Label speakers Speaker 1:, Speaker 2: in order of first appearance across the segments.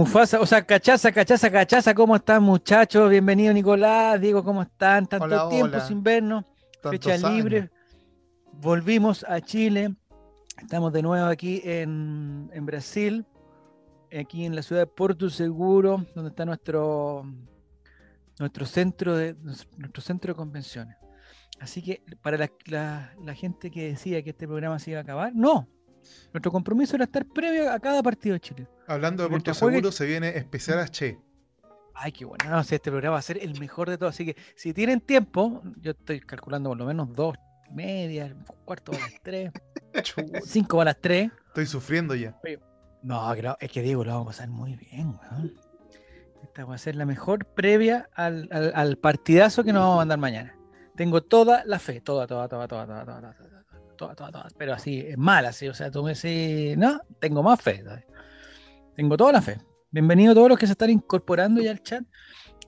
Speaker 1: Mufasa, o sea, cachaza, cachaza, cachaza, ¿cómo están muchachos? Bienvenido Nicolás, Diego, ¿cómo están? Tanto
Speaker 2: Hola,
Speaker 1: tiempo
Speaker 2: hola.
Speaker 1: sin vernos,
Speaker 2: Tantos
Speaker 1: fecha
Speaker 2: años.
Speaker 1: libre. Volvimos a Chile, estamos de nuevo aquí en, en Brasil, aquí en la ciudad de Porto Seguro, donde está nuestro, nuestro, centro, de, nuestro centro de convenciones. Así que para la, la- la gente que decía que este programa se iba a acabar, no. Nuestro compromiso era estar previo a cada partido de Chile.
Speaker 2: Hablando de Puerto
Speaker 1: Mientras juegue-
Speaker 2: Seguro, se viene especial a Che.
Speaker 1: Ay, qué bueno. No, si este programa va a ser el mejor de todos. Así que si tienen tiempo, yo estoy calculando por lo menos dos y media, cuarto para las tres,
Speaker 2: Chu,
Speaker 1: cinco para las tres.
Speaker 2: Estoy sufriendo ya.
Speaker 1: No, que lo- es que Diego lo vamos a pasar muy bien, weón. Esta va a ser la mejor previa al, al- al partidazo que nos vamos a mandar mañana. Tengo toda la fe, toda, toda, toda, toda, toda, toda, toda, toda, toda, toda, toda. Pero así, es mala, así. O sea, tú me decís, no, tengo más fe. todavía. Tengo toda la fe. Bienvenido a todos los que se están incorporando ya al chat.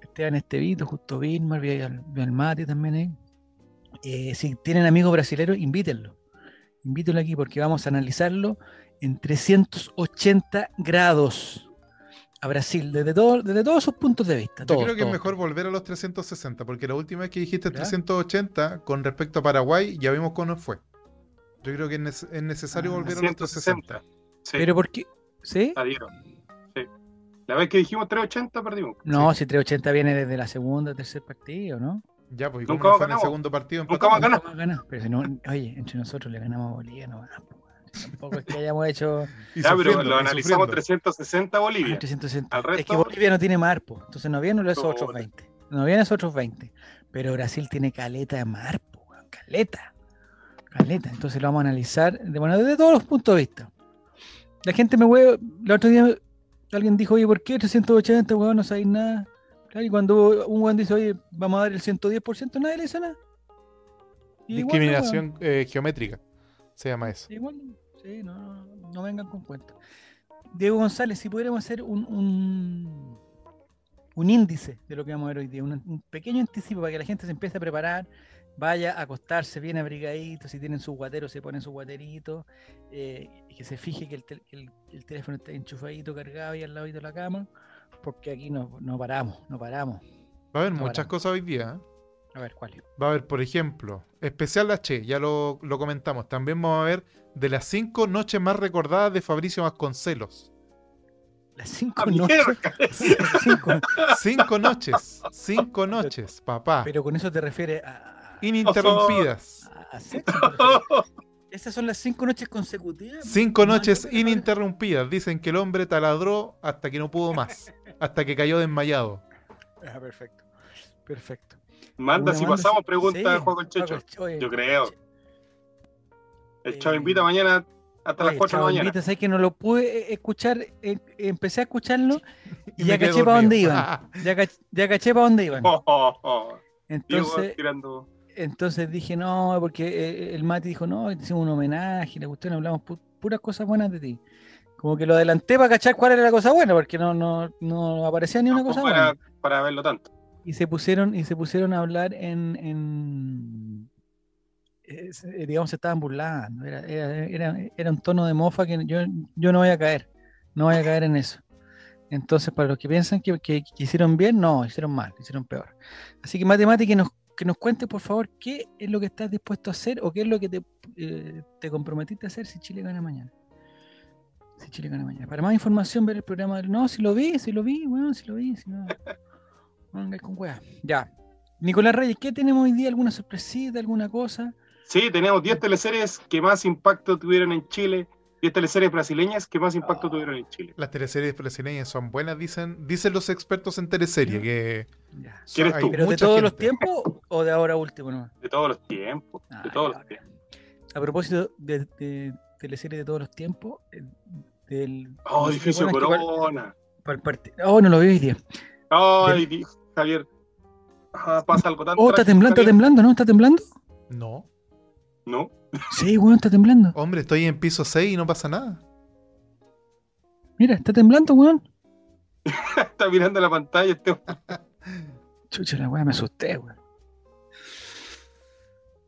Speaker 1: Esteban Estevito, Justo Vilmar, Vial Mati también ahí. Eh, si tienen amigos brasileños, invítenlo. Invítenlo aquí porque vamos a analizarlo en 380 grados a Brasil, desde, todo- desde todos sus puntos de vista.
Speaker 2: Yo
Speaker 1: todos,
Speaker 2: creo que es
Speaker 1: todos,
Speaker 2: mejor
Speaker 1: todos.
Speaker 2: volver a los 360, porque la última vez que dijiste
Speaker 1: ¿Verdad?
Speaker 2: 380 con respecto a Paraguay, ya vimos cómo nos fue. Yo creo que es, nece- es necesario
Speaker 1: Ah,
Speaker 2: volver a los 360.
Speaker 3: 160. Sí,
Speaker 1: Pero porque, ¿sí?
Speaker 3: salieron. Sí. La vez que dijimos 380 perdimos.
Speaker 1: No,
Speaker 3: Sí.
Speaker 1: si 380 viene desde la segunda, tercer partido, ¿no?
Speaker 2: Ya, pues, ¿y cómo
Speaker 3: Nunca
Speaker 2: nos fue
Speaker 3: hemos
Speaker 2: en el
Speaker 3: ganado.
Speaker 2: segundo partido?
Speaker 3: Nunca hemos
Speaker 2: empatamos?
Speaker 3: ganado.
Speaker 1: Nunca más ganamos, pero si no, oye, entre nosotros le ganamos a Bolivia, no ganamos, po, weón. Si Tampoco es que hayamos hecho
Speaker 2: Y
Speaker 3: Ya, pero
Speaker 2: sufriendo,
Speaker 3: lo
Speaker 2: y
Speaker 3: analizamos
Speaker 2: sufriendo.
Speaker 3: 360 Bolivia.
Speaker 1: 360.
Speaker 3: Al
Speaker 1: Es que
Speaker 3: resto-
Speaker 1: Bolivia no tiene marpo, entonces no vienen esos
Speaker 3: Chuta.
Speaker 1: otros 20. No vienen esos otros 20. Pero Brasil tiene caleta de marpo, weón, caleta. Caleta. Entonces lo vamos a analizar de, bueno, desde todos los puntos de vista. La gente me huevo, el otro día alguien dijo, oye, ¿por qué 380, weón, no sabéis nada? Claro, y cuando un weón dice, oye, vamos a dar el 110%, nadie le dice nada. Y igual, weón.
Speaker 2: Discriminación eh, geométrica se llama eso.
Speaker 1: Sí, bueno, sí, no, no, no vengan con cuentos. Diego González, si pudiéramos hacer un, un, un índice de lo que vamos a ver hoy día, un, un pequeño anticipo para que la gente se empiece a preparar, vaya a acostarse bien abrigadito, si tienen sus guateros, se ponen sus guateritos, eh, y que se fije que el, tel- que el- el teléfono está enchufadito, cargado y al ladito de la cama, porque aquí no, no paramos, no paramos.
Speaker 2: Va a haber
Speaker 1: No,
Speaker 2: muchas
Speaker 1: bueno.
Speaker 2: cosas hoy día. ¿eh?
Speaker 1: A ver, ¿cuál? es?
Speaker 2: Va a haber, por ejemplo, especial la Che, ya lo, lo comentamos. También vamos a ver de las cinco noches más recordadas de Fabricio Vasconcelos.
Speaker 1: Las cinco
Speaker 3: Ah,
Speaker 1: noches.
Speaker 3: mierda.
Speaker 1: las cinco-
Speaker 2: Cinco noches, cinco noches, papá.
Speaker 1: pero con eso te refieres a... a-
Speaker 2: Ininterrumpidas.
Speaker 1: a- a sexo, por ejemplo. Esas son las cinco noches consecutivas.
Speaker 2: Cinco
Speaker 1: No,
Speaker 2: noches
Speaker 1: yo creo que no es-
Speaker 2: ininterrumpidas. Dicen que el hombre taladró hasta que no pudo más. Hasta que cayó desmayado.
Speaker 1: Ah, perfecto. Perfecto.
Speaker 3: Manda
Speaker 1: Una
Speaker 3: si
Speaker 1: manda,
Speaker 3: pasamos
Speaker 1: sí.
Speaker 3: pregunta
Speaker 1: Sí,
Speaker 3: de Juego el Checho.
Speaker 1: Juaco el Checho, oye,
Speaker 3: Yo creo.
Speaker 1: Checho.
Speaker 3: El chavo
Speaker 1: Eh,
Speaker 3: invita mañana hasta las
Speaker 1: Oye,
Speaker 3: 4 de
Speaker 1: chavo,
Speaker 3: la mañana.
Speaker 1: invita, ¿sabes que no lo pude eh, escuchar? Eh, empecé a escucharlo y,
Speaker 2: me
Speaker 1: ya
Speaker 2: quedé
Speaker 1: caché para dónde
Speaker 2: dormido.
Speaker 1: iban. Ya, cach- ya caché para dónde iban.
Speaker 3: Oh, oh, oh. Diego
Speaker 1: Entonces,
Speaker 3: tirando.
Speaker 1: entonces dije, no, porque eh, el Mati dijo, no, hicimos un homenaje, le gustó, hablamos pu- puras cosas buenas de ti. Como que lo adelanté para cachar cuál era la cosa buena, porque no, no, no aparecía ni una cosa
Speaker 3: Tampoco
Speaker 1: buena.
Speaker 3: era para verlo tanto.
Speaker 1: y se pusieron y se pusieron a hablar en, en- eh, se- eh, digamos se estaban burlando era, era, era- era un tono de mofa que yo, yo no voy a caer no voy a caer en eso entonces para los que piensan que, que- que hicieron bien no hicieron mal hicieron peor así que matemática que nos que nos cuente por favor qué es lo que estás dispuesto a hacer o qué es lo que te, eh, te comprometiste a hacer si Chile gana mañana si Chile gana mañana para más información ver el programa del- no si lo vi si lo vi weón, si lo vi si no no vengáis con weas. Ya. Nicolás Reyes, ¿qué tenemos hoy día? ¿Alguna sorpresita? ¿Alguna cosa?
Speaker 3: Sí, tenemos 10 teleseries que más impacto tuvieron en Chile. 10 teleseries brasileñas que más impacto
Speaker 1: Ah.
Speaker 3: tuvieron en Chile.
Speaker 2: Las teleseries brasileñas son buenas, dicen, dicen los expertos en teleserie, que
Speaker 1: Ya.
Speaker 2: son-
Speaker 3: ¿Quieres
Speaker 2: hay
Speaker 3: tú?
Speaker 1: ¿Pero de
Speaker 2: mucha
Speaker 1: todos los
Speaker 2: gente.
Speaker 1: tiempos o de ahora último nomás?
Speaker 3: De todos los tiempos.
Speaker 1: Ah,
Speaker 3: De todos los
Speaker 1: ahora.
Speaker 3: tiempos.
Speaker 1: A propósito de, de teleseries de todos los tiempos, eh, del.
Speaker 3: Oh,
Speaker 1: no sé si
Speaker 3: edificio
Speaker 1: recuerdan que pal-
Speaker 3: Corona.
Speaker 1: pal parti- Oh, no lo vi hoy día.
Speaker 3: Ay, di- Javier. Ah, pasa algo tan
Speaker 1: Oh, está
Speaker 3: trágico,
Speaker 1: temblando, está
Speaker 3: Javier.
Speaker 1: temblando, ¿no? ¿Está temblando?
Speaker 2: No.
Speaker 3: No.
Speaker 1: Sí, weón, está temblando.
Speaker 2: Hombre, estoy en piso 6 y no pasa nada.
Speaker 3: Oh.
Speaker 1: Mira, está temblando, weón.
Speaker 3: Está mirando la pantalla. Este...
Speaker 1: Ah, Chucha, la weá, me asusté, weón.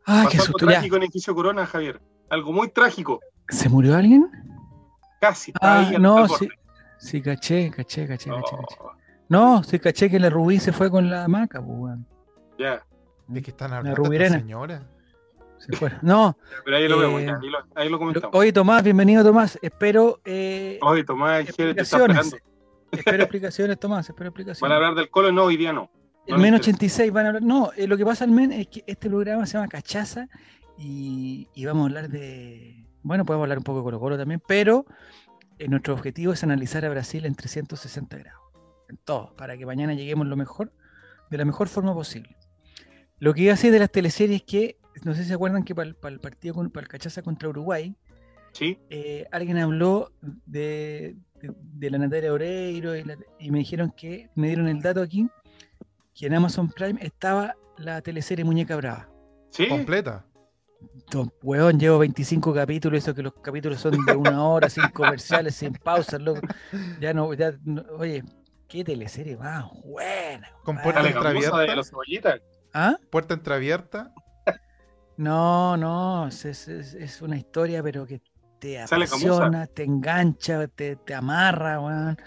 Speaker 1: Ah, qué
Speaker 3: Pasó algo
Speaker 1: susto, ya.
Speaker 3: trágico en edificio Corona, Javier. Algo muy trágico.
Speaker 1: ¿Se murió alguien?
Speaker 3: Casi. está
Speaker 1: Ah,
Speaker 3: ahí al- al
Speaker 1: no,
Speaker 3: borde.
Speaker 1: sí, Sí, caché, caché, caché, caché, caché.
Speaker 3: Oh,
Speaker 1: No, sí, caché que la Rubí se fue con la hamaca, pues, weón.
Speaker 3: Oh, ya,
Speaker 2: ¿De qué están hablando
Speaker 1: Rubirena.
Speaker 2: esta señora?
Speaker 1: Se fue. No,
Speaker 3: pero ahí lo
Speaker 1: Eh,
Speaker 3: vemos, ya, ahí lo, ahí lo
Speaker 1: lo-
Speaker 3: comentamos.
Speaker 1: oye Tomás, bienvenido Tomás. Espero eh,
Speaker 3: Oye, Tomás, Jerez te está
Speaker 1: explicaciones.
Speaker 3: esperando.
Speaker 1: Espero explicaciones, Tomás, espero
Speaker 3: Van a
Speaker 1: explicaciones.
Speaker 3: hablar del colo, no, hoy día no.
Speaker 1: El
Speaker 3: no le
Speaker 1: men
Speaker 3: interesa.
Speaker 1: 86 van a hablar. No, eh, lo que pasa, el men, es que este programa se llama Cachaza y, y vamos a hablar de. Bueno, podemos hablar un poco de Colo Colo también, pero eh, nuestro objetivo es analizar a Brasil en 360 grados, en todo, para que mañana lleguemos lo mejor, de la mejor forma posible. Lo que iba a decir de las teleseries es que, no sé si se acuerdan que para el, para el partido, con- para el Cachaza contra Uruguay,
Speaker 3: Sí,
Speaker 1: eh, alguien habló de, de- de la Natalia Oreiro y, la- y me dijeron que, me dieron el dato aquí, que en Amazon Prime estaba la teleserie Muñeca Brava.
Speaker 3: sí.
Speaker 2: Completa.
Speaker 1: Don weón, llevo 25 capítulos, eso que los capítulos son de una hora, sin comerciales, sin pausas, loco. Ya no, ya, no- oye, qué teleserie más buena.
Speaker 2: Con
Speaker 1: compadre.
Speaker 2: puerta
Speaker 3: Dale,
Speaker 2: entreabierta.
Speaker 3: Gamusa de los cebollitas.
Speaker 1: ¿Ah?
Speaker 2: Puerta entreabierta.
Speaker 1: No, no, es, es- es- es una historia, pero que te
Speaker 3: Sale Camusa.
Speaker 1: apasiona, te engancha, te, te amarra, weón.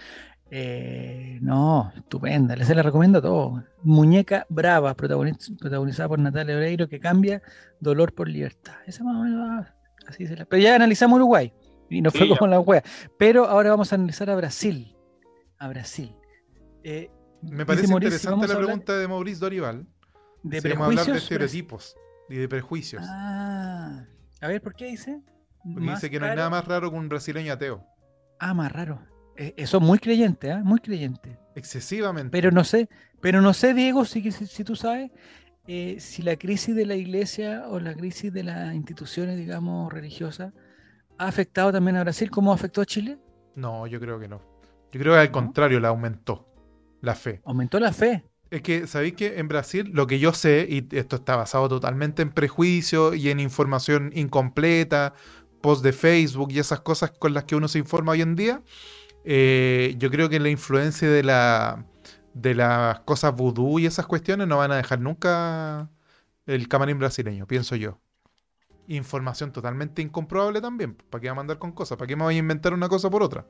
Speaker 1: Eh, no, estupenda, les se la recomiendo a todos. Muñeca Brava, protagoniz- protagonizada por Natalia Oreiro, que cambia dolor por libertad. Esa más o menos, ah, así se la... Pero ya analizamos Uruguay y nos
Speaker 3: Sí,
Speaker 1: fue
Speaker 3: ya.
Speaker 1: como la wea. Pero ahora vamos a analizar a Brasil. A Brasil. Eh,
Speaker 2: Me
Speaker 1: dice
Speaker 2: parece
Speaker 1: Mauricio,
Speaker 2: interesante
Speaker 1: vamos
Speaker 2: la
Speaker 1: a hablar
Speaker 2: pregunta de Maurice Dorival.
Speaker 1: de
Speaker 2: si vamos a hablar de este
Speaker 1: prejuicios brasi-
Speaker 2: estereotipos y de prejuicios.
Speaker 1: Ah, a ver, ¿por qué dice?
Speaker 2: porque
Speaker 1: Más
Speaker 2: Pues dice que no hay
Speaker 1: caro-
Speaker 2: nada más raro que un brasileño ateo.
Speaker 1: Ah, más raro. Eh, eh, son muy creyentes, ¿ah? Muy creyentes.
Speaker 2: Excesivamente.
Speaker 1: Pero no sé, pero no sé, Diego, si, que- si, si tú sabes, eh, si la crisis de la iglesia o la crisis de las instituciones, digamos, religiosas, ha afectado también a Brasil como afectó a Chile.
Speaker 2: No, yo creo que no. Yo creo que al
Speaker 1: ¿No?
Speaker 2: contrario, la aumentó. La fe.
Speaker 1: Aumentó la fe.
Speaker 2: Es que, ¿sabéis que en Brasil lo que yo sé, y esto está basado totalmente en prejuicios y en información incompleta, post de Facebook y esas cosas con las que uno se informa hoy en día, eh, yo creo que la influencia de, la, de las cosas vudú y esas cuestiones no van a dejar nunca el camarín brasileño, pienso yo. Información totalmente incomprobable también. pues, ¿Para qué vamos a andar con cosas? ¿Para qué me voy a inventar una cosa por otra?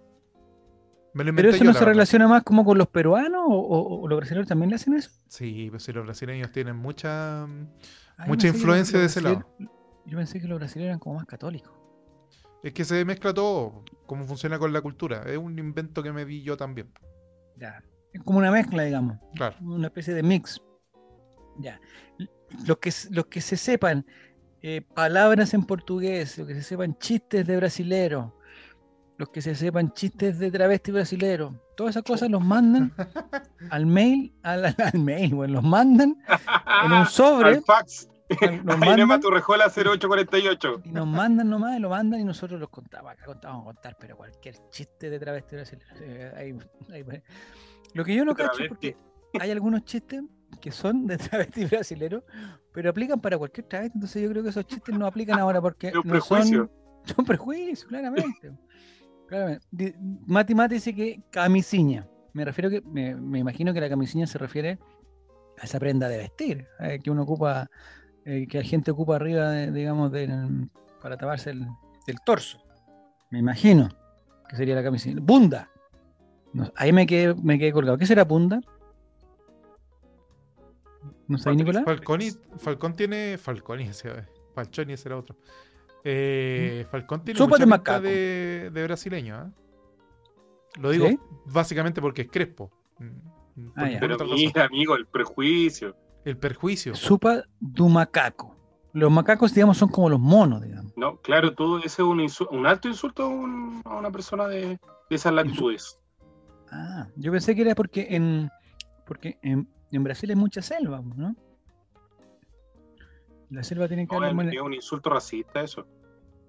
Speaker 2: Me
Speaker 1: Pero
Speaker 2: lo inventé
Speaker 1: eso
Speaker 2: yo,
Speaker 1: no
Speaker 2: la
Speaker 1: se
Speaker 2: verdad.
Speaker 1: relaciona más como con los peruanos o, o- o los brasileños también le hacen eso.
Speaker 2: Sí, pues si los brasileños tienen mucha...
Speaker 1: Ah, yo pensé que
Speaker 2: Mucha
Speaker 1: los-
Speaker 2: influencia
Speaker 1: los
Speaker 2: de ese lado.
Speaker 1: brasile- Yo pensé que los brasileños eran como más católicos.
Speaker 2: Es que se mezcla todo, cómo funciona con la cultura. Es un invento que me vi yo también.
Speaker 1: Ya. Es como una mezcla, digamos.
Speaker 2: Claro.
Speaker 1: una especie de mix. Ya. L- Los que, s- los que se sepan eh, palabras en portugués, los que se sepan chistes de brasilero, los que se sepan chistes de travesti brasilero, todas esas cosas los mandan al mail, al, al- al mail, bueno, los mandan en un sobre,
Speaker 3: Ah, Al fax.
Speaker 1: al- los
Speaker 3: Ahí
Speaker 1: mandan,
Speaker 3: tu rejuela 0848.
Speaker 1: y nos mandan nomás, y lo mandan y nosotros los contamos. Acá contamos a contar, pero cualquier chiste de travesti brasileño. eh, ahí- ahí pone. lo que yo no cacho es porque
Speaker 3: Travesti.
Speaker 1: hay algunos chistes que son de travesti brasilero, pero aplican para cualquier travesti. Entonces yo creo que esos chistes no aplican ahora porque
Speaker 3: Es un
Speaker 1: no son,
Speaker 3: prejuicio.
Speaker 1: son prejuicios, claramente. claramente. Di- Mati Mati dice que camisinha. Me refiero que, me, me imagino que la camisinha se refiere a esa prenda de vestir eh, que uno ocupa, eh, que la gente ocupa arriba, de- digamos, del- para taparse el, del torso. Me imagino que sería la camisina. Bunda. No, ahí me quedé, me quedé colgado. ¿Qué será bunda? ¿No sabes, Nicolás?
Speaker 2: Falconi, Falcón tiene. Falconi, ese, eh, Falchoni ese era otro. Eh, Falcón tiene
Speaker 1: Sopa de
Speaker 2: mucha pinta
Speaker 1: macaco.
Speaker 2: de, de brasileño. ¿ah? Lo digo
Speaker 1: ¿Sí?
Speaker 2: básicamente porque es crespo. Mm, mm,
Speaker 1: Ah,
Speaker 2: por
Speaker 1: ya.
Speaker 2: ninguna
Speaker 3: Pero
Speaker 2: otra
Speaker 3: mira,
Speaker 2: razón.
Speaker 3: amigo, el prejuicio.
Speaker 2: El perjuicio.
Speaker 1: Supa du macaco. Los macacos, digamos, son como los monos, digamos.
Speaker 3: No, claro, todo ese es un, insu- un alto insulto a, un- a una persona de, de esas latitudes.
Speaker 1: Ah, yo pensé que era porque en porque en, en Brasil hay mucha selva, ¿no? La selva tiene que
Speaker 3: No,
Speaker 1: haber
Speaker 3: es, es un insulto racista eso.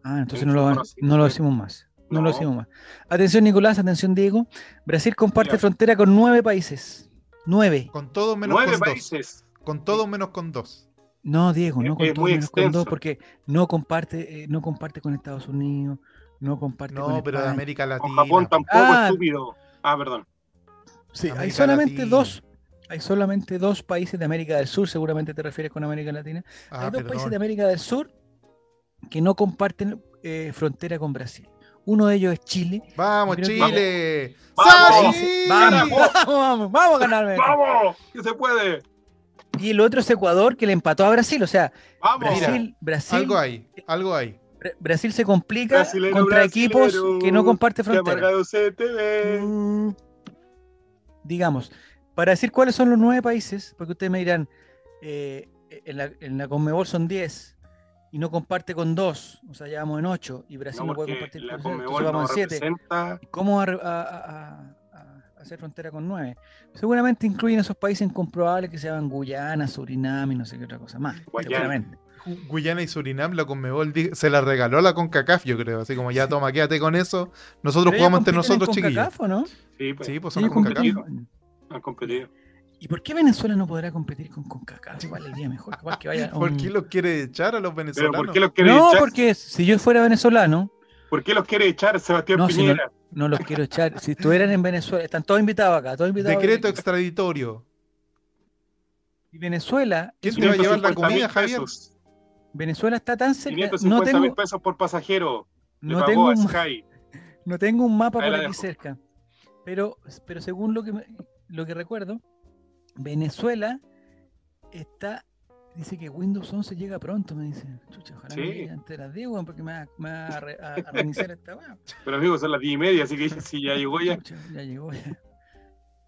Speaker 1: Ah, entonces
Speaker 3: Es
Speaker 1: no lo,
Speaker 3: súper
Speaker 1: no
Speaker 3: racista,
Speaker 1: lo
Speaker 3: pero-
Speaker 1: decimos más. No, lo
Speaker 3: No.
Speaker 1: decimos más. Atención, Nicolás, atención, Diego. Brasil comparte
Speaker 3: Mira.
Speaker 1: frontera con nueve países. Nueve.
Speaker 2: Con todo menos
Speaker 3: Nueve
Speaker 2: con dos.
Speaker 3: países.
Speaker 2: Con todo menos con dos.
Speaker 1: No, Diego,
Speaker 3: Es-
Speaker 1: no con
Speaker 3: es
Speaker 1: todo
Speaker 3: muy
Speaker 1: menos con dos,
Speaker 3: extenso.
Speaker 1: porque no comparte, eh, no comparte con Estados Unidos, no comparte con
Speaker 2: No, pero de
Speaker 1: España.
Speaker 2: América
Speaker 3: Con
Speaker 2: Latina.
Speaker 3: Japón tampoco,
Speaker 1: Ah.
Speaker 3: estúpido. Ah, perdón.
Speaker 1: Sí, hay
Speaker 2: América
Speaker 1: solamente
Speaker 2: Latina.
Speaker 1: dos, hay solamente dos países de América del Sur, seguramente te refieres con América Latina.
Speaker 2: Ah,
Speaker 1: hay dos países de
Speaker 2: perdón.
Speaker 1: América del Sur que no comparten eh, frontera con Brasil. Uno de ellos es Chile.
Speaker 2: ¡Vamos,
Speaker 1: Creo que-
Speaker 2: Chile!
Speaker 3: ¡Vamos!
Speaker 2: ¡Sashi!
Speaker 1: Vamos, vamos, vamos, vamos a ganarme.
Speaker 3: ¡Vamos! ¡Que se puede!
Speaker 1: Y el otro es Ecuador que le empató a Brasil. O sea,
Speaker 3: ¡Vamos!
Speaker 1: Brasil, Brasil,
Speaker 2: Algo hay, algo hay.
Speaker 1: Bra- Brasil se complica
Speaker 3: Brasilero,
Speaker 1: contra
Speaker 3: brasilero,
Speaker 1: equipos que no comparten
Speaker 3: ¡Qué
Speaker 1: frontera.
Speaker 3: amargado se te ve!
Speaker 1: Mm. Digamos, para decir cuáles son los nueve países, porque ustedes me dirán, eh, en, la, en la Conmebol son 10 y no comparte con dos, o sea, ya vamos en ocho y Brasil
Speaker 3: No,
Speaker 1: no, puede
Speaker 3: porque
Speaker 1: compartir con
Speaker 3: la
Speaker 1: cero, entonces
Speaker 3: Conmebol no
Speaker 1: vamos en siete.
Speaker 3: representa...
Speaker 1: ¿Cómo va a, re- a- a- a- a hacer frontera con nueve? Seguramente incluyen esos países incomprobables que se llaman Guyana, Surinam y no sé qué otra cosa más.
Speaker 3: Guayana.
Speaker 1: Seguramente.
Speaker 2: Gu- Guyana y Surinam, la Conmebol di- se la regaló a la CONCACAF, yo creo. Así como ya, toma, quédate con eso. Nosotros
Speaker 1: Pero ellos
Speaker 2: jugamos
Speaker 1: compiten
Speaker 2: entre
Speaker 1: en
Speaker 2: nosotros, chiquillos.
Speaker 1: CONCACAF, ¿o ¿no?
Speaker 3: Sí, pues,
Speaker 2: Sí, pues
Speaker 1: Ellos
Speaker 2: son
Speaker 1: compiten-
Speaker 2: CONCACAF.
Speaker 3: CONCACAF. han competido.
Speaker 1: ¿Y por qué Venezuela no podrá competir con CONCACAF? ¿Cuál iría mejor? Capaz que vaya a
Speaker 2: ¿Por
Speaker 1: un-
Speaker 2: qué los quiere echar a los
Speaker 3: ¿Pero por
Speaker 2: venezolanos?
Speaker 3: qué los quiere
Speaker 1: No,
Speaker 3: echar?
Speaker 1: porque si yo fuera venezolano,
Speaker 3: ¿Por qué los quiere echar Sebastián
Speaker 1: No, si no-
Speaker 3: Piñera?
Speaker 1: no los quiero echar. Si estuvieran en Venezuela, están todos invitados acá, todos invitados.
Speaker 2: Decreto extraditorio.
Speaker 1: Y Venezuela,
Speaker 2: ¿Quién te va a llevar la
Speaker 3: 550.000
Speaker 2: comida, Javier?
Speaker 3: pesos.
Speaker 1: Venezuela está tan cerca.
Speaker 3: 550
Speaker 1: No
Speaker 3: mil
Speaker 1: tengo,
Speaker 3: pesos por pasajero. Le
Speaker 1: no
Speaker 3: pagó
Speaker 1: tengo
Speaker 3: a
Speaker 1: un-
Speaker 3: Sky.
Speaker 1: No tengo un mapa
Speaker 3: Ahí
Speaker 1: por
Speaker 3: la
Speaker 1: aquí
Speaker 3: dejo.
Speaker 1: cerca. Pero, pero según lo que, me- lo que recuerdo, Venezuela está. Dice que Windows 11 llega pronto, me dice. Chucha, ojalá no
Speaker 3: Sí.
Speaker 1: llegue antes de las 10, weón, porque me va, me va a, re- a- a reiniciar esta weá.
Speaker 3: Pero amigos, son las 10 y media, así que si ya llegó ya.
Speaker 1: Chucha, ya llegó ya.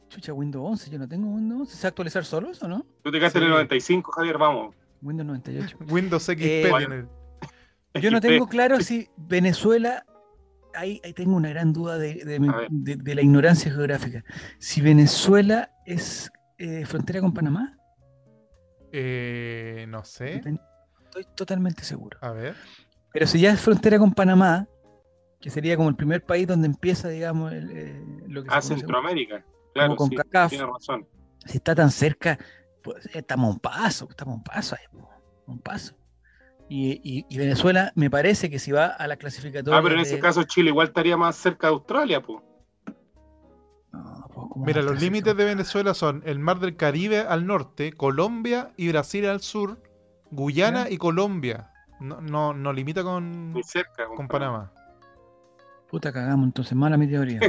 Speaker 1: Chucha, Windows 11, yo no tengo Windows 11. ¿Se va a actualizar solo eso, no?
Speaker 3: Tú te quedaste en el
Speaker 2: Sí.
Speaker 3: 95, Javier, vamos.
Speaker 1: Windows 98.
Speaker 2: Windows XP
Speaker 1: Eh,
Speaker 2: tiene.
Speaker 1: Yo no
Speaker 3: XP.
Speaker 1: tengo claro si Venezuela, ahí, ahí tengo una gran duda de, de mi-
Speaker 3: A ver.
Speaker 1: de- de la ignorancia geográfica. Si Venezuela es eh, frontera con Panamá,
Speaker 2: Eh, no sé.
Speaker 1: ten- estoy totalmente seguro.
Speaker 2: A ver.
Speaker 1: Pero si ya es frontera con Panamá, que sería como el primer país donde empieza, digamos, el, eh, lo que
Speaker 3: A
Speaker 1: se conoce
Speaker 3: Centroamérica.
Speaker 1: como
Speaker 3: Claro,
Speaker 1: con
Speaker 3: sí,
Speaker 1: CACAF,
Speaker 3: tienes razón.
Speaker 1: si está tan cerca, pues eh, estamos a un paso, estamos a un paso ahí, po, a un paso. Y, y- y Venezuela me parece que si va a la clasificatoria.
Speaker 3: Ah, pero en ese
Speaker 1: de-
Speaker 3: caso Chile igual estaría más cerca de Australia, po.
Speaker 1: No, po, ¿cómo
Speaker 2: Mira,
Speaker 1: va a estar
Speaker 2: los
Speaker 1: cerca?
Speaker 2: límites de Venezuela son el Mar del Caribe al norte, Colombia y Brasil al sur, Guyana y Colombia. No, no, no limita con,
Speaker 3: Muy cerca.
Speaker 2: con Panamá.
Speaker 1: Puta cagamos, entonces mala mi teoría.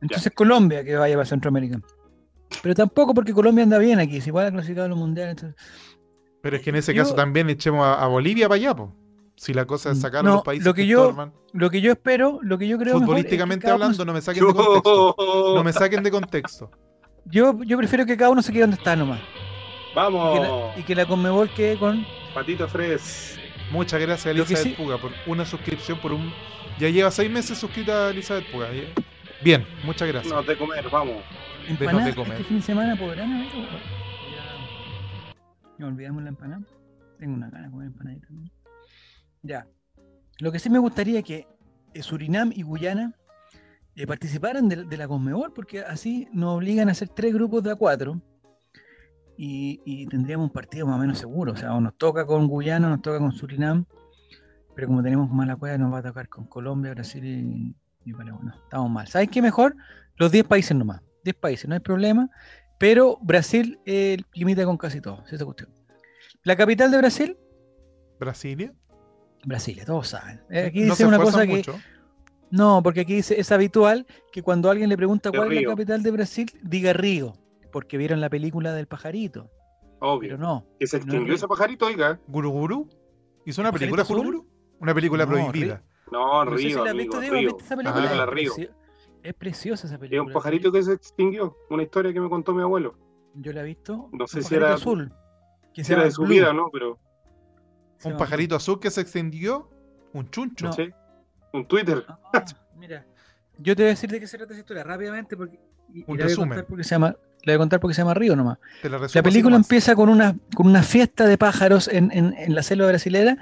Speaker 1: Entonces Colombia que vaya para Centroamérica. Pero tampoco porque Colombia anda bien aquí, si igual ha clasificado a los mundiales. entonces-
Speaker 2: Pero es que en ese
Speaker 1: Yo-
Speaker 2: caso también echemos a, a Bolivia para allá, po. Si la cosa es sacar a
Speaker 1: No,
Speaker 2: los países
Speaker 1: lo que yo
Speaker 2: estorban.
Speaker 1: Lo que yo espero, lo que yo creo... mejor es que
Speaker 2: futbolísticamente
Speaker 1: cada uno
Speaker 2: hablando, no me saquen de contexto. No me
Speaker 3: Vamos.
Speaker 2: saquen de contexto.
Speaker 1: se- yo, yo prefiero que cada uno se quede donde está nomás. Y que
Speaker 3: Oh.
Speaker 1: la, y que la Conmebol quede con...
Speaker 3: Patito Fres.
Speaker 2: Muchas gracias,
Speaker 1: Lo que
Speaker 2: Elizabeth
Speaker 1: sí-
Speaker 2: Puga, por una suscripción por un. Ya lleva seis meses suscrita Elizabeth Puga. ¿eh? Bien, muchas gracias.
Speaker 3: No de comer, vamos.
Speaker 1: Empanada,
Speaker 2: comer.
Speaker 1: este fin de semana podrán haber... o- Ya olvidamos la empanada. Tengo una gana de comer empanadita. ¿no? Ya. Lo que sí me gustaría que eh, Surinam y Guyana eh, participaran de, de la Conmebol, porque así nos obligan a hacer tres grupos de a cuatro y, y tendríamos un partido más o menos seguro. O sea, o nos toca con Guyana, o nos toca con Surinam, pero como tenemos mala cueva, nos va a tocar con Colombia, Brasil y, y Paraguay. No, estamos mal. ¿Sabes qué mejor? Los 10 países nomás. 10 países, no hay problema. Pero Brasil eh, limita con casi todo. esa es la cuestión. La capital de Brasil
Speaker 2: Brasilia.
Speaker 1: Brasilia, todos saben. Eh, Aquí
Speaker 2: no
Speaker 1: dice
Speaker 2: se
Speaker 1: una
Speaker 2: esfuerzan
Speaker 1: cosa que.
Speaker 2: mucho.
Speaker 1: No, porque aquí dice, es habitual que cuando alguien le pregunta
Speaker 3: De
Speaker 1: cuál es
Speaker 3: Río.
Speaker 1: la capital de Brasil, diga Río, porque vieron la película del pajarito. Pero
Speaker 3: Obvio.
Speaker 1: no.
Speaker 3: Que se extinguió ese pajarito, oiga.
Speaker 2: Guruguru. ¿Hizo una
Speaker 1: ¿Pajarito
Speaker 2: película
Speaker 1: azul?
Speaker 2: Guruguru? Una película
Speaker 1: No,
Speaker 2: prohibida.
Speaker 3: No,
Speaker 1: No sé si
Speaker 3: Ah, Río,
Speaker 1: la has
Speaker 3: amigo,
Speaker 1: visto, Diego, ¿has
Speaker 3: Río.
Speaker 1: visto esa
Speaker 2: Ah,
Speaker 1: película?
Speaker 2: la
Speaker 1: Es
Speaker 3: Río.
Speaker 1: preci- Es preciosa esa
Speaker 3: Es
Speaker 1: película.
Speaker 3: un pajarito que se extinguió. Una historia que me contó mi abuelo.
Speaker 1: Yo la he visto.
Speaker 3: No sé
Speaker 1: un
Speaker 3: si
Speaker 1: pajarito
Speaker 3: era-
Speaker 1: azul. Que se
Speaker 3: Si era
Speaker 1: llama
Speaker 3: de su
Speaker 1: Blue,
Speaker 3: vida, ¿no? Pero,
Speaker 1: se
Speaker 2: Un
Speaker 1: llama
Speaker 2: pajarito azul que se extendió. Un chuncho.
Speaker 1: No.
Speaker 3: sí. Un Twitter.
Speaker 1: Blue. Ah, mira, yo te voy a decir de qué se trata esa historia rápidamente porque. y- y
Speaker 2: Un
Speaker 1: la voy a
Speaker 2: resumen.
Speaker 1: contar porque se llama, la voy a contar porque se llama Río nomás.
Speaker 2: Te la resumo
Speaker 1: La
Speaker 2: así
Speaker 1: película
Speaker 2: nomás.
Speaker 1: empieza con una, con una fiesta de pájaros en, en- en la selva brasilera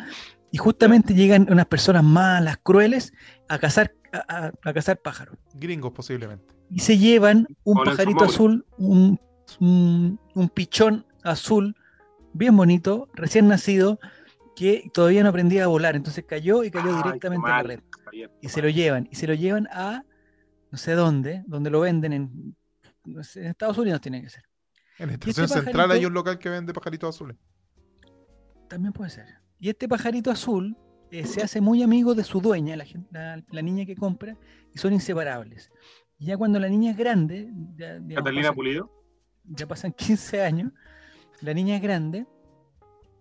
Speaker 1: y justamente llegan unas personas malas, crueles, a cazar, a, a- a cazar pájaros.
Speaker 2: Gringos, posiblemente.
Speaker 1: Y se llevan un
Speaker 3: Con el
Speaker 1: pajarito
Speaker 3: Maule.
Speaker 1: azul, un, un- un pichón azul, bien bonito, recién nacido, que todavía no aprendía a volar. Entonces cayó y cayó
Speaker 3: Ay, qué
Speaker 1: directamente en la
Speaker 3: mal,
Speaker 1: red.
Speaker 3: Javier,
Speaker 1: Ah, Y
Speaker 3: qué
Speaker 1: se
Speaker 3: mal.
Speaker 1: lo llevan. Y se lo llevan a no sé dónde, donde lo venden en, no sé, en Estados Unidos tiene que ser.
Speaker 2: En Estación
Speaker 1: este
Speaker 2: Central hay
Speaker 1: pajarito-
Speaker 2: un local que vende pajaritos azules.
Speaker 1: También puede ser. Y este pajarito azul eh, se hace muy amigo de su dueña, la, gen- la- la niña que compra, y son inseparables. Y ya cuando la niña es grande, ya, digamos,
Speaker 3: Catalina
Speaker 1: pasan-
Speaker 3: Pulido.
Speaker 1: ya pasan 15 años, la niña es grande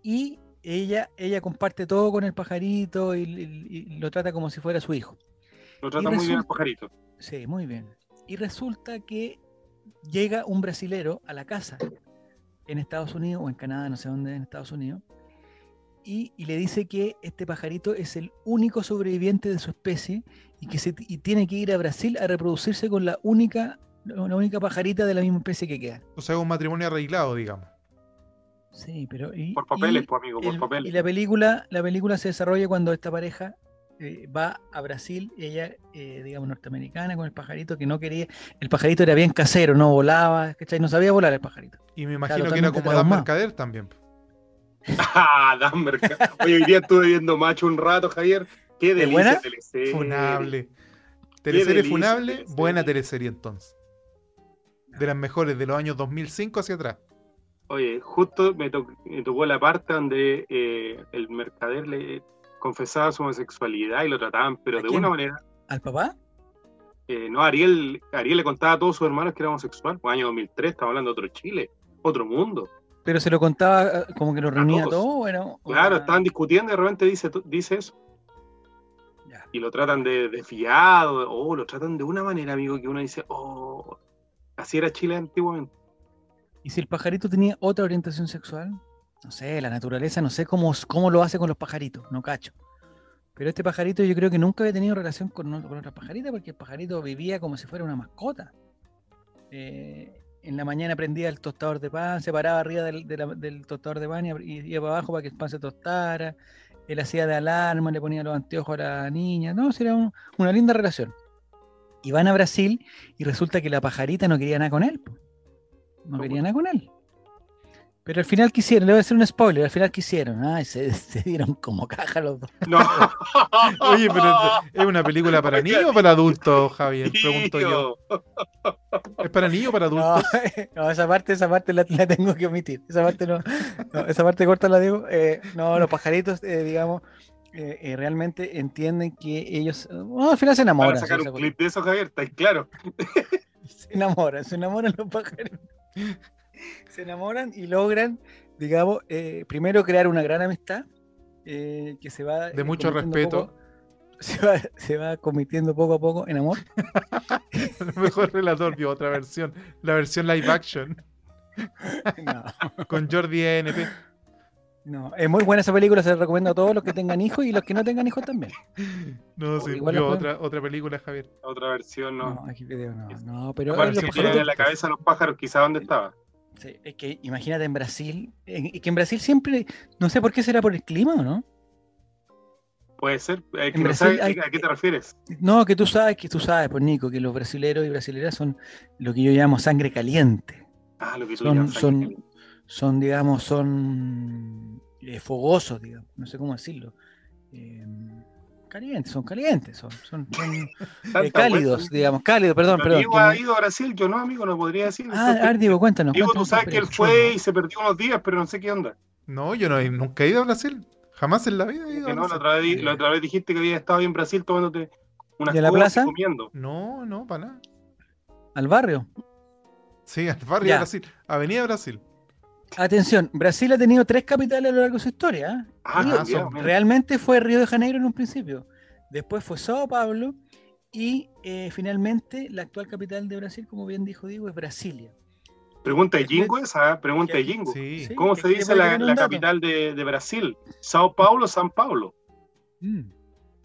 Speaker 1: y ella, ella comparte todo con el pajarito y, y- y lo trata como si fuera su hijo.
Speaker 3: Lo trata
Speaker 1: Y
Speaker 3: muy bien el
Speaker 1: resulta-
Speaker 3: pajarito.
Speaker 1: Sí, muy bien. Y resulta que llega un brasilero a la casa en Estados Unidos o en Canadá, no sé dónde, en Estados Unidos, y, y le dice que este pajarito es el único sobreviviente de su especie y que se, t- y tiene que ir a Brasil a reproducirse con la única, la única pajarita de la misma especie que queda.
Speaker 2: O sea, es un matrimonio arreglado, digamos.
Speaker 1: Sí, pero... y-
Speaker 3: Por papeles,
Speaker 1: y-
Speaker 3: pues, amigo, por
Speaker 1: el-
Speaker 3: papeles.
Speaker 1: Y la película, la película se desarrolla cuando esta pareja eh, va a Brasil, ella, eh, digamos, norteamericana, con el pajarito que no quería. El pajarito era bien casero, no volaba, ¿cachai? No sabía volar el pajarito.
Speaker 2: Y me imagino que era
Speaker 1: totalmente
Speaker 2: como Adam
Speaker 1: traumado.
Speaker 2: Mercader también.
Speaker 3: Ah, Dan Merca- Oye, hoy día estuve viendo Macho un rato, Javier. Qué delicia
Speaker 1: buena?
Speaker 3: teleserie.
Speaker 2: Funable. Teleserie
Speaker 3: delicia,
Speaker 2: funable,
Speaker 3: teleserie.
Speaker 2: buena teleserie entonces. De las mejores de los años 2005 hacia atrás.
Speaker 3: Oye, justo me, to- me tocó la parte donde eh, el mercader le confesaba su homosexualidad y lo trataban, pero
Speaker 1: ¿A
Speaker 3: de
Speaker 1: quién?
Speaker 3: una manera.
Speaker 1: ¿Al papá?
Speaker 3: eh, no, Ariel, Ariel le contaba a todos sus hermanos que era homosexual. Fue año 2003, estaba hablando de otro Chile, otro mundo.
Speaker 1: Pero se lo contaba eh, como que lo reunía
Speaker 3: todos.
Speaker 1: todo, bueno.
Speaker 3: Claro, estaban discutiendo y de repente dice, dice eso.
Speaker 1: Ya.
Speaker 3: y lo tratan de, de fiado, o lo tratan de una manera, amigo, que uno dice, oh, así era Chile antiguamente.
Speaker 1: Y si el pajarito tenía otra orientación sexual, no sé, la naturaleza, no sé cómo, cómo lo hace con los pajaritos, no cacho. Pero este pajarito yo creo que nunca había tenido relación con, o- con otra pajarita porque el pajarito vivía como si fuera una mascota. Eh, en la mañana prendía el tostador de pan, se paraba arriba del, de la- del tostador de pan y abr- y iba para abajo para que el pan se tostara. Él hacía de alarma, le ponía los anteojos a la niña. No, sí, era un- una linda relación. Y van a Brasil y resulta que la pajarita no quería nada con él. po. No quería nada con él. Pero al final quisieron, le voy a hacer un spoiler, al final quisieron. Ay, se, se dieron como caja los dos.
Speaker 3: No.
Speaker 2: Oye, pero ¿es una película para niños o para adultos, Javier? Pregunto yo.
Speaker 3: Tío.
Speaker 2: ¿Es para niños o para
Speaker 1: No,
Speaker 2: adultos?
Speaker 1: no, esa parte, esa parte la, la tengo que omitir. Esa parte no, no, esa parte corta la digo. Eh, no, los pajaritos, eh, digamos, eh, eh, realmente entienden que ellos, bueno, al final se
Speaker 3: Para
Speaker 1: enamoran.
Speaker 3: sacar
Speaker 1: sí,
Speaker 3: un
Speaker 1: se-
Speaker 3: clip de eso, Javier, está claro.
Speaker 1: se enamoran, se enamoran los pajaritos. Se enamoran y logran, digamos, eh, primero crear una gran amistad eh, que se va...
Speaker 2: De
Speaker 1: eh,
Speaker 2: mucho
Speaker 1: convirtiendo
Speaker 2: respeto.
Speaker 1: poco- se, va, se va convirtiendo poco a poco en amor.
Speaker 2: A lo mejor relator vio otra versión. La versión live action
Speaker 1: No,
Speaker 2: con Jordi E NP.
Speaker 1: no. Es muy buena esa película, se la recomiendo a todos los que tengan hijos y los que no tengan hijos también.
Speaker 2: No, sí,
Speaker 1: Igual la
Speaker 2: vio
Speaker 1: pueden-
Speaker 2: otra, otra película, Javier.
Speaker 3: Otra versión, no.
Speaker 1: No, aquí video no,
Speaker 3: Es-
Speaker 1: no, pero
Speaker 2: Bueno,
Speaker 1: eh,
Speaker 2: sí,
Speaker 1: los
Speaker 3: Si
Speaker 2: ojalá
Speaker 3: tienen
Speaker 1: pajaritos-
Speaker 3: en la cabeza a los pájaros, quizá dónde estaba.
Speaker 1: sí, es que imagínate en Brasil, eh, y que en Brasil siempre, no sé por qué será por el clima o no.
Speaker 3: Puede ser. Hay que
Speaker 1: En
Speaker 3: no saber
Speaker 1: Brasil hay-
Speaker 3: a qué te refieres.
Speaker 1: No, que tú sabes, que tú sabes, pues Nico, que los brasileros y brasileras son lo que yo llamo sangre caliente.
Speaker 3: Ah, lo que tú
Speaker 1: Son-
Speaker 3: llamas,
Speaker 1: son-
Speaker 3: Ángel.
Speaker 1: Son, digamos, son eh, fogosos, digamos, no sé cómo decirlo. Eh, calientes, son calientes, son, son, son, eh,
Speaker 3: Tanta
Speaker 1: cálidos,
Speaker 3: vuelta.
Speaker 1: digamos, cálidos, perdón,
Speaker 3: Pero
Speaker 1: perdón.
Speaker 3: Diego
Speaker 1: que
Speaker 3: ha
Speaker 1: me-
Speaker 3: ido a Brasil, yo no, amigo, no podría decir.
Speaker 1: Ah, a ver, Diego, cuéntanos.
Speaker 3: Diego, tú
Speaker 1: cuéntanos tu
Speaker 3: sabes que él
Speaker 1: experiencia.
Speaker 3: fue y se perdió unos días, pero no sé qué onda.
Speaker 2: No, yo no he- nunca he ido a Brasil. Jamás en la vida he ido
Speaker 3: Que
Speaker 2: a
Speaker 3: no, la
Speaker 2: Brasil.
Speaker 3: otra, vez, la otra vez dijiste que había estado ahí en Brasil tomándote unas
Speaker 1: ¿Y a la
Speaker 3: cosas y
Speaker 1: plaza?
Speaker 3: comiendo.
Speaker 2: No, no, para nada.
Speaker 1: al barrio.
Speaker 2: Sí, al barrio
Speaker 1: Ya.
Speaker 2: de Brasil. Avenida Brasil.
Speaker 1: Atención, Brasil ha tenido tres capitales a lo largo de su historia. ¿eh?
Speaker 3: Ah,
Speaker 1: Río-
Speaker 3: cambiado, mira.
Speaker 1: realmente fue Río de Janeiro en un principio. Después fue Sao Paulo. Y eh, finalmente, la actual capital de Brasil, como bien dijo Diego, es Brasilia.
Speaker 3: Pregunta de Jingo esa, ¿eh? pregunta de Jingo.
Speaker 2: Sí.
Speaker 1: Uh, Sí.
Speaker 3: ¿Cómo
Speaker 1: que
Speaker 3: se
Speaker 1: aquí le
Speaker 3: dice
Speaker 1: puede
Speaker 3: la,
Speaker 1: tener un
Speaker 3: la
Speaker 1: dato.
Speaker 3: capital de, de Brasil? Sao Paulo, San Paulo.
Speaker 1: Mm,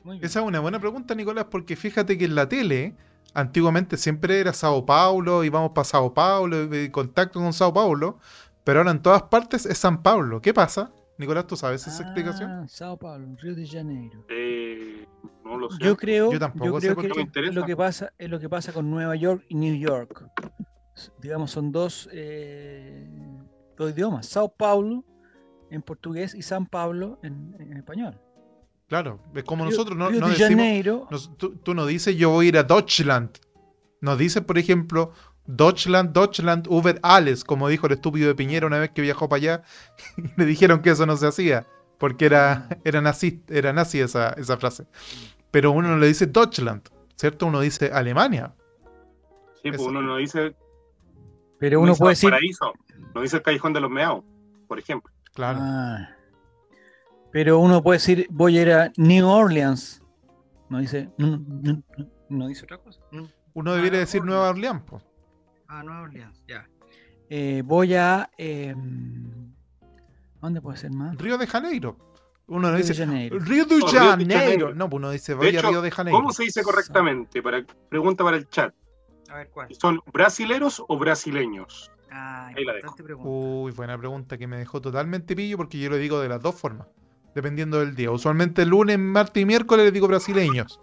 Speaker 1: muy bien.
Speaker 2: Esa es una buena pregunta, Nicolás, porque fíjate que en la tele, antiguamente siempre era Sao Paulo, íbamos para Sao Paulo, eh, contacto con Sao Paulo, pero ahora en todas partes es San Pablo. ¿Qué pasa? Nicolás, ¿tú sabes esa explicación?
Speaker 1: Ah, Sao Paulo, Río de Janeiro.
Speaker 3: Eh, no lo sé.
Speaker 1: Yo creo,
Speaker 2: Yo
Speaker 1: yo
Speaker 2: tampoco sé
Speaker 1: creo
Speaker 2: por
Speaker 1: que
Speaker 3: qué me
Speaker 1: lo-
Speaker 3: interesa.
Speaker 1: lo que pasa es lo que pasa con Nueva York y New York. S- Digamos, son dos, eh, dos idiomas. Sao Paulo en portugués y San Pablo en, en español.
Speaker 2: Claro, es como
Speaker 1: Río-
Speaker 2: nosotros no,
Speaker 1: Río
Speaker 2: no
Speaker 1: de
Speaker 2: decimos.
Speaker 1: Janeiro.
Speaker 2: nos- tú, tú no dices yo voy a ir a Deutschland. Nos dices, por ejemplo, Deutschland, Deutschland, Uber Alles, como dijo el estúpido de Piñera una vez que viajó para allá y le dijeron que eso no se hacía. porque era,
Speaker 1: Ah.
Speaker 2: era, nazi, era nazi esa, esa frase. Pero uno no le dice Deutschland, ¿cierto? Uno dice Alemania.
Speaker 3: Sí, pues
Speaker 2: Eso.
Speaker 3: uno no dice,
Speaker 1: Pero
Speaker 3: no
Speaker 1: uno
Speaker 3: dice
Speaker 1: puede decir.
Speaker 3: paraíso, no dice el callejón de los meados, por ejemplo.
Speaker 2: Claro.
Speaker 1: Ah. pero uno puede decir, voy a ir a New Orleans. No dice. No, no- no- no dice otra cosa. No.
Speaker 2: Uno debiera
Speaker 1: Ah,
Speaker 2: decir
Speaker 1: Orleans.
Speaker 2: Nueva Orleans, po.
Speaker 1: Ah, Nueva Orleans, ya. Eh, voy a. eh, ¿Dónde puede ser más?
Speaker 2: Río de Janeiro. Uno no
Speaker 1: Río de
Speaker 2: dice
Speaker 1: Janeiro.
Speaker 2: Río de
Speaker 3: O Río de
Speaker 2: Janeiro.
Speaker 3: Janeiro.
Speaker 2: No, pues uno dice voy a
Speaker 3: hecho,
Speaker 2: Río de Janeiro.
Speaker 3: ¿Cómo se dice correctamente? Para, pregunta para el chat.
Speaker 1: A ver cuál.
Speaker 3: ¿Son brasileros o brasileños?
Speaker 1: Ah,
Speaker 3: Ahí la importante
Speaker 1: pregunta.
Speaker 2: Uy, buena pregunta que me dejó totalmente pillo porque yo lo digo de las dos formas, dependiendo del día. Usualmente lunes, martes y miércoles le digo brasileños.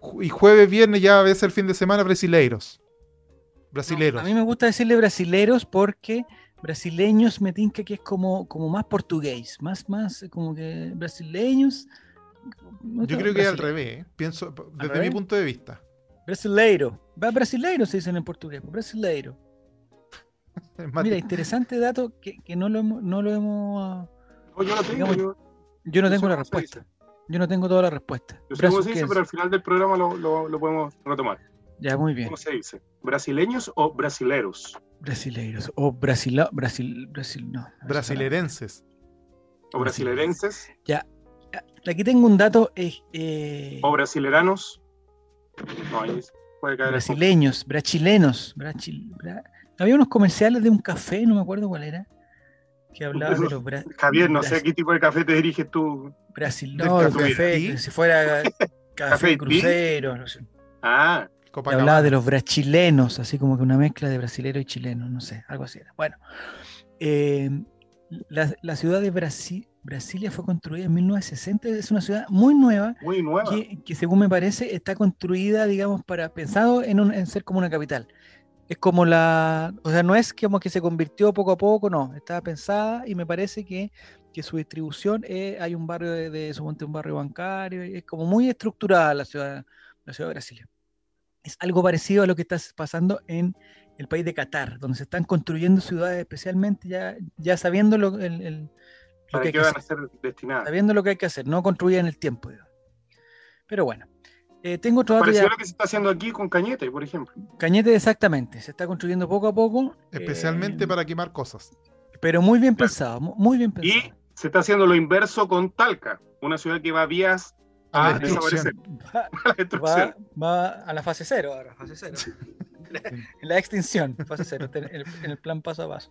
Speaker 2: Ju- Y jueves, viernes ya a veces el fin de semana brasileiros. Brasileros.
Speaker 1: a mí me gusta decirle brasileros porque brasileños me tinca que es como, como más portugués, más, más como que brasileños. me gusta
Speaker 2: Yo creo que es al
Speaker 1: brasileño.
Speaker 2: revés, ¿eh? pienso p- desde mi
Speaker 1: revés?
Speaker 2: punto de vista.
Speaker 1: Brasileiro. Va brasileiro se dicen en portugués, pues, brasileiro.
Speaker 2: Es más-
Speaker 1: Mira, interesante dato que, que no lo hemos, no lo hemos. ah,
Speaker 3: No, yo no tengo,
Speaker 1: Digamos,
Speaker 3: yo,
Speaker 1: Yo no tengo
Speaker 3: Yo sé
Speaker 1: la
Speaker 3: cómo se
Speaker 1: respuesta. Yo no tengo toda la respuesta.
Speaker 3: yo sé cómo
Speaker 1: Brazos,
Speaker 3: se
Speaker 1: ¿qué
Speaker 3: dice,
Speaker 1: es?
Speaker 3: pero al final del programa lo, lo- lo podemos retomar.
Speaker 1: Ya, muy bien.
Speaker 3: ¿Cómo se dice? ¿Brasileños o brasileros?
Speaker 1: Brasileiros. O brasila, Brasil, Brasil, no.
Speaker 2: Brasilerenses.
Speaker 3: ¿O brasilerenses?
Speaker 1: Aquí tengo un dato. eh, eh,
Speaker 3: ¿O brasileranos? No, ahí puede caer el punto.
Speaker 1: brasileños, brachilenos. brachil- bra- Había unos comerciales de un café, no me acuerdo cuál era, que hablaban de los bra-
Speaker 3: Javier, no sé a
Speaker 1: bras-
Speaker 3: qué tipo de café te diriges tú.
Speaker 1: Brasil,
Speaker 2: del
Speaker 1: no, los
Speaker 2: café.
Speaker 1: cafés, si fuera café
Speaker 3: ¿Café
Speaker 1: crucero, no sé.
Speaker 3: Ah,
Speaker 1: Y
Speaker 2: Copacabana.
Speaker 1: hablaba de los brachilenos, así como que una mezcla de brasilero y chileno, no sé, algo así era. Bueno, eh, la, la ciudad de Brasi- Brasilia fue construida en 1960, es una ciudad muy nueva
Speaker 3: muy nueva.
Speaker 1: que, que según me parece está construida, digamos, para pensado en, un- en ser como una capital. Es como la, o sea, no es como que se convirtió poco a poco, no, estaba pensada y me parece que, que su distribución es- hay un barrio de, de suponte un barrio bancario, es como muy estructurada la ciudad, la ciudad de Brasilia. Es algo parecido a lo que está pasando en el país de Qatar, donde se están construyendo ciudades especialmente ya, ya sabiendo lo, el- el- lo
Speaker 3: ¿Para
Speaker 1: que hay
Speaker 3: qué
Speaker 1: que
Speaker 3: van
Speaker 1: hacer
Speaker 3: a ser destinadas?
Speaker 1: sabiendo lo que hay que hacer, no construyan el tiempo. digamos. Pero bueno, eh, tengo otro dato
Speaker 3: Pareciera
Speaker 1: ya.
Speaker 3: lo que se está haciendo aquí con Cañete, por ejemplo.
Speaker 1: Cañete, exactamente, se está construyendo poco a poco.
Speaker 2: Especialmente
Speaker 1: eh,
Speaker 2: para quemar cosas.
Speaker 1: Pero muy bien
Speaker 3: Claro.
Speaker 1: pensado, mu- muy bien pensado.
Speaker 3: Y se está haciendo lo inverso con Talca, una ciudad que va vías
Speaker 2: A
Speaker 1: Ah,
Speaker 3: a
Speaker 2: la
Speaker 3: desaparecer,
Speaker 2: destrucción.
Speaker 1: Va,
Speaker 3: a la
Speaker 1: va-
Speaker 3: destrucción.
Speaker 1: va a la fase cero ahora, fase cero. la extinción, fase cero, ten- el, en el plan paso a paso.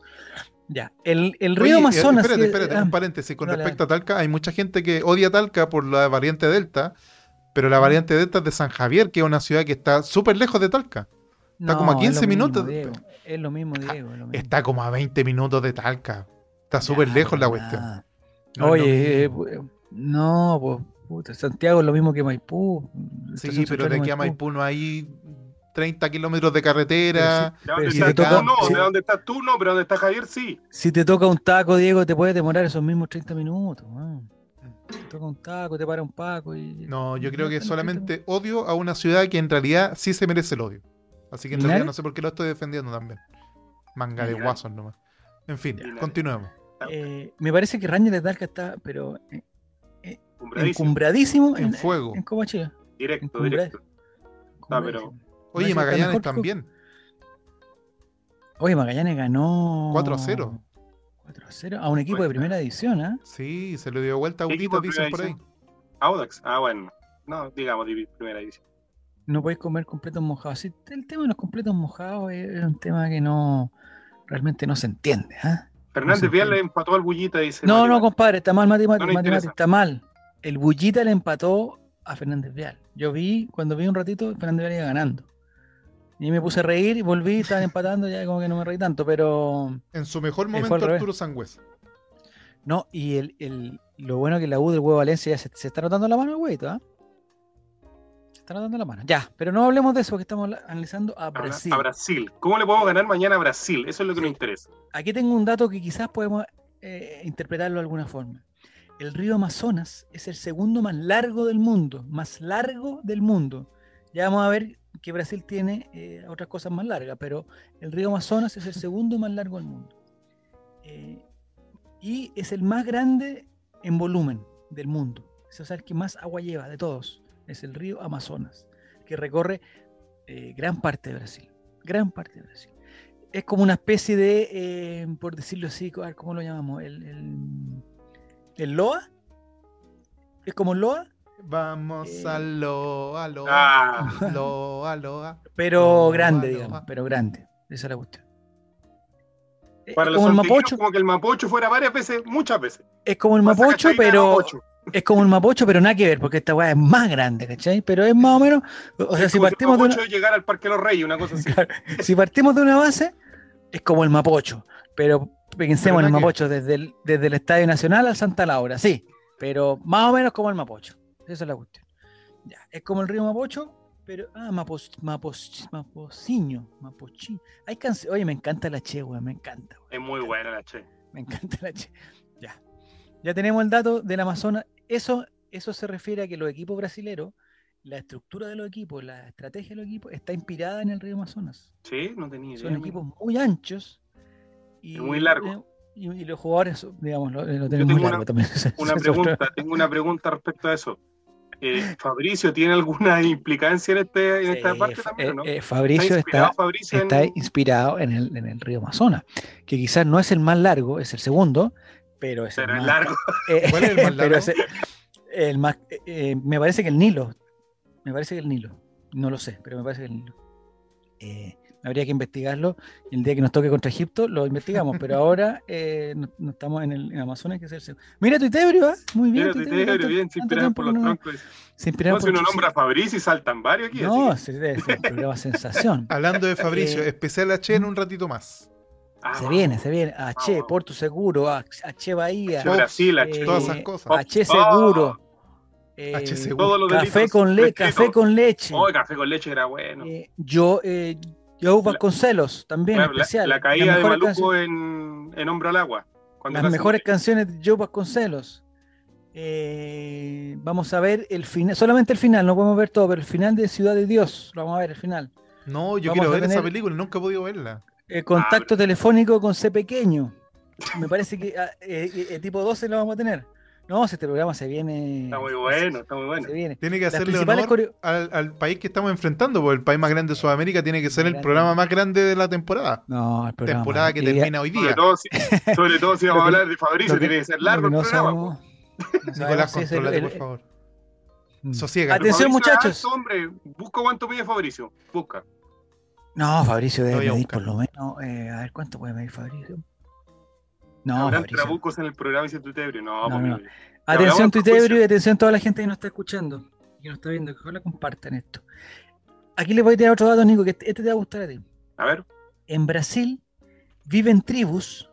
Speaker 1: Ya, el, el río
Speaker 2: Oye, eh,
Speaker 1: Amazonas.
Speaker 2: Espérate,
Speaker 1: sí,
Speaker 2: espérate,
Speaker 1: ah,
Speaker 2: un paréntesis. Con
Speaker 1: dale,
Speaker 2: respecto a Talca, hay mucha gente que odia Talca por la variante Delta, pero la variante Delta es de San Javier, que es una ciudad que está súper lejos de Talca. está como a
Speaker 1: no, es
Speaker 2: 15
Speaker 1: lo mismo,
Speaker 2: minutos.
Speaker 1: Diego, es lo mismo, Diego. es lo mismo.
Speaker 2: Está como a 20 minutos de Talca. Está
Speaker 1: Ya,
Speaker 2: súper lejos la
Speaker 1: pero
Speaker 2: cuestión.
Speaker 1: nada.
Speaker 2: No es
Speaker 1: Oye, eh,
Speaker 2: lo
Speaker 1: pu- no, pues, puta, Santiago es lo mismo que Maipú.
Speaker 2: Sí,
Speaker 1: estación
Speaker 2: pero
Speaker 1: central
Speaker 2: de aquí a Maipú no hay 30 kilómetros de carretera.
Speaker 3: ¿De dónde
Speaker 1: Pero si
Speaker 3: estás
Speaker 1: te
Speaker 3: tú?
Speaker 1: toca-
Speaker 3: No,
Speaker 1: sí.
Speaker 3: de dónde estás tú no, pero dónde está Javier sí.
Speaker 1: Si te toca un taco, Diego, te puedes demorar esos mismos 30 minutos. weón. Te toca un taco, te para un paco. Y...
Speaker 2: Mm. No, yo creo que
Speaker 1: Bueno, 30 minutos.
Speaker 2: solamente odio a una ciudad que en realidad sí se merece el odio. Así que en
Speaker 1: Linares.
Speaker 2: realidad no sé por qué lo estoy defendiendo también. Manga de
Speaker 3: Linares.
Speaker 2: guasos nomás. En fin,
Speaker 3: Linares.
Speaker 2: continuemos.
Speaker 1: Eh, me parece que Ranger de Talca está, pero eh,
Speaker 3: Cumbradísimo,
Speaker 1: encumbradísimo en,
Speaker 2: En fuego.
Speaker 1: en Copa Chile.
Speaker 3: directo,
Speaker 1: Encumbra-
Speaker 3: directo. Ah, pero-
Speaker 1: Parece
Speaker 2: Oye,
Speaker 1: que está
Speaker 2: Magallanes
Speaker 1: mejor que-
Speaker 2: también.
Speaker 1: Oye, Magallanes ganó
Speaker 2: 4-0.
Speaker 1: 4 0 a un equipo de
Speaker 3: Buena.
Speaker 1: primera edición, ¿ah?
Speaker 2: Sí, se le dio vuelta a
Speaker 3: ¿Qué equipo
Speaker 2: Audito,
Speaker 3: de
Speaker 2: dicen por
Speaker 3: primera
Speaker 2: ahí.
Speaker 3: Audax, ah, bueno. No, digamos, divi- primera división.
Speaker 1: no podéis comer completos mojados. Sí, el tema de los completos mojados es, es un tema que no realmente no se entiende. ¿ah?
Speaker 3: Fernández
Speaker 1: No sé
Speaker 3: Vial
Speaker 1: quién.
Speaker 3: le empató al Bullita, dice.
Speaker 1: No, no,
Speaker 3: Mario.
Speaker 1: compadre, está mal matemática,
Speaker 3: No le interesa.
Speaker 1: está mal. El Bullita le empató a Fernández Vial. Yo vi, cuando vi un ratito, Fernández Vial iba ganando. Y me puse a reír y volví, estaban empatando, ya como que no me reí tanto, pero
Speaker 2: En su mejor
Speaker 1: fue al
Speaker 2: momento,
Speaker 1: revés.
Speaker 2: Arturo Sangüesa.
Speaker 1: no, y el, el- lo bueno que la U del huevo Valencia ya se, se está notando la mano, el huevito, ¿ah? Se está notando la mano. Ya, pero no hablemos de eso, porque estamos habla- analizando a
Speaker 3: Habla-
Speaker 1: Brasil.
Speaker 3: A Brasil. ¿Cómo le podemos ganar mañana a Brasil? Eso es lo que
Speaker 1: Sí.
Speaker 3: nos interesa.
Speaker 1: aquí tengo un dato que quizás podemos eh, interpretarlo de alguna forma. El río Amazonas es el segundo más largo del mundo, más largo del mundo. Ya vamos a ver que Brasil tiene eh, otras cosas más largas, pero el río Amazonas es el segundo más largo del mundo. Eh, y es el más grande en volumen del mundo. Es el que más agua lleva de todos. Es el río Amazonas, que recorre eh, gran parte de Brasil. Gran parte de Brasil. Es como una especie de, eh, por decirlo así, a ver, ¿cómo lo llamamos? El, el, el Loa. Es como Loa,
Speaker 2: Vamos
Speaker 1: Eh,
Speaker 2: a Loa,
Speaker 1: Oh.
Speaker 2: Loa,
Speaker 3: Ah.
Speaker 2: Loa, Loa.
Speaker 1: pero
Speaker 2: Loa,
Speaker 1: grande,
Speaker 2: Loa.
Speaker 1: digamos, pero grande. Esa es la cuestión. Es
Speaker 3: Para
Speaker 1: Eh, como
Speaker 3: los
Speaker 1: el
Speaker 3: antiguos,
Speaker 1: mapocho,
Speaker 3: como que el mapocho fuera varias veces, muchas veces.
Speaker 1: es como el
Speaker 3: Vas a
Speaker 1: mapocho,
Speaker 3: Cachaína,
Speaker 1: pero
Speaker 3: mapocho.
Speaker 1: es como el mapocho, pero nada que ver, porque esta weá es más grande, ¿cachai? Pero es más o menos, o sea,
Speaker 3: Es
Speaker 1: si
Speaker 3: como el
Speaker 1: partimos de una,
Speaker 3: mapocho de llegar al Parque de los Reyes, una cosa así.
Speaker 1: si partimos de una base, es como el Mapocho. Pero pensemos en el
Speaker 2: ¿Verdad que-
Speaker 1: Mapocho desde el, desde el Estadio Nacional al Santa Laura, sí. Pero más o menos como el Mapocho. Esa es la cuestión. Ya, es como el río Mapocho, pero. Ah, Mapos, Mapos, Mapocinho. Mapochi. Hay canciones. Oye, me encanta la Che, weón, me encanta. weón,
Speaker 3: Es muy buena la che.
Speaker 1: Me encanta la Che. Ya. Ya tenemos el dato del Amazonas. Eso, eso se refiere a que los equipos brasileros, la estructura de los equipos, la estrategia de los equipos, está inspirada en el río Amazonas.
Speaker 3: Sí, no tenía idea.
Speaker 1: Son equipos muy anchos y eh,
Speaker 3: Es muy largo.
Speaker 1: Y, y los jugadores, son, digamos, lo, eh, lo
Speaker 3: tengo
Speaker 1: tenemos muy
Speaker 3: una-
Speaker 1: largo también. Eso es
Speaker 3: Una
Speaker 1: otro-
Speaker 3: pregunta, tengo una pregunta respecto a eso. Eh, Fabricio, ¿tiene alguna implicancia en, este, en esta
Speaker 1: Sí,
Speaker 3: parte
Speaker 1: Fa-
Speaker 3: también? o ¿no?
Speaker 1: eh, eh,
Speaker 3: ¿Está
Speaker 1: Fabricio
Speaker 3: inspirado
Speaker 1: está,
Speaker 3: Fabricio en-
Speaker 1: está inspirado en el, en el río Amazonas, que quizás no es el más largo, es el segundo, pero es
Speaker 3: Pero
Speaker 1: el
Speaker 3: es
Speaker 1: más,
Speaker 3: largo.
Speaker 1: eh,
Speaker 2: ¿Cuál es el más
Speaker 1: pero
Speaker 2: largo?
Speaker 1: es el- el más- eh, eh, me parece que el Nilo. Me parece que el Nilo. No lo sé, pero me parece que el Nilo. Eh, habría que investigarlo. y El día que nos toque contra Egipto lo investigamos, pero ahora eh, no, no estamos en el en Amazonas. Que es el seg- Mira tu Itebrio, ¿ah? muy bien.
Speaker 3: Mira, te
Speaker 1: Tuitebrio,
Speaker 3: te-
Speaker 1: tanto-
Speaker 3: bien, se
Speaker 1: tanto
Speaker 3: inspiraron
Speaker 1: tiempo
Speaker 3: por
Speaker 1: que
Speaker 3: los
Speaker 1: no-
Speaker 3: troncos.
Speaker 1: Se inspiraron
Speaker 3: No, si
Speaker 1: por
Speaker 3: uno nombra a Fabricio y saltan varios aquí. así
Speaker 1: No,
Speaker 3: que-
Speaker 1: sí, es un programa sensación.
Speaker 2: Hablando de Fabricio,
Speaker 1: Eh,
Speaker 2: especial a Che en un ratito más.
Speaker 3: Ah,
Speaker 1: se
Speaker 3: vamos.
Speaker 1: viene, se viene. A Che,
Speaker 3: vamos.
Speaker 1: Porto Seguro, a, a Che Bahía,
Speaker 3: Che Brasil, a
Speaker 1: eh,
Speaker 3: Che.
Speaker 2: Todas esas cosas.
Speaker 1: a Che Seguro. eh,
Speaker 2: Che Seguro.
Speaker 3: Todos los
Speaker 1: Café
Speaker 3: delitos
Speaker 1: con, le-
Speaker 3: prescritos.
Speaker 1: café con leche.
Speaker 3: Oh, el café con leche era bueno.
Speaker 1: Eh, yo, eh, yo
Speaker 3: La-
Speaker 1: Vasconcelos también,
Speaker 3: Claro, la,
Speaker 1: especial.
Speaker 3: la caída
Speaker 1: las
Speaker 3: de
Speaker 1: mejores,
Speaker 3: Maluco
Speaker 1: canciones-
Speaker 3: en, en Hombro al Agua. cuando
Speaker 1: las
Speaker 3: casi
Speaker 1: mejores
Speaker 3: muere.
Speaker 1: canciones de Joe Vasconcelos. Eh, vamos a ver el final, solamente el final, no podemos ver todo, pero el final de Ciudad de Dios, lo vamos a ver el final.
Speaker 2: No, yo
Speaker 1: Vamos
Speaker 2: quiero
Speaker 1: a
Speaker 2: ver esa
Speaker 1: tener-
Speaker 2: película, nunca he podido verla.
Speaker 1: Eh, contacto
Speaker 3: Ah, pero-
Speaker 1: telefónico con C pequeño. Me parece que ah, eh, eh, eh, tipo 12 lo vamos a tener. No, si este programa se viene.
Speaker 3: Está muy
Speaker 1: se-
Speaker 3: bueno, está muy bueno.
Speaker 1: Se viene.
Speaker 2: Tiene que
Speaker 1: Las
Speaker 2: hacerle
Speaker 1: principales
Speaker 2: honor
Speaker 1: coreo-
Speaker 2: al, al país que estamos enfrentando, porque el país más grande de Sudamérica tiene que ser el
Speaker 1: Grande.
Speaker 2: programa más grande de la temporada.
Speaker 1: No, el programa.
Speaker 2: Temporada que
Speaker 1: diría-
Speaker 2: termina hoy
Speaker 3: Sobre
Speaker 2: día.
Speaker 3: todo, si, sobre todo si vamos a
Speaker 1: Lo que-
Speaker 3: hablar de Fabricio,
Speaker 1: lo que-
Speaker 3: tiene que ser
Speaker 1: lo
Speaker 3: largo
Speaker 1: que
Speaker 3: el
Speaker 1: no
Speaker 3: programa. pues.
Speaker 1: sabemos- no sabemos
Speaker 2: Nicolás,
Speaker 1: si es el-
Speaker 2: controlate,
Speaker 1: el-
Speaker 2: por favor.
Speaker 1: Mm.
Speaker 2: Sosiega.
Speaker 1: Atención,
Speaker 3: Fabricio,
Speaker 1: muchachos.
Speaker 3: alto, hombre, busca cuánto mide Fabricio. Busca.
Speaker 1: No, Fabricio
Speaker 2: Lo
Speaker 1: debe
Speaker 2: voy a
Speaker 1: medir
Speaker 2: buscar.
Speaker 1: por lo menos. eh, a ver cuánto puede medir Fabricio. No,
Speaker 3: Habrán
Speaker 1: Fabricio.
Speaker 3: trabucos en el programa y dice Tutebrio. No,
Speaker 1: No,
Speaker 3: pues,
Speaker 1: no.
Speaker 3: mire.
Speaker 1: Atención,
Speaker 3: hablamos con
Speaker 1: Tuitebrio,
Speaker 3: juicio.
Speaker 1: y atención toda la gente que nos está escuchando y que nos está viendo. Que ojalá compartan esto. Aquí les voy a tirar otro dato, Nico, que este este te va a gustar a ti.
Speaker 3: A ver,
Speaker 1: En Brasil viven tribus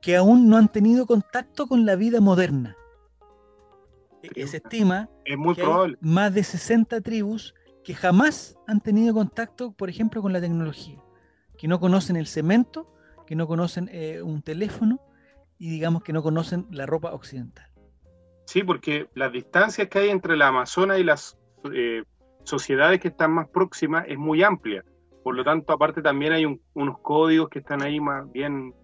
Speaker 1: que aún no han tenido contacto con la vida moderna. Eh,
Speaker 3: Tribus.
Speaker 1: Se estima
Speaker 3: es muy
Speaker 1: que hay
Speaker 3: probable.
Speaker 1: más de 60 tribus que jamás han tenido contacto, por ejemplo, con la tecnología, que no conocen el cemento, que no conocen eh, un teléfono y digamos que no conocen la ropa occidental.
Speaker 3: Sí, porque las distancias que hay entre la Amazonas y las eh, sociedades que están más próximas es muy amplia. Por lo tanto, aparte también hay un- unos códigos que están ahí más bien,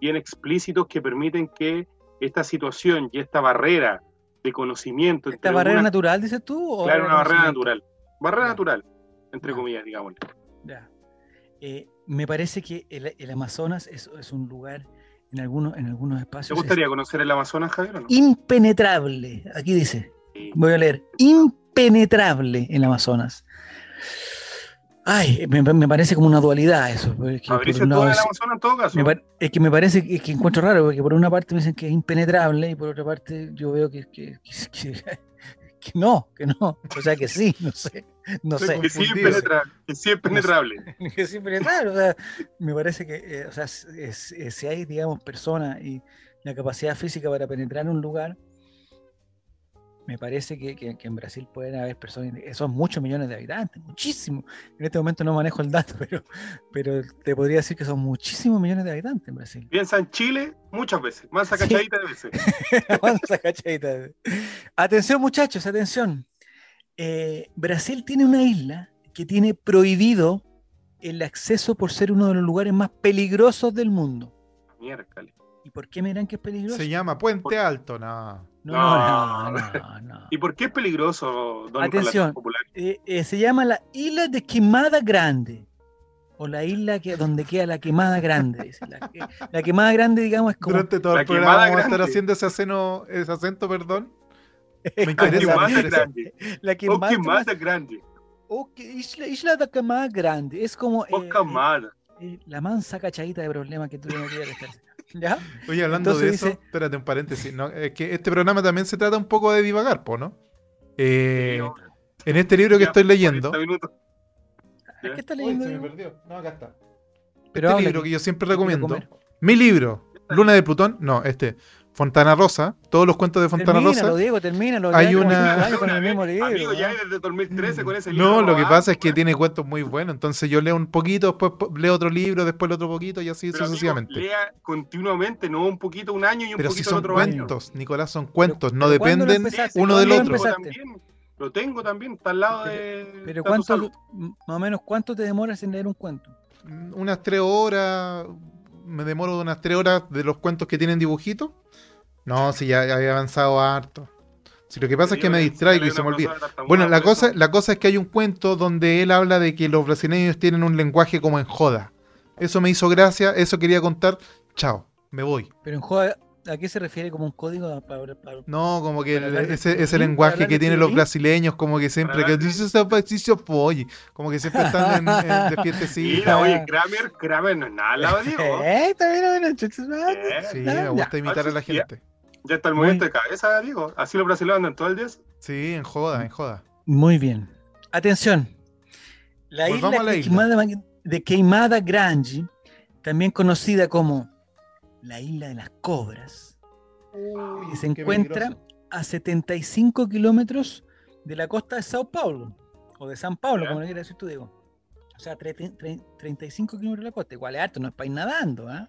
Speaker 3: bien explícitos que permiten que esta situación y esta barrera de conocimiento...
Speaker 1: ¿Esta
Speaker 3: entre
Speaker 1: barrera
Speaker 3: una-
Speaker 1: natural, dices tú? o
Speaker 3: Claro,
Speaker 1: de
Speaker 3: una barrera
Speaker 1: conocimiento?
Speaker 3: natural. Barrera
Speaker 1: Ya.
Speaker 3: natural, entre
Speaker 1: Ya.
Speaker 3: comillas, digamos.
Speaker 1: Ya. Eh, me parece que el, el Amazonas es, es un lugar en algunos, en algunos
Speaker 3: ¿Te
Speaker 1: espacios es
Speaker 3: gustaría conocer el Amazonas, Javier, o no?
Speaker 1: impenetrable. Aquí dice.
Speaker 3: Sí.
Speaker 1: Voy a leer. Impenetrable en Amazonas. Ay, me, me parece como una dualidad eso. porque por
Speaker 3: Fabricio,
Speaker 1: un lado
Speaker 3: todo el
Speaker 1: es-
Speaker 3: Amazonas en todo caso.
Speaker 1: me par- es que me parece que, que encuentro raro, porque por una parte me dicen que es impenetrable y por otra parte yo veo que, que, que- que- que no, que no. O sea, que sí, no sé. No
Speaker 2: Estoy
Speaker 1: sé.
Speaker 3: Que sí es
Speaker 2: Confundido.
Speaker 3: impenetrable, que sí es penetrable.
Speaker 1: que es impenetrable. O sea, me parece que eh, o sea, s- es- eh, si hay, digamos, personas y la capacidad física para penetrar un lugar, me parece que, que- que en Brasil pueden haber personas, eh, son muchos millones de habitantes, muchísimo. En este momento no manejo el dato, pero, pero te podría decir que son muchísimos millones de habitantes en Brasil.
Speaker 3: Piensa en Chile muchas veces, más
Speaker 1: Sí.
Speaker 3: sacachadita de veces.
Speaker 1: Avanza, cachadita. Atención muchachos, atención. Eh, Brasil tiene una isla que tiene prohibido el acceso por ser uno de los lugares más peligrosos del mundo.
Speaker 3: Miércoles.
Speaker 1: ¿Y por qué me dirán que es peligroso?
Speaker 2: Se llama Puente Alto, no.
Speaker 1: No, no, no, no. no.
Speaker 3: ¿Y por qué es peligroso, don
Speaker 1: Atención.
Speaker 3: Relator Popular?
Speaker 1: Eh, eh, se llama la isla de Quemada Grande. O la isla que, donde queda la Quemada Grande. dice. La, que- la Quemada Grande, digamos, es como.
Speaker 2: Durante todo
Speaker 3: La
Speaker 2: el programa
Speaker 3: quemada
Speaker 2: vamos a estar
Speaker 3: grande.
Speaker 2: haciendo ese, aceno- ese acento, perdón. Me
Speaker 3: Ah,
Speaker 2: interesa,
Speaker 3: Quemada
Speaker 2: me interesa.
Speaker 3: grande.
Speaker 1: La
Speaker 3: Oh,
Speaker 1: Quemada,
Speaker 3: quemada
Speaker 1: Eh,
Speaker 3: grande.
Speaker 1: o que- isla, isla de Quemada Grande. Es como. eh,
Speaker 3: Oh, quemada.
Speaker 1: eh, la mansa cachadita de problemas que tuvieron que estar. ¿Ya?
Speaker 2: Oye, hablando de
Speaker 1: Entonces
Speaker 2: eso,
Speaker 1: dice-
Speaker 2: espérate un paréntesis. ¿no? Es que este programa también se trata un poco de divagar, po, ¿no? Eh,
Speaker 3: Yo,
Speaker 2: en este libro que
Speaker 3: ya,
Speaker 2: estoy leyendo.
Speaker 3: 40 minutos.
Speaker 1: ¿A ¿Qué está
Speaker 2: Uy, se me
Speaker 1: leyendo?
Speaker 2: perdió. No, acá está.
Speaker 1: Pero
Speaker 2: este
Speaker 1: habla
Speaker 2: libro
Speaker 1: que-
Speaker 2: que yo siempre
Speaker 1: que quiero
Speaker 2: recomiendo.
Speaker 1: comer.
Speaker 2: Mi libro, Luna de Plutón. No, este. Fontana Rosa. Todos los cuentos de Fontana Rosa.
Speaker 1: Termínalo, Diego, termínalo.
Speaker 2: Hay
Speaker 1: ya, como
Speaker 2: una-
Speaker 1: cinco años Ah, con el mismo libro,
Speaker 3: Amigo, ya
Speaker 1: ¿eh?
Speaker 3: desde 2013 con ese libro. ¿ah?
Speaker 2: No, lo que
Speaker 3: va,
Speaker 2: pasa es que
Speaker 3: weón.
Speaker 2: tiene cuentos muy buenos. Entonces yo leo un poquito, después po- leo otro libro, después otro poquito y así
Speaker 3: Pero, amigo,
Speaker 2: sucesivamente.
Speaker 3: lea continuamente, no un poquito un año y un
Speaker 2: Pero si
Speaker 3: poquito
Speaker 2: son
Speaker 3: el otro año.
Speaker 2: cuentos, Nicolás, son cuentos, no
Speaker 1: pero ¿cuándo lo
Speaker 2: dependen
Speaker 1: empezaste?
Speaker 2: uno
Speaker 1: ¿Cuándo
Speaker 2: del
Speaker 1: lo
Speaker 2: otro.
Speaker 1: empezaste?
Speaker 3: También, lo tengo también, está al lado de.
Speaker 1: Pero
Speaker 3: Tato
Speaker 1: cuánto,
Speaker 3: Salvo.
Speaker 1: m- más o menos, ¿cuánto te demoras en leer un cuento?
Speaker 2: unas tres horas, me demoro unas tres horas de los cuentos que tienen dibujitos. No, si ya, ya he avanzado harto. Si lo que pasa es que me distraigo y se me olvida. Bueno, la cosa, la cosa es que hay un cuento donde él habla de que los brasileños tienen un lenguaje como en joda. Eso me hizo gracia, eso quería contar. Chao, me voy.
Speaker 1: Pero en juego, ¿a qué se refiere como un código? para- para-
Speaker 2: No, como que
Speaker 1: Para
Speaker 2: el-
Speaker 1: hablar de
Speaker 2: ese, ese
Speaker 1: Piolín, para
Speaker 2: lenguaje
Speaker 1: hablar
Speaker 2: que
Speaker 1: de
Speaker 2: tienen los
Speaker 1: Piolín.
Speaker 2: brasileños, como que siempre
Speaker 3: Para
Speaker 2: que
Speaker 3: hablar de-
Speaker 2: "This is a patricio boy", como que siempre están en, en- de
Speaker 3: Mira,
Speaker 2: fiestecita.
Speaker 3: oye, Kramer, Kramer no es nada al lado de Diego.
Speaker 1: ¡Eh! También bueno, chuchas, madre.
Speaker 3: Eh,
Speaker 2: Sí, me gusta imitar a la gente.
Speaker 3: Ya está el
Speaker 1: Muy-
Speaker 3: movimiento de cabeza, Diego. Así los brasileños andan todo el día.
Speaker 2: Sí, en joda, en joda.
Speaker 1: Muy bien. Atención. La
Speaker 2: Volvamos
Speaker 1: isla,
Speaker 2: a la
Speaker 1: de
Speaker 2: isla.
Speaker 1: Queimada- de Queimada Grande, también conocida como la isla de las cobras,
Speaker 2: Uy,
Speaker 1: que se
Speaker 2: qué
Speaker 1: encuentra
Speaker 2: peligroso.
Speaker 1: a 75 kilómetros de la costa de Sao Paulo, o de San Pablo,
Speaker 3: Ya.
Speaker 1: como le quieras decir tú, Diego. O sea, tre- tre- 35 kilómetros de la costa, igual es harto, no es para ir nadando, ¿ah?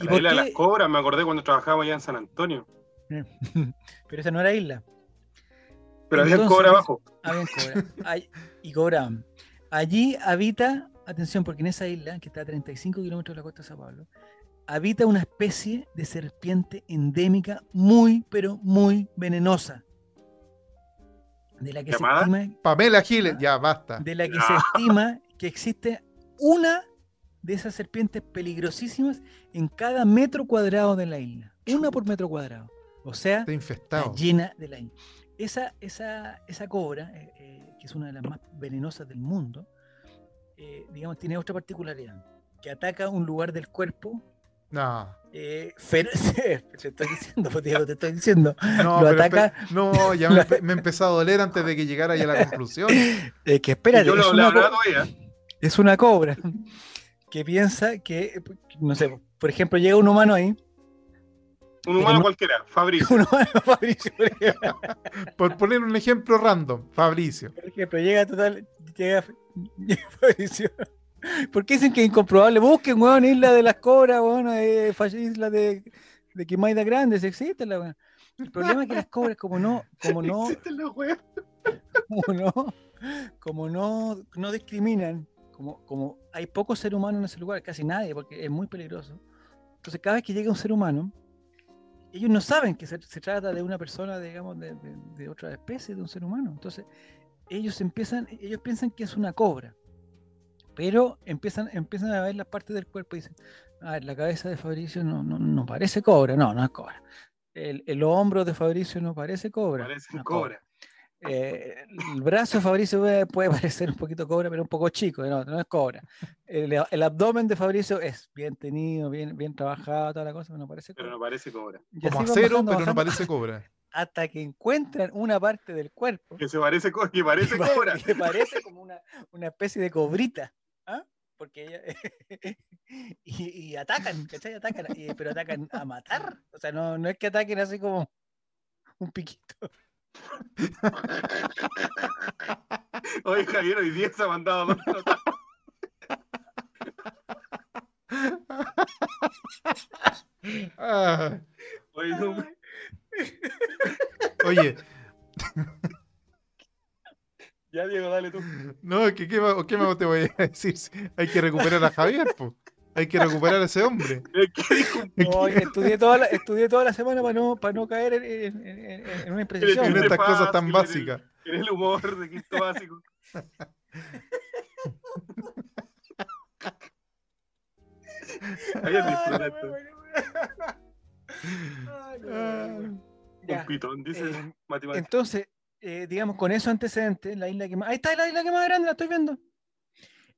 Speaker 1: ¿Y
Speaker 3: La
Speaker 1: por
Speaker 3: isla de
Speaker 1: qué?
Speaker 3: las cobras, me acordé cuando trabajábamos allá en San Antonio.
Speaker 1: Pero esa no era isla.
Speaker 3: Pero había
Speaker 1: Entonces,
Speaker 3: cobra abajo.
Speaker 1: Habían cobra. Ay- y cobraban. Allí habita, atención, porque en esa isla, que está a 35 kilómetros de la costa de Sao Paulo, habita una especie de serpiente endémica muy, pero muy venenosa. De la que
Speaker 3: ¿Llamada?
Speaker 1: se estima,
Speaker 2: Pamela Giles, ya basta.
Speaker 1: Ah. de la que se
Speaker 3: No.
Speaker 1: estima que existe una de esas serpientes peligrosísimas en cada metro cuadrado de la isla. Una por metro cuadrado. O sea, está
Speaker 2: Está infestado.
Speaker 1: llena de la Esa, esa, esa cobra, eh, eh, que es una de las más venenosas del mundo, eh, digamos, tiene otra particularidad, que ataca un lugar del cuerpo
Speaker 2: No,
Speaker 1: eh, fer- te estoy diciendo, pues, Diego, te estoy diciendo,
Speaker 2: no,
Speaker 1: Lo
Speaker 2: pero
Speaker 1: ataca-
Speaker 2: espe- no, ya me, empe- me empezó a doler antes de que llegara ya a la conclusión.
Speaker 1: eh, que
Speaker 3: Y
Speaker 1: espérate,
Speaker 3: yo lo
Speaker 1: es una,
Speaker 3: hablaba
Speaker 1: co-
Speaker 3: todavía.
Speaker 1: es una cobra que piensa que, no sé, por ejemplo, llega un humano ahí,
Speaker 3: Un humano
Speaker 1: no-
Speaker 3: cualquiera, Fabricio.
Speaker 1: un humano, Fabricio, por ejemplo,
Speaker 2: Por poner un ejemplo random, Fabricio.
Speaker 1: Por ejemplo, llega total, llega, llega Fabricio. ¿Por qué dicen que es incomprobable? Busquen, weón, Isla de las Cobras, weón, eh, fall- Isla de, de Quimaida Grande, si existe la weón. El problema es que las cobras, como no, como no,
Speaker 3: Existen los weas.
Speaker 1: como no, como no, no discriminan, como, como hay pocos seres humanos en ese lugar, casi nadie, porque es muy peligroso. Entonces, cada vez que llega un ser humano, ellos no saben que se, se trata de una persona, digamos, de, de- de otra especie, de un ser humano. Entonces, ellos empiezan, ellos piensan que es una cobra, pero empiezan, empiezan a ver las partes del cuerpo y dicen, "Ah, la cabeza de Fabricio no, no, no parece cobra, no, no es cobra. El, el hombro de Fabricio no parece cobra. no
Speaker 3: Parecen
Speaker 1: es cobra
Speaker 3: cobra.
Speaker 1: eh, el brazo de Fabricio puede, puede parecer un poquito cobra, pero un poco chico, no, no es cobra. El, el abdomen de Fabricio es bien tenido, bien, bien trabajado, toda la cosa, pero no parece
Speaker 3: Pero
Speaker 1: cobra.
Speaker 3: no parece cobra.
Speaker 1: Y
Speaker 2: Como
Speaker 1: así van
Speaker 2: acero,
Speaker 1: bajando,
Speaker 2: pero no
Speaker 1: bajando,
Speaker 2: parece cobra.
Speaker 1: Hasta que encuentran una parte del cuerpo
Speaker 3: Que se parece cobra. Que
Speaker 1: que
Speaker 3: parece
Speaker 1: pa-
Speaker 3: cobra.
Speaker 1: que parece como una, una especie de cobrita, ¿ah? porque ella- y, y atacan, ¿cachai? Atacan, y- pero atacan a matar, o sea, no, no es que ataquen así como un piquito.
Speaker 3: Oye, Javier, hoy día se ha mandado más notas.
Speaker 2: Ah,
Speaker 3: Oye, no,
Speaker 2: oye,
Speaker 3: ya, Diego, dale tú.
Speaker 2: no, ¿qué, qué, ma- qué más te voy a decir? Hay que recuperar a Javier, po. Hay que recuperar a ese hombre.
Speaker 1: No, es que estudié, toda la, estudié toda la semana para no, para no caer en, en- en- en una imprecisión.
Speaker 2: En
Speaker 3: Tiene
Speaker 2: estas
Speaker 3: paz,
Speaker 2: cosas tan
Speaker 3: tiene-
Speaker 2: básicas.
Speaker 3: En el humor de quinto básico. Ahí es
Speaker 1: Ay,
Speaker 3: disfrutaste.
Speaker 1: weón, weón. Ay,
Speaker 2: Ah,
Speaker 1: weón, weón.
Speaker 3: Un
Speaker 1: Ya,
Speaker 3: pitón, dice
Speaker 1: eh,
Speaker 3: matemática.
Speaker 1: Entonces, eh, digamos, con esos antecedentes, la isla que más. Ahí está la isla que más grande, la estoy viendo.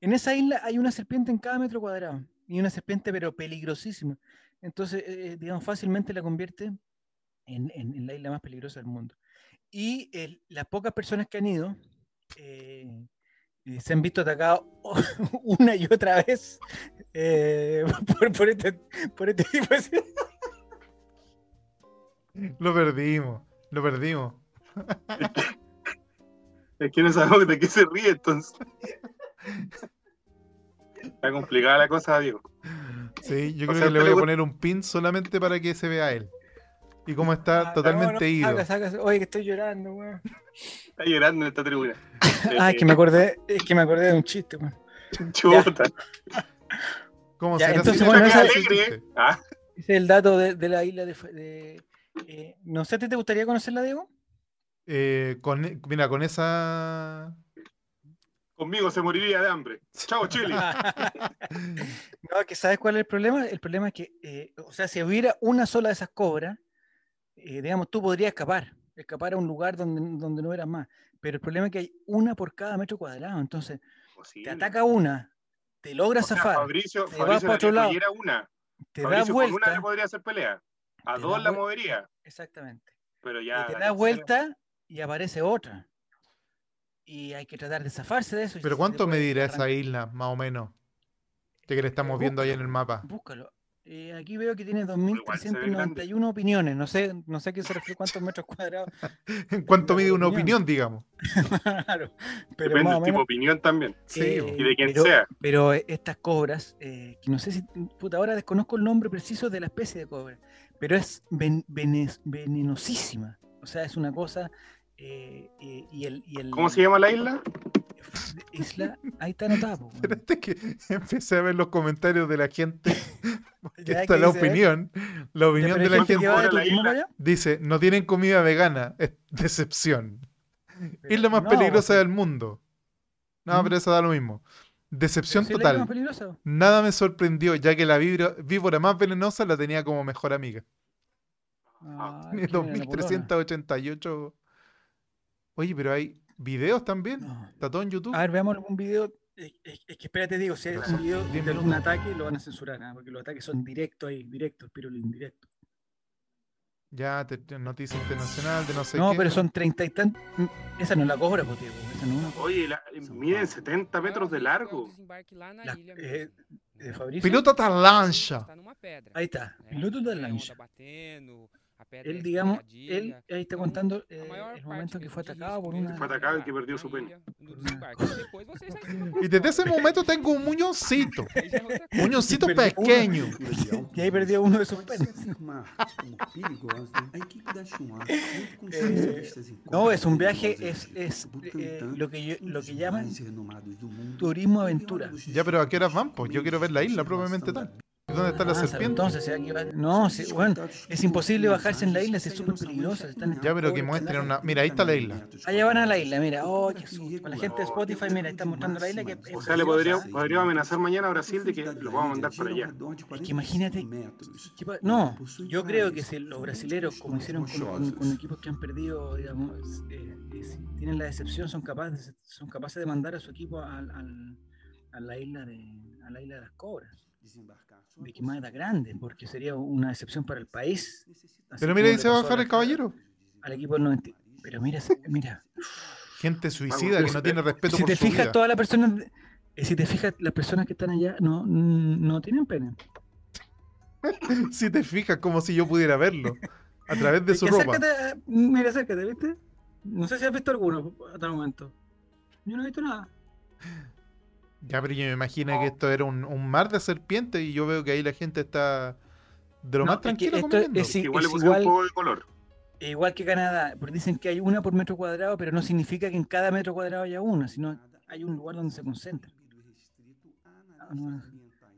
Speaker 1: En esa isla hay una serpiente en cada metro cuadrado. Y una serpiente, pero peligrosísima. Entonces, eh, digamos, fácilmente la convierte en, en- en la isla más peligrosa del mundo. Y el- las pocas personas que han ido eh, eh, se han visto atacados una y otra vez eh, por, por este, por este tipo de.
Speaker 2: Lo perdimos. Lo perdimos.
Speaker 3: Es que no sabemos de qué se ríe entonces. Está complicada la cosa, Diego.
Speaker 2: Sí, yo
Speaker 3: O
Speaker 2: creo
Speaker 3: sea,
Speaker 2: que le
Speaker 3: usted
Speaker 2: voy
Speaker 3: le
Speaker 2: a
Speaker 3: gu-
Speaker 2: poner un pin solamente para que se vea él. Y cómo
Speaker 1: Ah,
Speaker 2: está
Speaker 1: no,
Speaker 2: totalmente
Speaker 1: no,
Speaker 2: ido.
Speaker 1: saca, saca, Oye, que estoy llorando, weón.
Speaker 3: Está llorando en esta tribuna.
Speaker 1: Ah, es que me acordé, es que me acordé de un chiste, weón.
Speaker 3: Chuta.
Speaker 2: ¿Cómo
Speaker 1: Ya,
Speaker 2: será
Speaker 1: entonces,
Speaker 2: si-
Speaker 1: bueno,
Speaker 2: ¿Qué
Speaker 1: esa-
Speaker 2: hiciste?
Speaker 3: alegre. Ah,
Speaker 1: Ese es el dato de, de la isla de... Fe- de- eh, no sé, ¿a ti ¿te gustaría conocerla, Diego?
Speaker 2: Eh, con, mira, con esa.
Speaker 3: conmigo se moriría de hambre. Chao, Chile.
Speaker 1: no, que ¿sabes cuál es el problema? El problema es que, eh, o sea, si hubiera una sola de esas cobras, eh, digamos, tú podrías escapar, escapar a un lugar donde, donde no eras más. Pero el problema es que hay una por cada metro cuadrado. Entonces, te
Speaker 3: Posible.
Speaker 1: ataca una, te logra
Speaker 3: O sea,
Speaker 1: zafar,
Speaker 3: Fabricio,
Speaker 1: Te vas
Speaker 3: Fabricio
Speaker 1: pa' otro lado.
Speaker 3: era una.
Speaker 1: te da
Speaker 3: Fabricio con una le
Speaker 1: vuelta.
Speaker 3: podría hacer pelea. A
Speaker 1: Te
Speaker 3: dos
Speaker 1: da
Speaker 3: la
Speaker 1: vuel-
Speaker 3: movería.
Speaker 1: Exactamente.
Speaker 3: Pero
Speaker 1: y
Speaker 3: ya.
Speaker 1: te
Speaker 3: la
Speaker 1: da
Speaker 3: tercera-
Speaker 1: vuelta y aparece otra. Y hay que tratar de zafarse de eso. y
Speaker 2: ¿Pero
Speaker 1: se te
Speaker 2: cuánto
Speaker 1: puede
Speaker 2: medirá esa
Speaker 1: arrancar.
Speaker 2: isla, más o menos? Ya que le estamos
Speaker 1: Eh,
Speaker 2: viendo ahí en el mapa.
Speaker 1: Búscalo. Eh, aquí veo que tiene
Speaker 3: igual se ve grande.
Speaker 1: 2.391 opiniones. No sé, no sé a qué se refiere cuántos metros cuadrados.
Speaker 2: ¿En cuánto
Speaker 1: la
Speaker 2: mide una
Speaker 1: opinión.
Speaker 2: opinión, digamos?
Speaker 1: claro. Pero
Speaker 3: Depende
Speaker 1: más
Speaker 3: del
Speaker 1: o
Speaker 3: tipo de
Speaker 1: menos,
Speaker 3: opinión también.
Speaker 2: Sí,
Speaker 1: eh,
Speaker 2: bo.
Speaker 3: Y de quien
Speaker 1: pero,
Speaker 3: sea.
Speaker 1: pero eh, estas cobras, eh, que no sé si, puta, ahora desconozco el nombre preciso de la especie de cobra, pero es ven- venes- venenosísima. O sea, es una cosa... eh, eh, y el, y el-
Speaker 3: ¿Cómo se llama la isla?
Speaker 1: Isla, ahí está anotado. po, weón.
Speaker 2: Espérate este que empecé a ver los comentarios de la gente. Porque
Speaker 1: Ya,
Speaker 2: está
Speaker 1: ¿qué
Speaker 2: la
Speaker 1: dice? A ver.
Speaker 2: opinión. La
Speaker 1: Ya,
Speaker 2: opinión
Speaker 1: pero
Speaker 2: de
Speaker 1: hay
Speaker 2: la
Speaker 1: gente que
Speaker 2: gente
Speaker 1: va de
Speaker 3: Ahora la
Speaker 1: turismo
Speaker 3: isla-
Speaker 1: para allá.
Speaker 2: dice: no tienen comida vegana. Es decepción.
Speaker 1: Pero
Speaker 2: Isla más
Speaker 1: no,
Speaker 2: peligrosa
Speaker 1: pues,
Speaker 2: del mundo. No,
Speaker 1: ¿Mm?
Speaker 2: pero eso da lo mismo.
Speaker 1: pero
Speaker 2: Decepción
Speaker 1: sí es la isla más
Speaker 2: total.
Speaker 1: peligrosa, po.
Speaker 2: Nada me sorprendió, ya que la vibra- víbora más venenosa la tenía como mejor amiga.
Speaker 1: Ah,
Speaker 2: Tiene
Speaker 1: qué buena la polona.
Speaker 2: 2388. Oye, pero hay videos también.
Speaker 1: No.
Speaker 2: Está todo en YouTube.
Speaker 1: A ver, veamos algún video. Es, es- es que espérate, digo, si hay
Speaker 2: Pero
Speaker 1: un
Speaker 2: son
Speaker 1: video
Speaker 2: diez
Speaker 1: de un
Speaker 2: minutos.
Speaker 1: ataque, lo van a censurar, ah, porque los ataques son directos ahí, directos, pero el indirecto.
Speaker 2: Ya, te- te- noticia internacional de no sé
Speaker 1: No,
Speaker 2: qué.
Speaker 1: pero son treinta y tantos. mm, Esa no es la cobra, pues, tío, esa no es una cobra.
Speaker 3: Oye, la- eh, miden 70 metros de largo.
Speaker 1: La- eh, de Fabricio.
Speaker 2: Piloto Talancha.
Speaker 1: Ahí está, piloto de lancha. Él, digamos, él ahí está contando eh, el momento que fue atacado por una.
Speaker 3: Fue atacado y que perdió su pene.
Speaker 2: Y E desde ese momento um tengo un muñoncito. Un muñoncito
Speaker 1: Y perdí uno.
Speaker 2: pequeño.
Speaker 1: Y ahí perdió uno de sus
Speaker 4: Pode se
Speaker 1: penes.
Speaker 4: afirmar como perigosa, um a equipe da Chunhua, junto com
Speaker 1: Eh,
Speaker 4: especialistas em
Speaker 1: No, es un
Speaker 4: cobras
Speaker 1: um viaje,
Speaker 4: perigosas
Speaker 1: es, es
Speaker 4: do
Speaker 1: eh,
Speaker 4: Butantã,
Speaker 1: lo que, yo-
Speaker 4: um
Speaker 1: lo
Speaker 4: dos
Speaker 1: que llaman
Speaker 4: mais renomados do mundo,
Speaker 1: turismo
Speaker 4: um
Speaker 1: aventura.
Speaker 4: biólogo
Speaker 2: Ya, pero ¿a qué horas van? Pues yo
Speaker 4: científico,
Speaker 2: quiero ver la isla propiamente
Speaker 4: observação
Speaker 2: tal. ¿Dónde está la
Speaker 1: Ah, sabe,
Speaker 2: serpiente?
Speaker 1: Entonces, si aquí va- No, si, bueno, es imposible bajarse en la isla, si es súper peligroso. Están
Speaker 2: Ya, pero que muestren una. Mira, ahí está la isla.
Speaker 1: Allá van a la isla, mira. Oh, qué susto. Para la gente de Spotify, mira, está mostrando la isla que
Speaker 3: O sea, le podría, podría amenazar mañana a Brasil de que lo vamos a mandar para allá.
Speaker 1: Es que imagínate- ¿Qué pa- No, yo creo que si los brasileros, como hicieron con, con- con equipos que han perdido, digamos, eh, eh, si tienen la decepción, son capaces, son capaces de mandar a su equipo al- al- a, la isla de, a la isla de las cobras, de Quimada Grande, porque sería una decepción para el país. así
Speaker 2: Pero
Speaker 1: como
Speaker 2: mira, ahí
Speaker 1: le
Speaker 2: se va a
Speaker 1: pasó
Speaker 2: bajar
Speaker 1: la-
Speaker 2: el caballero.
Speaker 1: Al equipo del 90. Pero mira, se- mira.
Speaker 2: Gente suicida que no tiene respeto
Speaker 1: Si
Speaker 2: por
Speaker 1: te
Speaker 2: su
Speaker 1: fijas,
Speaker 2: vida.
Speaker 1: todas las personas, eh, si te fijas, las personas que están allá no, no tienen pene.
Speaker 2: Si te fijas, como si yo pudiera verlo. A través de
Speaker 1: Es
Speaker 2: su
Speaker 1: que
Speaker 2: ropa.
Speaker 1: acércate, eh, mira, acércate, ¿viste? No sé si has visto alguno hasta el momento. Yo no he visto nada.
Speaker 2: Ya, pero yo me imagino que esto era un, un mar de serpientes y yo veo que ahí la gente está de lo
Speaker 1: No,
Speaker 2: más
Speaker 1: es que
Speaker 2: tranquila
Speaker 1: esto
Speaker 2: comiendo.
Speaker 1: es- Sí,
Speaker 3: Igual le pusieron
Speaker 1: igual-
Speaker 3: un poco de color.
Speaker 1: Eh, Igual que Canadá, porque dicen que hay una por metro cuadrado, pero no significa que en cada metro cuadrado haya una, sino hay un lugar donde se concentra.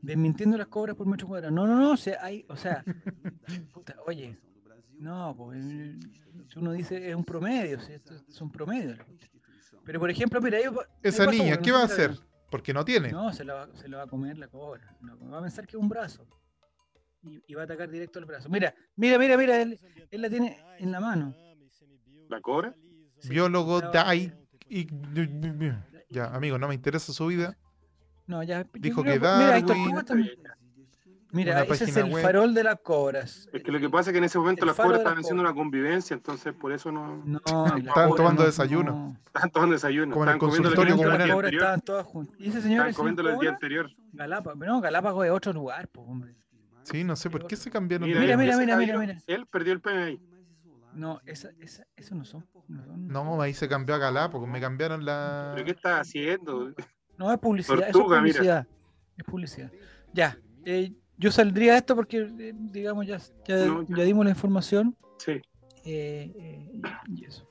Speaker 1: desmintiendo las cobras por metro cuadrado. No, no, no, o sea, hay, o sea, puta, oye, no, pues eh, si uno dice es un promedio, si esto es un promedio. la cuestión. Pero por ejemplo, mira, ahí va-
Speaker 2: Esa
Speaker 1: ahí pasa,
Speaker 2: niña,
Speaker 1: porque
Speaker 2: ¿qué
Speaker 1: no
Speaker 2: va a
Speaker 1: se la-
Speaker 2: hacer? Porque no tiene.
Speaker 1: No, se la, va, se la va a comer la cobra. No, va a pensar que es un brazo. Y, y va a atacar directo al brazo. Mira, mira, mira, mira, él, él la tiene en la mano.
Speaker 3: ¿La cobra?
Speaker 2: Biólogo
Speaker 1: No.
Speaker 2: Dai. y- Ya, amigo, no me interesa su vida.
Speaker 1: No, ya. yo
Speaker 2: Dijo
Speaker 1: creo
Speaker 2: que
Speaker 1: Mira, ahí
Speaker 2: Darwin-
Speaker 1: tortuga también. Mira,
Speaker 2: Una
Speaker 1: ese es
Speaker 2: página
Speaker 1: el
Speaker 2: web.
Speaker 1: farol de las cobras.
Speaker 3: Es que lo que pasa es que en ese momento
Speaker 1: El
Speaker 3: las
Speaker 1: faro
Speaker 3: cobras
Speaker 1: de las
Speaker 3: estaban haciendo una convivencia, entonces por eso no
Speaker 1: No, y las
Speaker 2: Estaban
Speaker 1: cobras
Speaker 2: tomando
Speaker 1: no-
Speaker 2: desayuno.
Speaker 1: no.
Speaker 3: estaban tomando desayuno.
Speaker 2: Como en el
Speaker 3: Estaban comiendo
Speaker 2: consultorio
Speaker 3: lo que
Speaker 2: comunal.
Speaker 1: Las
Speaker 3: comieron
Speaker 1: cobras
Speaker 3: el día anterior.
Speaker 1: estaban todas juntas. Y ese señor
Speaker 3: Estaban
Speaker 1: es un
Speaker 3: comiendo el día
Speaker 1: cobra,
Speaker 3: anterior.
Speaker 1: Galápagos. No, Galápagos es otro lugar, pues, hombre.
Speaker 2: Sí, no sé por qué se cambiaron
Speaker 3: Mira,
Speaker 2: de
Speaker 1: Mira,
Speaker 3: él-
Speaker 1: mira,
Speaker 3: ese
Speaker 1: mira, mira,
Speaker 3: caballero,
Speaker 1: mira.
Speaker 3: Él perdió el pene ahí.
Speaker 1: No, esa, esa, eso no son. No, son-
Speaker 2: No, ahí se cambió a Galápagos, me cambiaron la.
Speaker 3: ¿Pero qué estás haciendo?
Speaker 1: No, es publicidad.
Speaker 3: Tortuga,
Speaker 1: eso es
Speaker 3: mira.
Speaker 1: publicidad. Es publicidad. Ya. eh, yo saldría de esto porque, eh, digamos, ya, ya,
Speaker 3: No, ya.
Speaker 1: ya dimos la información.
Speaker 3: Sí.
Speaker 1: eh, eh, y eso.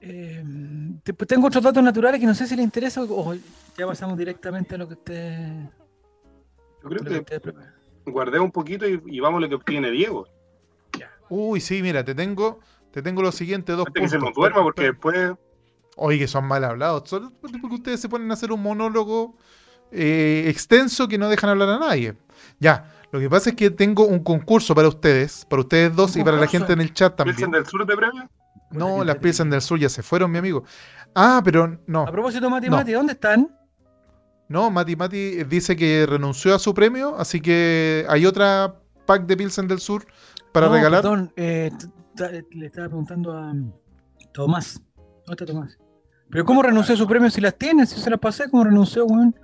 Speaker 1: Eh, te- pues tengo otros datos naturales que no sé si les interesa o o ya pasamos directamente a lo que usted.
Speaker 3: Yo
Speaker 1: lo que
Speaker 3: creo
Speaker 1: usted prepara.
Speaker 3: que guardé un poquito y, y vamos a lo que obtiene Diego.
Speaker 2: Uy, sí, mira, te tengo, te tengo los siguientes dos
Speaker 3: Antes que se nos
Speaker 2: puntos.
Speaker 3: duerma, porque después.
Speaker 2: Oye, que son mal hablados. Solo porque ustedes se ponen a hacer un monólogo eh, extenso que no dejan hablar a nadie. Ya, lo que pasa es que tengo un concurso para ustedes, para ustedes dos
Speaker 1: ¿Un
Speaker 2: y para la
Speaker 1: concurso?
Speaker 2: gente en el chat
Speaker 3: ¿Pilsen
Speaker 2: también.
Speaker 3: del sur de premio?
Speaker 2: No,
Speaker 1: Puta,
Speaker 2: las
Speaker 1: qué
Speaker 2: piezas del sur ya se fueron, mi amigo. Ah, pero no.
Speaker 1: A propósito, Mati, Mati, ¿dónde están?
Speaker 2: No, Mati Mati dice que renunció a su premio, así que hay otra pack de Pilsen del Sur para
Speaker 1: No,
Speaker 2: regalar.
Speaker 1: Perdón, eh, t- t- le estaba preguntando a mm, Tomás. ¿Dónde está Tomás? Pero ¿cómo renunció a su premio si las tiene? Si se las pasé, ¿cómo renunció, weón?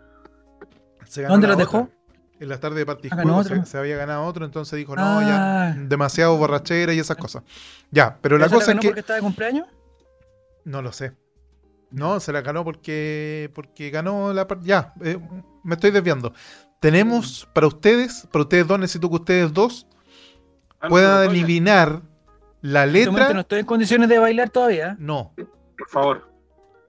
Speaker 2: Se ganó
Speaker 1: ¿Dónde
Speaker 2: la
Speaker 1: las
Speaker 2: otra.
Speaker 1: dejó?
Speaker 2: En la tarde de
Speaker 1: Ah, ganó
Speaker 2: Partijuego se,
Speaker 1: otra.
Speaker 2: se había ganado otro, entonces dijo, no,
Speaker 1: Ah.
Speaker 2: ya, demasiado borrachera y esas cosas. Ya, pero la
Speaker 1: ¿Esa
Speaker 2: cosa es
Speaker 1: ganó
Speaker 2: que...
Speaker 1: porque estaba de cumpleaños? este
Speaker 2: No lo sé. No, se la ganó porque, porque ganó la par- Ya, eh, me estoy desviando. Tenemos
Speaker 1: Mm.
Speaker 2: para ustedes, para ustedes dos, necesito que ustedes dos
Speaker 3: Ah, no,
Speaker 2: puedan
Speaker 3: no, no,
Speaker 2: adivinar la
Speaker 1: Justamente No
Speaker 2: letra.
Speaker 1: estoy en condiciones de bailar todavía.
Speaker 2: No,
Speaker 3: Por favor.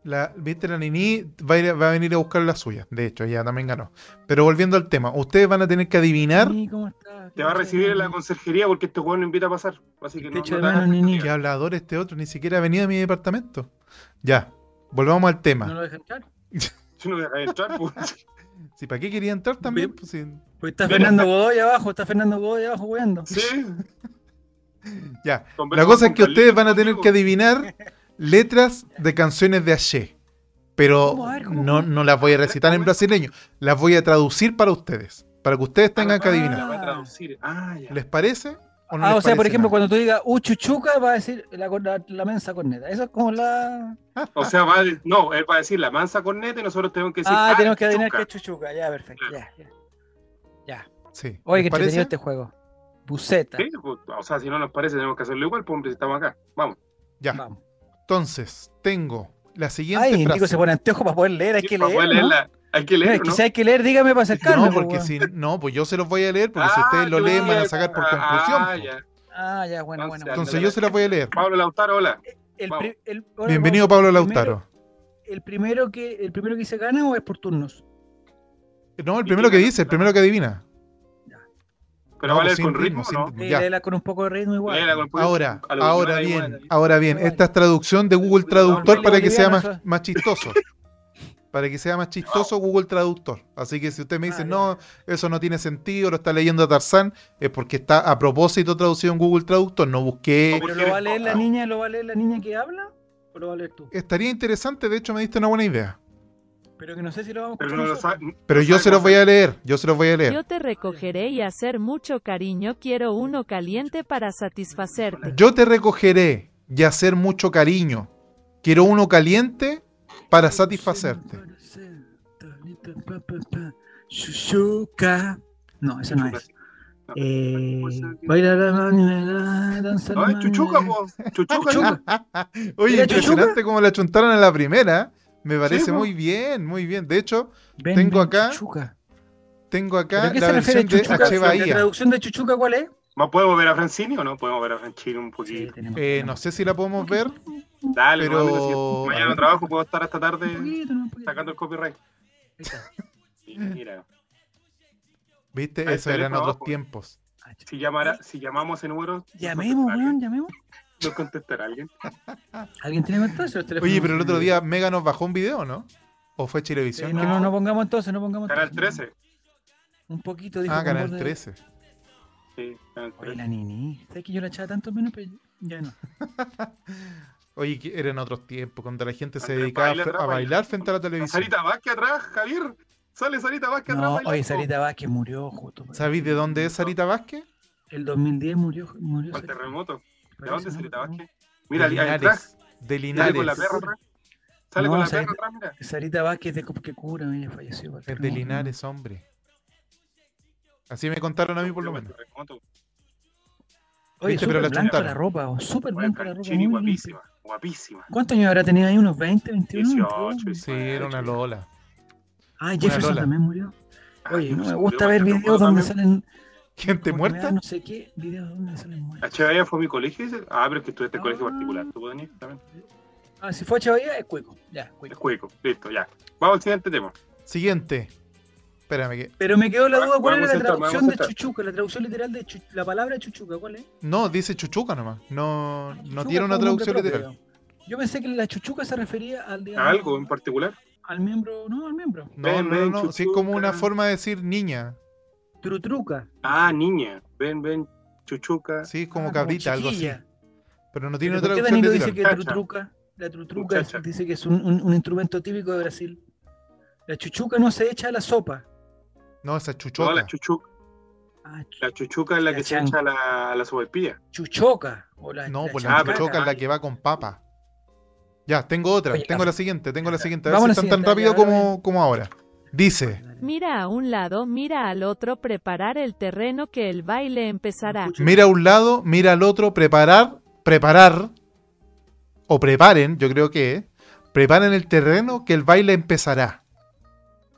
Speaker 2: la, viste, la Nini va a, ir- va a venir a buscar la suya. De hecho, ella también ganó. Pero volviendo al tema, ustedes van a tener que adivinar
Speaker 1: Sí, ¿cómo está?
Speaker 3: Te va a recibir en la conserjería porque este juego no invita a pasar. Así que
Speaker 1: El
Speaker 3: no,
Speaker 1: techo
Speaker 3: no
Speaker 1: de
Speaker 3: te hagas
Speaker 1: mano, niño.
Speaker 2: qué hablador este otro, ni siquiera ha venido a mi departamento. Ya, volvamos al
Speaker 1: ¿No
Speaker 2: tema.
Speaker 1: lo dejan entrar?
Speaker 3: Yo no voy a dejar entrar, pues.
Speaker 2: Si para qué quería entrar también, pues, si-
Speaker 1: Pues está
Speaker 3: Mira.
Speaker 1: Fernando Godoy abajo, está Fernando Godoy abajo weando.
Speaker 3: Sí.
Speaker 2: ya. La
Speaker 3: Conversa
Speaker 2: cosa es
Speaker 3: con
Speaker 2: que ustedes
Speaker 3: Carlitos,
Speaker 2: van a tener
Speaker 3: contigo.
Speaker 2: que adivinar letras de canciones de Aye. Pero
Speaker 1: ¿Cómo? A ver, ¿cómo?
Speaker 2: no, no las voy a
Speaker 3: Ah,
Speaker 2: recitar en brasileño. Las voy a traducir para ustedes. Para que ustedes tengan que
Speaker 3: Ah,
Speaker 2: adivinar.
Speaker 3: va a traducir. Ah, ya.
Speaker 2: ¿Les parece? O no
Speaker 1: ah,
Speaker 2: les
Speaker 1: o sea, por
Speaker 2: parece
Speaker 1: ejemplo,
Speaker 2: nada?
Speaker 1: cuando tú digas Uchuchuca, va a decir la, la, la mensa corneta. Eso es como la.
Speaker 3: O sea, va a, no, él va a decir la mansa corneta y nosotros tenemos que decir.
Speaker 1: ah, tenemos que adivinar que
Speaker 3: chuca".
Speaker 1: es Chuchuca. Ya, perfecto. Ya, ya.
Speaker 2: Sí.
Speaker 1: Oye,
Speaker 2: ¿les
Speaker 1: que
Speaker 2: parece?
Speaker 1: entretenido este juego. Buceta.
Speaker 3: Sí, pues, o sea, si no nos parece, tenemos que hacerlo igual, pues hombre, si estamos acá. Vamos.
Speaker 2: Ya.
Speaker 1: Vamos.
Speaker 2: Entonces, tengo la siguiente
Speaker 1: este Ay,
Speaker 2: frase.
Speaker 1: Nico se pone anteojo para poder leer. Hay
Speaker 3: Sí, pues,
Speaker 1: que
Speaker 3: para
Speaker 1: leer.
Speaker 3: poder
Speaker 1: ¿no?
Speaker 3: leerla, Hay que
Speaker 1: No,
Speaker 3: leer,
Speaker 1: es que
Speaker 3: ¿no?
Speaker 1: si hay que leer, dígame para acercarme.
Speaker 2: No,
Speaker 1: pues,
Speaker 2: porque
Speaker 1: weón.
Speaker 2: si no, pues yo se los voy a leer, porque si
Speaker 3: Ah,
Speaker 2: ustedes lo
Speaker 3: yo
Speaker 2: leen van a
Speaker 3: leer.
Speaker 2: sacar por
Speaker 3: Ah,
Speaker 2: conclusión. pues.
Speaker 3: ah,
Speaker 2: po.
Speaker 3: ya.
Speaker 1: Ah, ya, bueno, bueno.
Speaker 3: Entonces,
Speaker 1: bueno.
Speaker 2: Entonces yo se las voy a leer.
Speaker 3: Pablo Lautaro, hola.
Speaker 1: El
Speaker 3: vamos.
Speaker 1: pri- el- bueno,
Speaker 2: Bienvenido
Speaker 1: vamos,
Speaker 2: Pablo
Speaker 1: el primero-
Speaker 2: Lautaro.
Speaker 1: ¿El primero que el primero que se gana o es por turnos?
Speaker 2: No, el primero que dice, el primero que adivina.
Speaker 3: Pero
Speaker 2: No,
Speaker 3: va a leer
Speaker 2: sin
Speaker 3: con
Speaker 2: ritmo,
Speaker 3: ritmo,
Speaker 2: sin
Speaker 3: ¿no?
Speaker 2: ritmo.
Speaker 1: Eh,
Speaker 2: Ya.
Speaker 1: léela con un poco de ritmo igual.
Speaker 3: Léela con- pues,
Speaker 2: Ahora,
Speaker 3: a lo
Speaker 2: ahora
Speaker 3: que
Speaker 2: bien,
Speaker 3: no hay
Speaker 2: ahora bien,
Speaker 1: Igual.
Speaker 2: esta es traducción de Google
Speaker 1: Igual,
Speaker 2: Traductor para que sea
Speaker 1: boliviano,
Speaker 2: más,
Speaker 1: eso.
Speaker 2: más chistoso. Para que sea más chistoso Google Traductor. Así que si usted me dice,
Speaker 1: Ah, ya.
Speaker 2: no, eso no tiene sentido, lo está leyendo Tarzán, es porque está a propósito traducido en Google Traductor, no busqué.
Speaker 1: Pero lo va a leer la niña, lo va a leer la niña que habla o lo va a leer tú.
Speaker 2: Estaría interesante, de hecho me diste una buena idea.
Speaker 1: Pero que no sé si lo vamos a
Speaker 3: Pero no
Speaker 1: escuchar
Speaker 3: lo
Speaker 1: nosotros.
Speaker 3: sabe.
Speaker 2: Pero
Speaker 3: no
Speaker 2: yo
Speaker 3: sabe
Speaker 2: se los
Speaker 3: cómo
Speaker 2: voy a leer, yo se los voy a leer.
Speaker 5: Yo te recogeré y hacer mucho cariño. Quiero uno caliente para satisfacerte.
Speaker 2: Yo te recogeré y hacer mucho cariño. Quiero uno caliente para satisfacerte.
Speaker 1: Chuchuca. No, esa no es.
Speaker 3: No.
Speaker 1: Eh, baila la manera, danza la Ah,
Speaker 3: No, Ah, es chuchuca,
Speaker 1: manera.
Speaker 3: po. Chuchuca, ¿no?
Speaker 2: Oye,
Speaker 1: Mira,
Speaker 2: impresionante como la chuntaron a la primera. Me parece
Speaker 3: po.
Speaker 2: muy bien, muy bien. De hecho,
Speaker 1: Ven,
Speaker 2: Tengo
Speaker 1: ven,
Speaker 2: acá
Speaker 1: Chuchuca.
Speaker 2: tengo
Speaker 1: ¿Pero
Speaker 2: acá
Speaker 1: qué
Speaker 2: la
Speaker 1: se refiere
Speaker 2: versión de
Speaker 1: chuchuca?
Speaker 2: H.
Speaker 1: ¿La
Speaker 2: Bahía.
Speaker 1: traducción de chuchuca cuál es?
Speaker 3: ¿Ma- ¿Podemos ver a Francini o no? Podemos ver a Francini un poquito.
Speaker 1: tenemos.
Speaker 2: Eh, no sé si la podemos ver.
Speaker 3: Dale,
Speaker 2: Pero-
Speaker 3: no, amigo, si mañana trabajo, puedo estar hasta tarde
Speaker 1: Un poquito, no, un poquito.
Speaker 3: sacando el copyright.
Speaker 1: Ahí está.
Speaker 3: Sí, mira.
Speaker 2: ¿Viste?
Speaker 3: Ah, el
Speaker 2: Esos eran
Speaker 3: teléfono
Speaker 2: otros
Speaker 3: abajo.
Speaker 2: tiempos.
Speaker 1: Ah, ch-
Speaker 3: Si, llamara, si llamamos ese número, ¿nos
Speaker 1: Llamemos,
Speaker 3: contestará
Speaker 1: weón, llamemos.
Speaker 3: alguien? ¿Nos contestará alguien?
Speaker 1: ¿Alguien tiene contacto? Los teléfonos-
Speaker 2: Oye, pero el otro día Mega nos bajó un video, ¿no? ¿O fue
Speaker 1: Sí,
Speaker 2: Chilevisión?
Speaker 1: no, no, no pongamos entonces, no pongamos
Speaker 3: Canal
Speaker 1: entonces.
Speaker 3: 13.
Speaker 1: Un poquito, dijo.
Speaker 2: ah,
Speaker 1: con
Speaker 2: Canal
Speaker 1: voz de-
Speaker 2: 13.
Speaker 3: Sí, Canal
Speaker 1: Oye,
Speaker 3: 13.
Speaker 1: la Nini. ¿Sabes que yo la echaba tantos menos, pero ya no?
Speaker 2: Oye, que eran otros tiempos, cuando la gente se
Speaker 3: Andrés
Speaker 2: dedicaba a
Speaker 3: baila
Speaker 2: fe-
Speaker 3: atrás,
Speaker 2: a
Speaker 3: baila.
Speaker 2: bailar frente a la televisión.
Speaker 3: Sarita Vázquez atrás, Javier. Sale Sarita Vázquez atrás.
Speaker 1: No,
Speaker 3: bailando.
Speaker 1: oye, Sarita Vázquez murió justo. por-
Speaker 2: ¿Sabéis de dónde es Sarita Vázquez?
Speaker 1: El 2010 murió. murió
Speaker 3: Al
Speaker 1: Sarita.
Speaker 3: terremoto. ¿De
Speaker 1: Parece,
Speaker 3: dónde es
Speaker 1: ¿no?
Speaker 3: Sarita Vázquez? Mira,
Speaker 2: de
Speaker 3: ahí atrás.
Speaker 2: Linares. De
Speaker 3: Sale con la
Speaker 2: Linares.
Speaker 3: perra atrás. Sale
Speaker 1: No,
Speaker 3: con la
Speaker 1: Sarita-
Speaker 3: perra atrás, mira.
Speaker 1: Sarita Vázquez de Cop- que cura, ella falleció. por
Speaker 2: Es de
Speaker 1: terremoto.
Speaker 2: Linares, hombre. Así me contaron a mí por lo menos.
Speaker 3: Terremoto.
Speaker 1: Oye,
Speaker 2: Viste, pero
Speaker 1: súper
Speaker 2: la
Speaker 1: blanca
Speaker 2: chuntaron.
Speaker 1: la ropa, oh, súper
Speaker 3: Oye,
Speaker 1: blanca la ropa.
Speaker 3: Franchini,
Speaker 1: muy limpia.
Speaker 3: guapísima. Guapísima.
Speaker 1: ¿Cuántos años habrá tenido ahí? ¿Unos 20, 21?
Speaker 3: 18,
Speaker 1: creo?
Speaker 2: Sí, era una Lola.
Speaker 1: Ah,
Speaker 2: una
Speaker 1: Jefferson
Speaker 2: Lola.
Speaker 1: también murió.
Speaker 3: Ah,
Speaker 1: Oye, no me
Speaker 3: se
Speaker 1: gusta ver
Speaker 3: murió Maestro
Speaker 1: videos
Speaker 3: Coro
Speaker 1: donde
Speaker 3: también.
Speaker 1: salen.
Speaker 2: ¿Gente
Speaker 1: como que me
Speaker 2: muerta?
Speaker 1: dan No sé qué, videos donde salen
Speaker 3: ¿A
Speaker 1: muertos.
Speaker 3: Chevalla fue mi colegio? dice? Ah, pero es que estudiaste en colegio
Speaker 1: Ah.
Speaker 3: particular. Tú podías ir también.
Speaker 1: Ah, si fue a Chavalla, es cueco. Ya,
Speaker 3: Es
Speaker 1: cueco.
Speaker 3: cueco. Listo, ya. Vamos al siguiente tema.
Speaker 2: Siguiente. Espérame que.
Speaker 1: Pero me quedó la
Speaker 3: Ah,
Speaker 1: duda, ¿cuál era
Speaker 3: vamos
Speaker 1: la
Speaker 3: a estar,
Speaker 1: traducción
Speaker 3: vamos a
Speaker 1: de
Speaker 3: estar.
Speaker 1: chuchuca? La traducción literal de chu- la palabra chuchuca, ¿cuál es?
Speaker 2: No, dice chuchuca nomás. No,
Speaker 1: Chuchuca
Speaker 2: no tiene una
Speaker 1: fue un nombre
Speaker 2: traducción
Speaker 1: propio,
Speaker 2: literal.
Speaker 1: digamos. Yo pensé que la chuchuca se refería al
Speaker 3: ¿A
Speaker 1: digamos,
Speaker 3: algo en particular?
Speaker 1: al miembro, no, al miembro.
Speaker 2: No,
Speaker 3: Ven,
Speaker 2: no,
Speaker 3: ven,
Speaker 2: no. no. Sí, es como una
Speaker 3: chuchuca.
Speaker 2: forma de decir niña.
Speaker 1: Trutruca.
Speaker 3: Ah, niña. Ven, ven. Chuchuca.
Speaker 2: Sí, es
Speaker 1: Ah,
Speaker 2: como cabrita, algo así.
Speaker 1: chiquilla.
Speaker 2: Pero no
Speaker 1: Pero ¿Por qué
Speaker 2: tiene una traducción
Speaker 1: Danilo dice
Speaker 2: literal.
Speaker 1: que
Speaker 3: Chacha.
Speaker 1: trutruca? La trutruca es-
Speaker 3: Muchacha.
Speaker 1: dice que es un, un- un instrumento típico de Brasil. La chuchuca no se echa a la sopa.
Speaker 2: No, esa
Speaker 3: No, la
Speaker 2: chuchoca.
Speaker 3: chuchuca.
Speaker 1: Ah, chu-
Speaker 3: La chuchuca es la
Speaker 1: La
Speaker 3: que se
Speaker 1: chan.
Speaker 3: echa a la, a la sopaipilla.
Speaker 1: chuchoca. O la,
Speaker 2: No,
Speaker 1: la
Speaker 2: pues
Speaker 3: Ah,
Speaker 2: la
Speaker 1: chancaca.
Speaker 3: pero-
Speaker 2: chuchoca es la que va con papa. Ya, tengo otra.
Speaker 1: Oye,
Speaker 2: Tengo
Speaker 1: la-
Speaker 2: la siguiente, tengo la siguiente. A ver
Speaker 1: Vamos
Speaker 2: si
Speaker 1: a la
Speaker 2: están tan
Speaker 1: siguiente, ya,
Speaker 2: rápido
Speaker 1: ahora
Speaker 2: como, como ahora. Dice,
Speaker 5: Mira a un lado, mira al otro, preparar el terreno que el baile empezará.
Speaker 2: mira a un lado, mira al otro, preparar, preparar, o preparen, yo creo que es, preparen el terreno que el baile empezará.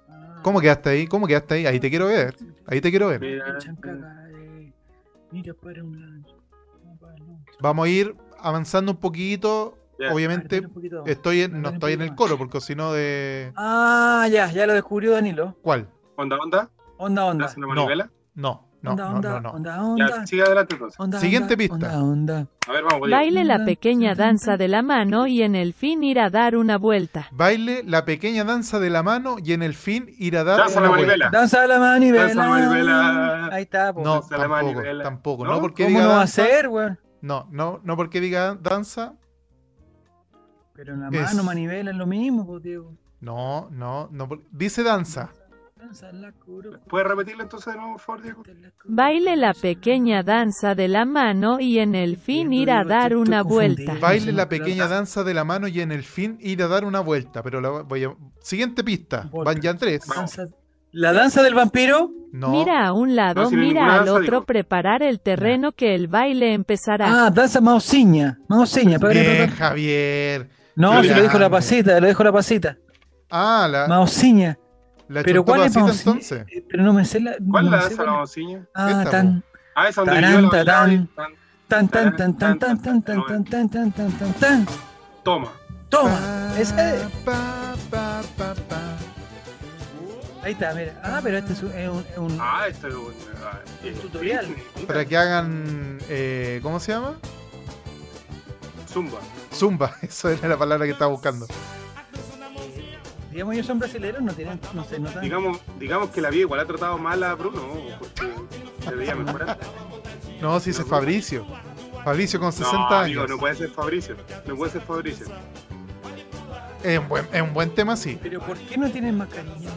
Speaker 1: Ah,
Speaker 2: ¿Cómo quedaste ahí? ¿Cómo quedaste ahí? Ahí te quiero ver. Ahí te quiero ver.
Speaker 3: Mira,
Speaker 1: la chancaca, eh, mira para un lado, mira para el otro.
Speaker 2: Vamos a ir avanzando un poquito.
Speaker 3: Ya.
Speaker 1: Dale
Speaker 2: Obviamente
Speaker 1: un poquito más.
Speaker 2: estoy en, no
Speaker 1: Dale un
Speaker 2: estoy en
Speaker 1: poquito
Speaker 2: el
Speaker 1: más.
Speaker 2: coro, porque si no de...
Speaker 1: Ah, ya, ya lo descubrió Danilo.
Speaker 2: ¿Cuál?
Speaker 3: ¿Onda, onda?
Speaker 1: Onda, onda.
Speaker 3: ¿Hace una
Speaker 2: No.
Speaker 3: manivela?
Speaker 2: No, no,
Speaker 1: Onda,
Speaker 2: no,
Speaker 1: onda,
Speaker 2: no, no.
Speaker 1: onda,
Speaker 3: Ya,
Speaker 1: onda.
Speaker 3: sigue adelante entonces.
Speaker 1: Onda,
Speaker 2: Siguiente
Speaker 1: onda,
Speaker 2: pista.
Speaker 1: Onda, onda.
Speaker 3: A ver, vamos. Diego.
Speaker 5: Baile la pequeña danza de la mano y en el fin ir a dar una vuelta.
Speaker 2: Baile la pequeña danza de la mano y en el fin ir a dar
Speaker 3: Danza
Speaker 2: una
Speaker 3: la
Speaker 2: vuelta.
Speaker 3: manivela.
Speaker 1: Danza de la manivela.
Speaker 3: Danza de la manivela.
Speaker 1: Ahí está, po.
Speaker 2: No,
Speaker 3: Danza la
Speaker 2: tampoco,
Speaker 3: manivela.
Speaker 2: tampoco.
Speaker 3: ¿No?
Speaker 2: No, porque
Speaker 1: ¿Cómo
Speaker 2: diga
Speaker 1: no va a
Speaker 2: danza.
Speaker 1: ser, weón?
Speaker 2: No, no, no porque diga danza.
Speaker 1: Pero en la
Speaker 2: Es-
Speaker 1: mano, manivela, es lo mismo, pues, Diego.
Speaker 2: No, no, no. por- Dice danza.
Speaker 1: Danza la curu-
Speaker 3: ¿Puedes repetirlo entonces de nuevo, por favor, Diego?
Speaker 5: Baile la pequeña danza de la mano y en el fin ir a dar una vuelta.
Speaker 2: Baile
Speaker 1: sí,
Speaker 2: la
Speaker 1: claro.
Speaker 2: pequeña danza de la mano y en el fin ir a dar una vuelta. Pero la voy a. Siguiente pista.
Speaker 1: Volta.
Speaker 2: Van ya tres.
Speaker 1: Danza- La danza del vampiro.
Speaker 2: No.
Speaker 5: Mira a un lado,
Speaker 3: No, si no hay
Speaker 5: mira
Speaker 3: ninguna
Speaker 5: al
Speaker 3: danza,
Speaker 5: otro,
Speaker 3: digo.
Speaker 5: preparar el terreno que el baile empezará.
Speaker 1: Ah, danza mausiña. Mausiña. pa- pa-
Speaker 2: Bien,
Speaker 1: pa-
Speaker 2: Javier.
Speaker 1: No, si lo dijo la
Speaker 2: grande.
Speaker 1: pasita, lo dijo la pasita.
Speaker 2: Ah, la,
Speaker 1: Mausiña.
Speaker 2: la
Speaker 1: Pero
Speaker 2: chuntó
Speaker 1: ¿cuál es
Speaker 2: pasita,
Speaker 1: mausiña?
Speaker 2: entonces.
Speaker 1: Eh, Pero no me sé la.
Speaker 3: ¿Cuál
Speaker 1: no
Speaker 3: es
Speaker 1: me
Speaker 3: la
Speaker 1: sé
Speaker 3: danza de la
Speaker 1: cuál-
Speaker 3: mociña?
Speaker 1: Ah,
Speaker 2: Esta, pues.
Speaker 1: tan.
Speaker 3: Ah, esa donde
Speaker 1: Tarán,
Speaker 3: yo la bailaba y-
Speaker 1: Tan, tan, tan, tan, tan, tan, tan, tan, tan, tan, tan, tan, tan.
Speaker 3: Toma.
Speaker 1: Toma. Esa es-
Speaker 2: Pa, pa, pa, pa.
Speaker 1: Ahí está, mira. Ah, pero este es un. es un- es un-
Speaker 3: Ah, esto es un ah, es
Speaker 1: Tutorial.
Speaker 3: Disney,
Speaker 2: Para que hagan. eh, ¿Cómo se llama?
Speaker 3: Zumba.
Speaker 2: Zumba. Eso era la palabra que estaba buscando.
Speaker 1: Digamos, ellos son brasileños, no tienen. No sé, no tan-
Speaker 3: Digamos, digamos que la vida igual ha tratado mal a Bruno, porque debería mejorar.
Speaker 2: No, sí, ese es Fabricio. Fabricio con 60
Speaker 3: No,
Speaker 2: años.
Speaker 3: amigo, no puede ser Fabricio. No puede ser Fabricio.
Speaker 2: es, un buen, es un buen tema, sí.
Speaker 1: Pero ¿por qué no tienen mascarilla?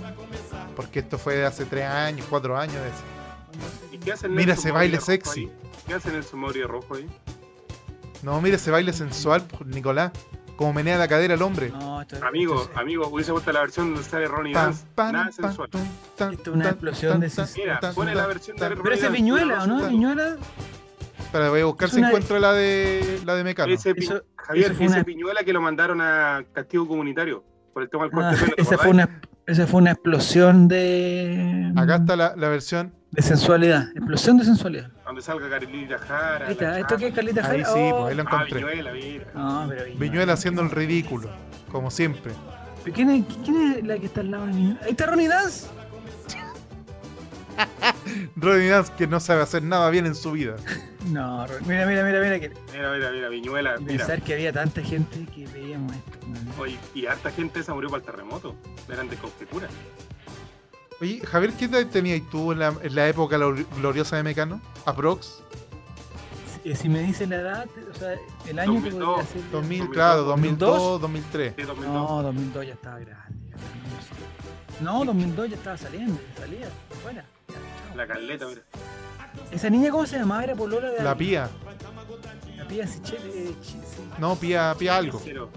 Speaker 2: Porque esto fue hace 3 años, 4 años. es-
Speaker 3: ¿Y qué hace
Speaker 2: Mira
Speaker 3: Nelson
Speaker 2: ese baile
Speaker 3: Mauri rojo
Speaker 2: sexy.
Speaker 3: ahí? ¿Qué hace Nelson Mauri rojo ahí?
Speaker 2: No, mira ese baile sensual, por Nicolás. Como menea la cadera el hombre.
Speaker 1: No, esto,
Speaker 3: Amigo,
Speaker 1: esto es-
Speaker 3: amigo, hubiese puesto la versión donde sale Ronnie
Speaker 2: Pam,
Speaker 3: Dance.
Speaker 2: pam,
Speaker 3: Nada
Speaker 2: pam,
Speaker 3: sensual.
Speaker 2: tum, tan,
Speaker 1: Esto es una
Speaker 2: tan,
Speaker 1: explosión
Speaker 2: tan,
Speaker 1: de
Speaker 2: tan,
Speaker 1: sens-
Speaker 3: Mira,
Speaker 2: tan,
Speaker 3: pone
Speaker 2: tan,
Speaker 3: la versión de
Speaker 2: tan.
Speaker 1: Pero ese es Viñuela, ¿o ¿no?
Speaker 2: Claro.
Speaker 1: Viñuela.
Speaker 2: Espera, voy a buscar
Speaker 1: Es
Speaker 2: si
Speaker 1: una-
Speaker 2: encuentro la de la de Mecano.
Speaker 3: Ese pi-
Speaker 1: Eso-
Speaker 3: Javier,
Speaker 1: eso
Speaker 3: ese
Speaker 1: fue una-
Speaker 3: piñuela que lo mandaron a castigo comunitario por el tema del corte
Speaker 1: Ah,
Speaker 3: de pelo, ¿te
Speaker 1: esa, fue
Speaker 3: acordás?
Speaker 1: una, esa fue una explosión de.
Speaker 2: Acá está la, la versión.
Speaker 1: De sensualidad. Explosión de sensualidad.
Speaker 3: Donde salga Carilita Jara.
Speaker 1: Ahí está,
Speaker 3: la
Speaker 1: ¿esto
Speaker 3: Chana.
Speaker 1: qué es Carlita
Speaker 2: Ahí
Speaker 1: Jara?
Speaker 2: sí,
Speaker 1: Oh,
Speaker 2: pues ahí lo
Speaker 3: Ah,
Speaker 2: encontré.
Speaker 3: Viñuela, mira.
Speaker 1: No, pero Viñuela.
Speaker 2: Viñuela haciendo el ridículo, como siempre.
Speaker 1: ¿Pero ¿Quién es, quién es la que está al lado de Viñuela? Ahí está Ronnie Dance.
Speaker 2: Ronnie Dance que no sabe hacer nada bien en su vida.
Speaker 1: No, Ro- mira, mira, mira, mira. Que
Speaker 3: Mira, mira, mira, Viñuela, mira.
Speaker 1: pensar que había tanta gente que veíamos esto. weón.
Speaker 3: Oye, y harta gente se murió para el terremoto. Eran de conjetura.
Speaker 2: Oye, Javier, ¿qué edad tenías tú en la, en la época glor- gloriosa de Mecano? ¿Aprox?
Speaker 1: Si- Eh, Si me dicen la edad, o sea, el año que
Speaker 3: 2002,
Speaker 1: podría ser.
Speaker 2: 2000,
Speaker 3: 2002,
Speaker 2: claro,
Speaker 1: 2002.
Speaker 2: 2002, 2003.
Speaker 3: Sí, 2002.
Speaker 1: No, 2002 ya estaba grande. ya estaba grande. No, 2002 ya estaba saliendo, salía, fuera. ya, chao.
Speaker 3: La Carleta, mira.
Speaker 1: Esa niña, ¿cómo se llamaba? Era Polola de
Speaker 2: La
Speaker 1: alguien.
Speaker 2: pía.
Speaker 1: La pía Sichel, eh, Chi- sí.
Speaker 2: No, pía, pía algo.
Speaker 3: Cero.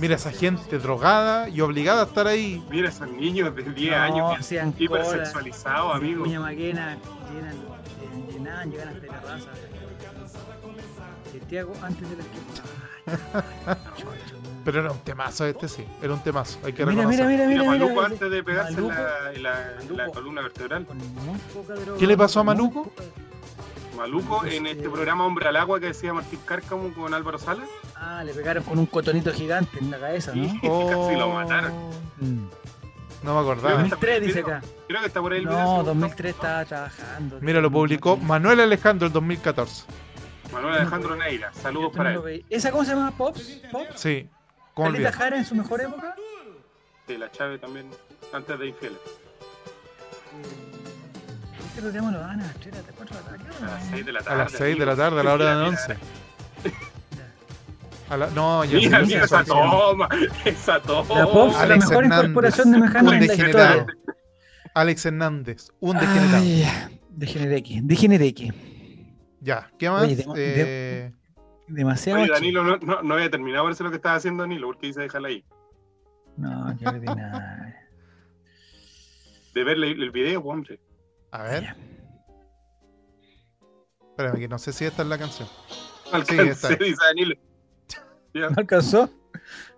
Speaker 2: Mira esa gente drogada y obligada a estar ahí.
Speaker 3: Mira esos niños de 10
Speaker 1: No,
Speaker 3: años.
Speaker 1: hacían
Speaker 3: que
Speaker 1: cola.
Speaker 3: Hipersexualizados, amigo.
Speaker 1: Viña Maquena llenan, eh, llenaban, llegaban hasta la raza. Santiago antes de la que.
Speaker 2: Pero era un temazo este, sí. Era un temazo, hay que
Speaker 1: Mira, mira,
Speaker 2: reconocerlo.
Speaker 1: mira,
Speaker 3: Mira,
Speaker 1: mira, mira.
Speaker 3: Maluco antes de pegarse en la, en la- en la
Speaker 1: Maluco.
Speaker 3: columna vertebral.
Speaker 1: Con muy poca droga,
Speaker 2: ¿Qué le pasó a
Speaker 1: con muy
Speaker 2: Maluco?
Speaker 1: poca-
Speaker 3: Maluco en este programa Hombre al Agua que decía Martín Cárcamo con Álvaro Sala.
Speaker 1: Ah, le pegaron con un cotonito gigante en la cabeza, ¿no? Ah.
Speaker 3: Sí. Casi lo mataron.
Speaker 1: Mm.
Speaker 2: Oh. No me acordaba.
Speaker 1: 2003 dice acá.
Speaker 3: Creo que está por ahí Ah. el video.
Speaker 1: No, 2003 estaba trabajando.
Speaker 2: Mira, lo publicó Manuel Alejandro el 2014.
Speaker 3: Manuel Alejandro Neira.
Speaker 1: Yo
Speaker 3: Saludos
Speaker 1: no
Speaker 3: para
Speaker 1: lo
Speaker 3: él.
Speaker 1: veía. ¿Esa cómo se llama? ¿Pops? ¿Pops?
Speaker 2: Sí. ¿Cómo
Speaker 1: ¿Carlita
Speaker 2: olvidar?
Speaker 1: Jara en su mejor época?
Speaker 3: De la Chávez también. Antes de Infieles.
Speaker 1: Eh, Este programa lo daban a las 3 de la tarde, 4 de la
Speaker 3: A las 6
Speaker 1: tarde.
Speaker 3: de la
Speaker 2: A
Speaker 3: tarde.
Speaker 2: las 6 de
Speaker 3: amigo.
Speaker 2: la tarde, a la hora de
Speaker 3: Mira,
Speaker 2: 11. A la- no, ya
Speaker 3: Mira,
Speaker 2: se
Speaker 3: mira esa
Speaker 2: hizo.
Speaker 3: toma. Esa
Speaker 1: ¿no? La Pops,
Speaker 3: toma.
Speaker 1: la
Speaker 2: Alex
Speaker 1: mejor
Speaker 2: Hernández.
Speaker 1: incorporación de
Speaker 2: Un
Speaker 1: Mejano en la
Speaker 2: degenerado.
Speaker 1: historia.
Speaker 2: Alex Hernández, un degenerado.
Speaker 1: Ay, Degenereque, degenereque.
Speaker 2: Ya, ¿qué más?
Speaker 1: Oye, de-
Speaker 2: Eh,
Speaker 1: Demasiado.
Speaker 3: Oye,
Speaker 1: chico.
Speaker 3: Danilo, no, no, no había terminado eso lo que estaba haciendo Danilo, porque dice déjala ahí.
Speaker 1: No, qué ordinario.
Speaker 3: De verle el, el video, pues, hombre.
Speaker 2: A ver,
Speaker 1: Ya.
Speaker 2: espérame, que no sé si esta es la canción.
Speaker 3: No
Speaker 2: Sí, está
Speaker 3: alcancé,
Speaker 2: ahí.
Speaker 3: dice Danilo. Ya.
Speaker 1: ¿No alcanzó?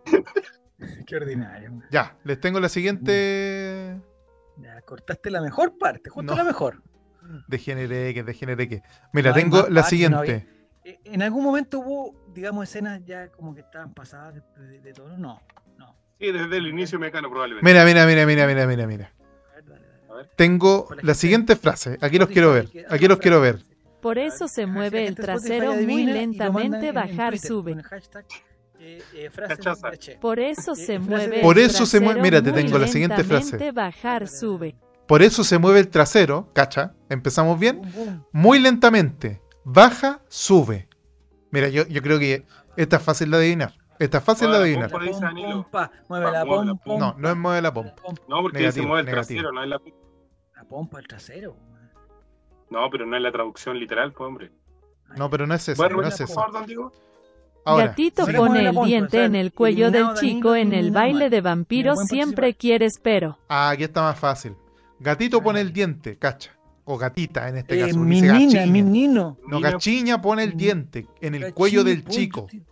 Speaker 1: Qué ordinario. man.
Speaker 2: Ya, les tengo la siguiente.
Speaker 1: Ya cortaste la mejor parte, justo
Speaker 2: No.
Speaker 1: la mejor.
Speaker 2: Degeneré que, degeneré que. Mira,
Speaker 1: No, hay
Speaker 2: tengo
Speaker 1: más
Speaker 2: la
Speaker 1: partes, no había-
Speaker 2: siguiente.
Speaker 1: Eh, En algún momento hubo, digamos, escenas ya como que estaban pasadas de, de- de todo. No, no.
Speaker 3: Sí, desde el inicio mecano probablemente.
Speaker 2: Mira, mira, mira, mira, mira, mira, mira.
Speaker 1: A ver, dale, dale.
Speaker 2: Tengo
Speaker 1: Por la
Speaker 2: la
Speaker 1: gente-
Speaker 2: siguiente frase. Aquí los quiero ver.
Speaker 1: Spotify, que-
Speaker 2: Aquí los quiero ver.
Speaker 5: Por eso se
Speaker 1: Ah,
Speaker 5: mueve
Speaker 1: si
Speaker 5: el
Speaker 1: la gente de Spotify
Speaker 5: trasero muy
Speaker 1: adivina y lo mandan
Speaker 5: lentamente,
Speaker 1: en- en
Speaker 5: bajar,
Speaker 1: Twitter
Speaker 5: sube.
Speaker 1: con el hashtag, eh, eh, frases
Speaker 3: Cachaza.
Speaker 1: de Che.
Speaker 5: Por eso se
Speaker 1: Eh, frase
Speaker 5: mueve
Speaker 1: de-
Speaker 2: Por
Speaker 5: el
Speaker 2: eso se mueve-
Speaker 5: trasero
Speaker 2: mira, te
Speaker 5: muy
Speaker 2: tengo la siguiente frase.
Speaker 5: lentamente, bajar, sube.
Speaker 2: Por eso se mueve el trasero, cacha. Empezamos bien.
Speaker 1: Bum, bum.
Speaker 2: Muy lentamente. Baja, sube. Mira, yo, yo creo que esta es fácil de adivinar. Esta es fácil de
Speaker 3: Bueno,
Speaker 2: adivinar.
Speaker 3: Por ahí se
Speaker 1: Pom,
Speaker 3: aniló.
Speaker 1: pom, pa. Mueve
Speaker 3: Pa,
Speaker 1: la
Speaker 3: mueve la
Speaker 1: pom, pom,
Speaker 2: No, no es mueve la pompa.
Speaker 3: No, porque ahí se
Speaker 2: Negativo,
Speaker 3: mueve el
Speaker 2: negativo.
Speaker 3: trasero, no es la.
Speaker 1: La pompa, el trasero. man.
Speaker 3: No, pero no es la traducción literal, pues, hombre.
Speaker 2: No, pero no es esa.
Speaker 3: ¿Puedes
Speaker 2: No
Speaker 3: repetir,
Speaker 2: es
Speaker 3: por
Speaker 2: esa.
Speaker 3: favor, don Diego?
Speaker 2: Ahora,
Speaker 5: Gatito
Speaker 1: sí.
Speaker 5: pone
Speaker 1: Bueno,
Speaker 5: el
Speaker 1: bueno,
Speaker 5: diente
Speaker 1: bueno,
Speaker 5: en el cuello del
Speaker 1: eliminado
Speaker 5: chico
Speaker 1: Danilo,
Speaker 5: en el
Speaker 1: eliminado
Speaker 5: baile de
Speaker 1: Mario.
Speaker 5: vampiro
Speaker 1: Buen
Speaker 5: siempre
Speaker 1: participante.
Speaker 5: quieres pero.
Speaker 2: ah, aquí está más fácil. Gatito pone el
Speaker 1: Ay.
Speaker 2: diente, cacha. O gatita en este
Speaker 1: Eh,
Speaker 2: caso.
Speaker 1: mi
Speaker 2: dice
Speaker 1: nina,
Speaker 2: gachiña.
Speaker 1: mi nino.
Speaker 2: No,
Speaker 3: Mira,
Speaker 2: gachiña pone el
Speaker 1: Mm.
Speaker 2: diente en el
Speaker 1: Cachín,
Speaker 2: cuello del
Speaker 1: pum,
Speaker 2: chico.
Speaker 1: chuti.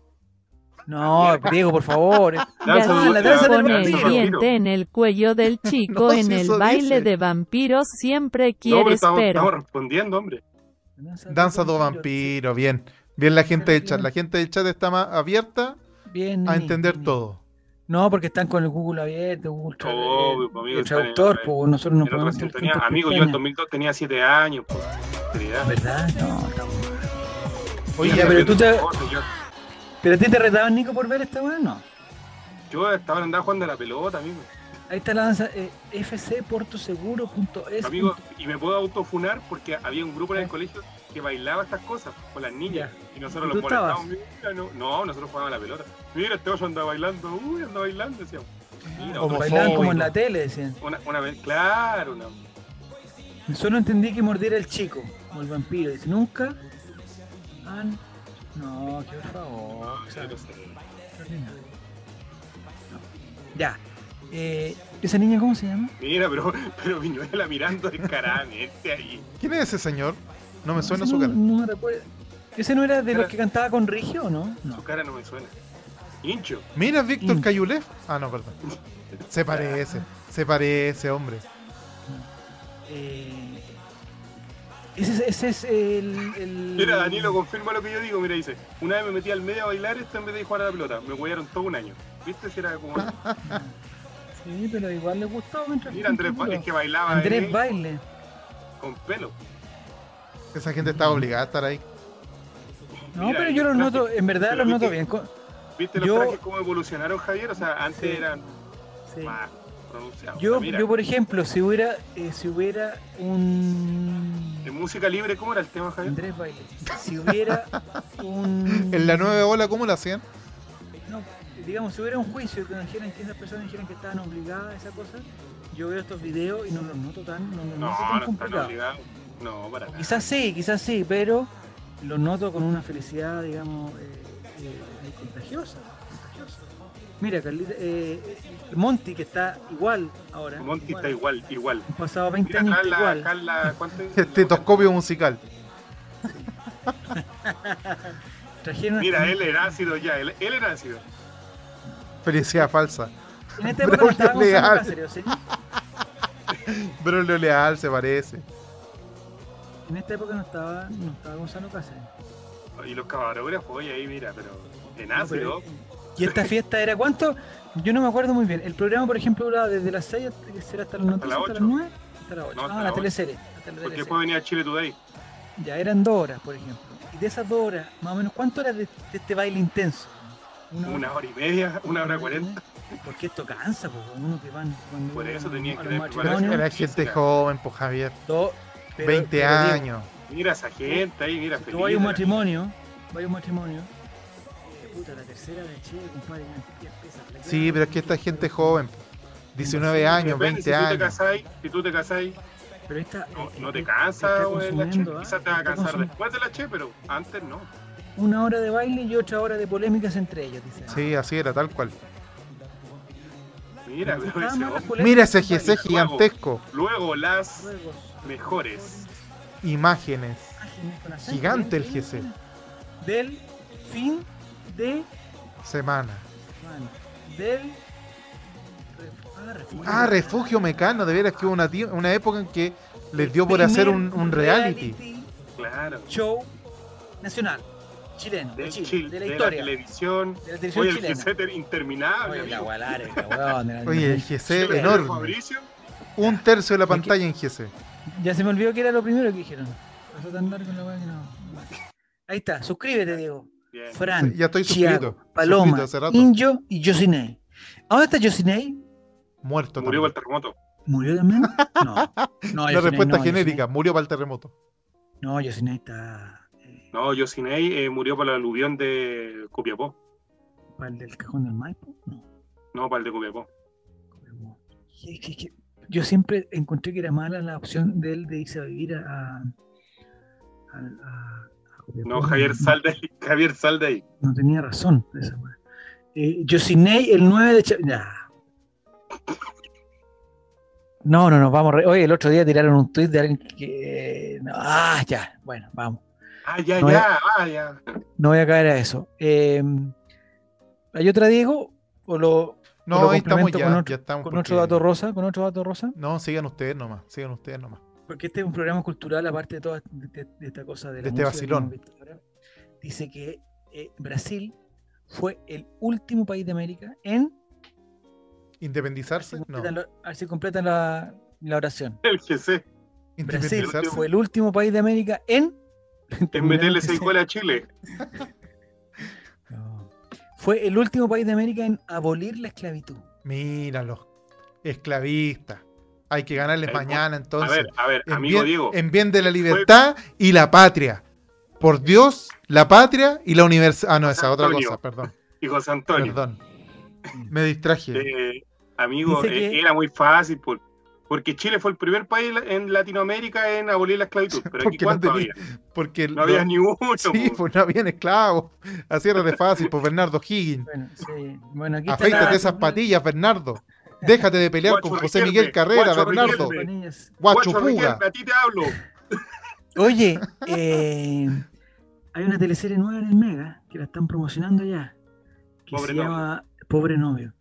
Speaker 1: No, Diego, por favor. eh.
Speaker 3: Danza
Speaker 1: Ah, la danza
Speaker 3: de-
Speaker 5: Gatito
Speaker 1: del
Speaker 5: pone el
Speaker 1: vampiro.
Speaker 5: diente en el cuello del chico
Speaker 2: No, si
Speaker 5: en el
Speaker 2: eso
Speaker 5: baile
Speaker 2: dice.
Speaker 5: de vampiros siempre
Speaker 3: No, pero
Speaker 5: quieres
Speaker 3: estamos, estamos
Speaker 5: pero.
Speaker 3: respondiendo, hombre.
Speaker 1: Danza,
Speaker 2: Danza do
Speaker 1: sí.
Speaker 2: vampiro, bien. Bien la gente del chat.
Speaker 1: Bien.
Speaker 2: La gente del chat está más abierta
Speaker 1: Bien,
Speaker 2: a
Speaker 1: nini,
Speaker 2: entender
Speaker 1: nini.
Speaker 2: todo.
Speaker 1: No, porque están con el Google abierto, Google tra-
Speaker 3: Obvio, pues, amigo,
Speaker 1: el
Speaker 3: están en-
Speaker 1: traductor, pues nosotros no
Speaker 3: En otra
Speaker 1: podemos tener
Speaker 3: sintonía.
Speaker 1: tantas
Speaker 3: Amigo, yo en
Speaker 1: pestañas.
Speaker 3: 2002 tenía 7 años, pues. seriedad.
Speaker 1: ¿Verdad? No, estamos mal.
Speaker 2: Oye,
Speaker 1: Ya,
Speaker 3: Yo
Speaker 1: pero tú
Speaker 3: tenía
Speaker 1: te-
Speaker 3: 14, yo-
Speaker 1: ¿Pero a ti te retaban, Nico, por ver esta weá? No.
Speaker 3: Yo estaba andando jugando a la pelota, amigo.
Speaker 1: Ahí está la danza eh, fcportoseguro.es.
Speaker 3: Amigo, y me puedo autofunar porque había un grupo en el colegio que bailaba estas cosas pues, con las niñas. Y nosotros
Speaker 1: ¿Y
Speaker 3: los
Speaker 1: tú estabas?
Speaker 3: molestábamos. Mira, no, no, nosotros jugábamos a la pelota. Mira, este oso anda bailando, uy, anda bailando, decíamos. Mira,
Speaker 2: Homofóbico.
Speaker 1: Bailaban como en la tele, decían.
Speaker 3: una, una vez, claro, una,
Speaker 1: Solo entendí que mordiera el chico, como el vampiro. Dice, nunca han... No, que por favor. o sea,
Speaker 3: no sé.
Speaker 1: extraordinario. No. Ya. Eh, ¿Esa niña cómo se llama?
Speaker 3: Mira, pero, pero Viñuela mirando descaradamente ahí.
Speaker 2: ¿Quién es ese señor? No me suena
Speaker 1: Ese
Speaker 2: su
Speaker 1: no-
Speaker 2: cara.
Speaker 1: No me recuerdo. ¿Ese no era de
Speaker 3: Era-
Speaker 1: los que cantaba con Rigio o no? No.
Speaker 3: Su Oh, cara no me suena. Hincho.
Speaker 2: Mira, Víctor
Speaker 1: Mm.
Speaker 2: Cayulev. Ah, no, perdón. Se parece, se parece, hombre.
Speaker 1: Eh, ese, ese es el, el-
Speaker 3: Mira, Danilo, confirma lo que yo digo. Mira, dice, una vez me metí al medio a bailar esto en vez de jugar a la pelota. Me huellaron todo un año. ¿Viste? Si era como...
Speaker 1: Sí, pero igual le gustó mientras
Speaker 3: Mira, Andrés, Ba- es que bailaba.
Speaker 1: Andrés
Speaker 3: él.
Speaker 1: Baile.
Speaker 3: con pelo.
Speaker 2: Esa gente
Speaker 1: Mm.
Speaker 2: está obligada a estar ahí.
Speaker 1: No,
Speaker 3: Mira,
Speaker 1: pero yo los
Speaker 3: traje-
Speaker 1: noto, en verdad
Speaker 3: pero
Speaker 1: los noto
Speaker 3: viste-
Speaker 1: bien. con-
Speaker 3: ¿Viste los
Speaker 1: Yo-
Speaker 3: trajes cómo evolucionaron, Javier? O sea, antes
Speaker 1: Sí.
Speaker 3: eran
Speaker 1: sí.
Speaker 3: más pronunciados.
Speaker 1: Yo,
Speaker 3: Ah, mira,
Speaker 1: yo, por ejemplo, si hubiera, eh, si hubiera un...
Speaker 3: En música libre, ¿cómo era el tema, Javier?
Speaker 1: Andrés Baile. Si hubiera un...
Speaker 2: En la nueva ola, ¿cómo lo hacían?
Speaker 1: No, digamos, si hubiera un juicio que nos dijeran que esas personas dijeran que estaban obligadas a esa cosa, yo veo estos videos y no los noto tan, no los
Speaker 3: No,
Speaker 1: noto tan
Speaker 3: no están
Speaker 1: complicados.
Speaker 3: obligados. No, para nada.
Speaker 1: Quizás sí, quizás sí, pero lo noto con una felicidad, digamos, eh, eh, contagiosa, contagiosa. Mira, Carlita, eh, Monty, que está igual ahora.
Speaker 3: Monty está igual, igual.
Speaker 1: Han pasado 20
Speaker 3: Mira,
Speaker 1: años
Speaker 3: Carla,
Speaker 1: igual.
Speaker 3: Carla, ¿cuánto es?
Speaker 2: Estetoscopio musical.
Speaker 1: Trajeron
Speaker 3: Mira, él era ácido ya, él, él era ácido.
Speaker 2: Felicidad falsa.
Speaker 1: en esta época no estaba
Speaker 2: Braulio
Speaker 1: Gonzalo
Speaker 2: Leal.
Speaker 1: Cáceres, ¿sí?
Speaker 2: Brolio Leal se parece.
Speaker 1: En esta época no estaba, no estaba Gonzalo Cáceres.
Speaker 3: Y los camarógrafos, oye, ahí mira, pero en
Speaker 1: No, pero-
Speaker 3: ácido.
Speaker 1: Y esta fiesta era cuánto? Yo no me acuerdo muy bien. El programa, por ejemplo, duraba desde las 6 hasta, que será hasta las 9,
Speaker 3: Hasta las
Speaker 1: hasta las
Speaker 3: ocho.
Speaker 1: 9, hasta las 8.
Speaker 3: No, hasta
Speaker 1: ah,
Speaker 3: las
Speaker 1: la
Speaker 3: ocho.
Speaker 1: teleserie. hasta la
Speaker 3: porque
Speaker 1: teleserie.
Speaker 3: después venía Chile Today.
Speaker 1: Ya eran dos horas, por ejemplo. Y de esas dos horas, más o menos, ¿cuánto horas de, de este baile intenso?
Speaker 3: Una hora y media, una hora cuarenta.
Speaker 1: Porque esto cansa, porque uno que van cuando
Speaker 3: Por eso
Speaker 1: van
Speaker 3: tenían
Speaker 1: a los
Speaker 3: que tener
Speaker 1: matrimonios,
Speaker 3: No, no.
Speaker 2: Era gente joven, pues Javier.
Speaker 1: dos- pero-
Speaker 2: 20
Speaker 1: pero digo,
Speaker 2: años.
Speaker 3: Mira esa gente ahí, mira,
Speaker 1: Tú hay
Speaker 3: feliz.
Speaker 1: un matrimonio, hay un matrimonio. eh, Puta, la tercera de Chile, compadre, ya empieza a
Speaker 2: Sí, pero es que esta gente joven. pues. 19
Speaker 3: De
Speaker 2: años,
Speaker 3: repente,
Speaker 2: 20
Speaker 3: si tú te
Speaker 2: años.
Speaker 3: casás, si tú te casás,
Speaker 1: Pero esta,
Speaker 3: no,
Speaker 1: eh,
Speaker 3: no te
Speaker 1: eh,
Speaker 3: cansas,
Speaker 1: está
Speaker 3: güey, la che.
Speaker 1: consumiendo, ¿ah?
Speaker 3: Quizás te vas a
Speaker 1: Está
Speaker 3: cansar
Speaker 1: consumi-
Speaker 3: después de la che, pero antes no.
Speaker 1: Una hora de baile y otra hora de polémicas entre ellos, dicen.
Speaker 2: Sí, así era, tal cual.
Speaker 3: Mira, pero
Speaker 1: Estaban más
Speaker 3: ese
Speaker 1: las
Speaker 3: hombre.
Speaker 1: polémicas
Speaker 2: Mira
Speaker 1: que
Speaker 2: ese
Speaker 1: el
Speaker 2: GC
Speaker 1: baile.
Speaker 2: gigantesco.
Speaker 3: Luego las
Speaker 1: Luego,
Speaker 3: mejores.
Speaker 2: Imágenes.
Speaker 1: imágenes con acento,
Speaker 2: Gigante el
Speaker 1: ¿eh?
Speaker 2: GC.
Speaker 1: Del fin de.
Speaker 2: Semana.
Speaker 1: bueno, del. Ah, refugio.
Speaker 2: Ah, Refugio Mecano. De veras que hubo una, ti- una época en que les dio por hacer un, un reality.
Speaker 3: Claro.
Speaker 1: Show nacional, chileno, de,
Speaker 3: Del
Speaker 1: Chile,
Speaker 3: Chile,
Speaker 1: de la
Speaker 3: de la
Speaker 1: historia, de
Speaker 3: televisión.
Speaker 1: la televisión
Speaker 3: Oye, el
Speaker 1: chilena.
Speaker 3: que interminable.
Speaker 1: Oye, la
Speaker 3: amigo.
Speaker 1: Gualare, la weón, era-
Speaker 2: Oye, el GC
Speaker 1: Chile,
Speaker 2: enorme.
Speaker 3: Fabricio,
Speaker 2: Un tercio de la pantalla en GC.
Speaker 1: Ya se me olvidó que era lo primero que dijeron. Pasó tan largo la weá que no. Ahí está, suscríbete, Diego.
Speaker 3: bien.
Speaker 1: Fran,
Speaker 2: Ya estoy
Speaker 1: Thiago,
Speaker 2: suscrito, suscrito
Speaker 1: Paloma,
Speaker 2: hace rato.
Speaker 1: Injo y Josinei. ¿Ahora está Josinei?
Speaker 2: Muerto.
Speaker 3: Murió por el
Speaker 2: también.
Speaker 3: terremoto.
Speaker 1: ¿Murió también? No. no
Speaker 2: La
Speaker 1: Yosinei
Speaker 2: respuesta
Speaker 1: no,
Speaker 2: genérica. Murió para el terremoto.
Speaker 1: Yosinei- No, Josinei está. eh,
Speaker 3: No, Yosinei eh, murió por el aluvión de Copiapó.
Speaker 1: ¿Para el del cajón del Maipo? No.
Speaker 3: No, para el de Copiapó.
Speaker 1: como- que- que- que- Yo siempre encontré que era mala la opción de él de irse a vivir a. a, a- a Copiapó.
Speaker 3: No, Javier, sal de ahí. Javier, sal de ahí.
Speaker 1: No tenía razón esa weá. Eh, Yosinei, el 9 de Cha- nah. No, no, no, vamos. re- Oye, el otro día tiraron un tweet de alguien que. no, ah, ya. Bueno, vamos.
Speaker 3: Ah, ya,
Speaker 1: No,
Speaker 3: ya, ah, ya.
Speaker 1: No voy a caer a eso. Eh, ¿Hay otra, Diego? ¿O lo, O
Speaker 2: No,
Speaker 1: lo
Speaker 2: ahí estamos
Speaker 1: complemento
Speaker 2: ya.
Speaker 1: con otro-
Speaker 2: ya estamos
Speaker 1: con
Speaker 2: porque-
Speaker 1: otro dato rosa? ¿Con otro dato rosa?
Speaker 2: No, sigan ustedes nomás. Sigan ustedes nomás.
Speaker 1: Porque este es un programa cultural, aparte de toda de, de- de esta cosa de, la
Speaker 2: De este
Speaker 1: música que
Speaker 2: vacilón.
Speaker 1: hemos visto ahora. Dice que eh, Brasil fue el último país de América en. A ver si
Speaker 2: ¿Independizarse? No.
Speaker 1: completan, lo- a ver si completan la, la oración.
Speaker 3: El GC.
Speaker 1: Brasil
Speaker 2: ¿Independizarse?
Speaker 1: fue el último país de América en.
Speaker 3: En meterle seis goles a Chile.
Speaker 1: No. Fue el último país de América en abolir la esclavitud.
Speaker 2: Mira, los esclavistas. Hay que ganarles
Speaker 3: Ahí,
Speaker 2: mañana
Speaker 3: A
Speaker 2: entonces.
Speaker 3: ver, a ver,
Speaker 2: en
Speaker 3: amigo
Speaker 2: bien,
Speaker 3: Diego.
Speaker 2: en bien de la libertad y la patria. Por Dios, la patria y la universidad. Ah, no, esa otra
Speaker 3: Antonio.
Speaker 2: cosa, perdón.
Speaker 3: Y José Antonio.
Speaker 2: Perdón. Me distraje.
Speaker 3: Eh, amigo,
Speaker 1: Dice
Speaker 3: eh,
Speaker 1: que-
Speaker 3: era muy fácil. por- porque Chile fue el primer país en Latinoamérica en abolir la esclavitud. Pero aquí
Speaker 2: Porque no
Speaker 3: cuánto
Speaker 2: tenía-
Speaker 3: había.
Speaker 2: Porque
Speaker 3: No había
Speaker 2: los-
Speaker 3: ni uno.
Speaker 2: Sí,
Speaker 3: po.
Speaker 2: pues no habían esclavos. Así era de fácil, pues Bernardo Higgins.
Speaker 1: Bueno, sí. Bueno, aquí está
Speaker 2: Afeítate
Speaker 1: la-
Speaker 2: esas patillas, Bernardo. Déjate de pelear
Speaker 3: Guacho
Speaker 2: con José
Speaker 3: Riquelme,
Speaker 2: Miguel Carrera,
Speaker 3: Guacho
Speaker 2: Bernardo.
Speaker 3: Riquelme.
Speaker 2: Guacho
Speaker 3: Guacho
Speaker 2: Puga.
Speaker 3: Riquelme, a ti te hablo.
Speaker 1: Oye, eh, hay una teleserie nueva en el Mega que la están promocionando ya. Que
Speaker 3: Pobre
Speaker 1: se
Speaker 3: novio.
Speaker 1: llama Pobre Novio.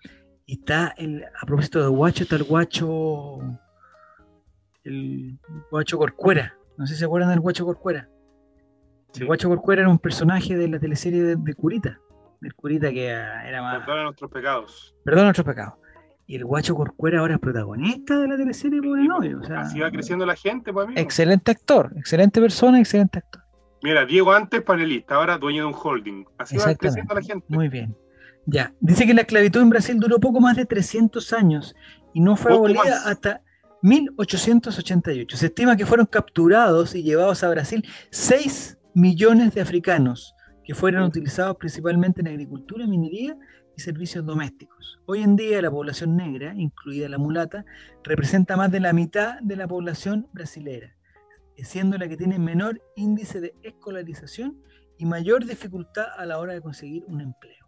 Speaker 1: Y está el, a propósito de Guacho, está el Guacho. El Guacho Corcuera. No sé si se acuerdan del Guacho Corcuera.
Speaker 3: Sí.
Speaker 1: El Guacho Corcuera era un personaje de la teleserie de, de Curita. Del Curita que ah, era más.
Speaker 3: Perdona nuestros pecados.
Speaker 1: Perdón nuestros pecados.
Speaker 6: Y el guacho Corcuera ahora es protagonista de la teleserie Pobre Novio. O sea,
Speaker 3: Así va creciendo la gente, pues, amigo.
Speaker 1: Excelente actor, excelente persona, excelente actor.
Speaker 3: Mira, Diego antes panelista, ahora dueño de un holding. Así va
Speaker 1: Exactamente.
Speaker 3: creciendo la gente.
Speaker 1: Muy bien. Ya. Dice que la esclavitud en Brasil duró poco más de 300 años y no fue
Speaker 3: Poco
Speaker 1: abolida
Speaker 3: más.
Speaker 1: hasta 1888. Se estima que fueron capturados y llevados a Brasil 6 millones de africanos que fueron
Speaker 3: Mm.
Speaker 1: utilizados principalmente en agricultura, minería y servicios domésticos. Hoy en día la población negra, incluida la mulata, representa más de la mitad de la población brasilera, siendo la que tiene menor índice de escolarización y mayor dificultad a la hora de conseguir un empleo.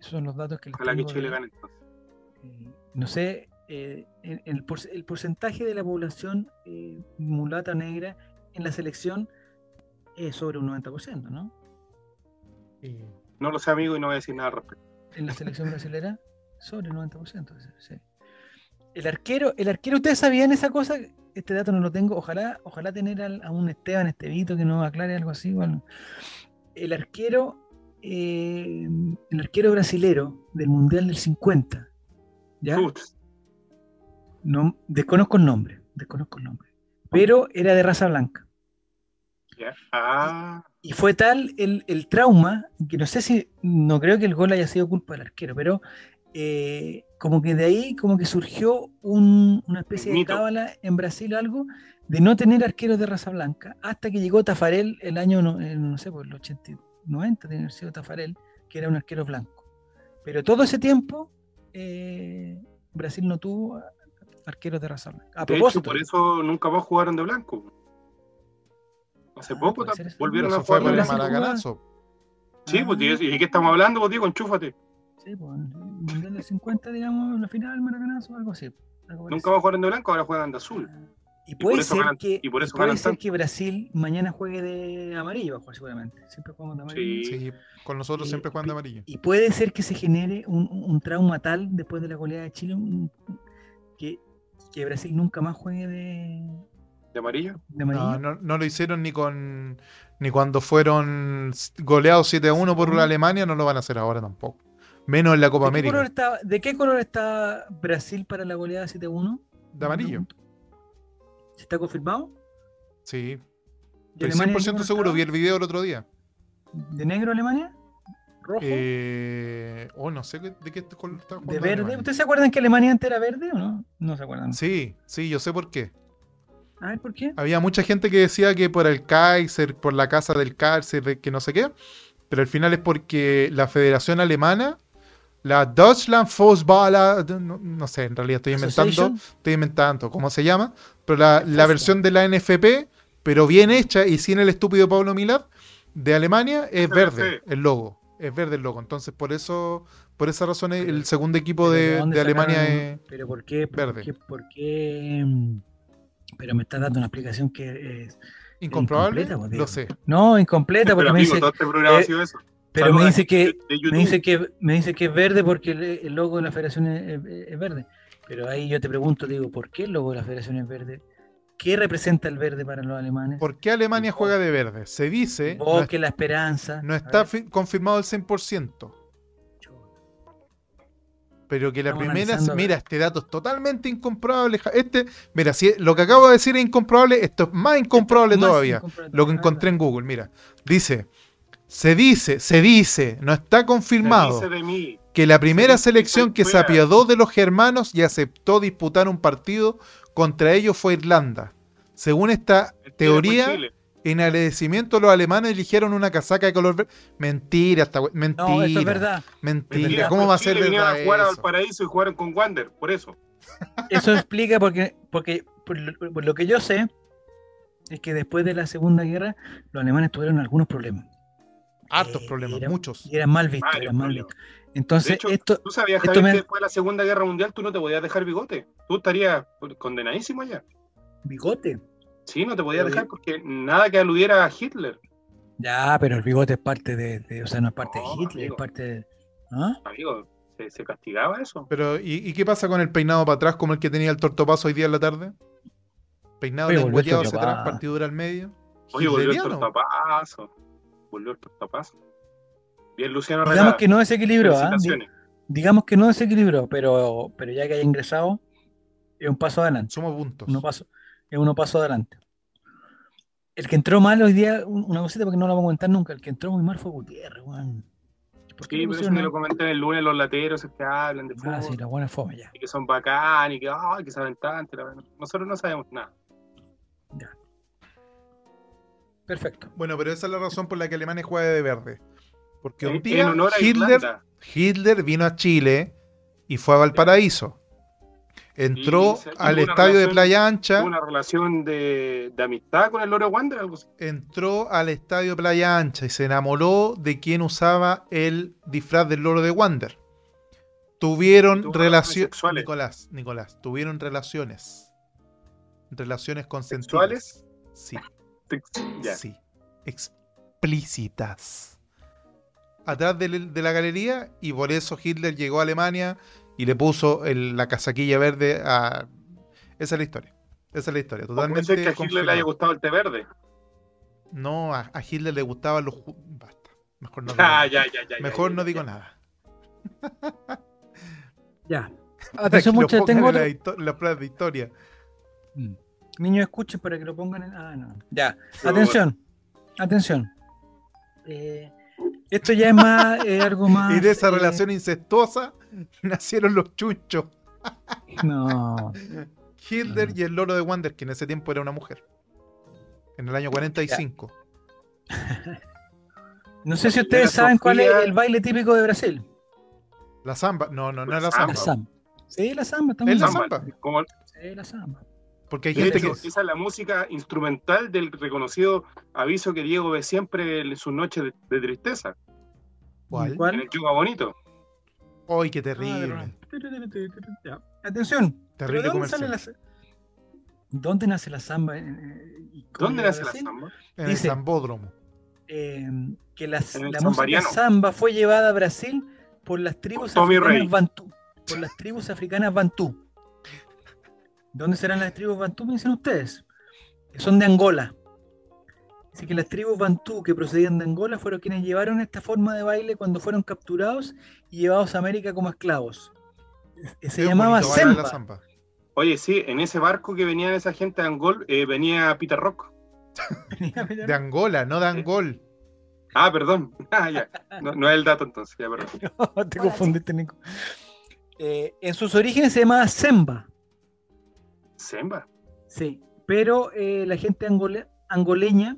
Speaker 1: Esos son los datos que les
Speaker 3: Ojalá que
Speaker 1: tengo de-
Speaker 3: Chile gane entonces.
Speaker 1: eh, no sé, eh, el, el por- el porcentaje de la población eh, mulata negra en la selección es sobre un 90%, ¿no?
Speaker 3: No lo sé, amigo, y no voy a decir nada al respecto.
Speaker 1: En la selección brasilera, sobre el 90%. sí. El arquero, el arquero, ¿ustedes sabían esa cosa? Este dato no lo tengo. Ojalá, ojalá tener al- a un Esteban Estevito que nos aclare algo así. bueno. El arquero, eh, el arquero brasilero del Mundial del 50. ¿ya?
Speaker 3: Ups,
Speaker 1: No, desconozco el nombre, desconozco el nombre. Pero era de raza blanca.
Speaker 3: ya. Ah,
Speaker 1: Y fue tal el, el trauma, que no sé si, no creo que el gol haya sido culpa del arquero, pero eh, como que de ahí como que surgió un- una especie de
Speaker 3: Mito.
Speaker 1: cábala en Brasil algo de no tener arqueros de raza blanca, hasta que llegó Tafarel el año, no, eh, no sé, por el 80, 90, tiene que haber sido Tafarel, que era un arquero blanco. Pero todo ese tiempo eh, Brasil no tuvo arqueros de raza blanca. A
Speaker 3: de hecho,
Speaker 1: propósito,
Speaker 3: por eso nunca más jugaron de blanco. Hace
Speaker 1: Ah,
Speaker 3: poco
Speaker 1: puede
Speaker 3: tam-
Speaker 1: ser eso.
Speaker 3: volvieron a
Speaker 2: Eso
Speaker 3: jugar
Speaker 2: fue
Speaker 3: de
Speaker 2: por el
Speaker 1: Brasil,
Speaker 3: blanco.
Speaker 2: maracanazo.
Speaker 3: Sí,
Speaker 1: Ah.
Speaker 3: pues, Diego, ¿y de qué estamos hablando, pues, Diego? Enchúfate.
Speaker 1: Sí, pues, en el Mundial del 50, digamos, la final, Maracanazo, algo así. algo Ah.
Speaker 3: Nunca más jugaron de blanco, ahora juegan de azul.
Speaker 1: parecido. Y
Speaker 3: por
Speaker 1: puede
Speaker 3: eso
Speaker 1: ser,
Speaker 3: ganan-
Speaker 1: que,
Speaker 3: y por eso
Speaker 1: puede
Speaker 3: ganan
Speaker 1: ser
Speaker 3: tanto.
Speaker 1: que Brasil mañana juegue de amarillo, va a jugar seguramente. Siempre jugamos de amarillo.
Speaker 3: Sí.
Speaker 2: Sí, con nosotros
Speaker 1: Y-
Speaker 2: siempre juegan de amarillo.
Speaker 1: Y puede ser que se genere un, un trauma tal después de la goleada de Chile un- que, que Brasil nunca más juegue de,
Speaker 3: ¿De amarillo?
Speaker 1: de
Speaker 2: No,
Speaker 1: amarillo.
Speaker 2: no, no lo hicieron ni con ni cuando fueron goleados 7 a 1 por Alemania, no lo van a hacer ahora tampoco. Menos en la Copa
Speaker 1: ¿De, qué color
Speaker 2: América.
Speaker 1: está, ¿De qué color está Brasil para la goleada 7-1?
Speaker 2: De amarillo.
Speaker 1: ¿Se está confirmado?
Speaker 2: Sí.
Speaker 1: ¿De
Speaker 2: Estoy
Speaker 1: Alemania de qué
Speaker 2: 100%
Speaker 1: color
Speaker 2: seguro,
Speaker 1: estaba?
Speaker 2: vi el video el otro día.
Speaker 1: ¿De negro Alemania? ¿Rojo?
Speaker 2: Eh, oh, no sé qué- de qué color está
Speaker 1: ¿De
Speaker 2: jugando
Speaker 1: verde?
Speaker 2: Alemania.
Speaker 1: ¿Ustedes se acuerdan que Alemania antes era verde o no? No se acuerdan.
Speaker 2: Sí, sí, yo sé por qué.
Speaker 1: A ver, ¿por qué?
Speaker 2: Había mucha gente que decía que por el Kaiser, por la casa del Kaiser, que no sé qué. Pero al final es porque la Federación Alemana, la Deutschland Fußball, no, no sé, en realidad estoy inventando,
Speaker 1: Association.
Speaker 2: estoy inventando cómo se llama. Pero la, la
Speaker 1: Fußball.
Speaker 2: versión de la NFP, pero bien hecha y sin el estúpido Pablo Milad, de Alemania, es verde el logo. Es verde el logo. Entonces, por eso, por esa razón, el segundo equipo
Speaker 1: ¿Pero
Speaker 2: de,
Speaker 1: dónde
Speaker 2: de Alemania
Speaker 1: sacaron-
Speaker 2: es.
Speaker 1: Pero ¿por qué? ¿Por
Speaker 2: verde.
Speaker 1: qué? ¿Por qué? mm, Pero me estás dando una explicación que es...
Speaker 2: ¿Incomprobable?
Speaker 1: incompleta, pues,
Speaker 2: Lo
Speaker 1: Diego.
Speaker 2: sé.
Speaker 1: No, incompleta, porque
Speaker 3: Pero,
Speaker 1: me
Speaker 3: amigo,
Speaker 1: dice...
Speaker 3: todo este programa
Speaker 1: eh,
Speaker 3: ha sido eso.
Speaker 1: Pero
Speaker 3: Saluda
Speaker 1: me dice que...
Speaker 3: de YouTube.
Speaker 1: Me dice, que, me dice que es verde porque el, el logo de la federación es, es- es verde. Pero ahí yo te pregunto, digo, ¿por qué el logo de la federación es verde? ¿Qué representa el verde para los alemanes?
Speaker 2: ¿Por qué Alemania juega de verde? Se dice, no,
Speaker 1: Bosque, la esperanza.
Speaker 2: no
Speaker 1: A
Speaker 2: está
Speaker 1: ver,
Speaker 2: fi- confirmado al 100%,
Speaker 1: chuta.
Speaker 2: pero que la
Speaker 1: Estamos
Speaker 2: primera...
Speaker 1: analizando,
Speaker 2: Mira, este dato es totalmente incomprobable. ja- Este, mira, si lo que acabo de decir es incomprobable, esto es más incomprobable
Speaker 1: Más
Speaker 2: todavía.
Speaker 1: incomprobable
Speaker 2: Lo que
Speaker 1: todavía,
Speaker 2: encontré en Google, mira. Dice, se dice, se dice, no está confirmado.
Speaker 3: Dice de mí.
Speaker 2: que la primera
Speaker 3: dice que
Speaker 2: selección
Speaker 3: soy
Speaker 2: que se
Speaker 3: fuera.
Speaker 2: apiadó de los germanos y aceptó disputar un partido contra ellos fue Irlanda. Según esta
Speaker 3: Chile Este fue
Speaker 2: teoría,
Speaker 3: Chile.
Speaker 2: en agradecimiento los alemanes eligieron una casaca de color verde. Mentira, esta we- mentira.
Speaker 1: No, eso es verdad.
Speaker 2: Mentira.
Speaker 1: Mentira,
Speaker 2: ¿Cómo va a
Speaker 3: Chile
Speaker 2: ser
Speaker 3: vinieron
Speaker 2: verdad
Speaker 3: a jugar al
Speaker 2: eso?
Speaker 3: paraíso y jugaron con Wander, por eso.
Speaker 1: Eso explica porque, porque por, lo, por lo que yo sé, es que después de la Segunda Guerra los alemanes tuvieron algunos problemas
Speaker 2: Hartos
Speaker 1: Eh,
Speaker 2: problemas,
Speaker 1: era-
Speaker 2: muchos.
Speaker 1: y eran mal vistos.
Speaker 3: Varios
Speaker 1: eran mal
Speaker 3: problemas.
Speaker 1: vistos. Entonces,
Speaker 3: De hecho,
Speaker 1: esto,
Speaker 3: Tú sabías,
Speaker 1: Esto
Speaker 3: Javier,
Speaker 1: me-
Speaker 3: que después de la Segunda Guerra Mundial tú no te podías dejar bigote. Tú estarías condenadísimo allá.
Speaker 1: bigote.
Speaker 3: Sí, no te podías
Speaker 1: Pero-
Speaker 3: dejar porque nada que aludiera a Hitler.
Speaker 1: Ya, pero el bigote es parte de, de- o sea, no es parte
Speaker 3: No,
Speaker 1: de Hitler,
Speaker 3: amigo.
Speaker 1: es parte de. ¿Ah?
Speaker 3: Amigo, se, se castigaba eso.
Speaker 2: Pero, ¿y, y qué pasa con el peinado para atrás como el que tenía el tortopaso hoy día en la tarde? Peinado
Speaker 1: Oye,
Speaker 2: de
Speaker 1: volvió el
Speaker 2: hacia atrás,
Speaker 1: Tortopazo.
Speaker 2: partidura al medio.
Speaker 3: Oye, volvió el
Speaker 2: Hitleriano.
Speaker 3: tortapazo. Volvió el tortapazo. Bien, Luciano
Speaker 1: Digamos
Speaker 3: Regada.
Speaker 1: que no desequilibró, ¿ah?
Speaker 3: Felicitaciones.
Speaker 1: digamos que no desequilibró, pero, pero ya que haya ingresado, es un paso adelante.
Speaker 2: Somos puntos.
Speaker 1: Pues Uno paso, es uno paso adelante. El que entró mal hoy día, un- una cosita porque no la vamos a comentar nunca, el que entró muy mal fue Gutiérrez, weón. ¿Por qué
Speaker 3: Sí,
Speaker 1: le
Speaker 3: pero eso
Speaker 1: pusieron
Speaker 3: me lo
Speaker 1: ahí?
Speaker 3: comentan el lunes los lateros que hablan de fútbol
Speaker 1: Ah, sí, la buena fome ya.
Speaker 3: y que son bacán y que, ay, que saben tanto. la verdad. Nosotros no sabemos nada.
Speaker 1: Perfecto.
Speaker 2: Bueno, pero esa es la razón por la que Alemania juega de verde. Porque
Speaker 3: En-
Speaker 2: un día
Speaker 3: Eh, en honor a
Speaker 2: Hitler,
Speaker 3: Irlanda.
Speaker 2: Hitler vino a Chile y fue a Valparaíso. Entró
Speaker 3: Y se-
Speaker 2: al
Speaker 3: tuvo una
Speaker 2: estadio de
Speaker 3: relación-
Speaker 2: Playa Ancha.
Speaker 3: Tuvo una relación de, de amistad con el Loro Wander, algo así.
Speaker 2: entró al estadio Playa Ancha y se enamoró de quien usaba el disfraz del loro de Wander. Tuvieron
Speaker 3: Tuvo relaciones
Speaker 2: relaciones.
Speaker 3: sexuales.
Speaker 2: Nicolás, Nicolás, tuvieron relaciones. Relaciones consentidas.
Speaker 3: ¿Sexuales?
Speaker 2: Sí,
Speaker 3: Ya.
Speaker 2: sí. Explícitas. Atrás del- de la galería y por eso Hitler llegó a Alemania y le puso el- la casaquilla verde a. Esa es la historia. Esa es la historia.
Speaker 3: O puede
Speaker 2: Totalmente.
Speaker 3: ser que a Hitler le
Speaker 2: confirmada.
Speaker 3: haya gustado el té verde.
Speaker 2: No, a, a Hitler le gustaban los. ju- Basta. Mejor no digo,
Speaker 3: Ah,
Speaker 2: nada.
Speaker 3: ya, ya, ya. ya,
Speaker 2: Mejor
Speaker 3: ya,
Speaker 2: no
Speaker 3: ya,
Speaker 2: digo
Speaker 3: ya.
Speaker 2: nada.
Speaker 6: Ya.
Speaker 1: Atención
Speaker 2: Que lo
Speaker 1: muchachos,
Speaker 2: pongan
Speaker 1: tengo
Speaker 2: en
Speaker 1: otro.
Speaker 2: la histo- en las pruebas de historia.
Speaker 1: Niños, escuchen para que lo pongan en. Ah, no. Ya.
Speaker 3: Sí,
Speaker 1: Atención. Atención. Eh, esto ya es más. eh, algo más.
Speaker 2: y de esa
Speaker 1: eh,
Speaker 2: relación incestuosa nacieron los chunchos.
Speaker 1: No.
Speaker 2: Hitler
Speaker 1: Ajá.
Speaker 2: y el loro de Wander, que en ese tiempo era una mujer. En el año 45.
Speaker 1: No sé si
Speaker 3: La
Speaker 1: ustedes
Speaker 3: señora
Speaker 1: saben cuál es
Speaker 3: Sofía-
Speaker 1: el baile típico de Brasil.
Speaker 2: La samba. No, no, no
Speaker 3: La
Speaker 2: es la
Speaker 1: La
Speaker 2: samba.
Speaker 1: samba. Sí, la samba
Speaker 2: Es
Speaker 1: también.
Speaker 2: la
Speaker 3: Samba,
Speaker 2: samba.
Speaker 3: Como,
Speaker 1: Sí, la samba.
Speaker 2: Porque hay
Speaker 3: de
Speaker 2: gente
Speaker 3: hecho,
Speaker 2: que.
Speaker 3: esa es la música instrumental del reconocido aviso que Diego ve siempre en sus noches de, de tristeza.
Speaker 2: ¿Cuál?
Speaker 6: ¿Cuál?
Speaker 3: En el Yuga Bonito.
Speaker 2: ¡Ay, qué
Speaker 1: Ah, de
Speaker 2: terrible!
Speaker 1: verdad. Ya. Atención. ¿Pero
Speaker 2: Terrible
Speaker 1: de dónde, sale
Speaker 2: comercial.
Speaker 1: la- ¿Dónde nace la samba? Eh, eh, y cómo llegó
Speaker 3: ¿Dónde
Speaker 1: a
Speaker 3: nace la
Speaker 1: Brasil?
Speaker 3: samba?
Speaker 2: En el
Speaker 1: Dice-
Speaker 2: Zambódromo.
Speaker 1: eh, que las-
Speaker 3: En el
Speaker 1: la música
Speaker 3: zambariano.
Speaker 1: samba fue llevada a Brasil por las tribus
Speaker 3: Tommy
Speaker 1: africanas
Speaker 3: Rey.
Speaker 1: bantú. Por las tribus africanas bantú. ¿Dónde serán las tribus bantú? Me dicen ustedes. Que son de Angola. Así que las tribus bantú que procedían de Angola fueron quienes llevaron esta forma de baile cuando fueron capturados y llevados a América como esclavos. Eh, Se
Speaker 2: Es
Speaker 1: llamaba
Speaker 2: bonito bailar la
Speaker 1: Semba.
Speaker 2: samba.
Speaker 3: Oye, sí, en ese barco que venían esa gente de Angol, eh, venía Peter Rock.
Speaker 2: De Angola, no de Angol.
Speaker 3: Ah, perdón. Ah, ya. No, no es el dato entonces, ya, perdón.
Speaker 1: No, te confundiste, Nico. Eh, en sus orígenes se llamaba Semba.
Speaker 3: Semba.
Speaker 1: Sí, pero eh, la gente angole- angoleña,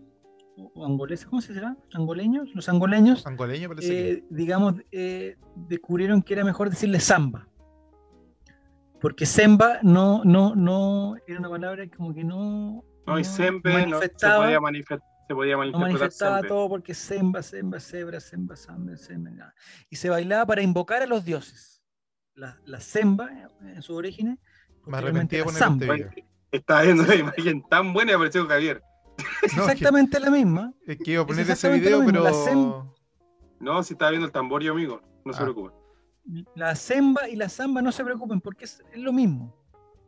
Speaker 1: o angolesa, ¿cómo se llama? ¿Angoleños? Los angoleños,
Speaker 2: Angoleño parece que.
Speaker 1: eh, digamos, eh, descubrieron que era mejor decirle samba. Porque semba no, no, no, era una palabra como que no,
Speaker 3: No, y Sembe no, se
Speaker 1: manifestaba,
Speaker 3: podía manifestar. Se podía
Speaker 1: no
Speaker 3: manifestar
Speaker 1: manifestaba
Speaker 3: Sembe.
Speaker 1: todo porque semba, semba, cebra, semba, samba, semba, nada. Y se bailaba para invocar a los dioses. La, la semba, eh, en sus orígenes,
Speaker 2: Me
Speaker 1: posteriormente
Speaker 2: arrepentí de
Speaker 1: la
Speaker 2: poner este
Speaker 1: samba.
Speaker 2: video.
Speaker 3: Estaba viendo la imagen tan buena y apareció Javier.
Speaker 1: Es
Speaker 2: No, es que-
Speaker 1: exactamente la misma.
Speaker 2: Es que iba a
Speaker 1: Es
Speaker 2: poner ese
Speaker 1: exactamente lo
Speaker 2: video,
Speaker 1: mismo,
Speaker 2: pero.
Speaker 1: la
Speaker 3: No, si estaba viendo el tambor yo, amigo. No se
Speaker 2: Ah.
Speaker 3: preocupe.
Speaker 1: La semba y la samba no se preocupen porque es, es lo mismo.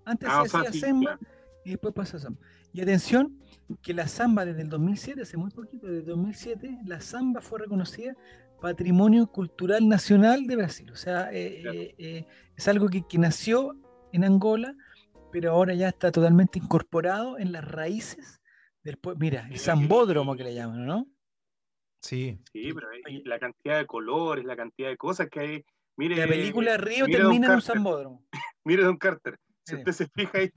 Speaker 1: Antes
Speaker 3: Ah, o
Speaker 1: se
Speaker 3: sea,
Speaker 1: hacía
Speaker 3: sí,
Speaker 1: samba
Speaker 3: claro.
Speaker 1: y después pasa samba. Y atención, que la samba desde el 2007, hace muy poquito, desde el 2007, la samba fue reconocida Patrimonio Cultural Nacional de Brasil. O sea, eh,
Speaker 3: Claro.
Speaker 1: eh, eh, es algo que, que nació en Angola, pero ahora ya está totalmente incorporado en las raíces del pueblo. Mira, el
Speaker 3: Mira qué
Speaker 1: zambódromo que le llaman, ¿no?
Speaker 2: Sí.
Speaker 3: Sí, pero ahí
Speaker 1: Oye.
Speaker 3: la cantidad de colores, la cantidad de cosas que hay. Mire,
Speaker 1: La película Río
Speaker 3: mira,
Speaker 1: termina en un
Speaker 3: don Carter.
Speaker 1: zambódromo.
Speaker 3: mire, Don Carter.
Speaker 1: Sí.
Speaker 3: Si usted se fija ahí,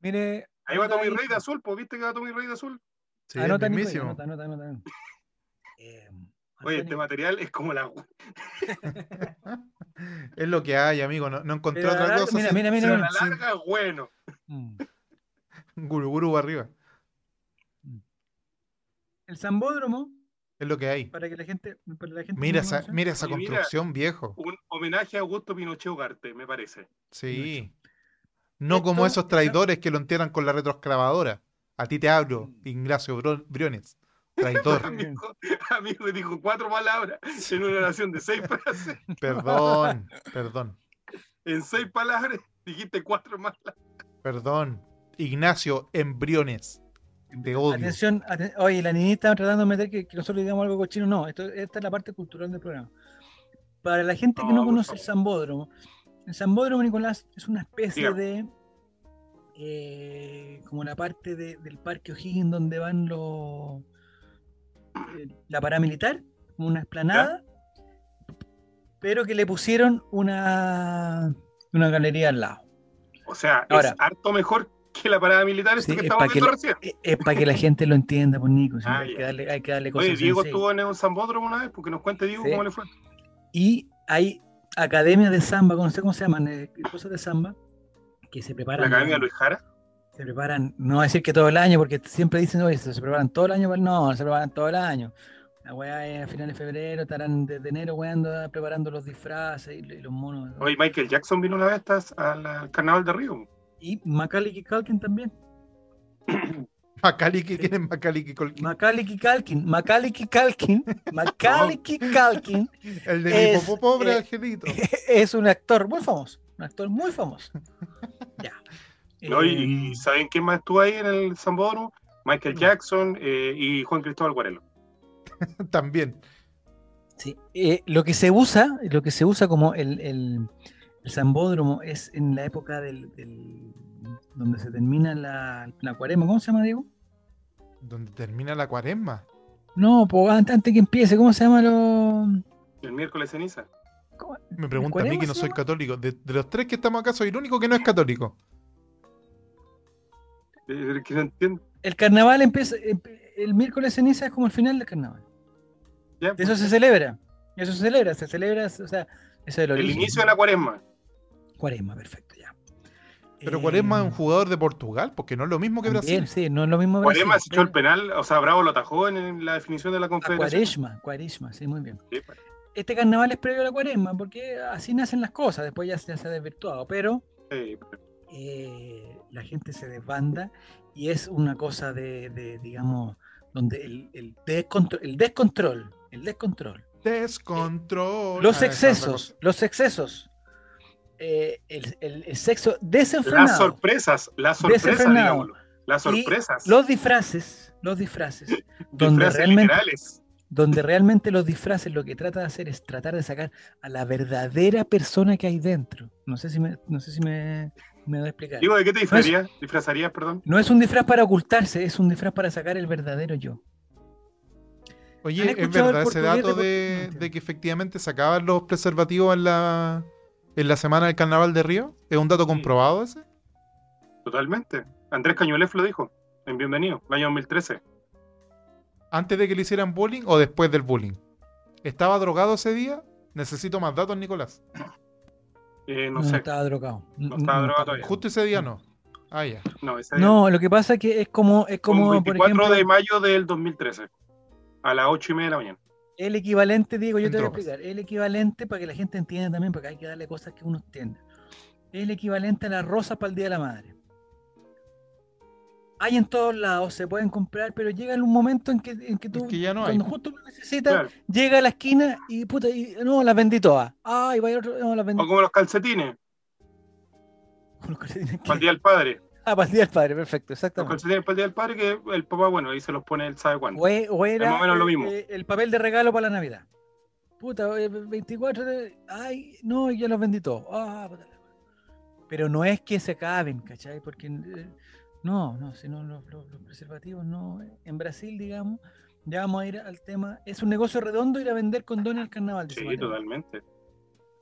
Speaker 1: Mire,
Speaker 3: ahí va
Speaker 1: anota
Speaker 3: Tommy
Speaker 1: ahí.
Speaker 3: Rey de azul, pues viste que va Tommy Rey de azul.
Speaker 2: Sí, el
Speaker 1: anota, Nico,
Speaker 2: mismísimo.
Speaker 1: anota, anota, anota, anota. Eh,
Speaker 3: Oye,
Speaker 1: anota,
Speaker 3: este
Speaker 1: Nico.
Speaker 3: material es como la.
Speaker 2: es lo que hay, amigo. No, no encontré
Speaker 1: Pero a la
Speaker 2: otra
Speaker 1: larga-
Speaker 2: cosa.
Speaker 1: mira,
Speaker 2: sin-
Speaker 1: mira, mira,
Speaker 2: sin-
Speaker 1: mira.
Speaker 3: La larga, bueno.
Speaker 1: Mm.
Speaker 2: sin gurú, gurú arriba.
Speaker 1: El Zambódromo,
Speaker 2: Es lo que hay.
Speaker 1: para que la gente. Para la gente
Speaker 2: Mira
Speaker 1: tenga
Speaker 2: esa,
Speaker 1: noción.
Speaker 2: mira esa
Speaker 3: Y mira.
Speaker 2: construcción, viejo.
Speaker 3: Un homenaje a Augusto Pinochet Ugarte, me parece.
Speaker 2: Sí. No como
Speaker 1: Esto-
Speaker 2: esos traidores que lo entierran con la retroexcavadora. A ti te hablo,
Speaker 1: Mm.
Speaker 2: Ignacio Bro- Briones. Traidor.
Speaker 3: Amigo, amigo me dijo cuatro palabras en una oración de seis frases.
Speaker 2: perdón, perdón,
Speaker 3: En seis palabras dijiste cuatro más.
Speaker 2: perdón. Ignacio Embriones. Te odio.
Speaker 1: Atención, aten- oye, la niñita tratando de meter que, que nosotros digamos algo cochino. No, esto, esta es la parte cultural del programa. Para la gente que
Speaker 3: No,
Speaker 1: no
Speaker 3: por
Speaker 1: conoce el
Speaker 3: favor.
Speaker 1: Zambódromo, el Zambódromo, Nicolás, es una especie
Speaker 3: Dígame.
Speaker 1: de. eh, como la parte de- del Parque O'Higgins donde van los. eh, la paramilitar, como una esplanada, pero que le pusieron una, una galería al lado.
Speaker 3: O sea, es
Speaker 1: Ahora.
Speaker 3: harto mejor que la parada militar esto
Speaker 1: Sí,
Speaker 3: que
Speaker 1: es
Speaker 3: estamos
Speaker 1: pa' que
Speaker 3: viendo
Speaker 1: la-
Speaker 3: recién.
Speaker 1: E-, Es, para que la gente lo entienda, pues Nico, siempre
Speaker 3: Ah,
Speaker 1: hay,
Speaker 3: ya.
Speaker 1: que darle, hay que darle cosas
Speaker 3: Oye, Diego
Speaker 1: sencillas.
Speaker 3: estuvo en un Zambódromo una vez, porque nos cuente Diego
Speaker 1: Sí.
Speaker 3: cómo le fue.
Speaker 1: Y hay academias de samba, no sé cómo se llaman, eh, cosas de samba, que se
Speaker 3: La
Speaker 1: preparan.
Speaker 3: Academia Luis Jara.
Speaker 1: Se preparan, no voy a decir que todo el año, porque siempre dicen, oye, se se preparan todo el año, pero no, no se preparan todo el año. La weá es a finales de febrero, estarán desde enero weando, preparando los disfraces y, y los monos. ¿no?
Speaker 3: Oye, Michael Jackson vino una vez tas- al, al Carnaval de Río.
Speaker 1: Y Macaulay Culkin también.
Speaker 2: Macaulay, que tienen Macaulay que col-
Speaker 1: Macaulay Culkin, Macaulay Culkin, Macaulay Culkin
Speaker 2: El de mi
Speaker 1: Es,
Speaker 2: popó pobre
Speaker 1: eh,
Speaker 2: angelito.
Speaker 1: es un actor muy famoso, un actor muy famoso. Ya.
Speaker 3: ¿no?
Speaker 1: Eh,
Speaker 3: Y, y ¿saben quién más estuvo ahí en el Zambódromo? Michael
Speaker 1: No.
Speaker 3: Jackson eh, y Juan Cristóbal Guarelo.
Speaker 2: También.
Speaker 1: Sí, eh, lo que se usa, lo que se usa como el, el, el zambódromo es en la época del, del- donde se termina la, la cuarema, ¿cómo se llama, Diego?
Speaker 2: Donde termina la cuaresma.
Speaker 1: No, po, an- antes, que empiece, ¿cómo se llama lo?
Speaker 3: El miércoles ceniza.
Speaker 1: cómo-
Speaker 2: Me pregunta a mí
Speaker 1: cuaresma
Speaker 2: que no
Speaker 1: se
Speaker 2: soy
Speaker 1: llama?
Speaker 2: católico. De, de los tres que estamos acá, soy el único que no es católico.
Speaker 3: Eh, que no entiendo.
Speaker 1: El carnaval empieza, em- el miércoles ceniza es como el final del carnaval.
Speaker 3: Ya, pues,
Speaker 1: Eso se celebra, eso se celebra, se celebra, o sea, eso es el
Speaker 3: el
Speaker 1: origen.
Speaker 3: inicio de la cuaresma.
Speaker 1: Cuaresma, perfecto, ya.
Speaker 2: Pero cuaresma es un
Speaker 1: Eh,
Speaker 2: jugador de Portugal, porque no es lo mismo que
Speaker 1: también,
Speaker 2: Brasil.
Speaker 1: Sí, eh. no es lo mismo Brasil,
Speaker 3: Cuaresma se echó
Speaker 1: pero-
Speaker 3: el penal, o sea, Bravo lo atajó en, en la definición de la
Speaker 1: a
Speaker 3: confederación.
Speaker 1: Cuaresma, Cuaresma, sí, muy bien.
Speaker 3: Sí, pues.
Speaker 1: este carnaval es previo a la cuaresma, porque así nacen las cosas, después ya, se- ya se ha desvirtuado, pero
Speaker 3: Sí, pues.
Speaker 1: eh, la gente se desbanda y es una cosa de, de, digamos, donde el, el descontro- el descontrol, el descontrol,
Speaker 2: Descontrol.
Speaker 1: los
Speaker 2: Ah, esa es otra
Speaker 1: excesos, los excesos, eh, el, el- el sexo
Speaker 3: Las
Speaker 1: desenfrenado,
Speaker 3: sorpresas, las
Speaker 1: De ese
Speaker 3: sorpresas,
Speaker 1: Fernado.
Speaker 3: digámoslo. Las
Speaker 1: Y
Speaker 3: sorpresas.
Speaker 1: los disfraces, los disfraces, donde
Speaker 3: disfraces
Speaker 1: realmente
Speaker 3: literales.
Speaker 1: donde realmente los disfraces lo que trata de hacer es tratar de sacar a la verdadera persona que hay dentro. No sé si me, no sé si me, me doy a explicar.
Speaker 3: Digo, ¿de qué te disfrazarías? disfrazarías perdón?
Speaker 1: No es un disfraz para ocultarse, es un disfraz para sacar el verdadero yo. ¿Han
Speaker 2: Oye, es
Speaker 1: escuchado el
Speaker 2: verdad ese
Speaker 1: portugués de
Speaker 2: dato
Speaker 1: Portu- No
Speaker 2: de,
Speaker 1: entiendo.
Speaker 2: de que efectivamente sacaban los preservativos en la, en la semana del carnaval de Río. ¿Es un dato comprobado ese?
Speaker 3: Totalmente. Andrés Cañuelef lo dijo en Bienvenido, el año 2013.
Speaker 2: ¿Antes de que le hicieran bullying o después del bullying? ¿Estaba drogado ese día? Necesito más datos, Nicolás.
Speaker 3: Eh, no,
Speaker 1: No, no
Speaker 3: sé,
Speaker 1: estaba drogado. Mm,
Speaker 3: No estaba drogado todavía.
Speaker 2: Justo ese
Speaker 3: Mm.
Speaker 2: día no. Ah, ya.
Speaker 3: no, ese
Speaker 1: No, lo que pasa es que es como, es
Speaker 3: fue un
Speaker 1: como por
Speaker 3: 24
Speaker 1: ejemplo,
Speaker 3: de mayo del 2013, a las 8 y media de la mañana.
Speaker 1: el equivalente, Diego, yo te voy a
Speaker 2: Entró.
Speaker 1: explicar, el equivalente para que la gente entienda también, porque hay que darle cosas que uno entienda. El equivalente a la rosa para el Día de la Madre. Hay en todos lados, se pueden comprar, pero llega un momento en que, en que tú,
Speaker 2: Es que ya no hay.
Speaker 1: cuando justo lo necesitas,
Speaker 3: Claro.
Speaker 1: llega a la esquina y puta, y, no, las vendí todas. Ay, vaya otro, no, las vendí.
Speaker 3: O como los calcetines,
Speaker 1: Los calcetines que-
Speaker 3: para el Día del Padre.
Speaker 1: Ah, para el Día del Padre, perfecto,
Speaker 3: Los
Speaker 1: exactamente.
Speaker 3: calcetines para el Día del Padre que el papá, bueno, ahí se los pone él sabe cuándo.
Speaker 1: O, e- o era
Speaker 3: más o menos lo
Speaker 1: eh,
Speaker 3: mismo.
Speaker 1: eh, el papel de regalo para la Navidad. Puta, eh, 24 de... Ay, no, ya los vendí todos. Ah, puta la wea. Pero no es que se acaben, ¿cachai? Porque eh, no, no, sino los, los- los preservativos no. eh, En Brasil, digamos, ya vamos a ir al tema. Es un negocio redondo ir a vender condones al carnaval. dice
Speaker 3: Sí,
Speaker 1: Mateo.
Speaker 3: totalmente.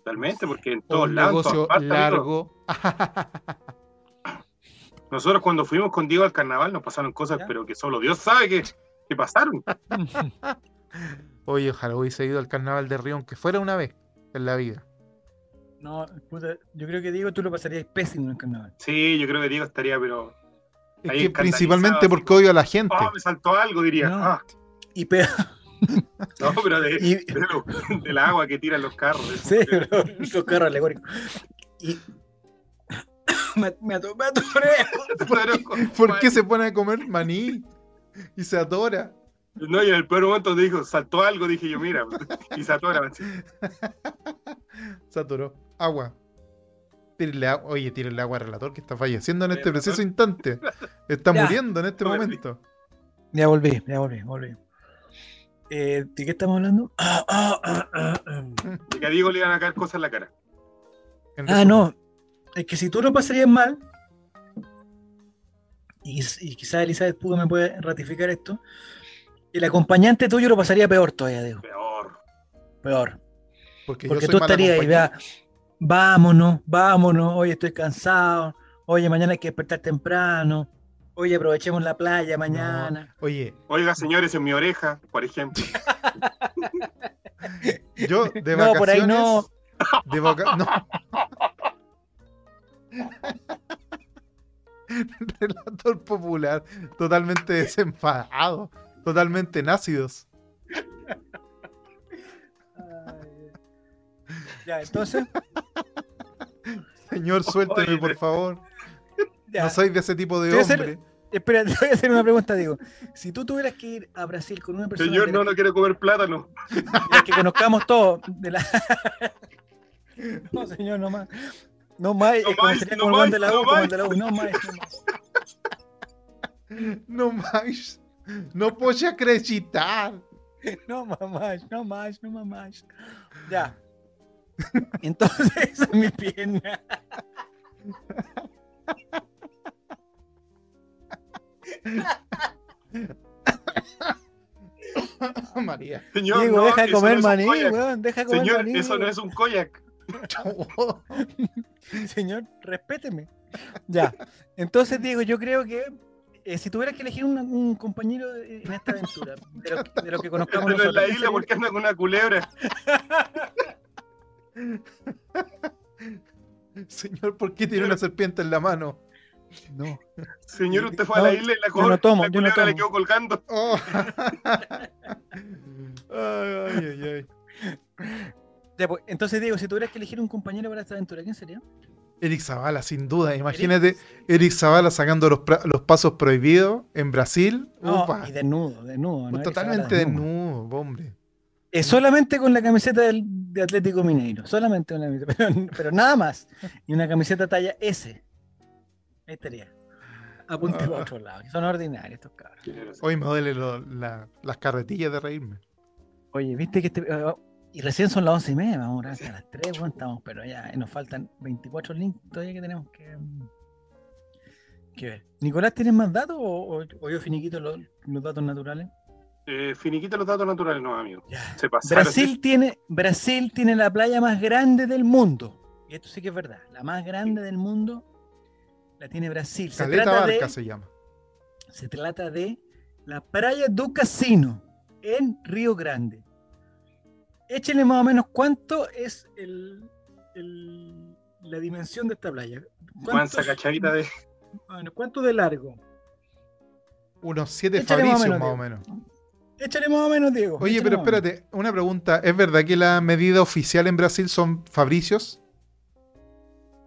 Speaker 3: Totalmente, porque en todos
Speaker 2: Un
Speaker 3: lados. en
Speaker 2: negocio
Speaker 3: todas partes, amigo.
Speaker 2: largo.
Speaker 3: Nosotros cuando fuimos con Diego al carnaval nos pasaron cosas,
Speaker 1: ¿Ya?
Speaker 3: pero que solo Dios sabe que, que pasaron.
Speaker 2: Oye, ojalá hubiese ido al carnaval de Río, aunque fuera una vez en la vida.
Speaker 1: no, puta, yo creo que Diego tú lo pasarías pésimo en el carnaval.
Speaker 3: Sí, yo creo que Diego estaría, pero.
Speaker 2: Es
Speaker 3: Ahí
Speaker 2: que
Speaker 3: escandalizado,
Speaker 2: principalmente
Speaker 3: así
Speaker 2: porque
Speaker 3: como,
Speaker 2: odio a la gente.
Speaker 3: ¡Oh, me saltó algo! Diría.
Speaker 1: No.
Speaker 3: "Ah".
Speaker 1: Y peor.
Speaker 3: No, pero de,
Speaker 1: Y-
Speaker 3: de lo- del agua que tiran los carros. de eso.
Speaker 1: Sí, los, los carros alegóricos. Y me, me ato- me atoré.
Speaker 2: ¿Por qué se pone a comer maní? Y se atora.
Speaker 3: No, y en el peor momento dijo, saltó algo, dije yo, mira, y saltó ahora.
Speaker 2: Se atoró. Agua. Tírenle agua. Oye, tírenle agua al relator que está falleciendo en este
Speaker 3: Relator.
Speaker 2: preciso instante. Está
Speaker 1: Ya.
Speaker 2: muriendo en este
Speaker 3: Lo perdí.
Speaker 2: momento.
Speaker 1: Ya volví, ya volví, volví. Eh, ¿De qué estamos hablando? Ah, ah, ah, ah, ah.
Speaker 3: De que a Diego le iban a caer cosas en la cara.
Speaker 2: En
Speaker 1: Ah,
Speaker 2: resumen.
Speaker 1: no. Es que si tú lo pasarías mal, y, y quizás Elizabeth Puga me puede ratificar esto, el acompañante tuyo lo pasaría peor todavía, digo.
Speaker 3: Peor.
Speaker 1: Peor.
Speaker 2: Porque, yo
Speaker 1: Porque
Speaker 2: soy
Speaker 1: tú
Speaker 2: mala
Speaker 1: estarías ahí,
Speaker 2: compañía.
Speaker 1: vea, vámonos, vámonos, oye, estoy cansado, oye, mañana hay que despertar temprano, oye, aprovechemos la playa mañana.
Speaker 2: Oye,
Speaker 3: Oiga, señores, en mi oreja, por ejemplo.
Speaker 2: yo de
Speaker 1: No, por ahí
Speaker 2: vacaciones.
Speaker 1: no.
Speaker 2: De vaca- no. Relator popular, totalmente desenfadado, totalmente nácidos.
Speaker 1: Ya, entonces,
Speaker 2: Señor, suélteme,
Speaker 3: Oye,
Speaker 2: por favor.
Speaker 1: ya.
Speaker 2: No soy de ese tipo de
Speaker 1: Te voy a hacer-
Speaker 2: hombre.
Speaker 1: Espera, te voy a hacer una pregunta, digo. Si tú tuvieras que ir a Brasil con una persona
Speaker 3: Señor,
Speaker 1: de
Speaker 3: no,
Speaker 1: la-
Speaker 3: no quiero comer plátano.
Speaker 1: de la que conozcamos todos, de la... No, señor, no más. No más, es
Speaker 3: No
Speaker 1: como
Speaker 3: más,
Speaker 1: sería
Speaker 3: no
Speaker 1: como el weón de
Speaker 3: más,
Speaker 1: la
Speaker 3: no
Speaker 1: U, como el
Speaker 3: más.
Speaker 1: de la U, no más, no más.
Speaker 2: No mais. No puedo acreditar.
Speaker 1: No más, no más, no más. Ya. Entonces, esa es mi pierna.
Speaker 2: María.
Speaker 3: Señor,
Speaker 1: Digo,
Speaker 3: no,
Speaker 1: deja de
Speaker 3: eso no
Speaker 1: comer
Speaker 3: es un
Speaker 1: maní,
Speaker 3: koyak.
Speaker 1: weón, deja de comer
Speaker 3: Señor,
Speaker 1: maní.
Speaker 3: eso no es un koyak.
Speaker 1: Señor, respéteme. Ya. Entonces, Diego, yo creo que eh, si tuvieras que elegir un, un compañero de- en esta aventura, de lo, de lo que
Speaker 3: Este
Speaker 1: conozcamos
Speaker 3: no es
Speaker 1: nosotros,
Speaker 3: la
Speaker 1: ¿quién
Speaker 3: isla
Speaker 1: sería?
Speaker 3: porque anda con una culebra.
Speaker 2: Señor, ¿por qué tiene una serpiente en la mano? No.
Speaker 3: Señor, usted fue a
Speaker 1: No,
Speaker 3: la isla y la,
Speaker 1: yo no
Speaker 3: col-
Speaker 1: tomo,
Speaker 3: la
Speaker 1: yo no
Speaker 3: culebra le
Speaker 1: tomo.
Speaker 3: quedó colgando.
Speaker 2: Oh. ay, ay, ay, ay.
Speaker 1: Ya, pues, entonces, Diego, si tuvieras que elegir un compañero para esta aventura, ¿quién sería?
Speaker 2: Eric Zavala, sin duda. Imagínate Eric Zavala sacando los, pra- los pasos prohibidos en Brasil.
Speaker 1: No,
Speaker 2: Upa. Pues
Speaker 1: y desnudo, desnudo. ¿no? Eric Zavala
Speaker 2: Totalmente desnudo, hombre.
Speaker 1: Eh, solamente con la camiseta del, de Atlético Mineiro. Solamente con la camiseta, pero, pero nada más. Y una camiseta talla S. Ahí estaría. Apunte para otro lado. que Son ordinarios estos cabros.
Speaker 2: Hoy me duelen lo- la- las carretillas de reírme.
Speaker 1: Oye, viste que este. eh, y recién son las once y media, vamos a hasta las tres, bueno, estamos, pero ya eh, nos faltan 24 links todavía que tenemos que, mm, que ver. Nicolás, ¿tienes más datos o, o- o yo finiquito los, los datos naturales?
Speaker 3: Eh, finiquita los datos naturales, no, amigo.
Speaker 1: Ya.
Speaker 3: Se pasaron.
Speaker 1: Brasil tiene, Brasil tiene la playa más grande del mundo. Y esto sí que es verdad. La más grande del mundo la tiene Brasil. Se
Speaker 2: Caleta
Speaker 1: trata,
Speaker 2: Barca
Speaker 1: de,
Speaker 2: se llama.
Speaker 1: se trata de la playa do Casino en Río Grande. Échenle más o menos cuánto es el, el- la dimensión de esta playa.
Speaker 3: Juan
Speaker 1: ¿Cuántos-
Speaker 3: Sacachavita de.
Speaker 1: bueno, ¿Cuánto de largo?
Speaker 2: Unos siete
Speaker 1: Échale más o
Speaker 2: fabricios más
Speaker 1: menos,
Speaker 2: o menos.
Speaker 1: Échale más o menos, Diego.
Speaker 2: Oye,
Speaker 1: échale
Speaker 2: pero
Speaker 1: más o menos.
Speaker 2: espérate, una pregunta. ¿Es verdad que la medida oficial en Brasil son fabricios?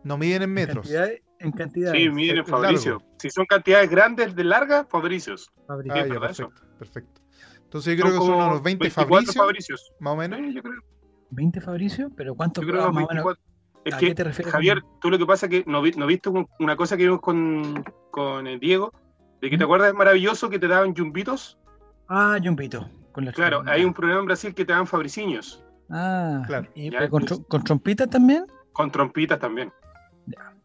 Speaker 2: No miden en metros.
Speaker 1: Cantidad- en cantidad.
Speaker 3: Sí, miren,
Speaker 2: es
Speaker 3: Fabricio. Si son cantidades grandes de largas, Fabricios.
Speaker 2: Ah, ya,
Speaker 3: ¿verdad eso?
Speaker 2: perfecto, perfecto. Entonces yo creo que son
Speaker 3: como
Speaker 2: unos 20
Speaker 3: 24
Speaker 2: fabricios,
Speaker 3: Fabricios.
Speaker 2: más o menos.
Speaker 3: Eh, Yo creo,
Speaker 1: ¿20 Fabricio? ¿Pero cuánto?
Speaker 3: yo creo
Speaker 1: ah,
Speaker 3: unos
Speaker 1: más o menos,
Speaker 3: 24. Es
Speaker 1: ¿A
Speaker 3: que
Speaker 1: qué te refieres?
Speaker 3: Javier, tú lo que pasa es que no, vi- no viste un- una cosa que vimos con, con el Diego, de que te acuerdas es maravilloso que te daban yumbitos.
Speaker 1: Ah, Jumpito. Con la
Speaker 3: Claro,
Speaker 1: trompa.
Speaker 3: hay un programa en Brasil que te dan fabriciños,
Speaker 1: Ah,
Speaker 2: Claro.
Speaker 1: ¿y
Speaker 3: Ya,
Speaker 1: pero con,
Speaker 3: entonces-
Speaker 1: tro- con trompita también?
Speaker 3: con trompitas también.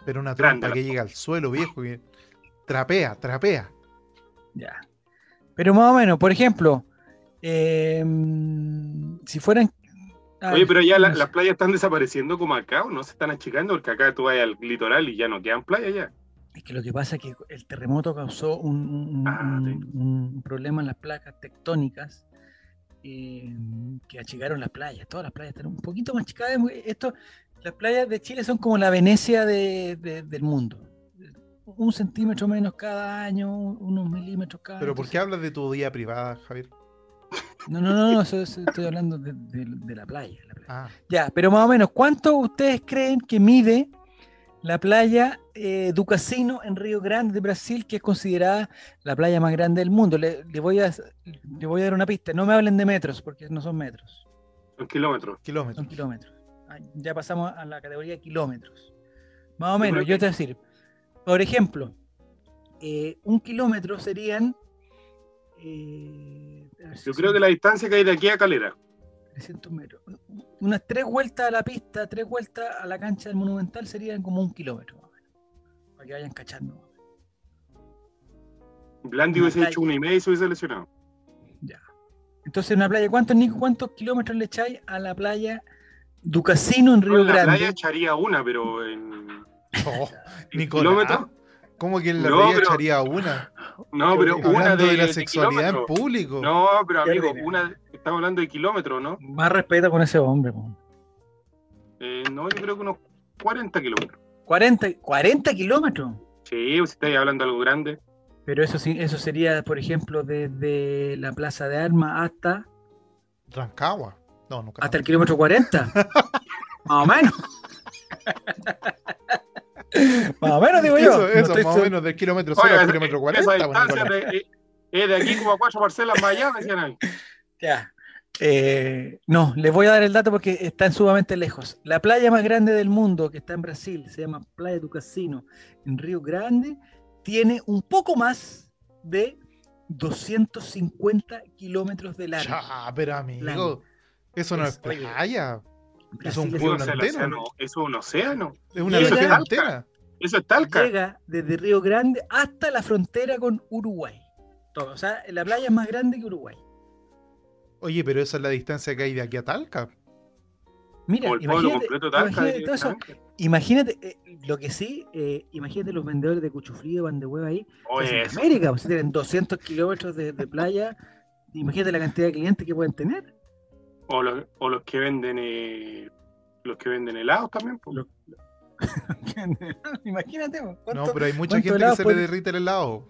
Speaker 2: Pero una
Speaker 3: Grande
Speaker 2: trompa
Speaker 3: la
Speaker 2: que llega al suelo, viejo, que trapea, trapea.
Speaker 1: Ah, Ya. Pero más o menos, por ejemplo, eh, si fueran... ah,
Speaker 3: Oye, pero ya la-
Speaker 1: no sé.
Speaker 3: las playas están desapareciendo como acá, ¿o no se están achicando? Porque acá tú vas al litoral y ya no quedan playas ya.
Speaker 1: Es que lo que pasa es que el terremoto causó un, un- un-
Speaker 3: Ah, sí.
Speaker 1: un- un problema en las placas tectónicas eh, que achicaron las playas. Todas las playas están un poquito más chicadas. muy- Esto, las playas de Chile son como la Venecia de- de- del mundo. Un centímetro menos cada año, unos milímetros cada
Speaker 2: Pero
Speaker 1: año.
Speaker 2: ¿por qué hablas de tu día privada, Javier?
Speaker 1: No, no, no, no, eso- eso estoy hablando de, de- de la playa, la playa.
Speaker 2: Ah,
Speaker 1: Ya, pero más o menos, ¿cuánto ustedes creen que mide la playa eh, do Casino en Río Grande de Brasil, que es considerada la playa más grande del mundo? Le, le voy a, le voy a dar una pista, no me hablen de metros, porque no son metros,
Speaker 3: Son kilómetros.
Speaker 2: kilómetros.
Speaker 1: son kilómetros. Ah, Ya pasamos a la categoría de kilómetros. Más o
Speaker 3: Yo
Speaker 1: menos,
Speaker 3: creo
Speaker 1: yo
Speaker 3: que-
Speaker 1: te voy a decir, por ejemplo, eh, un kilómetro serían eh,
Speaker 3: Yo creo que la distancia que hay de aquí a Calera.
Speaker 1: 300 metros. Unas tres vueltas a la pista, tres vueltas a la cancha del Monumental serían como un kilómetro. más o menos, Para que vayan cachando.
Speaker 3: Blandi
Speaker 1: Una
Speaker 3: hubiese
Speaker 1: playa.
Speaker 3: hecho una y media y se hubiese lesionado.
Speaker 1: Entonces, una playa, ¿cuántos, Nico, cuántos kilómetros le echáis a la playa Ducasino en Río
Speaker 3: en la
Speaker 1: Grande?
Speaker 3: playa echaría una, pero en.
Speaker 2: Oh,
Speaker 3: en
Speaker 2: Nicolás, ah,
Speaker 3: kilómetro-
Speaker 2: ¿cómo que en la
Speaker 3: No,
Speaker 2: playa
Speaker 3: pero-
Speaker 2: echaría una?
Speaker 3: No, pero una
Speaker 2: Hablando
Speaker 3: de,
Speaker 2: de, la
Speaker 3: de
Speaker 2: sexualidad en
Speaker 3: kilómetro.
Speaker 2: público.
Speaker 3: No, pero
Speaker 1: Qué
Speaker 3: amigo,
Speaker 1: ordinario.
Speaker 3: una, estamos hablando de kilómetros, ¿no?
Speaker 1: Más respeto con ese hombre. po.
Speaker 3: Eh, no, yo creo que unos 40 kilómetros.
Speaker 1: 40, 40 kilómetros.
Speaker 3: Sí, si estáis hablando de algo grande.
Speaker 1: Pero eso sí, eso sería, por ejemplo, desde la Plaza de Armas hasta,
Speaker 2: Rancagua. No, nunca.
Speaker 1: hasta el kilómetro 40. más o menos. más o menos, digo yo.
Speaker 2: Eso,
Speaker 1: No
Speaker 2: eso,
Speaker 1: estoy
Speaker 2: más o
Speaker 1: seguro.
Speaker 2: menos del kilómetro
Speaker 3: Oye,
Speaker 2: 0 al
Speaker 3: esa-
Speaker 2: kilómetro
Speaker 3: esa
Speaker 2: 40. bueno,
Speaker 3: distancia
Speaker 2: Nicolás.
Speaker 3: de- eh, es de aquí como a cuatro parcelas más allá, decían ahí.
Speaker 1: Ya. Eh, no, les voy a dar el dato porque están sumamente lejos. La playa más grande del mundo, que está en Brasil, se llama Playa do Casino, en Río Grande, tiene un poco más de 250 kilómetros de largo.
Speaker 2: Ya, pero amigo,
Speaker 1: Largo.
Speaker 2: eso no es
Speaker 1: Es- oye,
Speaker 2: playa. es un
Speaker 1: Brasil
Speaker 3: Eso
Speaker 2: pueblo
Speaker 3: es el
Speaker 2: entero.
Speaker 3: océano, eso es un océano.
Speaker 2: Es una
Speaker 1: Llega-
Speaker 2: región entera.
Speaker 3: Eso es Talca.
Speaker 1: llega desde Río Grande hasta la frontera con Uruguay. Todo. O sea, la playa es más grande que Uruguay.
Speaker 2: Oye, pero esa es la distancia que hay de aquí a Talca.
Speaker 1: Mira,
Speaker 3: o el pueblo
Speaker 1: imagínate,
Speaker 3: completo Talca.
Speaker 1: imagínate todo eso.
Speaker 3: directamente.
Speaker 1: Imagínate, eh, lo que sí, eh, imagínate los vendedores de cuchufrío, van de hueva ahí.
Speaker 3: Oye,
Speaker 1: Estás en
Speaker 3: eso.
Speaker 1: América, pues, si tienen 200 kilómetros de, de playa, imagínate la cantidad de clientes que pueden tener.
Speaker 3: O los, o los que venden eh, los que venden helados también. po.
Speaker 1: Los- imagínate, po,
Speaker 2: No,
Speaker 1: ¿cuánto,
Speaker 2: pero hay mucha
Speaker 1: cuánto
Speaker 2: gente que
Speaker 1: helado
Speaker 2: se
Speaker 1: puede-
Speaker 2: le derrite el helado.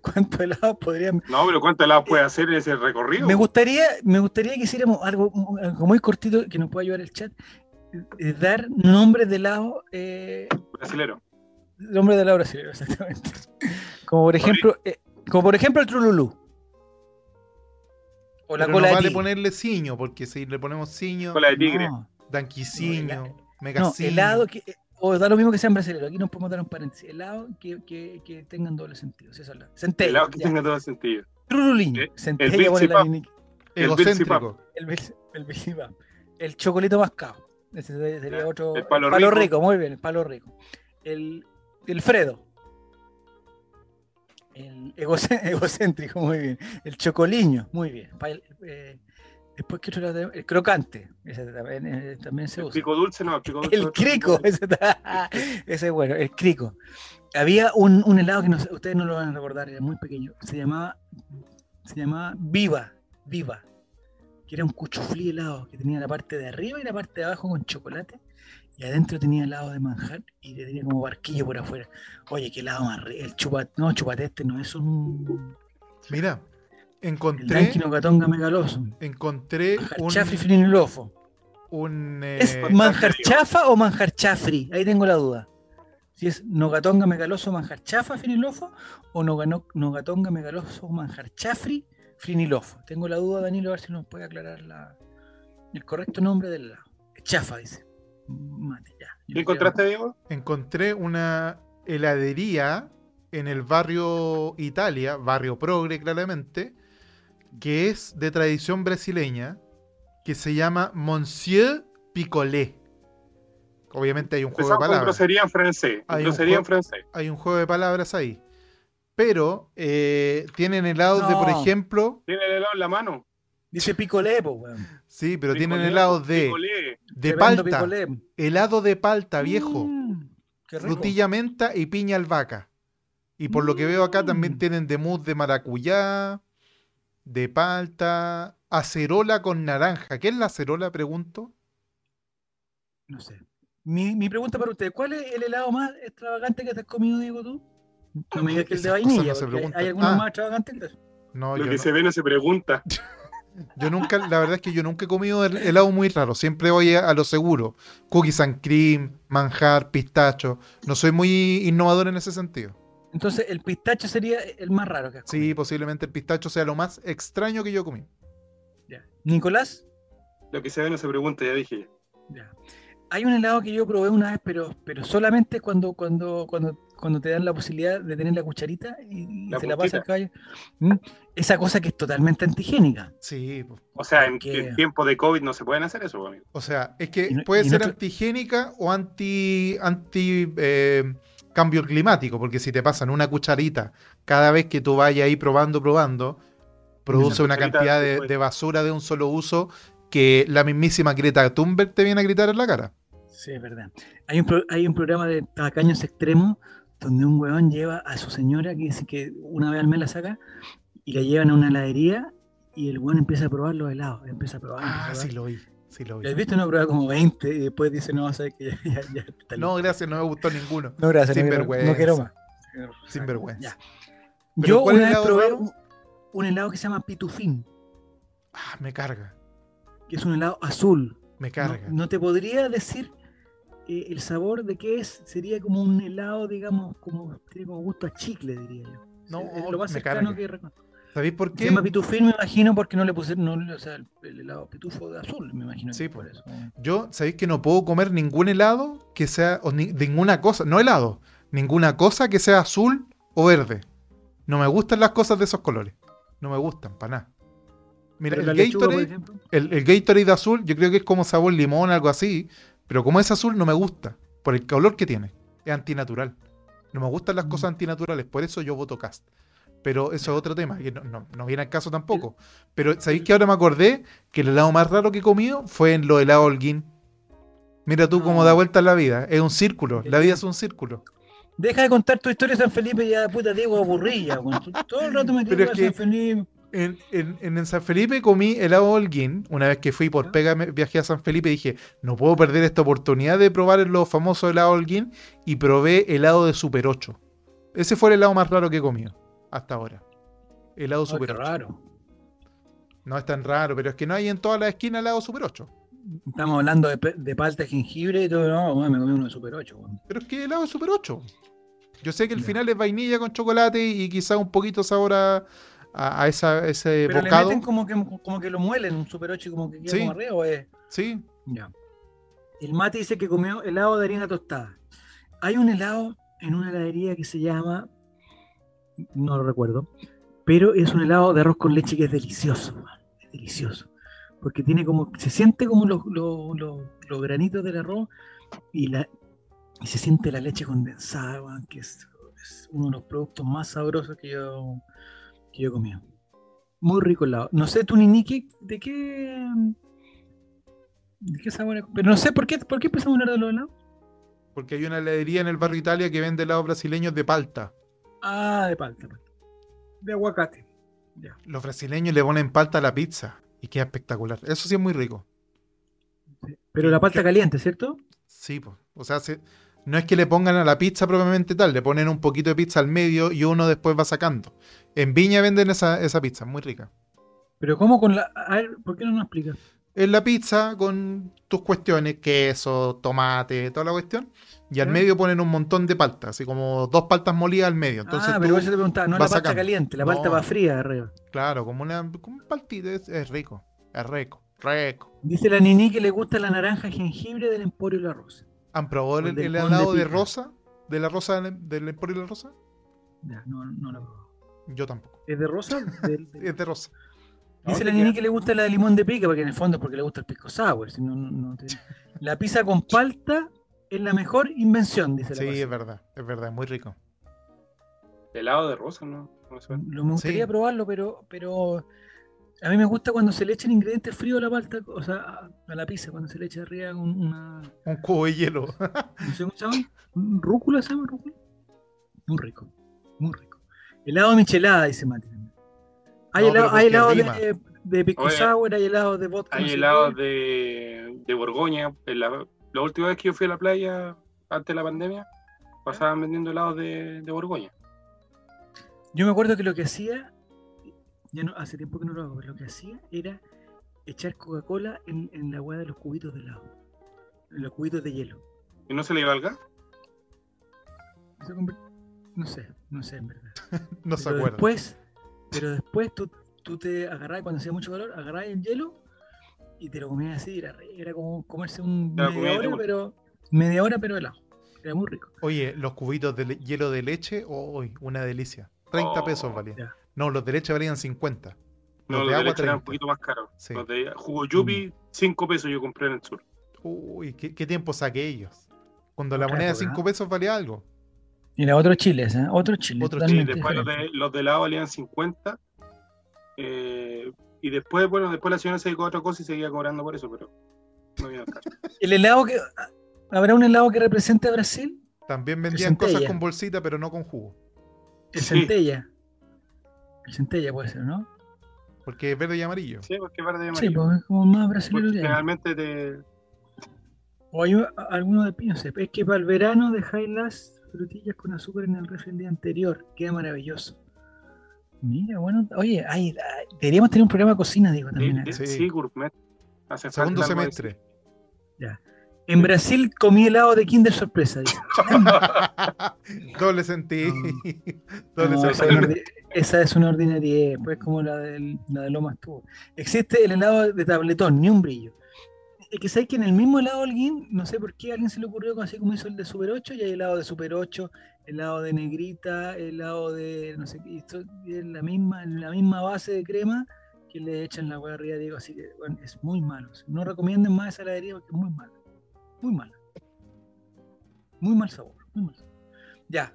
Speaker 1: cuánto helado podrían.
Speaker 3: No, pero ¿cuántos helados puede hacer en ese recorrido?
Speaker 1: Me gustaría, me gustaría que hiciéramos algo, algo muy cortito que nos pueda ayudar el chat. eh, Dar nombres de helado, eh,
Speaker 3: Brasilero.
Speaker 1: nombre de helado brasileño, exactamente. Como por ejemplo, eh, como por ejemplo el Trululú. O la cola
Speaker 2: Pero no
Speaker 1: de
Speaker 2: vale
Speaker 1: tigre.
Speaker 2: ponerle ciño, porque si le ponemos ciño,
Speaker 3: Cola de tigre.
Speaker 1: No, No,
Speaker 2: danquiciño,
Speaker 1: hela- No,
Speaker 2: megaciño.
Speaker 1: helado que. eh, O da lo mismo que sean brasileños. Aquí nos podemos dar un paréntesis. Helado que, que, que tengan doble sentido. Sí, eso es la- centella.
Speaker 3: helados que
Speaker 1: ya.
Speaker 3: tenga todo sentido.
Speaker 1: Truruliño.
Speaker 3: Eh,
Speaker 1: centella,
Speaker 3: Big
Speaker 1: ponle la
Speaker 3: Zipap.
Speaker 1: mini-
Speaker 3: el
Speaker 2: egocéntrico.
Speaker 1: El, Big- el Big Zipap. El chocolito mascado. Ese sería- sería
Speaker 3: Ya,
Speaker 1: otro.
Speaker 3: el palo
Speaker 1: rico.
Speaker 3: rico.
Speaker 1: Muy bien, el palo rico. El, el Fredo. El egocé- egocéntrico, muy bien. El chocoliño, muy bien. Pa- el- eh, después, ¿qué otro lado tenemos? El crocante. Ese también, eh, también se
Speaker 3: El
Speaker 1: usa.
Speaker 3: pico dulce, no, el pico dulce.
Speaker 1: El crico, ese, está- ese es bueno, el crico. Había un, un helado que no sé- ustedes no lo van a recordar, era muy pequeño. Se llamaba, se llamaba Viva, Viva, que era un cuchuflí helado que tenía la parte de arriba y la parte de abajo con chocolate. Y adentro tenía helado de manjar y le tenía como barquillo por afuera. Oye, qué helado más rico. El chupat, no, chupateste no es un.
Speaker 2: Mira,
Speaker 1: El
Speaker 2: encontré,
Speaker 1: Dankinocatonga megaloso.
Speaker 2: encontré un,
Speaker 1: Chafri frinolofo.
Speaker 2: un, eh,
Speaker 1: ¿Es manjar chafa o manjar chafri? Ahí tengo la duda. Si es nogatonga megaloso manjar chafa frinilofo o nogano- nogatonga megaloso manjar chafri frinilofo. Tengo la duda, Danilo, a ver si nos puede aclarar la- el correcto nombre del lado. Chafa, dice. Mate, ya. Yo
Speaker 3: ¿Qué
Speaker 1: creo-
Speaker 3: encontraste, Diego?
Speaker 2: encontré una heladería en el barrio Italia, barrio progre claramente, que es de tradición brasileña, que se llama Monsieur Picolé. Obviamente hay un juego de
Speaker 3: Empezamos con
Speaker 2: palabras.
Speaker 3: grosería en francés.
Speaker 2: Hay un
Speaker 3: Grosería
Speaker 2: juego-
Speaker 3: en francés.
Speaker 2: hay un juego de palabras ahí. Pero eh, tienen helados de, por
Speaker 1: No.
Speaker 2: ejemplo,
Speaker 3: Tiene el helado en la mano.
Speaker 1: Dice picolé, po, weón.
Speaker 2: sí, pero tienen
Speaker 3: Picolé,
Speaker 2: helados de,
Speaker 3: picolé.
Speaker 2: de
Speaker 1: Tremendo
Speaker 2: palta,
Speaker 1: picolé.
Speaker 2: helado de palta viejo,
Speaker 1: Mm, qué rico.
Speaker 2: frutilla menta y piña albahaca. Y por lo que veo acá
Speaker 1: Mm.
Speaker 2: también tienen de mousse de maracuyá, de palta, acerola con naranja. ¿Qué es la acerola? Pregunto.
Speaker 1: No sé. Mi, mi pregunta para usted, ¿cuál es el helado más extravagante que te has comido, Diego, tú? No me digas que el de
Speaker 2: Esas cosas
Speaker 1: vainilla,
Speaker 2: no se
Speaker 1: porque hay-
Speaker 2: preguntan.
Speaker 1: hay algunos
Speaker 2: Ah.
Speaker 1: más extravagantes que otros.
Speaker 2: No,
Speaker 3: Lo
Speaker 2: yo,
Speaker 3: que
Speaker 2: no.
Speaker 3: se ve no se pregunta.
Speaker 2: Yo nunca, la verdad es que yo nunca he comido hel- helado muy raro. Siempre voy a, a lo seguro. Cookies and cream, manjar, pistacho. No soy muy innovador en ese sentido.
Speaker 1: Entonces, el pistacho sería el más raro que has
Speaker 2: Sí, posiblemente el pistacho sea lo más extraño que yo comí.
Speaker 1: comido. Ya. Nicolás,
Speaker 3: Lo que se ve no se pregunta, ya dije.
Speaker 1: ya. Hay un helado que yo probé una vez, pero, pero solamente cuando, cuando, cuando cuando te dan la posibilidad de tener la cucharita y, y
Speaker 3: La
Speaker 1: se la pasa
Speaker 3: puntita.
Speaker 1: al caballo. ¿Mm? Esa cosa que es totalmente antihigiénica.
Speaker 2: Sí,
Speaker 1: pues.
Speaker 2: po.
Speaker 3: O sea, en,
Speaker 1: Porque-
Speaker 3: en tiempo de COVID no se pueden hacer eso, amigo.
Speaker 2: o sea, es que
Speaker 1: Y no- y
Speaker 2: puede
Speaker 1: no
Speaker 2: ser
Speaker 1: te-
Speaker 2: antihigiénica o anti, anti eh, cambio climático, porque si te pasan una cucharita cada vez que tú vayas ahí probando, probando, produce una
Speaker 3: cucharita
Speaker 2: cantidad de,
Speaker 3: después.
Speaker 2: de basura de un solo uso que la mismísima Greta Thunberg te viene a gritar en la cara.
Speaker 1: Sí, es verdad. Hay un, pro- hay un programa de tacaños extremos donde un weón lleva a su señora, que dice que una vez al mes la saca, y la llevan a una heladería y el weón empieza a probar los helados. Empieza a probar.
Speaker 2: Ah,
Speaker 1: empieza a
Speaker 2: sí
Speaker 1: probar.
Speaker 2: lo vi, sí lo
Speaker 1: Lo he
Speaker 2: vi.
Speaker 1: visto, no prueba como 20 y después dice, no, sabes que ya, ya- ya está
Speaker 2: No, gracias, no me gustó ninguno.
Speaker 1: No, gracias. no quiero-
Speaker 2: Sinvergüenza.
Speaker 1: No quiero más.
Speaker 2: Sinvergüenza.
Speaker 1: Ya.
Speaker 2: ¿Pero
Speaker 1: Yo
Speaker 2: cuál
Speaker 1: una vez
Speaker 2: helado
Speaker 1: probé
Speaker 2: raro?
Speaker 1: un, un helado que se llama pitufín,
Speaker 2: Ah, me carga,
Speaker 1: que es un helado azul.
Speaker 2: me
Speaker 1: No,
Speaker 2: carga.
Speaker 1: no te podría decir eh, el sabor de qué es. Sería como un helado, digamos, como tiene como gusto a chicle, diría yo.
Speaker 2: No,
Speaker 1: es eh, lo más
Speaker 2: me
Speaker 1: cercano
Speaker 2: carga.
Speaker 1: que reconozco.
Speaker 2: ¿Sabéis por
Speaker 1: Se
Speaker 2: qué?
Speaker 1: llama pitufín, me imagino, porque no le pusieron, no, le- o sea, el, el helado pitufo de azul, me imagino.
Speaker 2: Sí, pues.
Speaker 1: que
Speaker 2: po.
Speaker 1: por eso.
Speaker 2: Yo, sabéis que no puedo comer ningún helado que sea, o ni- ninguna cosa, no helado, ninguna cosa que sea azul o verde. No me gustan las cosas de esos colores. No me gustan, para nada. Mira,
Speaker 1: Pero
Speaker 2: el
Speaker 1: la lechuga, por
Speaker 2: Gatorade,
Speaker 1: ejemplo,
Speaker 2: el, el Gatorade azul, yo creo que es como sabor limón, algo así. Pero como es azul, no me gusta. Por el color que tiene. Es antinatural. No me gustan las
Speaker 1: Mm.
Speaker 2: cosas antinaturales. Por eso yo voto cast. Pero eso es otro tema. Que no, no- no viene al caso tampoco. Pero sabéis que ahora me acordé que el helado más raro que he comido fue en lo helado Holguín. Mira tú cómo
Speaker 1: No.
Speaker 2: da vuelta la vida. Es un círculo. La vida es un círculo.
Speaker 1: Deja de contar tu historia, San Felipe, ya puta Diego aburrilla, weón. Tú Todo el rato me
Speaker 2: Pero
Speaker 1: tiras
Speaker 2: es
Speaker 1: a
Speaker 2: que-
Speaker 1: San Felipe.
Speaker 2: En, en- en San Felipe comí helado Holguín. Una vez que fui por pega, me- viajé a San Felipe y dije, no puedo perder esta oportunidad de probar los famosos helados Holguín. Y probé helado de Super 8. Ese fue el helado más raro que he comido hasta ahora. Helado
Speaker 1: Oh, qué
Speaker 2: Super 8.
Speaker 1: raro.
Speaker 2: No es tan raro, pero es que no hay en todas las esquinas helado Super 8.
Speaker 1: Estamos hablando de, pe- de palta, jengibre y todo. No, weón, me comí uno de Super 8. weón.
Speaker 2: Pero es que helado es Super 8. Yo sé que el
Speaker 1: Ya.
Speaker 2: final es vainilla con chocolate y quizá un poquito sabor a, a- a esa- a ese
Speaker 1: Pero le
Speaker 2: bocado.
Speaker 1: meten como que, como que lo muelen, un Super 8 y como que queda
Speaker 2: Sí.
Speaker 1: como arriba. ¿o es?
Speaker 2: Sí,
Speaker 1: Ya. El mate dice que comió helado de harina tostada. Hay un helado en una heladería que se llama, no lo recuerdo, pero es un helado de arroz con leche que es delicioso, weón, es delicioso. Porque tiene como, se siente como los, los- los- los granitos del arroz y, la, y se siente la leche condensada, weón, que es, es uno de los productos más sabrosos que yo, que yo he comido. Muy rico el helado. No sé, tú, Nini, ¿qué- ¿de qué ¿De qué sabor? era? Pero no sé por qué, por qué empezamos a hablar de los helados.
Speaker 2: porque hay una heladería en el barrio Italia que vende helados brasileños de palta.
Speaker 1: Ah, de palta. palta. De aguacate. Ya.
Speaker 2: Los brasileños le ponen palta a la pizza y queda espectacular. Eso sí es muy rico.
Speaker 1: Pero la palta caliente, ¿cierto?
Speaker 2: Sí, pues. O sea, se- no es que le pongan a la pizza propiamente tal, le ponen un poquito de pizza al medio y uno después va sacando. En Viña venden esa, esa pizza, muy rica.
Speaker 1: Pero ¿cómo con la...? A ver, ¿por qué no nos explicas?
Speaker 2: Es la pizza con tus cuestiones, queso, tomate, toda la cuestión. Y al
Speaker 1: ¿Ya?
Speaker 2: medio ponen un montón de paltas, así como dos paltas molidas al medio. Entonces,
Speaker 1: ah, pero
Speaker 2: tú-
Speaker 1: eso te preguntaba, no la
Speaker 2: vas
Speaker 1: palta
Speaker 2: sacando.
Speaker 1: caliente, la
Speaker 2: No.
Speaker 1: palta va fría arriba.
Speaker 2: claro, como una como un paltito, es, es rico. Es rico, rico.
Speaker 1: Dice la Nini que le gusta la naranja jengibre del Emporio La Rosa.
Speaker 2: ¿Han probado el,
Speaker 1: Con
Speaker 2: el
Speaker 1: limón de
Speaker 2: helado de,
Speaker 1: pica.
Speaker 2: rosa? ¿De la rosa del, del Emporio de la Rosa?
Speaker 1: Ya, no, no la probó.
Speaker 2: Yo tampoco.
Speaker 1: ¿Es de rosa? Del- del-
Speaker 2: Es de rosa.
Speaker 1: Dice
Speaker 3: ¿A
Speaker 1: la
Speaker 3: dónde
Speaker 1: Nini
Speaker 3: queda?
Speaker 1: que le gusta la de limón de pica, porque en el fondo es porque le gusta el pisco sour. si no, no- no te- La pizza con palta es la mejor invención, dice la
Speaker 2: Sí,
Speaker 1: Paz.
Speaker 2: es verdad, es verdad, es muy rico.
Speaker 3: Helado de rosa, ¿no? no me suena.
Speaker 1: Pues, Lo, me gustaría
Speaker 2: Sí.
Speaker 1: probarlo, pero, pero a mí me gusta cuando se le echan ingredientes fríos a la palta, o sea, a- a la pizza, cuando se le echa arriba un- una.
Speaker 2: Un cubo de hielo.
Speaker 1: No sé cómo se llama. un Rúcula, ¿se llama rúcula? Muy rico, muy rico. Helado de michelada, dice Mati. también. Hay
Speaker 2: No,
Speaker 1: helado,
Speaker 2: pero
Speaker 1: hay helado
Speaker 2: porque
Speaker 1: de, de pisco
Speaker 3: Oye,
Speaker 1: sour, hay helado de vodka. no
Speaker 3: Hay
Speaker 1: sé
Speaker 3: helados
Speaker 1: qué.
Speaker 3: de, de Borgoña. En La, la última vez que yo fui a la playa, antes de la pandemia, pasaban vendiendo helados de, de Borgoña.
Speaker 1: Yo me acuerdo que lo que hacía, ya no, hace tiempo que no lo hago, pero lo que hacía era echar Coca-Cola en, en la hueá de los cubitos de helado, en los cubitos de hielo.
Speaker 3: ¿Y no se le iba al gas?
Speaker 1: Se convir- No sé, no sé en verdad.
Speaker 2: No se
Speaker 1: pero
Speaker 2: acuerda.
Speaker 1: después, pero después tú, tú te agarrabas cuando hacía mucho calor, agarrabas el hielo y te lo comías así, era, re- era como comerse un
Speaker 3: Te lo
Speaker 1: media
Speaker 3: comías de
Speaker 1: hora,
Speaker 3: una.
Speaker 1: pero media hora pero helado.
Speaker 6: Era muy rico.
Speaker 2: Oye, los cubitos de le- hielo de leche, uy, una delicia. 30
Speaker 3: Oh,
Speaker 2: pesos valían.
Speaker 6: ya.
Speaker 2: No, los de leche valían 50. los
Speaker 3: No, los
Speaker 2: de
Speaker 3: de
Speaker 2: agua
Speaker 3: leche eran
Speaker 2: 30.
Speaker 3: un poquito más caros.
Speaker 2: Sí. Mm.
Speaker 3: Los de jugo yupi, 5 pesos yo compré en el sur.
Speaker 2: Uy, qué, qué tiempos aquellos. Cuando la
Speaker 6: Otra
Speaker 2: moneda de
Speaker 6: época,
Speaker 1: ¿eh?
Speaker 2: 5 pesos valía algo.
Speaker 1: Era otro Chile, ¿eh? Otro Chile.
Speaker 2: Otro
Speaker 3: Sí,
Speaker 1: totalmente
Speaker 3: después los de, los de helado valían 50. eh, y después, bueno, después la señora se dedicó a otra cosa y seguía cobrando por eso, pero no había caso.
Speaker 1: diferente. El helado que. ah, ¿Habrá un helado que represente a Brasil?
Speaker 2: También
Speaker 6: El
Speaker 2: vendían cosas
Speaker 6: centella.
Speaker 2: con bolsita, pero no con jugo.
Speaker 6: El
Speaker 3: Sí.
Speaker 6: centella.
Speaker 1: El centella puede ser, ¿no?
Speaker 2: Porque es verde y amarillo.
Speaker 3: Sí, porque es verde y
Speaker 1: Sí,
Speaker 3: amarillo.
Speaker 1: pues es como más
Speaker 3: Porque
Speaker 1: brasileño. que hay.
Speaker 3: generalmente te.
Speaker 1: O hay un- alguno de pince. Es que para el verano dejáis las frutillas con azúcar en el refri el día anterior. Queda maravilloso. Mira, bueno, oye, ay, ay, deberíamos tener un programa de cocina, digo, también.
Speaker 3: Sí,
Speaker 1: ¿eh?
Speaker 2: Sí.
Speaker 3: sí, gourmet. Hace falta
Speaker 2: Segundo
Speaker 3: algo de-
Speaker 2: semestre.
Speaker 1: En Brasil comí helado de Kinder Sorpresa, dice.
Speaker 2: Doble sentido. Doble
Speaker 1: No, esa, es
Speaker 2: sentido.
Speaker 1: una ordi- esa es una ordinariedad, pues como la, del, la de Lomas tuvo. Existe el helado de tabletón, ni un brillo. Es que sabes que en el mismo helado alguien, no sé por qué, a alguien se le ocurrió que así como hizo el de Super 8, y hay helado de Super 8, helado de negrita, helado de no sé qué, y esto es la misma, la misma base de crema que le echan la hueá arriba, digo, así que bueno, es muy malo. No recomienden más esa heladería porque es muy mala. Muy mala. Muy mal sabor, muy mal sabor. Ya.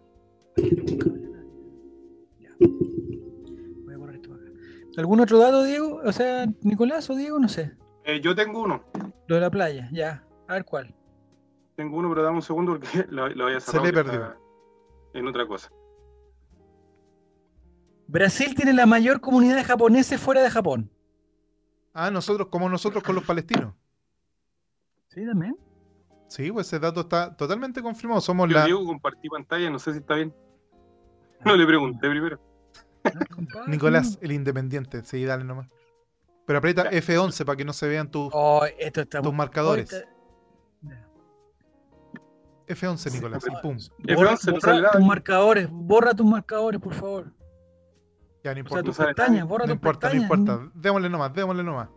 Speaker 1: Ya. Voy a borrar esto para acá. ¿Algún otro dato, Diego? O sea, Nicolás o Diego, no sé.
Speaker 3: Eh, yo tengo uno.
Speaker 1: Lo de la playa, ya. A ver cuál.
Speaker 3: Tengo uno, pero dame un segundo porque lo, lo voy a
Speaker 2: Se
Speaker 3: cerrar.
Speaker 2: le
Speaker 3: porque
Speaker 2: perdió.
Speaker 3: está En otra cosa.
Speaker 1: Brasil tiene la mayor comunidad de japoneses fuera de Japón.
Speaker 2: Ah, nosotros, como nosotros con los palestinos.
Speaker 1: Sí, también.
Speaker 2: Sí, pues ese dato está totalmente confirmado. Somos
Speaker 3: Yo
Speaker 2: la.
Speaker 3: digo compartí pantalla, no sé si está bien. No le pregunté primero.
Speaker 1: Ah,
Speaker 2: Nicolás, el independiente. Sí, dale nomás. Pero aprieta F11 para que no se vean tus,
Speaker 1: Oh, esto está
Speaker 2: tus marcadores.
Speaker 1: Ahorita- Ya.
Speaker 2: F11, Nicolás. Y pum.
Speaker 3: Eh,
Speaker 1: Borra,
Speaker 3: Franz, no
Speaker 1: borra
Speaker 3: sale nada.
Speaker 1: tus marcadores, borra tus marcadores, por favor.
Speaker 2: Ya
Speaker 1: O sea,
Speaker 2: no importa.
Speaker 1: tus
Speaker 3: sale nada.
Speaker 1: pestañas, borra
Speaker 2: No
Speaker 1: tus
Speaker 2: importa, no
Speaker 1: pestañas.
Speaker 2: importa. Démosle nomás, démosle nomás.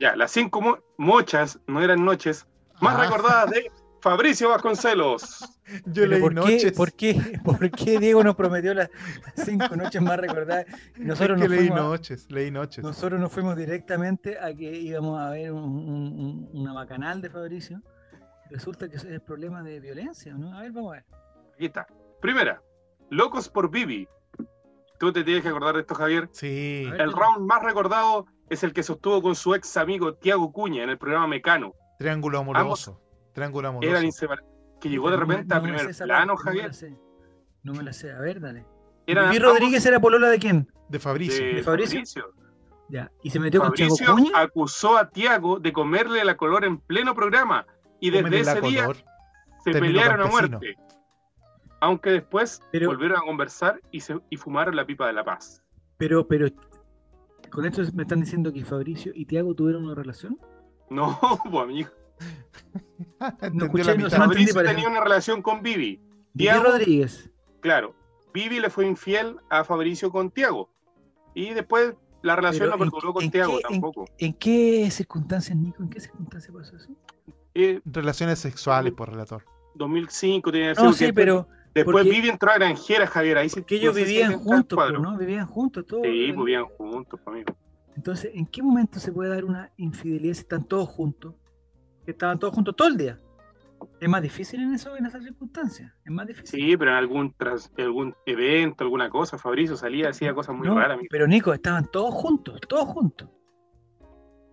Speaker 3: Ya, las cinco mo- mochas no eran noches, más
Speaker 2: Ah,
Speaker 3: recordadas de Fabricio Vasconcelos.
Speaker 2: Yo
Speaker 1: Pero
Speaker 2: leí
Speaker 1: ¿por, qué,
Speaker 2: noches.
Speaker 1: ¿por, qué, ¿Por qué Diego nos prometió las cinco noches más recordadas? Y Nosotros,
Speaker 2: Es que
Speaker 1: nos
Speaker 2: leí
Speaker 1: fuimos, a-
Speaker 2: noches, leí noches.
Speaker 1: nosotros nos fuimos directamente a que íbamos a ver un- un- un- una bacanal de Fabricio. Resulta que ese es el problema de violencia, ¿no? A ver, vamos a ver.
Speaker 3: Aquí está. Primera, Locos por Bibi. Tú te tienes que acordar de esto, Javier.
Speaker 2: Sí.
Speaker 3: El round más recordado es el que sostuvo con su ex amigo Tiago Cuña en el programa Mecano.
Speaker 2: Triángulo amoroso. Triángulo amoroso.
Speaker 3: Eran inseparables. Que llegó de
Speaker 1: No me-
Speaker 3: repente
Speaker 1: no
Speaker 3: a
Speaker 1: me la
Speaker 3: primer
Speaker 1: sé esa
Speaker 3: plano,
Speaker 1: parte, no me la
Speaker 3: Javier.
Speaker 1: sé. No me la sé, a ver, dale.
Speaker 3: Eran
Speaker 1: ¿Y
Speaker 3: ambos
Speaker 1: Rodríguez era polola de quién?
Speaker 2: De Fabricio.
Speaker 3: de
Speaker 1: ¿De Fabricio?
Speaker 3: Fabricio.
Speaker 1: Ya. ¿Y se metió con
Speaker 3: Fabricio
Speaker 1: Chaco Cuña?
Speaker 3: acusó a Tiago de comerle la color en pleno programa y desde
Speaker 2: Cómele la
Speaker 3: ese día
Speaker 2: color.
Speaker 3: se
Speaker 2: Término
Speaker 3: pelearon a
Speaker 2: campesino.
Speaker 3: muerte. Aunque después
Speaker 1: Pero-
Speaker 3: volvieron a conversar y, se, y fumaron la pipa de la paz.
Speaker 1: Pero, pero, con esto me están diciendo que Fabricio y Tiago tuvieron una relación.
Speaker 3: No, pues amigo.
Speaker 2: Entendió
Speaker 1: escuché,
Speaker 2: la
Speaker 1: no
Speaker 2: mitad.
Speaker 1: se me-
Speaker 3: Fabricio
Speaker 1: entendí, parece.
Speaker 3: tenía una relación con Vivi.
Speaker 1: Vivi
Speaker 3: Tiago-
Speaker 1: Rodríguez.
Speaker 3: Claro, Vivi le fue infiel a Fabricio con Tiago. Y después la relación
Speaker 1: Pero
Speaker 3: no
Speaker 1: ¿en
Speaker 3: perduró
Speaker 1: qué-
Speaker 3: con
Speaker 1: en
Speaker 3: Tiago
Speaker 1: qué- en-
Speaker 3: tampoco.
Speaker 1: ¿En qué circunstancias, Nico? ¿En qué circunstancias pasó eso?
Speaker 3: Eh,
Speaker 2: Relaciones sexuales, por relator.
Speaker 3: 2005 tenía que ser,
Speaker 1: No,
Speaker 3: porque
Speaker 1: sí, pero
Speaker 3: Después
Speaker 1: porque-
Speaker 3: Vivi entró a Granjera, Javier. Ahí sí,
Speaker 1: que ellos
Speaker 3: no sé si
Speaker 1: vivían
Speaker 3: entra al
Speaker 1: juntos,
Speaker 3: cuadro.
Speaker 1: pues, ¿no? Vivían juntos todos.
Speaker 3: Sí, pues vivían juntos, pues, amigo.
Speaker 1: Entonces, ¿en qué momento se puede dar una infidelidad si están todos juntos? Que estaban todos juntos todo el día. Es más difícil en eso, en esas circunstancias. Es más difícil.
Speaker 3: Sí, pero en algún, trans- algún evento, alguna cosa, Fabricio salía, hacía cosas muy
Speaker 1: No,
Speaker 3: raras, amigo.
Speaker 1: Pero Nico, estaban todos juntos, todos juntos.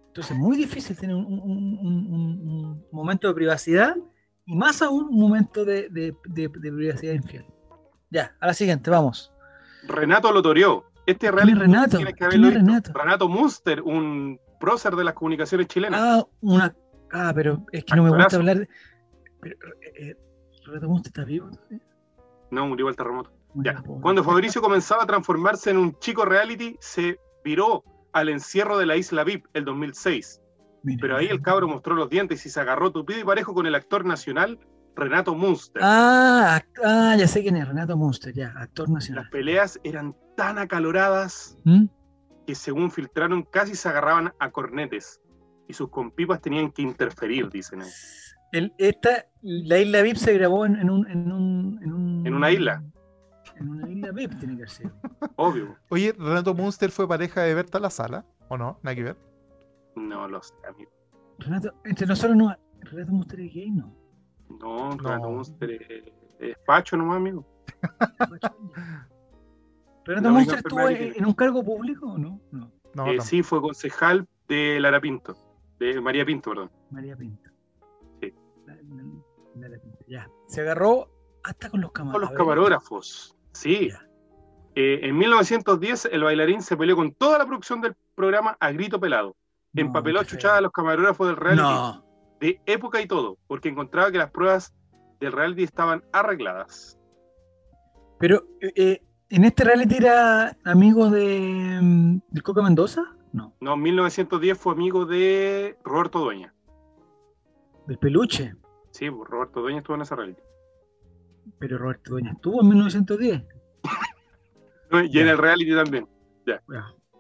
Speaker 1: Entonces, muy difícil tener un, un- un- un- un momento de privacidad y más aún un momento de, de- de- de privacidad infiel. Ya, a la siguiente, vamos.
Speaker 3: Renato lo toreó. Este
Speaker 1: ¿Quién es
Speaker 3: reality
Speaker 1: Renato?
Speaker 3: tienes que
Speaker 1: ¿Quién
Speaker 3: haberlo
Speaker 1: es
Speaker 3: visto.
Speaker 1: Renato?
Speaker 3: Renato Munster, un prócer de las comunicaciones chilenas.
Speaker 1: Ah, una. Ah, pero es que no me gusta
Speaker 3: Actorazo.
Speaker 1: hablar de. Pero, eh, eh, Renato Munster está vivo. todavía?
Speaker 3: No, murió el terremoto.
Speaker 1: Bueno,
Speaker 3: Ya.
Speaker 1: pobre.
Speaker 3: Cuando Fabricio comenzaba a transformarse en un chico reality, se viró al encierro de la isla VIP el 2006.
Speaker 1: Mira.
Speaker 3: Pero ahí el cabro mostró los dientes y se agarró tupido y parejo con el actor nacional Renato Munster.
Speaker 1: Ah, act- ah, ya sé quién es Renato Munster, ya, actor
Speaker 3: Las
Speaker 1: nacional.
Speaker 3: peleas eran tan acaloradas
Speaker 1: ¿Mm?
Speaker 3: que según filtraron casi se agarraban a cornetes y sus compipas tenían que interferir, dicen ahí.
Speaker 1: El- esta, la isla VIP se grabó en, en un, en, un, en, un-
Speaker 3: En una isla.
Speaker 1: En una isla VIP tiene que ser.
Speaker 3: obvio.
Speaker 2: Oye, Renato Munster fue pareja de Berta La Sala, ¿o no? Nada que ver.
Speaker 3: No lo sé, amigo.
Speaker 1: Renato, entre nosotros no. Renato Muster es gay, no.
Speaker 3: No, Renato
Speaker 2: No.
Speaker 3: Munster es, es facho nomás, amigo.
Speaker 1: Renato
Speaker 3: La única
Speaker 1: Munster
Speaker 3: enfermedad
Speaker 1: estuvo
Speaker 3: que
Speaker 1: en,
Speaker 3: tiene.
Speaker 1: en un cargo público o no? No,
Speaker 2: No,
Speaker 3: Eh,
Speaker 2: tampoco.
Speaker 3: sí, fue concejal de Lara Pinto, de María Pinto, perdón.
Speaker 1: María Pinta.
Speaker 3: Sí.
Speaker 1: La, la- la Pinta, ya. Se agarró hasta con los
Speaker 3: con
Speaker 1: camarógrafos.
Speaker 3: los camarógrafos. Sí.
Speaker 1: Ah, Ya.
Speaker 3: Eh, en 1910, el bailarín se peleó con toda la producción del programa a grito pelado.
Speaker 1: No,
Speaker 3: Empapeló a
Speaker 1: qué feo.
Speaker 3: chuchada a los camarógrafos del reality
Speaker 1: No.
Speaker 3: de época y todo, porque encontraba que las pruebas del reality estaban arregladas.
Speaker 1: Pero, eh, eh, ¿en este reality era amigo de, mm, del Coca Mendoza? No.
Speaker 3: No, en 1910 fue amigo de Roberto Dueña.
Speaker 1: Del Peluche.
Speaker 3: Sí, pues, Roberto Dueña estuvo en esa reality.
Speaker 1: Pero Roberto Dueña estuvo en 1910.
Speaker 3: Y en el reality también.
Speaker 1: Ya.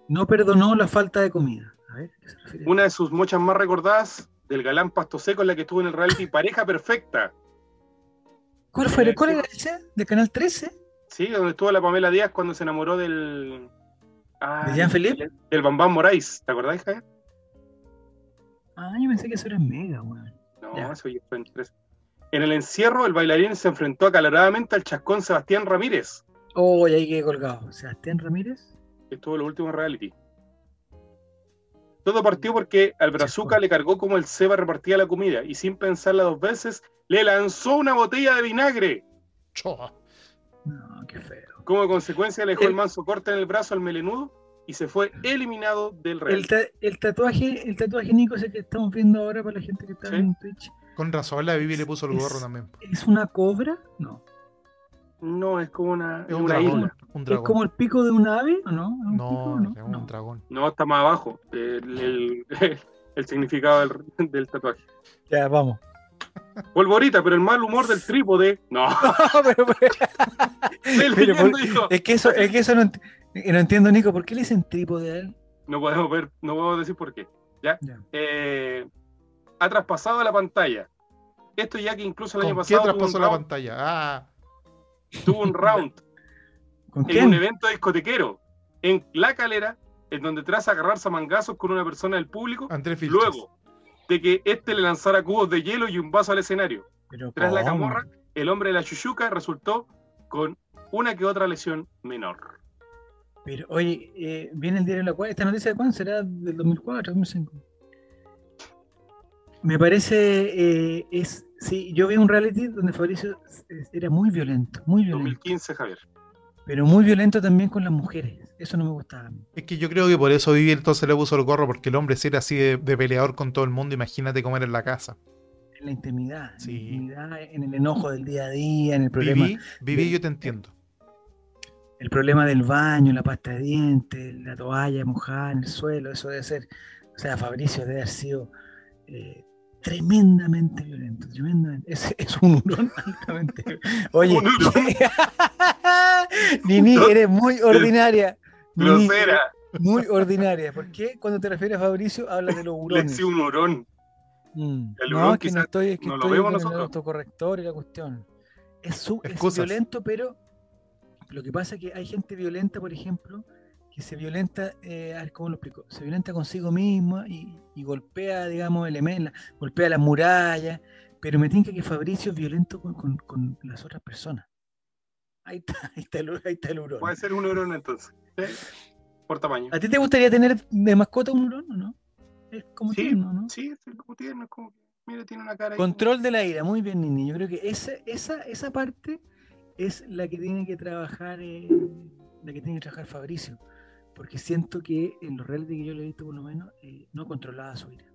Speaker 1: No perdonó la falta de comida. A ver, ¿qué se refiere?
Speaker 3: Una de sus mochas más recordadas del galán Pasto Seco, en la que estuvo en el reality Pareja Perfecta.
Speaker 1: ¿Cuál, fue, ¿Cuál era ese? ¿De Canal 13?
Speaker 3: Sí, donde estuvo la Pamela Díaz cuando se enamoró del. Ah,
Speaker 1: ¿De Jean-Philippe?
Speaker 3: Del Bambam Moraes, ¿te acordáis, Javier?
Speaker 1: Ah, yo pensé que eso era en Mega, weón.
Speaker 3: No,
Speaker 1: Ya.
Speaker 3: eso ya está en tres. En el encierro, el bailarín se enfrentó acaloradamente al chascón Sebastián Ramírez,
Speaker 1: Oh, y ahí quedé colgado. Sebastián Ramírez.
Speaker 3: que estuvo en los últimos reality. Todo partió porque al Brazuca le cargó como el Seba repartía la comida y sin pensarla dos veces le lanzó una botella de vinagre.
Speaker 2: Choa.
Speaker 1: No, qué feo.
Speaker 3: Como consecuencia le dejó
Speaker 1: El-
Speaker 3: el manso corte en el brazo al melenudo y se fue eliminado del
Speaker 1: El,
Speaker 3: reality.
Speaker 1: ta- el tatuaje, el tatuaje Nico, ese que estamos viendo ahora para la gente que está
Speaker 3: Sí.
Speaker 1: en Twitch,
Speaker 2: Con razón, la Bibi le puso el
Speaker 1: Es-
Speaker 2: gorro también.
Speaker 1: ¿es una cobra? No.
Speaker 3: No, es como una,
Speaker 2: Es un
Speaker 3: una
Speaker 2: dragón.
Speaker 3: isla.
Speaker 2: Un
Speaker 1: ¿Es
Speaker 2: dragón.
Speaker 1: como el pico de un ave? ¿O no? ¿Es un pico,
Speaker 2: No,
Speaker 1: o no?
Speaker 2: es un
Speaker 1: No.
Speaker 2: dragón.
Speaker 3: No, está más abajo. El, el- el significado del, del tatuaje.
Speaker 1: Ya, vamos.
Speaker 3: Polvorita, pero el mal humor del trípode. No,
Speaker 1: Pero, pero, Pero
Speaker 3: el
Speaker 1: por-
Speaker 3: leyendo dijo,
Speaker 1: es que eso, es que eso no, ent- eh, no entiendo, Nico. ¿Por qué le dicen trípode a él?
Speaker 3: No podemos ver, no podemos decir por qué. ¿ya?
Speaker 1: Ya.
Speaker 3: Eh, ha traspasado la pantalla. Esto ya que incluso el año
Speaker 2: ¿Con qué
Speaker 3: pasado tuvo
Speaker 2: traspasó
Speaker 3: un,
Speaker 2: la
Speaker 3: round,
Speaker 2: pantalla? Ah,
Speaker 3: tuvo un round
Speaker 1: ¿Con
Speaker 3: en un
Speaker 1: quién?
Speaker 3: evento discotequero en La Calera, en donde tras agarrarse a mangazos con una persona del público,
Speaker 2: Andrés Filchas.
Speaker 3: luego de que este le lanzara cubos de hielo y un vaso al escenario.
Speaker 1: Pero,
Speaker 3: Tras la
Speaker 1: ¿cómo?
Speaker 3: camorra, el hombre de la chuchuca resultó con una que otra lesión menor.
Speaker 1: Pero, oye, eh, viene el diario La Cual. ¿Esta noticia de cuándo será? ¿Del 2004, 2005? Me parece, eh, es, sí, yo vi un reality donde Fabricio eh, era muy violento, muy violento,
Speaker 3: 2015, Javier.
Speaker 1: pero muy violento también con las mujeres. Eso no me gustaba. a mí.
Speaker 2: Es que yo creo que por eso Vivi entonces le puso el gorro, porque el hombre si era así de, de peleador con todo el mundo, imagínate cómo era en la casa.
Speaker 1: En la intimidad,
Speaker 2: Sí.
Speaker 1: en, la intimidad, en el enojo del día a día, en el problema,
Speaker 2: Vivi, Vivi,
Speaker 1: de-
Speaker 2: yo te entiendo.
Speaker 1: el problema del baño, la pasta de dientes, la toalla mojada en el suelo, eso debe ser, o sea, Fabricio debe haber sido eh, tremendamente violento, tremendamente, es, es un hurón altamente. Oye,
Speaker 3: Un hurón.
Speaker 1: Nini, eres muy ordinaria. Nini,
Speaker 3: Grosera,
Speaker 1: eres muy ordinaria. ¿Por qué cuando te refieres a Fabricio hablas de los hurones?
Speaker 3: Lexi un hurón.
Speaker 1: Mm.
Speaker 3: El
Speaker 1: No,
Speaker 3: hurón
Speaker 1: es que no
Speaker 3: quizás
Speaker 1: estoy, es que
Speaker 3: no lo
Speaker 1: estoy
Speaker 3: vemos
Speaker 1: con el
Speaker 3: nosotros.
Speaker 1: autocorrector y la cuestión. Es, su, es
Speaker 2: Excusas.
Speaker 1: violento, pero lo que pasa es que hay gente violenta, por ejemplo, que se violenta, eh, a ver, ¿cómo lo explico? Se violenta consigo misma y, y golpea, digamos, elementos, golpea las murallas, pero me tinca que Fabricio es violento con, con- con las otras personas. Ahí está, ahí está el, ahí está el hurón.
Speaker 3: Puede ser un hurón entonces. ¿sí? Por tamaño.
Speaker 1: ¿A ti te gustaría tener de mascota un hurón o no? Es como
Speaker 3: Sí,
Speaker 1: tierno, ¿no?
Speaker 3: Sí, es como tierno, es como. Mira, tiene una cara. ahí como-
Speaker 1: Control de la ira, muy bien, Nini. Yo creo que esa, esa, esa parte es la que tiene que trabajar, eh, la que tiene que trabajar Fabricio. Porque siento que en los reality que yo le he visto por lo menos, eh, no controlaba su ira.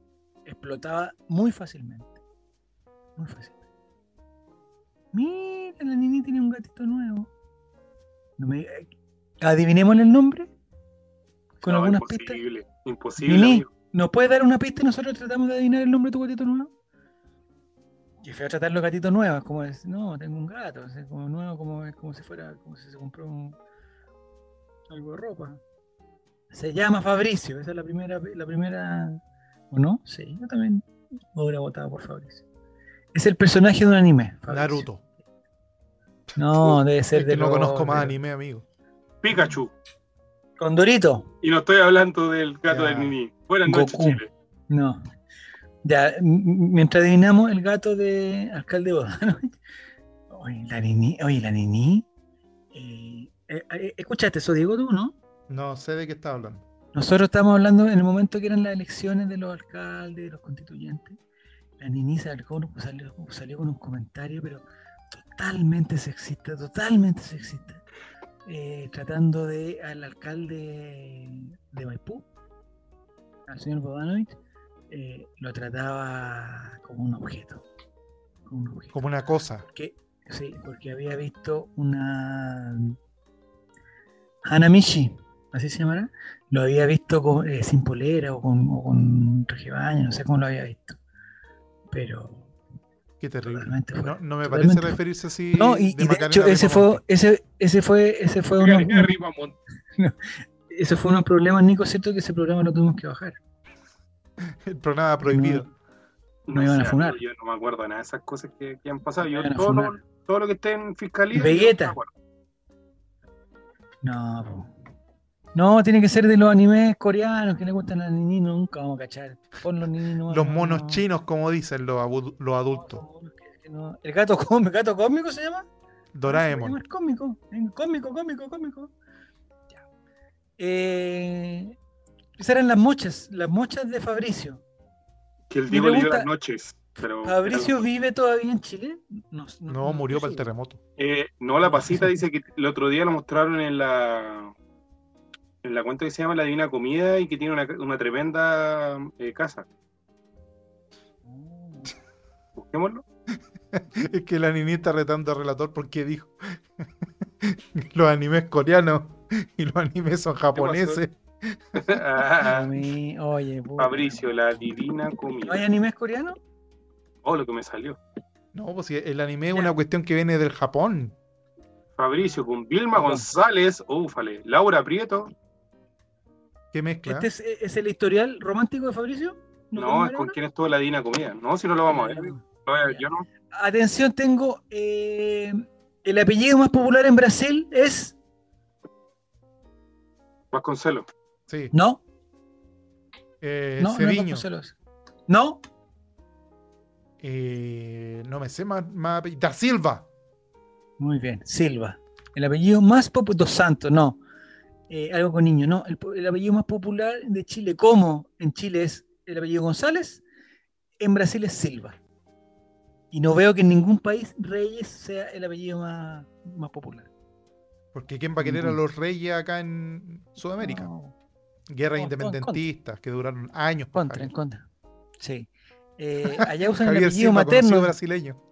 Speaker 1: Explotaba muy fácilmente. Muy fácilmente. Mira, la Nini tiene un gatito nuevo. No me- eh, Adivinémosle el nombre. Con
Speaker 3: No,
Speaker 1: algunas pistas.
Speaker 3: imposible, Imposible.
Speaker 1: Vení.
Speaker 3: amigo.
Speaker 1: ¿Nos puedes dar una pista y nosotros tratamos de adivinar el nombre de tu gatito nuevo? Qué feo tratar los gatitos nuevos, como es, no, tengo un gato, o sea, como nuevo, como, es como si fuera, como si se compró un- algo de ropa. Se llama Fabricio, esa es la primera, la primera, ¿o no? Sí, yo también hubiera votado por Fabricio. Es el personaje de un anime. Fabricio.
Speaker 2: Naruto.
Speaker 1: No, debe
Speaker 2: Es
Speaker 1: ser de
Speaker 2: que no
Speaker 1: los-
Speaker 2: conozco más
Speaker 1: de-
Speaker 2: anime, amigo.
Speaker 3: Pikachu.
Speaker 1: Condorito.
Speaker 3: Y no estoy hablando del gato
Speaker 2: Ya.
Speaker 3: de Nini. Buenas noches,
Speaker 1: Goku.
Speaker 3: Chile.
Speaker 1: No. Ya, m- m- mientras adivinamos el gato de alcalde Bodano. Oye, la Nini. Oye, la Nini. eh, eh, eh, escuchaste eso, Diego, tú, ¿no?
Speaker 2: No sé de qué está hablando.
Speaker 1: Nosotros estábamos hablando en el momento que eran las elecciones de los alcaldes, de los constituyentes. La Nini salió, pues, salió, salió con un comentario, pero totalmente sexista, totalmente sexista, eh, tratando de al alcalde de Maipú, al señor Bodanovich, eh, lo trataba como un objeto. Como un objeto.
Speaker 2: Como una cosa.
Speaker 1: Porque, sí, porque había visto una Hanamishi, así se llamará. Lo había visto con- eh, sin polera o con, o con un traje de baño, no sé cómo lo había visto. Pero
Speaker 2: Qué terrible.
Speaker 1: totalmente fuera.
Speaker 2: No, no me
Speaker 1: Totalmente
Speaker 2: parece
Speaker 1: fuera.
Speaker 2: referirse así.
Speaker 1: No, y y de,
Speaker 2: Macarena
Speaker 1: hecho ese fue,
Speaker 2: Ripamonti.
Speaker 1: ese, ese fue, ese fue uno,
Speaker 3: Gary Harry Pamont.
Speaker 1: ese fue uno de los problemas, Nico, cierto que ese programa lo tuvimos que bajar.
Speaker 2: El programa prohibido.
Speaker 1: No iban a
Speaker 3: sé,
Speaker 1: funar.
Speaker 3: amigo, Yo no me acuerdo de nada de esas cosas que, que han pasado. Yo
Speaker 1: iban a
Speaker 3: todo lo,
Speaker 1: funar.
Speaker 3: todo lo que esté en fiscalía. yo
Speaker 1: Vegeta.
Speaker 3: no me acuerdo.
Speaker 1: No, po. no, tiene que ser de los animes coreanos que le gustan a Nini, nunca vamos a cachar. Pon los Nini no,
Speaker 2: Los
Speaker 1: no,
Speaker 2: monos
Speaker 1: no.
Speaker 2: chinos, como dicen los, abu- los adultos.
Speaker 1: No, El gato cómico, gato cósmico se llama. Se llama
Speaker 2: Doraemon.
Speaker 1: el cómico, el cómico, cómico, cómico. Ya. Eh, esas eran las mochas, las mochas de Fabricio.
Speaker 3: Que el
Speaker 1: Mi
Speaker 3: Diego le dio
Speaker 1: pregunta-
Speaker 3: las noches. Pero
Speaker 1: ¿Fabricio vive todavía en Chile? No, no-
Speaker 2: No,
Speaker 1: no
Speaker 2: murió
Speaker 1: sé
Speaker 2: para el
Speaker 1: si-
Speaker 2: terremoto.
Speaker 3: Eh, no, la pasita dice que el otro día lo mostraron en la en la cuenta que se llama La Divina Comida y que tiene una, una tremenda eh, casa.
Speaker 1: Oh,
Speaker 3: Busquémoslo.
Speaker 2: Es que la niñita está retando al relator porque dijo los animes coreanos y los animes son japoneses.
Speaker 1: A
Speaker 3: Ah,
Speaker 1: mí- oye, puta.
Speaker 3: Fabricio, La Divina Comida.
Speaker 1: ¿No hay animes coreanos?
Speaker 3: Oh, lo que me salió.
Speaker 2: No, pues si el anime es una cuestión que viene del Japón.
Speaker 3: Fabricio con Vilma
Speaker 1: Perdón.
Speaker 3: González. Ufale. Laura Prieto.
Speaker 2: ¿Qué mezcla?
Speaker 1: ¿Este es, es el historial romántico de Fabricio?
Speaker 3: No, es con
Speaker 1: quién
Speaker 3: quién estuvo La Divina Comida. No, si no lo vamos a ver. Lo voy a ver yo no.
Speaker 1: Atención, tengo eh, el apellido más popular en Brasil es
Speaker 3: Vasconcelos.
Speaker 2: Sí.
Speaker 1: no,
Speaker 2: Eh,
Speaker 1: no, no es
Speaker 2: Cerviño.
Speaker 1: Vasconcelos. No,
Speaker 2: Eh, no me sé más, más apellido. Da Silva.
Speaker 1: muy bien, Silva. El apellido más popular dos Santos, no. Eh, algo con niño, no. El, po- el apellido más popular de Chile, como en Chile es el apellido González, en Brasil es Silva. Y no veo que en ningún país Reyes sea el apellido más, más popular.
Speaker 2: Porque ¿quién va a querer a
Speaker 1: Ujú.
Speaker 2: los reyes acá en Sudamérica?
Speaker 1: No.
Speaker 2: Guerras
Speaker 1: No,
Speaker 2: independentistas que duraron años. pues,
Speaker 1: Contra, en
Speaker 2: Javier.
Speaker 1: contra. Sí. Eh, allá usan el
Speaker 2: Javier
Speaker 1: apellido
Speaker 2: Silva, conocido
Speaker 1: materno.
Speaker 2: brasileño.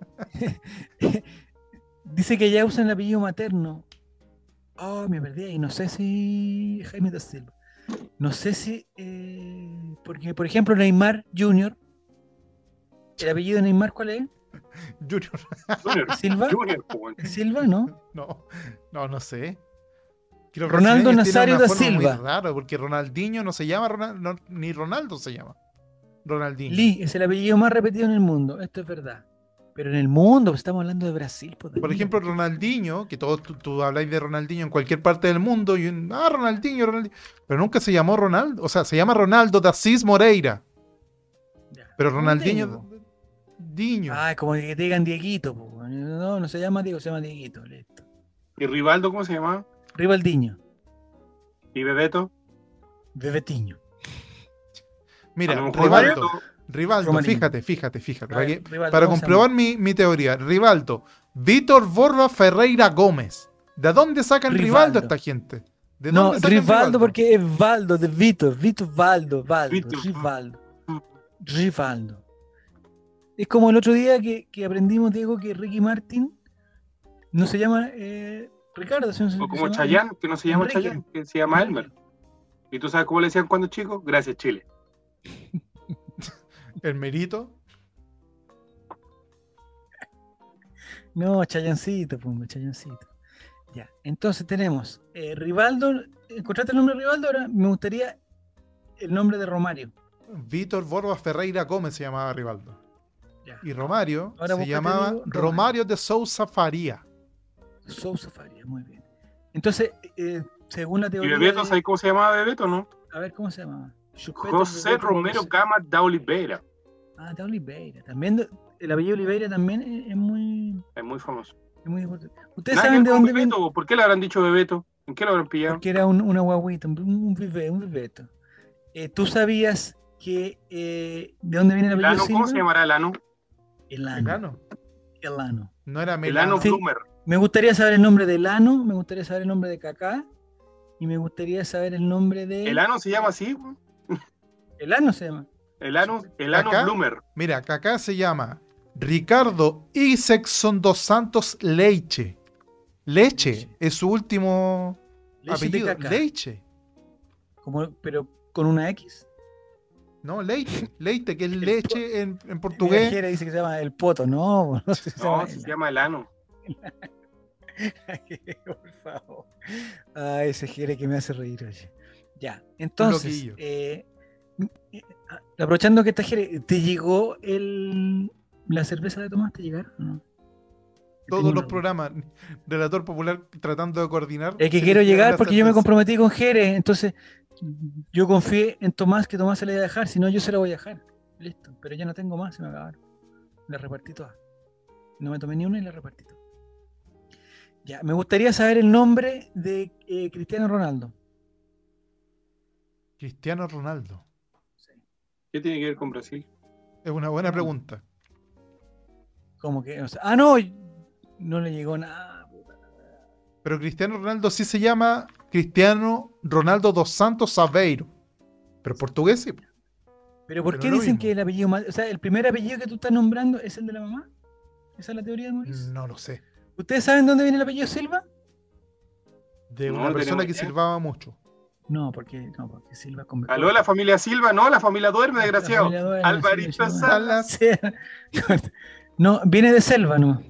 Speaker 1: Dice que ya usan el apellido materno. Oh, me perdí ahí. No sé si Jaime da Silva. No sé si. eh, porque, por ejemplo, Neymar Jr. ¿El apellido de Neymar cuál es?
Speaker 2: Junior.
Speaker 3: Junior.
Speaker 1: ¿Silva?
Speaker 3: Junior, pues, bueno.
Speaker 1: ¿Silva, no?
Speaker 2: No, no, no sé. Que los
Speaker 1: Ronaldo
Speaker 2: brasileños
Speaker 1: Nazario
Speaker 2: tienen una
Speaker 1: da
Speaker 2: forma muy
Speaker 1: Silva.
Speaker 2: rara, porque Ronaldinho no se llama Ronal- no, ni Ronaldo se llama. Ronaldinho.
Speaker 1: Lee es el apellido más repetido en el mundo. Esto es verdad. Pero en el mundo, pues, estamos hablando de Brasil. pues, de
Speaker 2: Por
Speaker 1: mí.
Speaker 2: ejemplo, Ronaldinho, que todos tú, tú habláis de Ronaldinho en cualquier parte del mundo, y un- ah, Ronaldinho, Ronaldinho, pero nunca se llamó Ronaldo, o sea, se llama Ronaldo da Cis Moreira,
Speaker 1: Ya.
Speaker 2: pero
Speaker 1: Un
Speaker 2: Ronaldinho
Speaker 1: Diego.
Speaker 2: Diño.
Speaker 1: Ah, como que te digan Dieguito. po. No, no se llama Diego, se llama Dieguito. Listo.
Speaker 3: ¿Y Rivaldo cómo se llamaba?
Speaker 1: Rivaldiño.
Speaker 3: ¿Y Bebeto?
Speaker 1: Bebetiño.
Speaker 3: A
Speaker 2: Mira,
Speaker 3: lo mejor
Speaker 2: Rivaldo,
Speaker 3: Bebeto-
Speaker 2: Rivaldo,
Speaker 1: Romanismo.
Speaker 2: fíjate, fíjate, fíjate.
Speaker 1: A
Speaker 2: Para,
Speaker 1: ver,
Speaker 2: que-
Speaker 1: Rivaldo,
Speaker 2: para
Speaker 1: ¿cómo se
Speaker 2: comprobar mi, mi teoría, Rivaldo, Víctor Borba Ferreira Gómez. ¿De dónde sacan Rivaldo,
Speaker 1: Rivaldo.
Speaker 2: esta gente? ¿De
Speaker 1: No,
Speaker 2: dónde sacan
Speaker 1: Rivaldo porque es Valdo de Vitor, Vitor Valdo, Valdo,
Speaker 3: Vitor.
Speaker 1: Rivaldo. Rivaldo. Es como el otro día que, que aprendimos, Diego, que Ricky Martin no se llama eh, Ricardo, sino se-
Speaker 3: O
Speaker 1: se
Speaker 3: como
Speaker 1: llama-
Speaker 3: Chayanne, que no se llama
Speaker 1: Enrique.
Speaker 3: Chayanne, que se llama Elmer. ¿Y tú sabes cómo le decían cuando chico? Gracias, Chile.
Speaker 2: El merito.
Speaker 1: No, Chayancito, pum, Chayancito. Ya, entonces tenemos eh, Rivaldo. ¿Encontraste el nombre de Rivaldo? Ahora me gustaría el nombre de Romario.
Speaker 2: Víctor Borba Ferreira Gómez se llamaba Rivaldo.
Speaker 1: Ya.
Speaker 2: y Romario
Speaker 1: Ahora
Speaker 2: se
Speaker 1: búscate,
Speaker 2: llamaba
Speaker 1: Diego, Romario.
Speaker 2: Romario de Sousa Faría.
Speaker 1: Sousa Faria, muy bien. Entonces, eh, según la
Speaker 3: ¿Y
Speaker 1: teoría.
Speaker 3: Bebeto,
Speaker 1: de-
Speaker 3: ¿sabes cómo se llamaba Bebeto, no?
Speaker 1: A ver cómo se llama. Chupeto
Speaker 3: José
Speaker 1: Bebeto
Speaker 3: Romero
Speaker 1: José.
Speaker 3: Gama da Oliveira.
Speaker 1: Ah, de Oliveira. También de- el apellido Oliveira también es, es muy,
Speaker 3: Es muy famoso.
Speaker 1: es muy importante. ¿Ustedes
Speaker 3: Nada que
Speaker 1: saben
Speaker 3: ver
Speaker 1: de
Speaker 3: con
Speaker 1: dónde viene?
Speaker 3: Bebeto, ¿Por qué le habrán dicho Bebeto? ¿En qué lo habrán pillado?
Speaker 1: Porque era un, una guaguita, un, un bebé, un bebeto. Eh, ¿Tú sabías que eh, de dónde viene el apellido
Speaker 3: Lano, ¿Cómo
Speaker 1: Silva?
Speaker 3: se llamará Lano?
Speaker 1: Elano.
Speaker 2: Melano.
Speaker 1: Elano.
Speaker 2: No era Melano.
Speaker 3: Elano
Speaker 1: Sí.
Speaker 3: Blumer.
Speaker 1: Me gustaría saber el nombre de Elano, me gustaría saber el nombre de Kaká y me gustaría saber el nombre de...
Speaker 3: Elano se llama así. güey.
Speaker 1: Elano se llama.
Speaker 3: Elano, Elano
Speaker 2: ¿Acá?
Speaker 3: Blumer.
Speaker 2: Mira, que acá se llama Ricardo Isexson dos Santos Leiche. Leche,
Speaker 1: Leche.
Speaker 2: es su último
Speaker 1: Leche de
Speaker 2: apellido.
Speaker 1: Kaká.
Speaker 2: Leiche.
Speaker 1: Como- pero con una X.
Speaker 2: No, leite, leite, que es
Speaker 1: po-
Speaker 2: leche en, en
Speaker 1: Mi
Speaker 2: portugués.
Speaker 1: viajera dice que se llama El Poto, no. No, se
Speaker 3: No,
Speaker 1: llama
Speaker 3: se
Speaker 1: Elano.
Speaker 3: llama Elano.
Speaker 1: Por favor. Ay, ese gire que me hace reír, oye. Ya, entonces,
Speaker 2: loquillo.
Speaker 1: eh, eh, ah, aprovechando que estás gire, ¿te llegó el, la cerveza de Tomás? ¿Te llegaron? o no? Tengo
Speaker 2: Todos
Speaker 1: una
Speaker 2: los
Speaker 1: duda.
Speaker 2: programas. Relator popular tratando de coordinar.
Speaker 1: Es que
Speaker 2: se
Speaker 1: quiero
Speaker 2: les queda
Speaker 1: llegar
Speaker 2: la
Speaker 1: porque yo me
Speaker 2: certeza.
Speaker 1: comprometí con Jere, entonces yo confié en Tomás que Tomás se la iba a dejar, si no yo se la voy a dejar. Listo, pero ya no tengo más, se me acabaron. La repartí todas. No me tomé ni una y la repartí todas. Ya, me gustaría saber el nombre de eh, Cristiano Ronaldo.
Speaker 2: Cristiano Ronaldo.
Speaker 3: ¿Qué tiene que ver con Brasil?
Speaker 2: Es una buena
Speaker 1: Mm.
Speaker 2: pregunta.
Speaker 1: Como que, o sea, ah, no, no le llegó nada. puta.
Speaker 2: Pero Cristiano Ronaldo sí se llama Cristiano Ronaldo dos Santos Aveiro. Pero portugués sí.
Speaker 1: Pero ¿por
Speaker 2: Pero
Speaker 1: qué
Speaker 2: no lo
Speaker 1: dicen
Speaker 2: mismo.
Speaker 1: que el apellido más, o sea, el primer apellido que tú estás nombrando es el de la mamá? ¿Esa es la teoría de Mauricio?
Speaker 2: No lo sé.
Speaker 1: ¿Ustedes saben dónde viene el apellido Silva?
Speaker 2: De
Speaker 3: No,
Speaker 2: una
Speaker 3: no
Speaker 2: persona
Speaker 3: tenemos
Speaker 2: que
Speaker 3: idea.
Speaker 2: silbaba mucho.
Speaker 1: No, porque, no, porque Silva con
Speaker 3: ¿Aló la familia Silva? No, la familia duerme, desgraciado.
Speaker 1: La familia
Speaker 3: Alvarito
Speaker 1: Dueñas, sí,
Speaker 2: Salas.
Speaker 1: sí. No, viene de selva, no.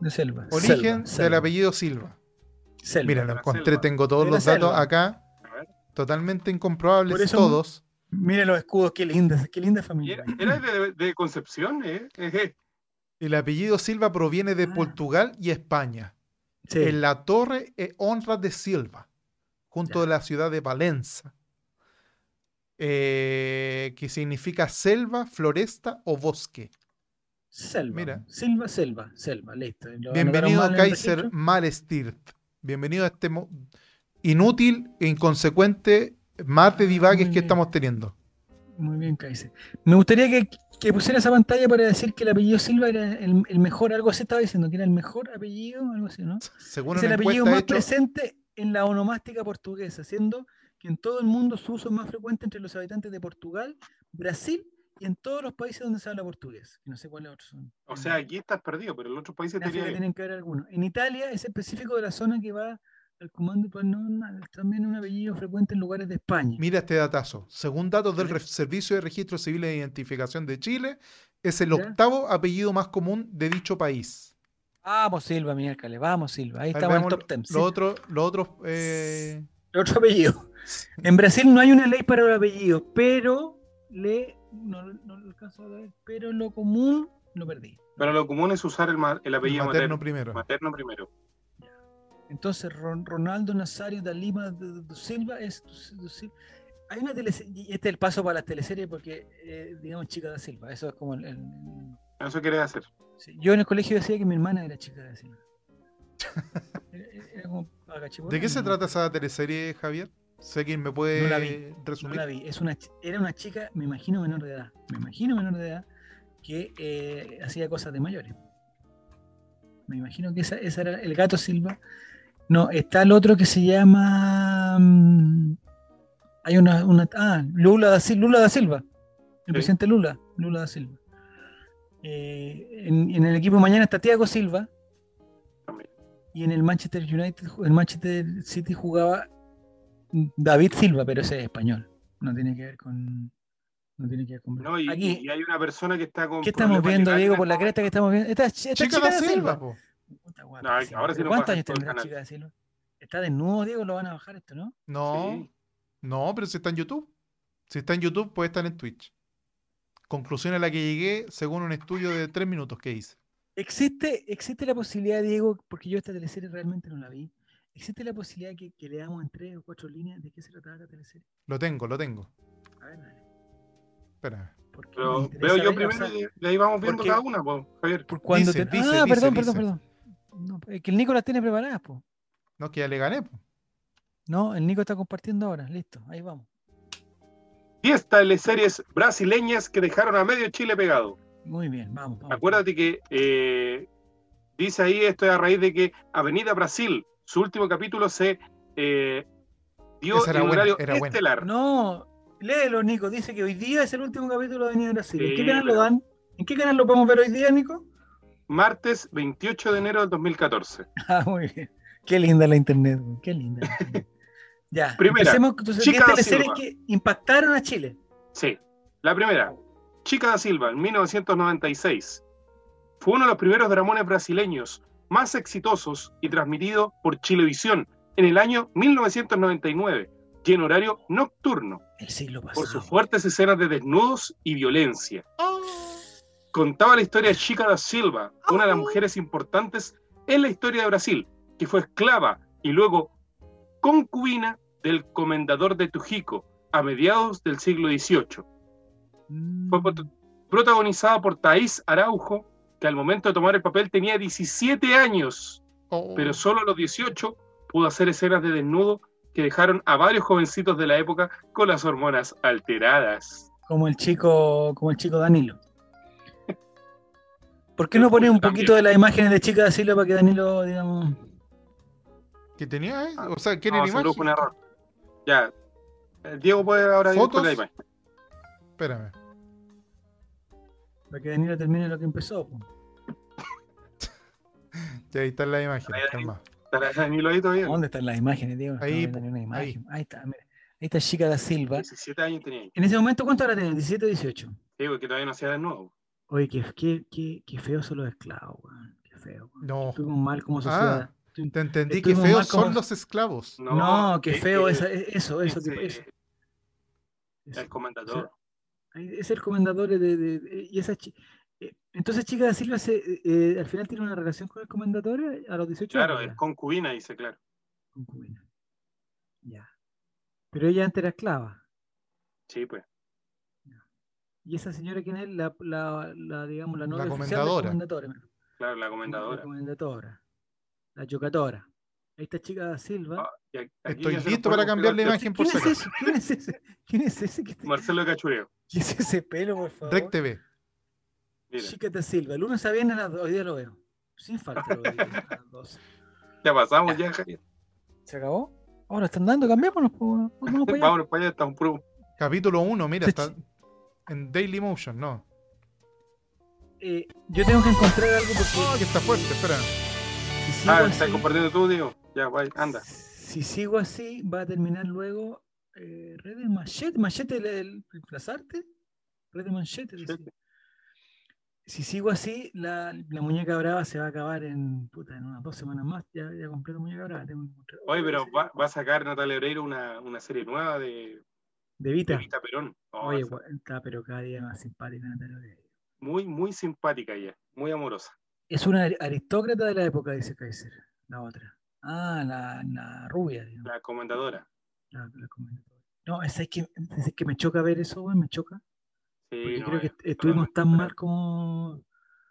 Speaker 1: De selva.
Speaker 2: Origen
Speaker 1: selva,
Speaker 2: del
Speaker 1: selva,
Speaker 2: apellido Silva.
Speaker 1: selva.
Speaker 2: Mira, lo
Speaker 3: De la
Speaker 2: encontré,
Speaker 3: selva.
Speaker 2: tengo todos
Speaker 1: De la
Speaker 2: los datos
Speaker 1: selva.
Speaker 2: acá.
Speaker 3: A ver.
Speaker 2: Totalmente incomprobables
Speaker 1: Por eso-
Speaker 2: todos.
Speaker 1: Mira los escudos, qué linda, qué linda familia.
Speaker 3: Era, era de, de Concepción, ¿eh? Ejé.
Speaker 2: El apellido Silva proviene de
Speaker 6: Ah.
Speaker 2: Portugal y España.
Speaker 1: Sí.
Speaker 2: En la Torre e Honra de Silva, junto
Speaker 1: Ya.
Speaker 2: a la ciudad de Valenza, eh, que significa selva, floresta o
Speaker 1: Ah,
Speaker 2: bosque.
Speaker 1: Selva.
Speaker 2: mira.
Speaker 1: Silva, selva, selva, listo. Lo
Speaker 2: Bienvenido,
Speaker 1: anotaron mal en el
Speaker 2: Kaiser
Speaker 1: registro.
Speaker 2: Malestirt. Bienvenido a este mo- inútil e inconsecuente mate
Speaker 1: Ah,
Speaker 2: divagues
Speaker 1: muy
Speaker 2: que
Speaker 1: bien.
Speaker 2: estamos teniendo.
Speaker 1: Muy bien, Kaiser. Me gustaría que, que pusiera esa pantalla para decir que el apellido Silva era el, el mejor, algo así estaba diciendo, que era el mejor apellido, algo así, ¿no?
Speaker 2: Según
Speaker 1: Es
Speaker 2: una
Speaker 1: el apellido
Speaker 2: encuesta
Speaker 1: más
Speaker 2: hecho-
Speaker 1: presente en la onomástica portuguesa, siendo que en todo el mundo su uso es más frecuente entre los habitantes de Portugal, Brasil y en todos los países donde se habla portugués. que No sé cuáles otros son.
Speaker 3: O sea, aquí estás perdido, pero en los otros países
Speaker 1: en África
Speaker 3: tenía.
Speaker 1: tienen que haber algunos. En Italia es específico de la zona que va al comando, pues no, na- también un apellido frecuente en lugares de España.
Speaker 2: Mira este datazo. Según datos del
Speaker 1: A ver.
Speaker 2: Re- Servicio de Registro Civil e Identificación de Chile, es el
Speaker 1: Ya.
Speaker 2: octavo apellido más común de dicho país.
Speaker 1: Vamos, Silva, miércoles, vamos, Silva. Ahí
Speaker 2: Ahí
Speaker 1: estamos en el
Speaker 2: vemos
Speaker 1: top ten.
Speaker 2: Los otros, los otros, eh,
Speaker 1: Otro apellido. En Brasil no hay una ley para el apellido, pero le. No, no lo alcanzo a ver, pero lo común lo perdí.
Speaker 3: Pero lo común es usar el, ma- el apellido
Speaker 2: materno
Speaker 3: materno,
Speaker 2: primero.
Speaker 3: materno primero.
Speaker 1: Entonces, Ron- Ronaldo Nazario da Lima do- do Silva es. do- do Sil- Hay una teleserie, y este es el paso para las teleseries porque, eh, digamos, chica da Silva. Eso es como el. el-
Speaker 3: Eso querés hacer.
Speaker 1: sí. Yo en el colegio decía que mi hermana era chica da Silva. Era- era como agachipola,
Speaker 2: ¿De qué se
Speaker 1: ¿no?
Speaker 2: trata esa teleserie, Javier? Sé quién me puede
Speaker 1: No la vi, No
Speaker 2: resumir.
Speaker 1: la vi. Es una, ch- era una chica, me imagino, menor de edad. Me imagino menor de edad que eh, hacía cosas de mayores. Me imagino que esa, esa era el gato Silva. No, está el otro que se llama. mm, Hay una. una ah, Lula da, Sil- Lula da Silva. El
Speaker 3: Sí.
Speaker 1: presidente Lula. Lula da Silva. Eh, en, en el equipo mañana está Tiago Silva.
Speaker 3: También.
Speaker 1: Y en el Manchester United, ju- el Manchester City jugaba David Silva, pero ese es español. No tiene que ver con. No tiene que ver con.
Speaker 3: No, y,
Speaker 1: Aquí,
Speaker 3: y hay una persona que está con.
Speaker 1: ¿qué estamos
Speaker 3: problemas
Speaker 1: viendo,
Speaker 3: legales
Speaker 1: Diego,
Speaker 3: en
Speaker 1: por la
Speaker 3: este
Speaker 1: cresta que estamos viendo? Esta, esta
Speaker 2: Chica, da Silva. po.
Speaker 1: Puta,
Speaker 3: No, ahora sí
Speaker 1: guapísima. ¿Pero
Speaker 3: lo
Speaker 1: ¿Cuántos
Speaker 3: pasan
Speaker 1: años
Speaker 3: por el
Speaker 1: tendrá
Speaker 3: canal.
Speaker 1: Chica da Silva? Está desnudo, Diego, lo van a bajar esto, ¿no?
Speaker 2: No,
Speaker 3: Sí.
Speaker 2: no, pero si está en YouTube. Si está en YouTube, puede estar en Twitch. Conclusión a la que llegué según un estudio de tres minutos que hice.
Speaker 1: ¿Existe, existe la posibilidad, Diego, porque yo esta teleserie realmente no la vi, ¿existe la posibilidad que, que leamos en tres o cuatro líneas de qué se trataba la teleserie?
Speaker 2: Lo tengo, lo tengo.
Speaker 1: A ver, dale.
Speaker 2: Espera.
Speaker 1: Porque me
Speaker 3: Pero
Speaker 1: interesa
Speaker 3: veo yo
Speaker 1: ver, o
Speaker 3: primero
Speaker 1: sea,
Speaker 3: y y ahí vamos viendo
Speaker 1: porque-
Speaker 3: cada una, po, Javier.
Speaker 1: por cuando
Speaker 2: Dice,
Speaker 1: te-
Speaker 2: dice,
Speaker 1: ah,
Speaker 2: dice,
Speaker 1: perdón,
Speaker 2: dice.
Speaker 1: perdón, perdón. No, es que el Nico las tiene preparadas, po.
Speaker 2: No, que ya le gané. po.
Speaker 1: No, el Nico está compartiendo ahora, listo, ahí vamos.
Speaker 3: 10 teleseries brasileñas que dejaron a medio Chile pegado.
Speaker 1: Muy bien, vamos, vamos.
Speaker 3: Acuérdate que eh, dice ahí esto es a raíz de que Avenida Brasil, su último capítulo se eh, dio
Speaker 2: Esa era
Speaker 3: en
Speaker 2: buena,
Speaker 3: horario
Speaker 2: era buena.
Speaker 3: estelar.
Speaker 1: No, léelo, Nico. Dice que hoy día es el último capítulo de Avenida Brasil. ¿En
Speaker 3: Sí,
Speaker 1: qué canal
Speaker 3: pero-
Speaker 1: lo dan? ¿En qué canal lo podemos ver hoy día, Nico?
Speaker 3: Martes 28 de enero del 2014.
Speaker 1: Ah, muy bien. Qué linda la internet, güey, qué linda. la internet. ya,
Speaker 3: Primera,
Speaker 1: empecemos entonces,
Speaker 3: Chica
Speaker 1: 10
Speaker 3: da
Speaker 1: teleseries
Speaker 3: Silva.
Speaker 1: que impactaron a Chile.
Speaker 3: Sí. La primera, Chica da Silva, en 1996. Fue uno de los primeros dramones brasileños más exitosos y transmitido por Chilevisión en el año 1999 y en horario nocturno.
Speaker 1: El siglo pasado.
Speaker 3: por sus fuertes escenas de desnudos y violencia. Contaba la historia de Chica da Silva, una de las mujeres importantes en la historia de Brasil, que fue esclava y luego concubina del comendador de Tujico a mediados del siglo XVIII.
Speaker 1: Mm.
Speaker 3: Fue prot- protagonizada por Thais Araujo, que al momento de tomar el papel tenía 17 años,
Speaker 2: Oh.
Speaker 3: pero solo a los 18 pudo hacer escenas de desnudo que dejaron a varios jovencitos de la época con las hormonas alteradas.
Speaker 1: Como el chico, como el chico Danilo. ¿Por qué no
Speaker 3: El
Speaker 1: pones un
Speaker 3: Julio
Speaker 1: poquito de las imágenes de Chica de Silva para que Danilo, digamos.
Speaker 2: ¿Qué tenía? eh? O sea, ¿quién
Speaker 3: Ah, No,
Speaker 2: era
Speaker 3: se produjo un
Speaker 2: imagen?
Speaker 3: error. Ya. Eh, Diego puede ahora ir
Speaker 2: ¿Fotos?
Speaker 3: con la imagen.
Speaker 2: Espérame.
Speaker 1: Para que Danilo termine lo que empezó. po.
Speaker 2: Ya ahí está la imagen.
Speaker 3: Ahí, ahí.
Speaker 2: calma.
Speaker 3: ¿Estará Danilo ahí todavía?
Speaker 1: ¿Dónde están las imágenes, Diego? No
Speaker 2: Ahí,
Speaker 1: estamos viendo
Speaker 2: po,
Speaker 1: ni una
Speaker 2: ahí.
Speaker 1: imagen. Ahí está, mira. Ahí está Chica da Silva.
Speaker 3: 17 años tenía ahí.
Speaker 1: En ese momento, ¿cuánto ahora tenés? ¿17 o 18?
Speaker 3: Diego, que todavía no sea de nuevo.
Speaker 1: Oye, qué, qué, qué, qué feo son los esclavos, weón. Qué feo. weón.
Speaker 2: No.
Speaker 1: Estuvimos mal como sociedad. Estu-
Speaker 2: Te entendí que
Speaker 1: Estuvimos
Speaker 2: feos
Speaker 1: mal como-
Speaker 2: son los esclavos.
Speaker 1: No, qué
Speaker 3: es
Speaker 1: feo
Speaker 3: que
Speaker 1: esa- e- eso, eso,
Speaker 3: ese-
Speaker 1: tipo, eso, eso.
Speaker 3: eh, El comendador.
Speaker 1: Ahí Es el comendador de, de- de- y esa chi- eh, entonces chica da Silva se, eh, eh, al final tiene una relación con el comendador eh, a los 18
Speaker 3: Claro,
Speaker 1: años.
Speaker 3: es
Speaker 1: ya,
Speaker 3: concubina, dice, claro.
Speaker 1: concubina. Ya. Pero ella antes era esclava.
Speaker 3: Sí, pues.
Speaker 1: Y esa señora quién es la, la, la, digamos la
Speaker 2: La
Speaker 1: novia oficial
Speaker 2: comendadora.
Speaker 1: del comendador, hermano.
Speaker 3: Claro, la
Speaker 1: La
Speaker 3: comendadora.
Speaker 1: comendadora. La yucatora. Ahí está chica da Silva.
Speaker 3: Ah, y aquí- aquí
Speaker 2: Estoy
Speaker 3: ya se nos
Speaker 2: listo
Speaker 3: fue
Speaker 2: para
Speaker 3: el
Speaker 2: cambiar la
Speaker 3: congelador.
Speaker 2: imagen por
Speaker 1: ¿Quién
Speaker 2: si
Speaker 1: es ese?
Speaker 2: acaso.
Speaker 1: ¿Quién es ese? ¿Quién es ese que está-
Speaker 3: Marcelo de Cachureo.
Speaker 1: ¿Qué es ese pelo, por favor?
Speaker 2: Rec TV.
Speaker 3: Mira,
Speaker 1: Chica da Silva. El lunes a viernes a las do- hoy día lo veo. Sin falta lo veo. a las 12.
Speaker 3: ya pasamos, ya. Javier.
Speaker 1: ¿Se acabó? Ahora están dando, cambiémonos. po, weón. Vamos para allá.
Speaker 3: Vámonos para allá, está un puro.
Speaker 2: Capítulo 1, mira,
Speaker 1: Se
Speaker 2: está en Daily Motion, no.
Speaker 1: Eh, yo tengo que encontrar algo
Speaker 2: Oh,
Speaker 1: porque
Speaker 2: que está fuerte, espera.
Speaker 1: si sigo,
Speaker 3: Ah,
Speaker 1: así,
Speaker 3: estás compartiendo tú, Diego. Ya, vaya, anda.
Speaker 1: si sigo así, va a terminar luego eh, Red de Machete. Machete, el, el, las artes. Red de Machete. decía.
Speaker 3: Machete.
Speaker 1: Si sigo así, la, la muñeca brava se va a acabar en, puta, en unas dos semanas más. Ya, ya completo muñeca brava. Tengo que encontrar
Speaker 3: Oye,
Speaker 1: otra
Speaker 3: pero
Speaker 1: serie.
Speaker 3: va, va a sacar Natalia Oreiro una, una serie nueva de
Speaker 1: De Vita.
Speaker 3: Evita Perón. No,
Speaker 1: Oye,
Speaker 3: esa-
Speaker 1: gua- está, pero cada día más simpática Natalia Oreiro.
Speaker 3: muy, muy simpática ella, muy amorosa.
Speaker 1: Es una ar- aristócrata de la época, dice Kaiser. La otra. Ah, la, la rubia, digamos.
Speaker 3: La comendadora.
Speaker 1: La- la comendadora. No, es es que, es que me choca ver eso, weón, me choca.
Speaker 3: Sí,
Speaker 1: Porque
Speaker 3: no,
Speaker 1: creo que este
Speaker 3: es
Speaker 1: est- estuvimos
Speaker 3: totalmente
Speaker 1: tan mal
Speaker 3: diferente
Speaker 1: como.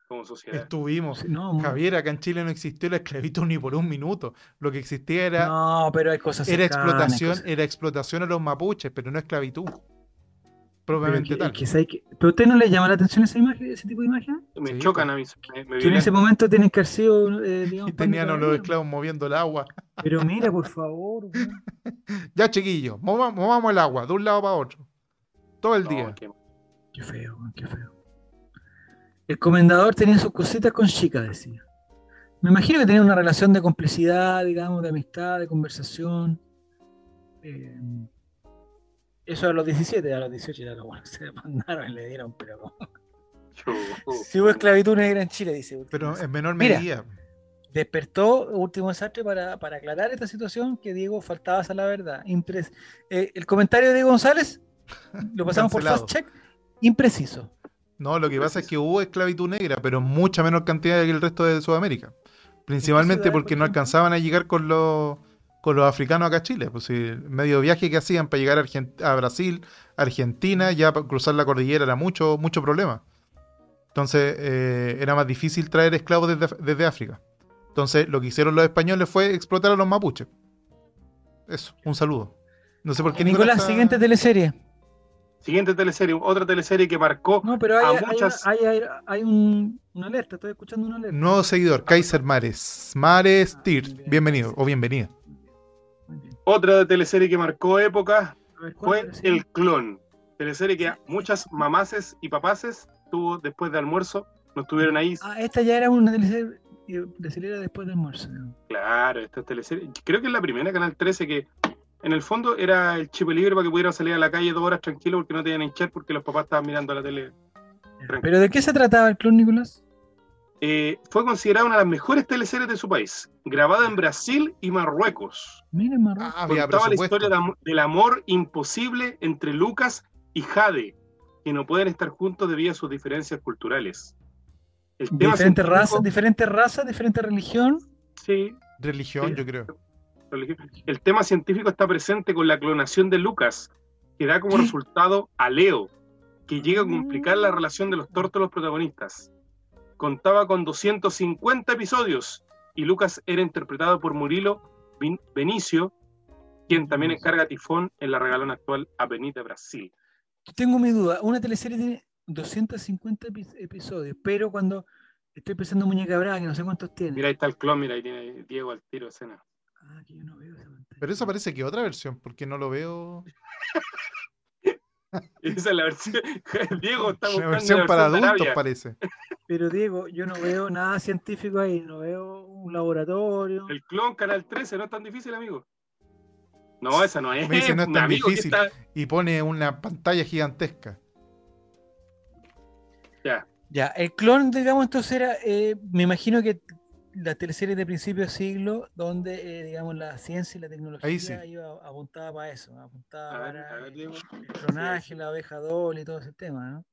Speaker 3: como sociedad.
Speaker 2: Estuvimos.
Speaker 1: No, mu-
Speaker 2: Javier, acá en Chile no existió la esclavitud ni por un minuto. Lo que existía era,
Speaker 1: no, pero hay cosas.
Speaker 2: era
Speaker 1: cercanas,
Speaker 2: explotación,
Speaker 1: cosas-
Speaker 2: era explotación a los mapuches, pero no esclavitud.
Speaker 1: pero,
Speaker 2: Propiamente
Speaker 1: que-
Speaker 2: tal.
Speaker 1: que sabe que- pero a usted no le llama la atención esa imagen, ese tipo de imagen.
Speaker 3: Me
Speaker 2: Sí,
Speaker 3: chocan a mí. Me, me
Speaker 1: Que en ese
Speaker 3: violentan.
Speaker 1: momento tienen que haber sido. eh, digamos,
Speaker 2: Y tenían
Speaker 1: pan
Speaker 2: a
Speaker 1: de
Speaker 2: los
Speaker 1: cada día.
Speaker 2: esclavos moviendo el agua.
Speaker 1: Pero mira, por favor. weón.
Speaker 2: Ya, chiquillos, mova- movamos el agua de un lado para otro. Todo el
Speaker 3: No,
Speaker 2: día.
Speaker 3: que-
Speaker 1: Qué feo, weón, qué feo. El comendador tenía sus cositas con chica, decía. Me imagino que tenía una relación de complicidad, digamos, de amistad, de conversación. Eh, eso a los 17, a los 18 ya lo bueno, se mandaron y le dieron, pero como-
Speaker 3: Chu,
Speaker 1: Si hubo esclavitud negra en Chile, dice. Último
Speaker 2: Pero eh, en
Speaker 1: Desastre.
Speaker 2: menor
Speaker 1: Mira.
Speaker 2: medida.
Speaker 1: Despertó Último Desastre para, para aclarar esta situación que Diego faltabas a la verdad. Impres- eh, el comentario de Diego González lo pasamos por
Speaker 2: Cancelado.
Speaker 1: fast check. Impreciso.
Speaker 2: No, lo que pasa es que hubo esclavitud negra, pero en mucha menor cantidad que el resto de Sudamérica. Principalmente
Speaker 4: ciudades, por
Speaker 2: porque no
Speaker 4: ejemplo?
Speaker 2: alcanzaban a llegar con los, con los africanos acá a Chile. Pues sí, el medio viaje que hacían para llegar a, Argen- a Brasil,
Speaker 1: Mm.
Speaker 2: Argentina, ya pa- cruzar la cordillera era mucho, mucho problema. Entonces eh, era más difícil traer esclavos desde, Af- desde África. Entonces lo que hicieron los españoles fue explotar a los mapuches. Eso, un saludo. No sé por qué
Speaker 1: Nicolás,
Speaker 2: está-
Speaker 1: siguiente teleserie.
Speaker 3: Siguiente teleserie, otra teleserie que marcó
Speaker 6: No, pero hay,
Speaker 3: A
Speaker 6: hay una-
Speaker 3: muchas-
Speaker 6: hay, hay, hay un, una alerta, estoy escuchando una alerta. Ah,
Speaker 2: Nuevo seguidor, Kaiser Mares.
Speaker 3: Ah,
Speaker 2: Mares Tir. Bienvenido o bienvenida.
Speaker 6: Muy bien.
Speaker 3: otra teleserie que marcó época
Speaker 6: A ver, ¿cuál
Speaker 3: fue
Speaker 6: era, sí?
Speaker 3: El Clon. Teleserie que muchas mamaces y papaces tuvo después de almuerzo, no estuvieron ahí.
Speaker 6: Ah, esta ya era una teleserie eh, teleserie era después del almuerzo.
Speaker 3: Claro, esta teleserie. Creo que es la primera, Canal 13, que en el fondo era el chip libre para que pudieran salir a la calle dos horas tranquilo porque no tenían hinchar porque los papás estaban mirando la tele.
Speaker 6: ¿Pero de qué se trataba el clon, Nicolás?
Speaker 3: Eh, fue considerada una de las mejores teleseries de su país, grabada en Brasil y Marruecos.
Speaker 6: Mira, Marruecos.
Speaker 2: Ah, había
Speaker 3: contaba la
Speaker 2: presupuesto.
Speaker 3: historia de am- del amor imposible entre Lucas y Jade, que no pueden estar juntos debido a sus diferencias culturales. El tema
Speaker 6: Diferentes
Speaker 3: científico-
Speaker 6: razas, diferentes razas, diferente religión.
Speaker 3: sí,
Speaker 2: Religión,
Speaker 3: Sí.
Speaker 2: yo creo.
Speaker 3: religión. el tema científico está presente con la clonación de Lucas, que da como resultado a Leo, que llega a complicar
Speaker 2: Mm.
Speaker 3: la relación de los tórtolos protagonistas. Contaba con 250 episodios y Lucas era interpretado por Murilo Vin- Benicio, quien también encarga a Tifón en la regalona actual Avenida Brasil.
Speaker 2: Mm.
Speaker 6: Tengo mi duda. Una teleserie tiene 250 epi- episodios, pero cuando estoy pensando en Muñeca Brava, que no sé cuántos tiene.
Speaker 3: Mira, ahí está el clon, mira, ahí tiene Diego al tiro de escena.
Speaker 6: Ah, que yo no veo esa pantalla.
Speaker 2: Pero eso parece que otra versión, porque no lo veo.
Speaker 3: Esa es la versión. Diego está buscando
Speaker 2: Una versión para
Speaker 3: de
Speaker 2: adultos
Speaker 3: Arabia.
Speaker 2: parece.
Speaker 6: Pero Diego, yo no veo nada científico ahí, no veo un laboratorio.
Speaker 3: El clon Canal 13, no es tan difícil, amigo. No, esa no es.
Speaker 2: Me dice, no es
Speaker 3: un
Speaker 2: tan
Speaker 3: amigo que
Speaker 2: difícil.
Speaker 3: está-
Speaker 2: Y pone una pantalla gigantesca.
Speaker 3: Ya.
Speaker 1: Ya, el clon, digamos, entonces era, eh, me imagino que la teleserie de principio de siglo, donde, eh, digamos, la ciencia y la tecnología
Speaker 2: sí.
Speaker 1: iba apuntada para eso, apuntaba
Speaker 3: A ver,
Speaker 1: para
Speaker 3: a
Speaker 1: eh,
Speaker 3: ver, Diego.
Speaker 1: el clonaje, la oveja doble y todo ese tema, ¿no?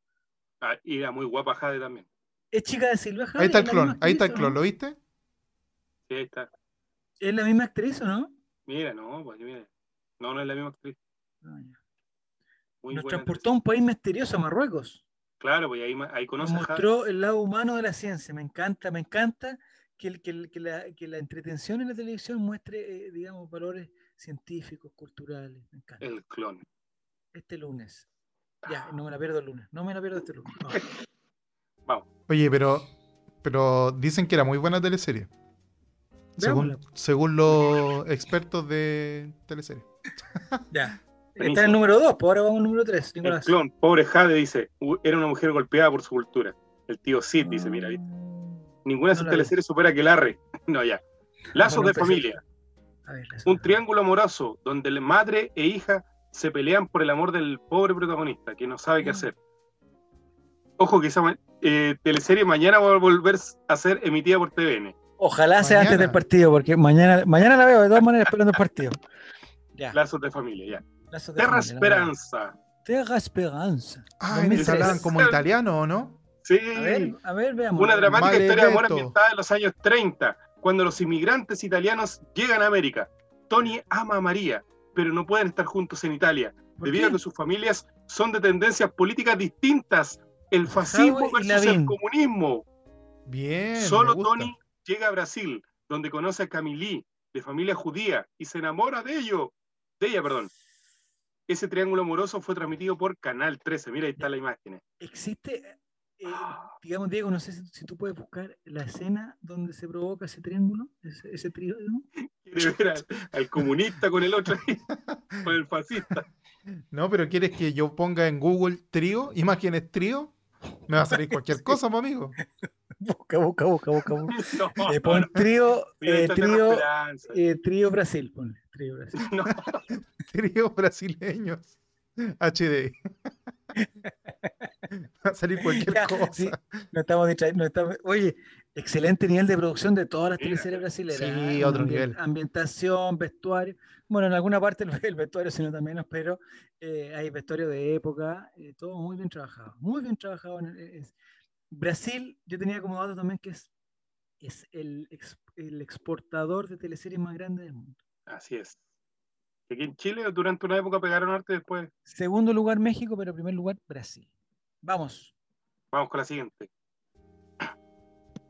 Speaker 3: Ah, y era muy guapa Jade también.
Speaker 6: Es chica de Silva Jade,
Speaker 2: Ahí está
Speaker 6: es
Speaker 2: el
Speaker 6: la
Speaker 2: clon,
Speaker 6: misma
Speaker 2: ahí está el
Speaker 6: actriz, ¿o
Speaker 2: clon,
Speaker 6: no?
Speaker 2: ¿lo viste?
Speaker 3: Sí, ahí está.
Speaker 6: ¿Es la misma actriz o no?
Speaker 3: Mira, no, pues mira. No, no es la misma actriz.
Speaker 6: Ah, ya.
Speaker 3: Muy
Speaker 6: Nos
Speaker 3: buena
Speaker 6: transportó a un país misterioso, a Marruecos.
Speaker 3: actriz. Claro, pues ahí, ma- ahí
Speaker 6: Nos
Speaker 3: conoce a Jade.
Speaker 6: mostró el lado humano de la ciencia. Me encanta, me encanta que, el- que el- que la, que la entretención en la televisión muestre, eh, digamos, valores científicos, culturales. Me encanta.
Speaker 3: El clon.
Speaker 6: Este lunes. Ya, no me la pierdo el lunes. No me la pierdo este lunes. No.
Speaker 3: Vamos.
Speaker 2: Oye, pero, pero dicen que era muy buena teleserie. Según,
Speaker 6: Veámosla.
Speaker 2: según los expertos de teleserie.
Speaker 6: Ya. Está en
Speaker 3: Buenísimo.
Speaker 6: el número 2, pues ahora vamos al número 3,
Speaker 3: El
Speaker 6: Nicolás.
Speaker 3: clon, pobre Jade, dice. "U- Era una mujer golpeada por su cultura. El tío Sid dice, mira, ¿viste? Ninguna
Speaker 6: Ah. No
Speaker 3: de sus
Speaker 6: la vi.
Speaker 3: teleseries supera que Larry. No, ya. Lazos
Speaker 6: Bueno,
Speaker 3: de
Speaker 6: empecé.
Speaker 3: familia.
Speaker 6: A ver, la
Speaker 3: Un
Speaker 6: segunda.
Speaker 3: triángulo amoroso donde la madre e hija se pelean por el amor del pobre protagonista que no sabe qué hacer. Ojo que esa ma- eh, teleserie mañana va a volver a ser emitida por TVN.
Speaker 1: Ojalá sea antes del
Speaker 2: Mañana.
Speaker 1: partido, porque mañana, mañana la veo de todas maneras esperando el partido. Ya,
Speaker 3: Lazos de familia, ya.
Speaker 1: lazos de
Speaker 3: Terra
Speaker 1: familia, la verdad.
Speaker 3: Esperanza.
Speaker 1: Terra Esperanza.
Speaker 2: Ah, en
Speaker 1: 2003.
Speaker 2: esa hablaban como italiano, ¿o no?
Speaker 3: Sí.
Speaker 1: A ver, a ver, veamos.
Speaker 3: Una dramática historia de amor
Speaker 2: Maledetto.
Speaker 3: ambientada en los años 30, cuando los inmigrantes italianos llegan a América. Tony ama a María, pero no pueden estar juntos en Italia.
Speaker 6: ¿Por
Speaker 3: debido a
Speaker 6: qué?
Speaker 3: que sus familias son de tendencias políticas distintas, el fascismo
Speaker 1: Jadwe y
Speaker 3: versus el
Speaker 1: Lavín.
Speaker 3: comunismo.
Speaker 2: Bien.
Speaker 3: Solo
Speaker 2: me gusta.
Speaker 3: Tony llega a Brasil, donde conoce a Camille, de familia judía, y se enamora de ello, de ella, perdón. Ese triángulo amoroso fue transmitido por Canal 13. Mira, ahí está la imagen.
Speaker 6: Existe, eh, digamos, Diego, no sé si, si tú puedes buscar la escena donde se provoca ese triángulo, ese, ese triángulo.
Speaker 3: Quiere ver al, al comunista con el otro, ahí, con el fascista.
Speaker 2: No, pero ¿quieres que yo ponga en Google trío? Imágenes trío. Me va a salir cualquier cosa, mi amigo.
Speaker 1: Busca, busca, busca, busca. busca.
Speaker 3: No,
Speaker 1: Le Eh, pon trío,
Speaker 3: mira,
Speaker 1: eh,
Speaker 3: esta Terra
Speaker 1: trío,
Speaker 3: Esperanza.
Speaker 6: Eh, trío Brasil, ponle, trío Brasil.
Speaker 3: No,
Speaker 2: Tríos brasileños. HD. Va a salir cualquier
Speaker 1: Ya,
Speaker 2: cosa.
Speaker 1: sí. No estamos distraídos. no estamos- Oye, Excelente nivel de producción de todas las
Speaker 3: Mira,
Speaker 1: teleseries brasileñas.
Speaker 2: sí,
Speaker 1: ¿eh?
Speaker 2: otro
Speaker 1: Ambien-
Speaker 2: nivel.
Speaker 1: Ambientación, vestuario. Bueno, en alguna parte el, el vestuario, sino también, pero eh, hay vestuario de época, eh, todo muy bien trabajado. Muy bien trabajado. en- en- es- Brasil, yo tenía como dato también que es, es el, ex- el exportador de teleseries más grande del mundo.
Speaker 3: Así es. Aquí en Chile durante una época pegaron arte, después
Speaker 1: Segundo lugar México, pero primer lugar Brasil. Vamos.
Speaker 3: vamos con la siguiente.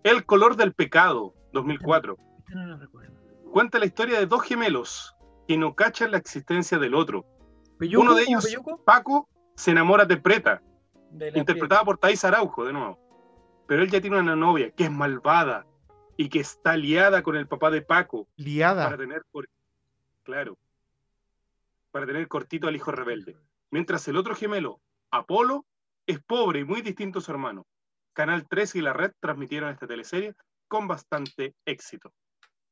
Speaker 3: El color del pecado, 2004.
Speaker 1: Este no lo recuerdo.
Speaker 3: Cuenta la historia de dos gemelos que no cachan la existencia del otro.
Speaker 1: ¿Peyuco?
Speaker 3: Uno de
Speaker 1: ¿Hubo
Speaker 3: ellos-
Speaker 1: Peyuco?
Speaker 3: Paco se enamora de Preta,
Speaker 1: De la
Speaker 3: interpretada por Thais Araujo, de nuevo. Pero él ya tiene una novia que es malvada y que está liada con el papá de Paco para
Speaker 2: Liada.
Speaker 3: tener, cor- claro, para tener cortito al hijo rebelde. Mientras el otro gemelo, Apolo, es pobre y muy distinto a su hermano. Canal 3 y la red transmitieron esta teleserie con bastante éxito.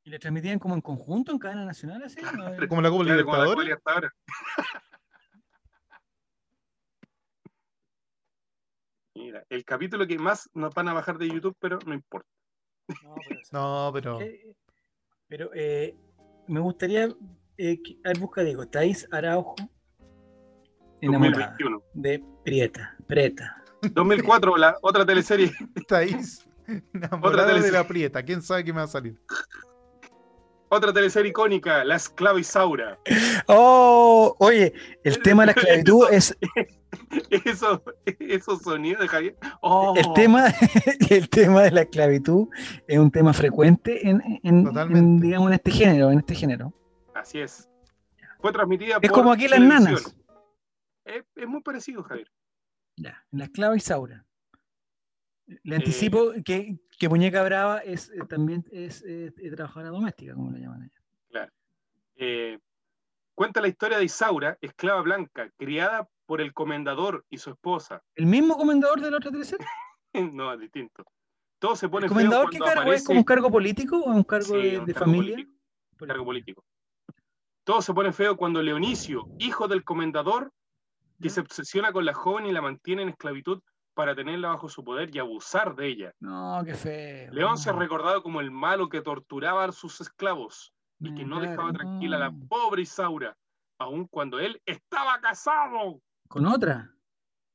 Speaker 1: ¿Y le transmitían como en conjunto en cadena nacional así? ¿No?
Speaker 2: Como la Copa
Speaker 3: Claro, como la
Speaker 2: Libertadores.
Speaker 3: Copa Libertadores. Mira, el capítulo que más nos van a bajar de YouTube, pero no importa.
Speaker 1: No, pero,
Speaker 2: No, pero.
Speaker 1: ¿Qué? Pero, eh, me gustaría eh, que- a ver, busca Diego, Thais Araujo enamorada
Speaker 3: 2021.
Speaker 1: de Prieta, Preta.
Speaker 3: 2004, la otra teleserie.
Speaker 2: Thaís, enamorada de
Speaker 3: teleserie.
Speaker 2: la prieta. ¿Quién sabe qué me va a salir?
Speaker 3: Otra teleserie icónica, La Esclava Isaura.
Speaker 1: Oh, oye, el tema de la esclavitud es
Speaker 3: Eso, esos sonidos de Javier. Oh,
Speaker 1: el tema, el tema de la esclavitud es un tema frecuente en, en- en,
Speaker 2: Totalmente.
Speaker 1: digamos en este género, en este género.
Speaker 3: Así es. Fue transmitida
Speaker 1: Es
Speaker 3: por
Speaker 1: como aquí las
Speaker 3: televisión.
Speaker 1: nanas.
Speaker 3: Es, es muy parecido, Javier.
Speaker 1: Ya, la esclava Isaura.
Speaker 3: Eh,
Speaker 1: Le anticipo que, que Muñeca Brava es eh, también es eh, trabajadora doméstica, como le llaman allá.
Speaker 3: Eh, cuenta la historia de Isaura, esclava blanca, criada por el comendador y su esposa.
Speaker 1: ¿El mismo comendador de la otra teleserie?
Speaker 3: No, es distinto. Todo se pone
Speaker 1: ¿El
Speaker 3: feo
Speaker 1: comendador qué
Speaker 3: cuando
Speaker 1: cargo es?
Speaker 3: aparece-
Speaker 1: ¿Como un cargo político o un cargo
Speaker 3: Sí,
Speaker 1: de,
Speaker 3: un
Speaker 1: de
Speaker 3: cargo
Speaker 1: familia?
Speaker 3: político, un cargo político. Todo se pone feo cuando Leonicio, hijo del comendador, que
Speaker 1: ¿Ya?
Speaker 3: se obsesiona con la joven y la mantiene en esclavitud para tenerla bajo su poder y abusar de ella.
Speaker 1: No, qué feo.
Speaker 3: León se ha
Speaker 1: no,
Speaker 3: recordado como el malo que torturaba a sus esclavos y que no
Speaker 1: claro,
Speaker 3: dejaba tranquila a la
Speaker 1: no.
Speaker 3: pobre Isaura, aun cuando él estaba casado
Speaker 1: ¿Con otra?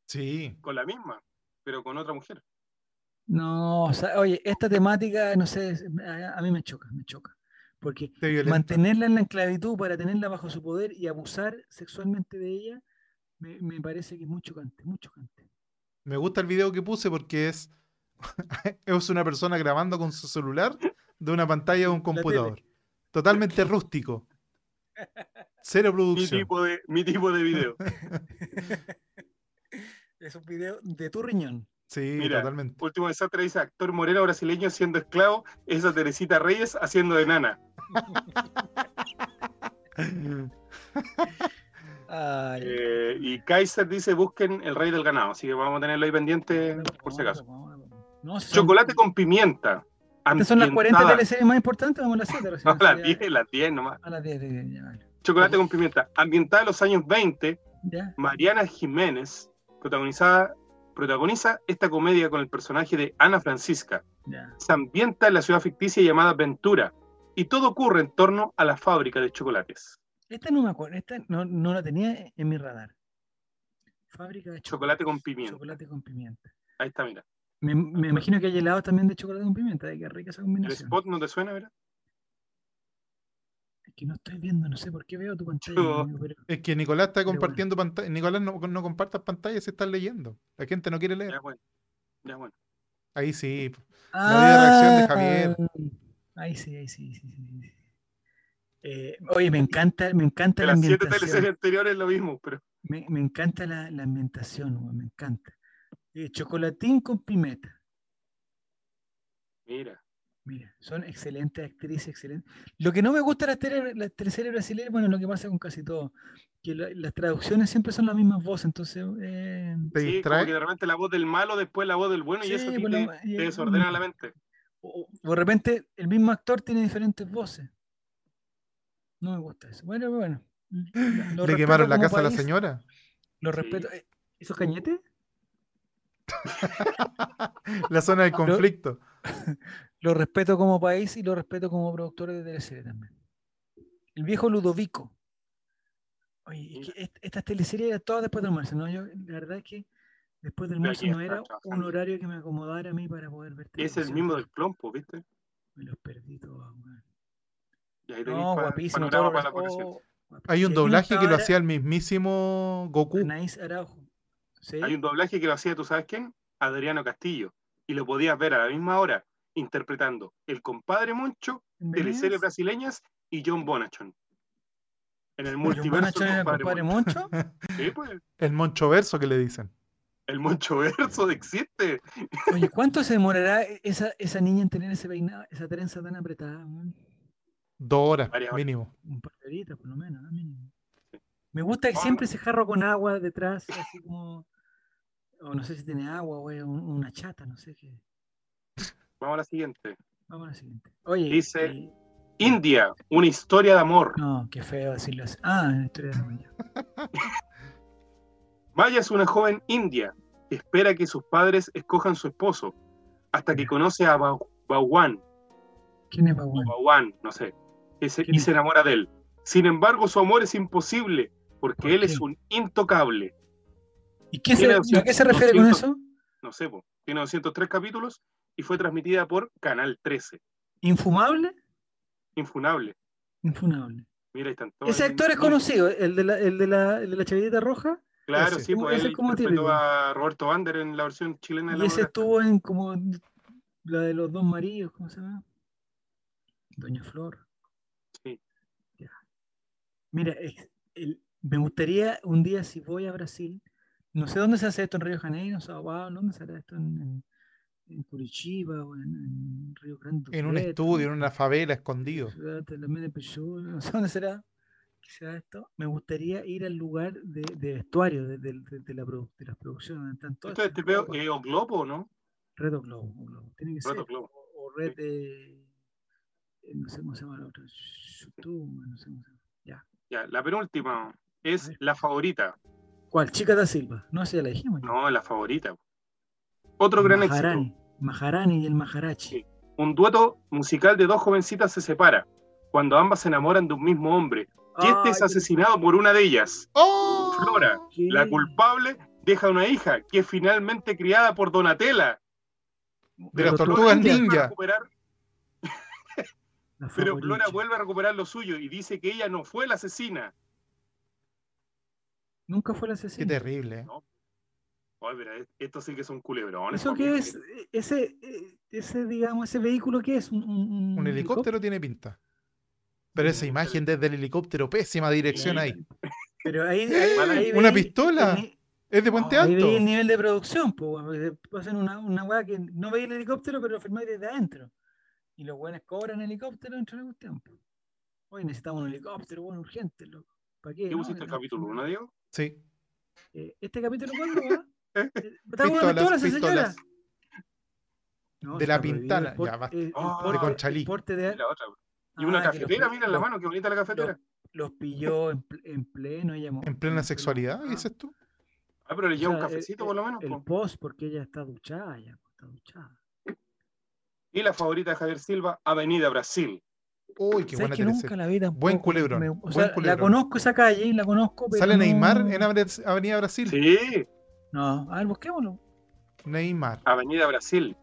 Speaker 2: Sí.
Speaker 3: con la misma, pero con otra mujer.
Speaker 1: No, o sea, oye, esta temática, no sé, es- a, a mí me choca, me choca. Porque
Speaker 2: De violenta.
Speaker 1: mantenerla en la esclavitud para tenerla bajo su poder y abusar sexualmente de ella, me, me parece que es muy chocante, muy chocante.
Speaker 2: Me gusta el video que puse porque es. es una persona grabando con su celular de una pantalla de un computador. Totalmente rústico. Cero
Speaker 3: Mi
Speaker 2: producción.
Speaker 3: tipo de, mi tipo de video.
Speaker 1: Es un video de tu riñón.
Speaker 2: Sí,
Speaker 3: Mira,
Speaker 2: totalmente.
Speaker 3: Último desastre dice actor moreno brasileño siendo esclavo, esa Teresita Reyes haciendo de nana.
Speaker 1: Ay,
Speaker 3: Eh, y Kaiser dice busquen el rey del ganado, así que vamos a tenerlo ahí pendiente Eh, este, por si acaso.
Speaker 1: No, si son-
Speaker 3: Chocolate con pimienta.
Speaker 1: Estas son las 40
Speaker 3: ambientada-
Speaker 1: teleseries más importantes, vamos a las 7 recién.
Speaker 3: No, las
Speaker 1: así ya-
Speaker 3: 10, las 10 nomás.
Speaker 1: A las 10, de- de- ya, vale.
Speaker 3: Chocolate con pimienta. Ambientada en los años 20,
Speaker 1: Ya.
Speaker 3: Mariana Jiménez protagonizada, protagoniza esta comedia con el personaje de Ana Francisca.
Speaker 1: ya.
Speaker 3: Se ambienta en la ciudad ficticia llamada Ventura y todo ocurre en torno a la fábrica de chocolates.
Speaker 1: Esta no me acuerdo, esta no, no la tenía en mi radar. Fábrica de
Speaker 3: Chocolate con
Speaker 1: chocolates,
Speaker 3: pimienta.
Speaker 1: Chocolate con pimienta.
Speaker 3: Ahí está, mira.
Speaker 1: Me, me imagino que hay helados también de chocolate con pimienta, de que rica esa
Speaker 3: ¿El
Speaker 1: combinación.
Speaker 3: spot no te suena, verdad?
Speaker 1: Es que no estoy viendo, no sé por qué veo tu pantalla.
Speaker 3: Yo-
Speaker 1: amigo, pero-
Speaker 2: Es que Nicolás está
Speaker 1: Pero bueno.
Speaker 2: compartiendo pantalla. Nicolás, no, no compartas pantalla si estás leyendo. La gente no quiere
Speaker 3: Ya
Speaker 2: leer.
Speaker 3: bueno. Ya bueno.
Speaker 2: Ahí sí. La vida de reacción de
Speaker 1: Ah, Ahí sí, ahí sí, sí, sí, sí. Eh, oye, me encanta, me encanta
Speaker 3: De
Speaker 1: la
Speaker 3: las siete
Speaker 1: ambientación.
Speaker 3: teleseries anteriores lo mismo, pero
Speaker 1: Me, me encanta la, la ambientación, weón, me encanta. Eh, chocolatín con pimenta.
Speaker 3: mira.
Speaker 1: Mira, son excelentes actrices, excelentes. Lo que no me gusta de las, tele- las teleseries brasileñas, bueno, lo que pasa con casi todo, que la- las traducciones siempre son las mismas voces, entonces... eh,
Speaker 2: Te
Speaker 3: Sí, como que
Speaker 2: distrae.
Speaker 3: de repente la voz del malo, después la voz del bueno,
Speaker 1: Sí,
Speaker 3: y eso a ti
Speaker 1: por
Speaker 3: te,
Speaker 1: la-
Speaker 3: te
Speaker 1: y-
Speaker 3: desordena la mente.
Speaker 1: o, o de repente el mismo actor tiene diferentes voces. No me gusta eso. Bueno, bueno. Lo
Speaker 2: Le
Speaker 1: respeto
Speaker 2: quemaron la
Speaker 1: como
Speaker 2: casa a la
Speaker 1: país,
Speaker 2: señora.
Speaker 1: Lo
Speaker 3: Sí.
Speaker 1: respeto. Eh, ¿Esos cañetes?
Speaker 2: La zona del conflicto.
Speaker 1: lo respeto como país y lo respeto como productores de teleserie también. El viejo Ludovico. Oye, es que est- estas teleseries eran todas después del almuerzo, ¿no? Yo, la verdad es que después del
Speaker 3: Yo
Speaker 1: almuerzo
Speaker 3: aquí
Speaker 1: no
Speaker 3: estaba
Speaker 1: era un
Speaker 3: trabajando.
Speaker 1: horario que me acomodara a mí para poder ver
Speaker 3: Es el
Speaker 1: televisión.
Speaker 3: mismo del clompo, ¿viste?
Speaker 1: Me los perdí todos, weón.
Speaker 3: Y ahí tenéis
Speaker 1: No,
Speaker 3: pa-
Speaker 1: guapísimo.
Speaker 3: panorama
Speaker 1: todo
Speaker 3: para la
Speaker 1: lo-
Speaker 3: población.
Speaker 1: oh, guapísimo.
Speaker 2: Hay
Speaker 1: Y
Speaker 2: un
Speaker 1: aquí
Speaker 2: doblaje que lo
Speaker 1: estaba
Speaker 2: hacía el mismísimo Goku.
Speaker 1: Anaís Araujo. Sí.
Speaker 3: Hay un doblaje que lo hacía, ¿tú sabes quién? Adriano Castillo. Y lo podías ver a la misma hora interpretando El Compadre Moncho,
Speaker 1: ¿En
Speaker 3: Teleseries
Speaker 1: Venecia?
Speaker 3: Brasileñas y John Bonachon. En el
Speaker 1: Pero Juan
Speaker 3: multiverso
Speaker 1: Achón
Speaker 3: del
Speaker 1: era
Speaker 3: Compadre
Speaker 1: compadre
Speaker 3: Moncho.
Speaker 1: Moncho.
Speaker 3: Sí, pues,
Speaker 2: El monchoverso que le dicen.
Speaker 3: el Monchoverso existe.
Speaker 1: Oye, ¿cuánto se demorará esa, esa niña en tener ese peinado, esa trenza tan apretada? weón?
Speaker 2: Dos horas
Speaker 3: Varias horas.
Speaker 2: mínimo.
Speaker 1: Un par de horitas, por lo menos, ¿no? Mínimo. Me gusta que siempre ese jarro con agua detrás, así como. O no sé si tiene agua, o es un- una chata, no sé qué.
Speaker 3: Vamos a la siguiente.
Speaker 1: Vamos a la siguiente. Oye.
Speaker 3: Dice-
Speaker 1: y-
Speaker 3: India, una historia de amor.
Speaker 1: No, qué feo decirlo así. Ah, la historia de la mañana.
Speaker 3: Maya es una joven india que espera que sus padres escojan su esposo hasta que conoce a Ba- Bhagwan,
Speaker 1: ¿Quién es
Speaker 3: o
Speaker 1: Baguán?
Speaker 3: Bhagwan, no sé, que se-
Speaker 1: ¿Quién
Speaker 3: y
Speaker 1: es?
Speaker 3: se enamora de él. Sin embargo, su amor es imposible
Speaker 1: ¿Por
Speaker 3: porque él
Speaker 1: qué?
Speaker 3: es un intocable.
Speaker 1: ¿Y qué se,
Speaker 3: Tiene
Speaker 1: a qué se refiere con
Speaker 3: 200.
Speaker 1: eso?
Speaker 3: No sé, po, tiene 203 capítulos y fue transmitida por Canal 13.
Speaker 1: ¿Infumable?
Speaker 3: Infunable.
Speaker 1: Infunable.
Speaker 3: Mira, ahí están todos.
Speaker 1: Ese actor es conocido, el de la, el de la, el de la chaquetita roja.
Speaker 3: Claro,
Speaker 2: Ese.
Speaker 3: sí, pues
Speaker 1: Ese
Speaker 3: él
Speaker 1: es como
Speaker 3: interpretó
Speaker 1: típico.
Speaker 3: a Roberto Bander en la versión chilena de
Speaker 1: Y
Speaker 3: la
Speaker 1: ese
Speaker 3: obra.
Speaker 1: estuvo en como la de los dos maridos, ¿cómo se llama? Doña Flor.
Speaker 3: Sí.
Speaker 1: Ya. Mira, es- el- me gustaría un día si voy a Brasil, no sé dónde se hace esto en Río de Janeiro, en Sao Paulo, dónde se hará esto en, en- en Curitiba o en, en Río Grande. do
Speaker 2: En un
Speaker 1: Preto,
Speaker 2: estudio, en una favela, escondido.
Speaker 1: Ciudad de la Media Pechú, no sé dónde será. que sea esto. Me gustaría ir al lugar de, de vestuario de, de- de- de la produ- de las producciones. donde están todas
Speaker 3: Esto es
Speaker 1: estas
Speaker 3: te veo,
Speaker 1: ropas.
Speaker 3: eh, o Globo, ¿no?
Speaker 1: Red o Globo, o Globo, Tiene que
Speaker 3: Red
Speaker 1: ser.
Speaker 3: o Globo.
Speaker 1: O, o Red eh, eh, No sé cómo se llama la otra. Shutuma, no sé cómo se llama.
Speaker 3: Ya, la penúltima es
Speaker 1: A ver.
Speaker 3: la favorita.
Speaker 1: ¿Cuál? Chica da Silva. No sé, ya la dijimos. ya.
Speaker 3: No, la favorita. Otro gran éxito.
Speaker 1: Maharani. Maharani y el Maharachi.
Speaker 3: Sí. Un dueto musical de dos jovencitas se separa cuando ambas se enamoran de un mismo hombre. Y este
Speaker 1: Ay,
Speaker 3: es
Speaker 1: pero-
Speaker 3: asesinado por una de ellas.
Speaker 2: ¡Oh!
Speaker 3: Flora,
Speaker 1: ¿qué?
Speaker 3: la culpable deja una hija que es finalmente criada por Donatella.
Speaker 2: De
Speaker 1: Pero
Speaker 2: las
Speaker 1: tú-
Speaker 2: tortugas
Speaker 3: Flora vuelve a
Speaker 2: ninja.
Speaker 3: recuperar-
Speaker 1: la
Speaker 3: pero Flora
Speaker 1: favorita.
Speaker 3: vuelve a recuperar lo suyo y dice que ella no fue la asesina.
Speaker 1: Nunca fue la
Speaker 2: Qué
Speaker 1: asesina.
Speaker 2: terrible. ¿eh?
Speaker 3: Ay, pero estos sí que son culebrones.
Speaker 1: ¿Eso qué
Speaker 3: familia.
Speaker 1: es? eh, Ese, ese, digamos, ese vehículo qué es? ¿Un, un- un
Speaker 2: Un helicóptero tiene pinta. Pero esa
Speaker 3: un
Speaker 2: imagen desde el helicóptero, pésima dirección
Speaker 3: Sí.
Speaker 2: ahí.
Speaker 1: Pero ahí,
Speaker 2: ¡Eh!
Speaker 1: ahí- ahí
Speaker 2: Una
Speaker 1: veí-
Speaker 2: pistola. este
Speaker 1: el ni-
Speaker 2: Es de Puente
Speaker 1: Ah, ahí veí el
Speaker 2: Alto.
Speaker 1: nivel de producción, pues, hacen una, una weá que no veis el helicóptero, pero lo filmáis desde adentro. Y los weones cobran helicóptero dentro de la cuestión. po. Oye, necesitamos un helicóptero, bueno, urgente, loco. ¿Para qué?
Speaker 3: ¿Qué
Speaker 1: no?
Speaker 3: pusiste el
Speaker 1: Eh,
Speaker 3: capítulo 1, Diego?
Speaker 2: Sí.
Speaker 1: eh, ¿Este capítulo cuándo va? Eh, ¿Está con una pistola
Speaker 2: Pistolas,
Speaker 1: esa señora?
Speaker 2: pistolas.
Speaker 1: No,
Speaker 2: de
Speaker 1: está
Speaker 2: la
Speaker 1: prohibido
Speaker 2: pintana,
Speaker 1: el por-
Speaker 2: ya, basta.
Speaker 1: eh, el
Speaker 3: Ah,
Speaker 1: porte-
Speaker 3: de
Speaker 2: Conchalí.
Speaker 1: el porte de-
Speaker 3: Y la otra.
Speaker 1: ¿Eh? Ah,
Speaker 3: Y una
Speaker 1: que los
Speaker 3: cafetera,
Speaker 1: pi-
Speaker 3: mira en la
Speaker 1: los-
Speaker 3: mano, qué bonita la cafetera.
Speaker 1: los, los pilló en, pl- en pleno, ella mo-
Speaker 2: En plena
Speaker 1: pleno-
Speaker 2: sexualidad,
Speaker 1: ah,
Speaker 2: dices tú.
Speaker 3: Ah, pero le
Speaker 1: o
Speaker 3: lleva un
Speaker 1: sea, el-
Speaker 3: cafecito por lo menos.
Speaker 1: El
Speaker 3: Ah, po.
Speaker 1: post, porque ella está duchada, ya pues, está duchada.
Speaker 3: Y la favorita de Javier Silva, Avenida Brasil.
Speaker 2: Uy, qué
Speaker 1: ¿Sabes
Speaker 2: buena
Speaker 1: que nunca
Speaker 2: teleserie.
Speaker 1: la vi tampoco?
Speaker 2: Buen culebrón,
Speaker 1: Me- o
Speaker 2: buen
Speaker 1: sea, la
Speaker 2: culebrón.
Speaker 1: conozco esa calle, la conozco, pero
Speaker 2: Sale Neymar
Speaker 1: no-
Speaker 2: en Abre- Avenida Brasil.
Speaker 3: Sí,
Speaker 1: No, a ver, busquémoslo.
Speaker 2: Neymar.
Speaker 3: Avenida Brasil.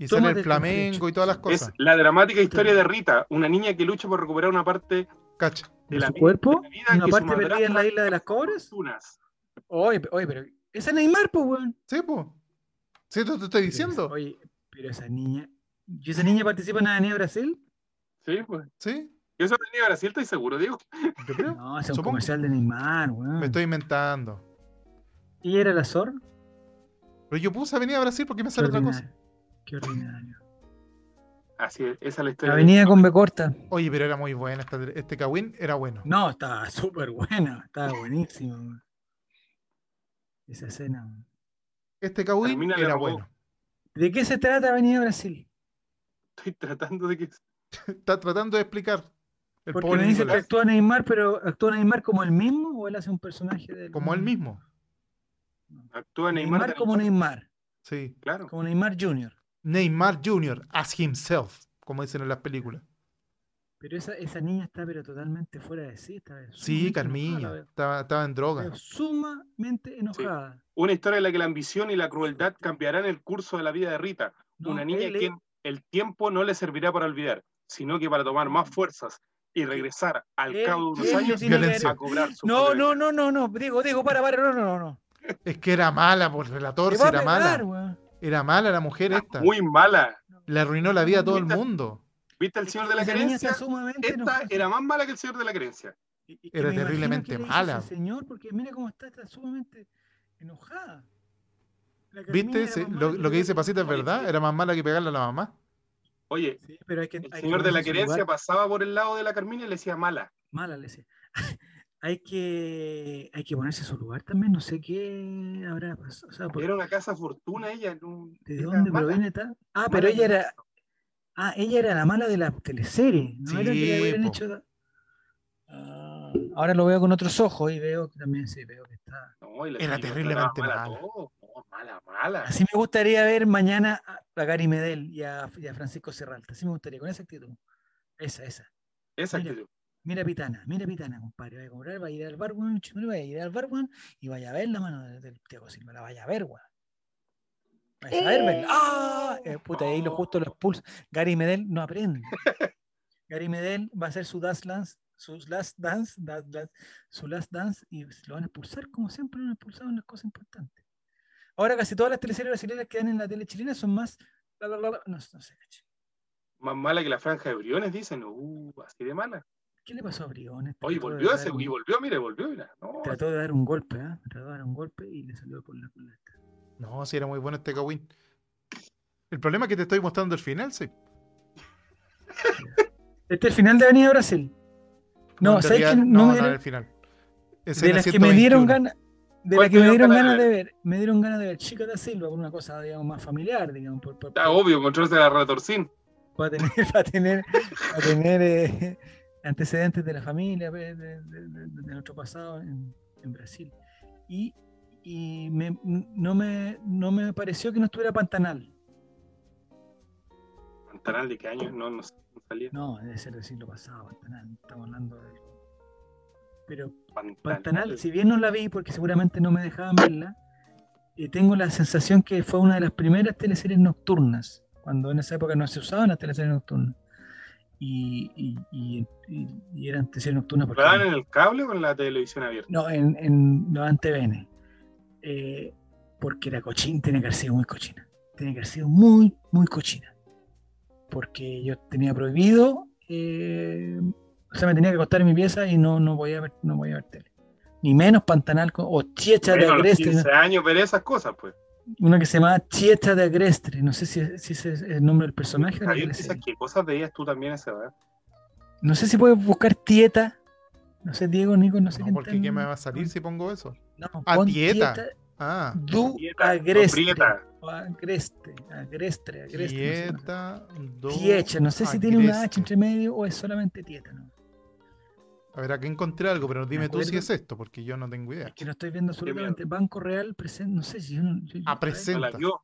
Speaker 2: Y
Speaker 1: Toma
Speaker 2: sale el
Speaker 1: del
Speaker 2: flamenco y todas las
Speaker 3: Es
Speaker 2: cosas.
Speaker 3: la dramática historia de Rita, una niña que lucha por recuperar una parte
Speaker 2: Cacha.
Speaker 3: de
Speaker 1: ¿De
Speaker 3: la
Speaker 1: su
Speaker 3: vida-
Speaker 1: cuerpo?
Speaker 3: de la vida
Speaker 1: ¿Una
Speaker 3: que su
Speaker 1: parte perdida en la
Speaker 3: madrastra-
Speaker 1: isla de las cobras?
Speaker 3: Tunas.
Speaker 1: Oye, pe- oye, pero esa es Neymar, pues, weón.
Speaker 2: Sí, po. Sí, te, te estoy
Speaker 1: Pero esa-
Speaker 2: diciendo.
Speaker 1: Oye, pero esa niña. ¿Y esa niña participa en Avenida Brasil?
Speaker 3: Sí, pues.
Speaker 2: Sí,
Speaker 3: ¿Y eso Avenida Brasil, estoy seguro, Diego?
Speaker 2: yo creo.
Speaker 1: No, ese es un
Speaker 2: Supongo.
Speaker 1: comercial de Neymar, weón.
Speaker 2: Me estoy inventando.
Speaker 1: ¿Y era la Zor?
Speaker 2: Pero yo puse Avenida Brasil porque me
Speaker 1: Qué
Speaker 2: sale otra cosa.
Speaker 1: ordinario, Qué ordinario.
Speaker 3: Así es, esa es la historia. de-
Speaker 1: Avenida con B corta.
Speaker 2: Oye, pero era muy buena. esta tele- este Kawin era bueno.
Speaker 1: No, estaba súper buena, estaba buenísima. weón. Esa escena. weón.
Speaker 2: Este Kawin
Speaker 3: Carmina le
Speaker 2: era
Speaker 3: robó.
Speaker 2: bueno.
Speaker 1: ¿De qué se trata Avenida Brasil?
Speaker 3: Estoy tratando de que.
Speaker 2: Está tratando de explicar. El
Speaker 1: Porque
Speaker 2: pobre
Speaker 1: me dice que
Speaker 2: Nicolás.
Speaker 1: actúa Neymar, pero ¿actúa Neymar como él mismo o él hace un personaje de
Speaker 2: Como él mismo.
Speaker 3: Actúa Neymar.
Speaker 1: Neymar
Speaker 3: de-
Speaker 1: como Neymar,
Speaker 2: Sí.
Speaker 3: Claro.
Speaker 1: como Neymar Jr.
Speaker 2: Neymar Jr. as himself, como dicen en las películas.
Speaker 1: Pero esa, esa niña está pero totalmente fuera de sí. Está sumamente
Speaker 2: Sí,
Speaker 1: enojada,
Speaker 2: Carmiña,
Speaker 1: la veo.
Speaker 2: estaba, estaba en
Speaker 1: La
Speaker 2: droga.
Speaker 1: veo sumamente enojada.
Speaker 3: Una historia en la que la ambición y la crueldad cambiarán el curso de la vida de Rita,
Speaker 1: No,
Speaker 3: una niña a
Speaker 1: él es-
Speaker 3: quien el tiempo no le servirá para olvidar, sino que para tomar más fuerzas y regresar al
Speaker 1: Él-
Speaker 3: cabo de unos
Speaker 1: él
Speaker 3: años
Speaker 1: tiene
Speaker 2: que ver-
Speaker 3: a cobrar su
Speaker 7: No,
Speaker 3: poder.
Speaker 7: no, no, no, no. Diego, Diego, para, para, no, no, no, no.
Speaker 2: Es que era mala, por relator,
Speaker 7: Te
Speaker 2: si
Speaker 7: va a
Speaker 2: era
Speaker 7: pegar,
Speaker 2: mala.
Speaker 7: weón.
Speaker 2: Era mala la mujer esta.
Speaker 3: Muy mala.
Speaker 2: Le arruinó la vida a todo el
Speaker 3: Mira.
Speaker 2: mundo.
Speaker 3: ¿Viste el señor de la
Speaker 1: Esa niña
Speaker 3: creencia?
Speaker 1: está pues sumamente
Speaker 3: Esta
Speaker 1: enojada.
Speaker 3: era más mala que el señor de la creencia.
Speaker 1: Y- y que
Speaker 2: Era
Speaker 1: me imagino
Speaker 2: terriblemente
Speaker 1: que le hizo
Speaker 2: mala.
Speaker 1: ese señor, porque mira cómo está, está sumamente enojada. La Carmina
Speaker 2: ¿Viste?
Speaker 1: era
Speaker 2: ese?
Speaker 1: más mala
Speaker 2: Lo, lo que dice
Speaker 1: yo.
Speaker 2: Pasita es verdad. Era más mala que pegarle a la mamá.
Speaker 3: Oye,
Speaker 1: Sí, pero hay que,
Speaker 3: el
Speaker 1: hay que
Speaker 3: señor de
Speaker 1: ponerse
Speaker 3: la
Speaker 1: en su
Speaker 3: creencia
Speaker 1: lugar.
Speaker 3: pasaba por el lado de la Carmina y le decía mala.
Speaker 1: Mala, le decía. hay que hay que ponerse en su lugar también, no sé qué habrá pasado. o sea, por-
Speaker 3: Era una casa fortuna ella. no-
Speaker 1: ¿De
Speaker 3: era
Speaker 1: dónde
Speaker 3: mala,
Speaker 1: proviene tal? Ah,
Speaker 3: mala
Speaker 1: pero ella
Speaker 3: que-
Speaker 1: era, ah, ella era la mala de la teleserie, no era que
Speaker 2: Sí,
Speaker 1: le hubieran
Speaker 2: po.
Speaker 1: hecho. Ah, ahora lo veo con otros ojos y veo que también sí, veo que está.
Speaker 3: No, y la
Speaker 2: Era
Speaker 3: señora
Speaker 2: terriblemente
Speaker 3: estaba
Speaker 2: mala.
Speaker 3: todo. No, mala, mala.
Speaker 1: Así me gustaría ver mañana a- a Gary Medel y a, y a Francisco Serralta. Así me gustaría, con esa actitud. Esa, esa.
Speaker 3: Esa
Speaker 1: mira.
Speaker 3: actitud.
Speaker 1: Mira Pitana, mira Pitana, compadre. Vaya a comprar, va a ir al bar, weón, chingón, va a ir al bar, weón, y vaya a ver la mano del, del Tiago Silva, la vaya a ver, weón. Vaya a ver, verla. ¡Ah! Eh, puta, ahí lo justo lo expulsa. Gary Medel no aprende. Gary Medel va a hacer su last dance, sus last dance, da- da- su last dance, y lo van a expulsar, como siempre lo han expulsado en las cosas importantes. Ahora casi todas las teleseries brasileñas que dan en la tele chilena son más. la, la, la, la, no, no sé, caché.
Speaker 3: Más mala que la franja de Briones, dicen. Uh, así de mala.
Speaker 1: ¿Qué le pasó a Briones?
Speaker 3: Oye,
Speaker 1: Trató de
Speaker 3: volvió
Speaker 1: dar
Speaker 3: ese,
Speaker 1: un-
Speaker 3: y volvió, mire, volvió, mira. No,
Speaker 1: Trató de dar un golpe, ¿ah? Trató de dar un golpe y le salió por la culata.
Speaker 2: No, si era muy bueno este Kawin. El problema es que te estoy mostrando el final, sí.
Speaker 1: Este es el final de Avenida Brasil. No,
Speaker 2: En
Speaker 1: ¿sabes
Speaker 2: realidad,
Speaker 1: que no,
Speaker 2: no,
Speaker 1: me
Speaker 2: no
Speaker 1: dieron-
Speaker 2: era el final.
Speaker 1: De
Speaker 2: Escena
Speaker 1: las que me dieron
Speaker 2: 121.
Speaker 1: ganas. De
Speaker 3: ¿Cuál
Speaker 1: las
Speaker 3: te
Speaker 1: que me
Speaker 3: dio
Speaker 1: dieron
Speaker 3: ganas de
Speaker 1: ganas de ver, me dieron ganas de ver Chica da Silva, por una cosa, digamos, más familiar, digamos, por, por-
Speaker 3: Está obvio, encontrarse a la retorcín.
Speaker 1: para tener, para tener, para tener eh, antecedentes de la familia, pues, de, de- de- de nuestro pasado en, en Brasil. Y, y me- no, me, no me pareció que no estuviera Pantanal.
Speaker 3: Pantanal de qué año, no, no sé, no salía.
Speaker 1: No, debe ser del siglo pasado, Pantanal. Estamos hablando de. Pero
Speaker 3: Pantanal.
Speaker 1: Pantanal, si bien no la vi porque seguramente no me dejaban verla, eh, tengo la sensación que fue una de las primeras teleseries nocturnas, cuando en esa época no se usaban las teleseries nocturnas. Y, y, y- y- y eran teleseries nocturnas porque.
Speaker 3: ¿Lo daban en el cable o en la televisión abierta?
Speaker 1: No, en, en, no, en TVN. Eh, porque la cochina tiene que haber sido muy cochina. Tiene que haber sido muy, muy cochina. Porque yo tenía prohibido, eh, o sea, me tenía que acostar en mi pieza y no, no, podía, ver, no podía ver tele. Ni menos Pantanal con- o Chieta de
Speaker 3: Bueno, a los
Speaker 1: Agreste,
Speaker 3: 15 años, pero esas cosas, pues.
Speaker 1: una- una que se llamaba Chieta de Agreste. No sé si, si ese es el nombre del personaje. o la
Speaker 3: Javier,
Speaker 1: teleserie.
Speaker 3: quizás qué cosas veías tú también ¿eh? a esa edad.
Speaker 1: No sé si puedes buscar Tieta. No sé, Diego, Nico, no sé
Speaker 2: No,
Speaker 1: quién
Speaker 2: porque
Speaker 1: está
Speaker 2: ¿qué
Speaker 1: en-
Speaker 2: me va a salir si pongo eso?
Speaker 1: No,
Speaker 2: Ah,
Speaker 1: pon
Speaker 2: Tieta.
Speaker 1: Tieta
Speaker 2: Ah,
Speaker 1: Du
Speaker 3: Prieta, no,
Speaker 1: Uh, agreste.
Speaker 3: Prieta.
Speaker 1: o Agreste. Agreste, agreste. no sé, no sé.
Speaker 2: dieta, do-
Speaker 1: Tiecha, no sé si tiene una H
Speaker 2: agreste.
Speaker 1: entre medio o es solamente tieta, ¿no?
Speaker 2: A ver, aquí encontré algo, pero dime tú si
Speaker 1: acuerdo.
Speaker 2: es esto, porque yo no tengo idea.
Speaker 1: Es que no estoy viendo absolutamente. Banco Real, presente, no sé si yo no. yo-
Speaker 2: Ah,
Speaker 1: yo-
Speaker 2: presente.
Speaker 3: No la
Speaker 2: Senta.
Speaker 3: vio,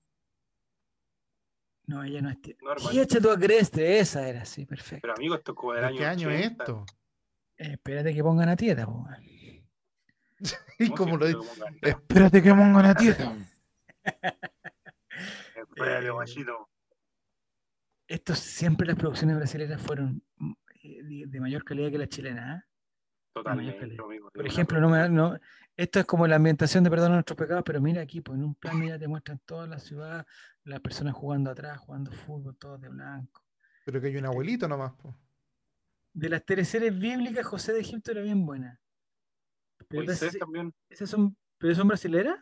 Speaker 1: No, ella no es tieta.
Speaker 3: Normal.
Speaker 1: Tiecha tu agreste, esa era, sí, perfecto.
Speaker 3: pero amigo, esto es como del
Speaker 2: ¿De
Speaker 3: año.
Speaker 2: qué año es
Speaker 3: 80.
Speaker 2: esto?
Speaker 1: Eh, espérate que pongan a tieta, po, weón.
Speaker 2: Y
Speaker 3: No,
Speaker 2: como
Speaker 3: si
Speaker 2: lo
Speaker 3: esto
Speaker 2: dice.
Speaker 3: es como ganar.
Speaker 2: Espérate que pongo una dieta.
Speaker 3: Espérate,
Speaker 1: Eh,
Speaker 3: guachito.
Speaker 1: Esto siempre las producciones brasileñas fueron mm, eh, de, de mayor calidad que las chilenas, ¿ah?
Speaker 3: Totalmente,
Speaker 1: pelea.
Speaker 3: amigo.
Speaker 1: Por ejemplo, no me- no- esto es como la ambientación de Perdón a nuestros pecados, pero mira aquí, pues en un plano ya te muestran toda la ciudad, las personas jugando atrás, jugando fútbol, todos de blanco.
Speaker 2: Pero que hay un abuelito nomás. po.
Speaker 1: De las teleseries bíblicas, José de Egipto era bien buena. Pero
Speaker 3: Moisés
Speaker 1: esas-
Speaker 3: también.
Speaker 1: esas son, ¿pero son brasileras?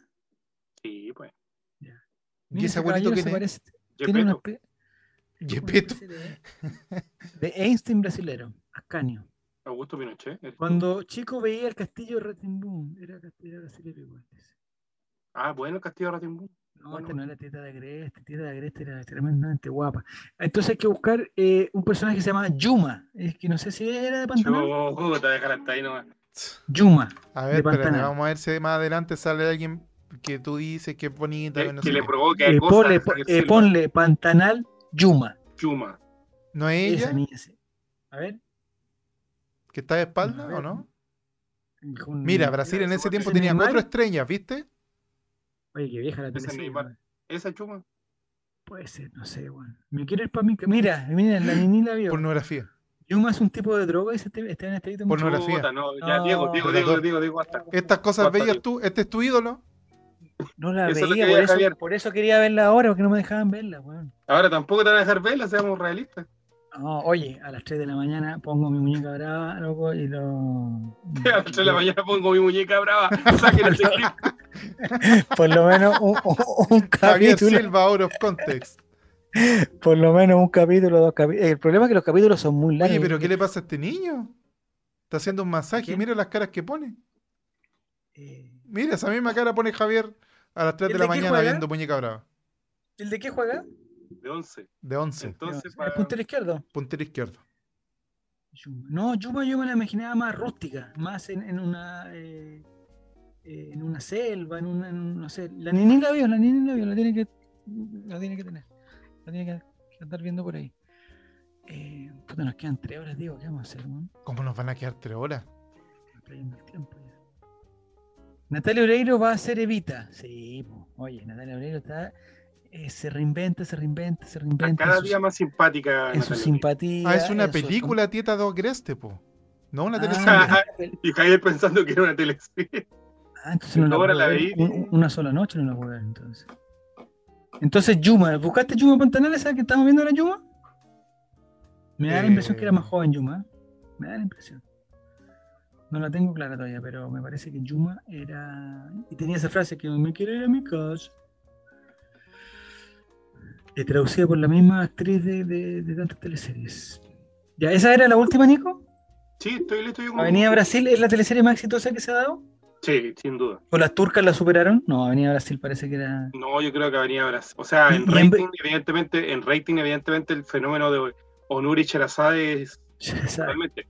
Speaker 3: Sí, pues.
Speaker 2: ¿Y
Speaker 1: Mira, este
Speaker 2: ese abuelito
Speaker 1: caballero
Speaker 2: quién
Speaker 1: se
Speaker 2: es?
Speaker 1: parece- tiene una espe-
Speaker 3: Gepetto.
Speaker 1: una
Speaker 2: Gepetto.
Speaker 1: especie de- De Einstein brasilero, Ascanio.
Speaker 3: Augusto Pinochet. ¿eres tú?
Speaker 1: Cuando chico veía el castillo de Ratimbun, era castillo brasilero igual. dice.
Speaker 3: Ah, bueno, el Castillo de Ratimbun.
Speaker 1: No,
Speaker 3: Bueno,
Speaker 1: esta no era Tita de Agreste, Tita de Agreste era tremendamente guapa. Entonces hay que buscar eh, un personaje que se llama Yuma, es que no sé si era de Pantanal.
Speaker 3: Chuta, déjala hasta ahí nomás.
Speaker 1: Yuma.
Speaker 2: A
Speaker 1: De
Speaker 2: ver, espérate,
Speaker 1: Pantanal.
Speaker 2: vamos a ver si más adelante sale alguien que tú dices que es bonita.
Speaker 3: que,
Speaker 2: no,
Speaker 3: que
Speaker 2: sé
Speaker 3: le
Speaker 2: qué.
Speaker 3: provoca
Speaker 1: Eh,
Speaker 3: cosas.
Speaker 1: ponle,
Speaker 3: a Javier
Speaker 1: eh,
Speaker 3: Silva.
Speaker 1: ponle Pantanal Yuma.
Speaker 3: Chuma.
Speaker 2: ¿No es
Speaker 1: Esa
Speaker 2: ella
Speaker 1: niña, sí. A ver.
Speaker 2: que está de espalda
Speaker 1: A ver.
Speaker 2: o no?
Speaker 1: dijo un-
Speaker 2: Mira, Brasil en ese tiempo tenía
Speaker 1: Neymar.
Speaker 2: cuatro estrellas, ¿viste?
Speaker 1: Oye, qué vieja la
Speaker 3: Ese
Speaker 1: teleserie,
Speaker 3: Neymar.
Speaker 1: weón.
Speaker 3: Esa Chuma.
Speaker 1: Puede ser, no sé, weón. Me quiero ir para mi. ca- Mira, mira, la ni la vio.
Speaker 2: Pornografía.
Speaker 1: Yuma es un tipo de droga y se te, está en este ítem-
Speaker 2: Porno- Pornografía.
Speaker 3: Chuta, no, ya,
Speaker 1: No.
Speaker 3: Diego, Diego, Diego,
Speaker 2: Relator.
Speaker 3: Diego, Diego, hasta.
Speaker 2: Estas cosas
Speaker 3: Cuatro
Speaker 2: bellas
Speaker 3: días.
Speaker 2: tú, este es tu ídolo.
Speaker 1: Ah, No la
Speaker 3: Eso es lo que
Speaker 1: veía,
Speaker 3: veía
Speaker 1: por eso,
Speaker 3: Javier.
Speaker 1: por eso quería verla ahora, porque no me dejaban verla, weón.
Speaker 3: Ahora tampoco te van a dejar verla, seamos realistas.
Speaker 1: No, oye, a las 3 de la mañana pongo mi muñeca brava, loco, y lo.
Speaker 3: A las 3 de la mañana pongo mi muñeca brava. Saquen ese clip.
Speaker 1: Por lo menos un, un- un
Speaker 2: Javier
Speaker 1: capítulo.
Speaker 2: Silva, out of context.
Speaker 1: Por lo menos un capítulo, dos capítulos. El problema es que los capítulos son muy largos.
Speaker 2: Oye, pero ¿qué le pasa a este niño? Está haciendo un masaje.
Speaker 1: ¿Quién?
Speaker 2: Mira las caras que pone.
Speaker 1: Eh,
Speaker 2: Mira, esa misma cara pone Javier a las 3
Speaker 1: ¿El
Speaker 2: de la
Speaker 1: de qué
Speaker 2: mañana
Speaker 1: juega?
Speaker 2: viendo Muñeca Brava.
Speaker 1: ¿El de qué juega?
Speaker 3: De 11.
Speaker 2: De 11,
Speaker 3: Entonces,
Speaker 1: el
Speaker 3: para...
Speaker 1: puntero izquierdo.
Speaker 2: puntero izquierdo.
Speaker 1: Yuma. No, Yuma yo me la imaginaba más rústica, más en, en una eh, eh, en una selva, en una, en un- no sé. La Nini la vio, la Nini la vio, la tiene que, la tiene que tener, la tiene que, que andar viendo por ahí. Eh, puta, nos quedan tres horas, digo, ¿qué vamos a hacer? weón?
Speaker 2: ¿Cómo nos van a quedar 3 horas?
Speaker 1: Me está yendo el tiempo ya. Natalia Oreiro va a ser Evita. Sí, po. oye, Natalia Oreiro está, eh, se reinventa, se reinventa, se
Speaker 3: Está
Speaker 1: reinventa.
Speaker 3: cada
Speaker 1: en su-
Speaker 3: día más simpática.
Speaker 1: en su
Speaker 3: Natalia.
Speaker 1: simpatía.
Speaker 2: Ah, es una
Speaker 1: en su-
Speaker 2: película Tieta de Agreste, po. No, una
Speaker 1: Ah,
Speaker 2: teleserie.
Speaker 3: Y Javier pensando que era una teleserie.
Speaker 1: Ah, entonces no la
Speaker 3: Ahora
Speaker 1: puedo
Speaker 3: la
Speaker 1: ver.
Speaker 3: veí.
Speaker 1: Un- Una sola noche no la puedo ver entonces. Entonces, Yuma, ¿buscaste Yuma Pantanal esa que estamos viendo era Yuma? Me da la impresión que era más
Speaker 2: Eh.
Speaker 1: joven Yuma. Me da la impresión. No la tengo clara todavía, pero me parece que Yuma era. Y tenía esa frase que me quiero ir a mi casa. Eh, traducida por la misma actriz de, de- de tantas teleseries. Ya, ¿esa era la última, Nico?
Speaker 3: Sí, estoy listo. Yo como-
Speaker 1: ¿Avenida Brasil es la teleserie más exitosa que se ha dado?
Speaker 3: Sí, sin duda.
Speaker 1: ¿O las turcas la superaron? No, Avenida Brasil parece que era.
Speaker 3: No, yo creo que venía Brasil. O sea, en
Speaker 1: Y en ve-
Speaker 3: rating, evidentemente, en rating, evidentemente, el fenómeno de Onur y Sherazade es
Speaker 1: Exacto.
Speaker 3: totalmente.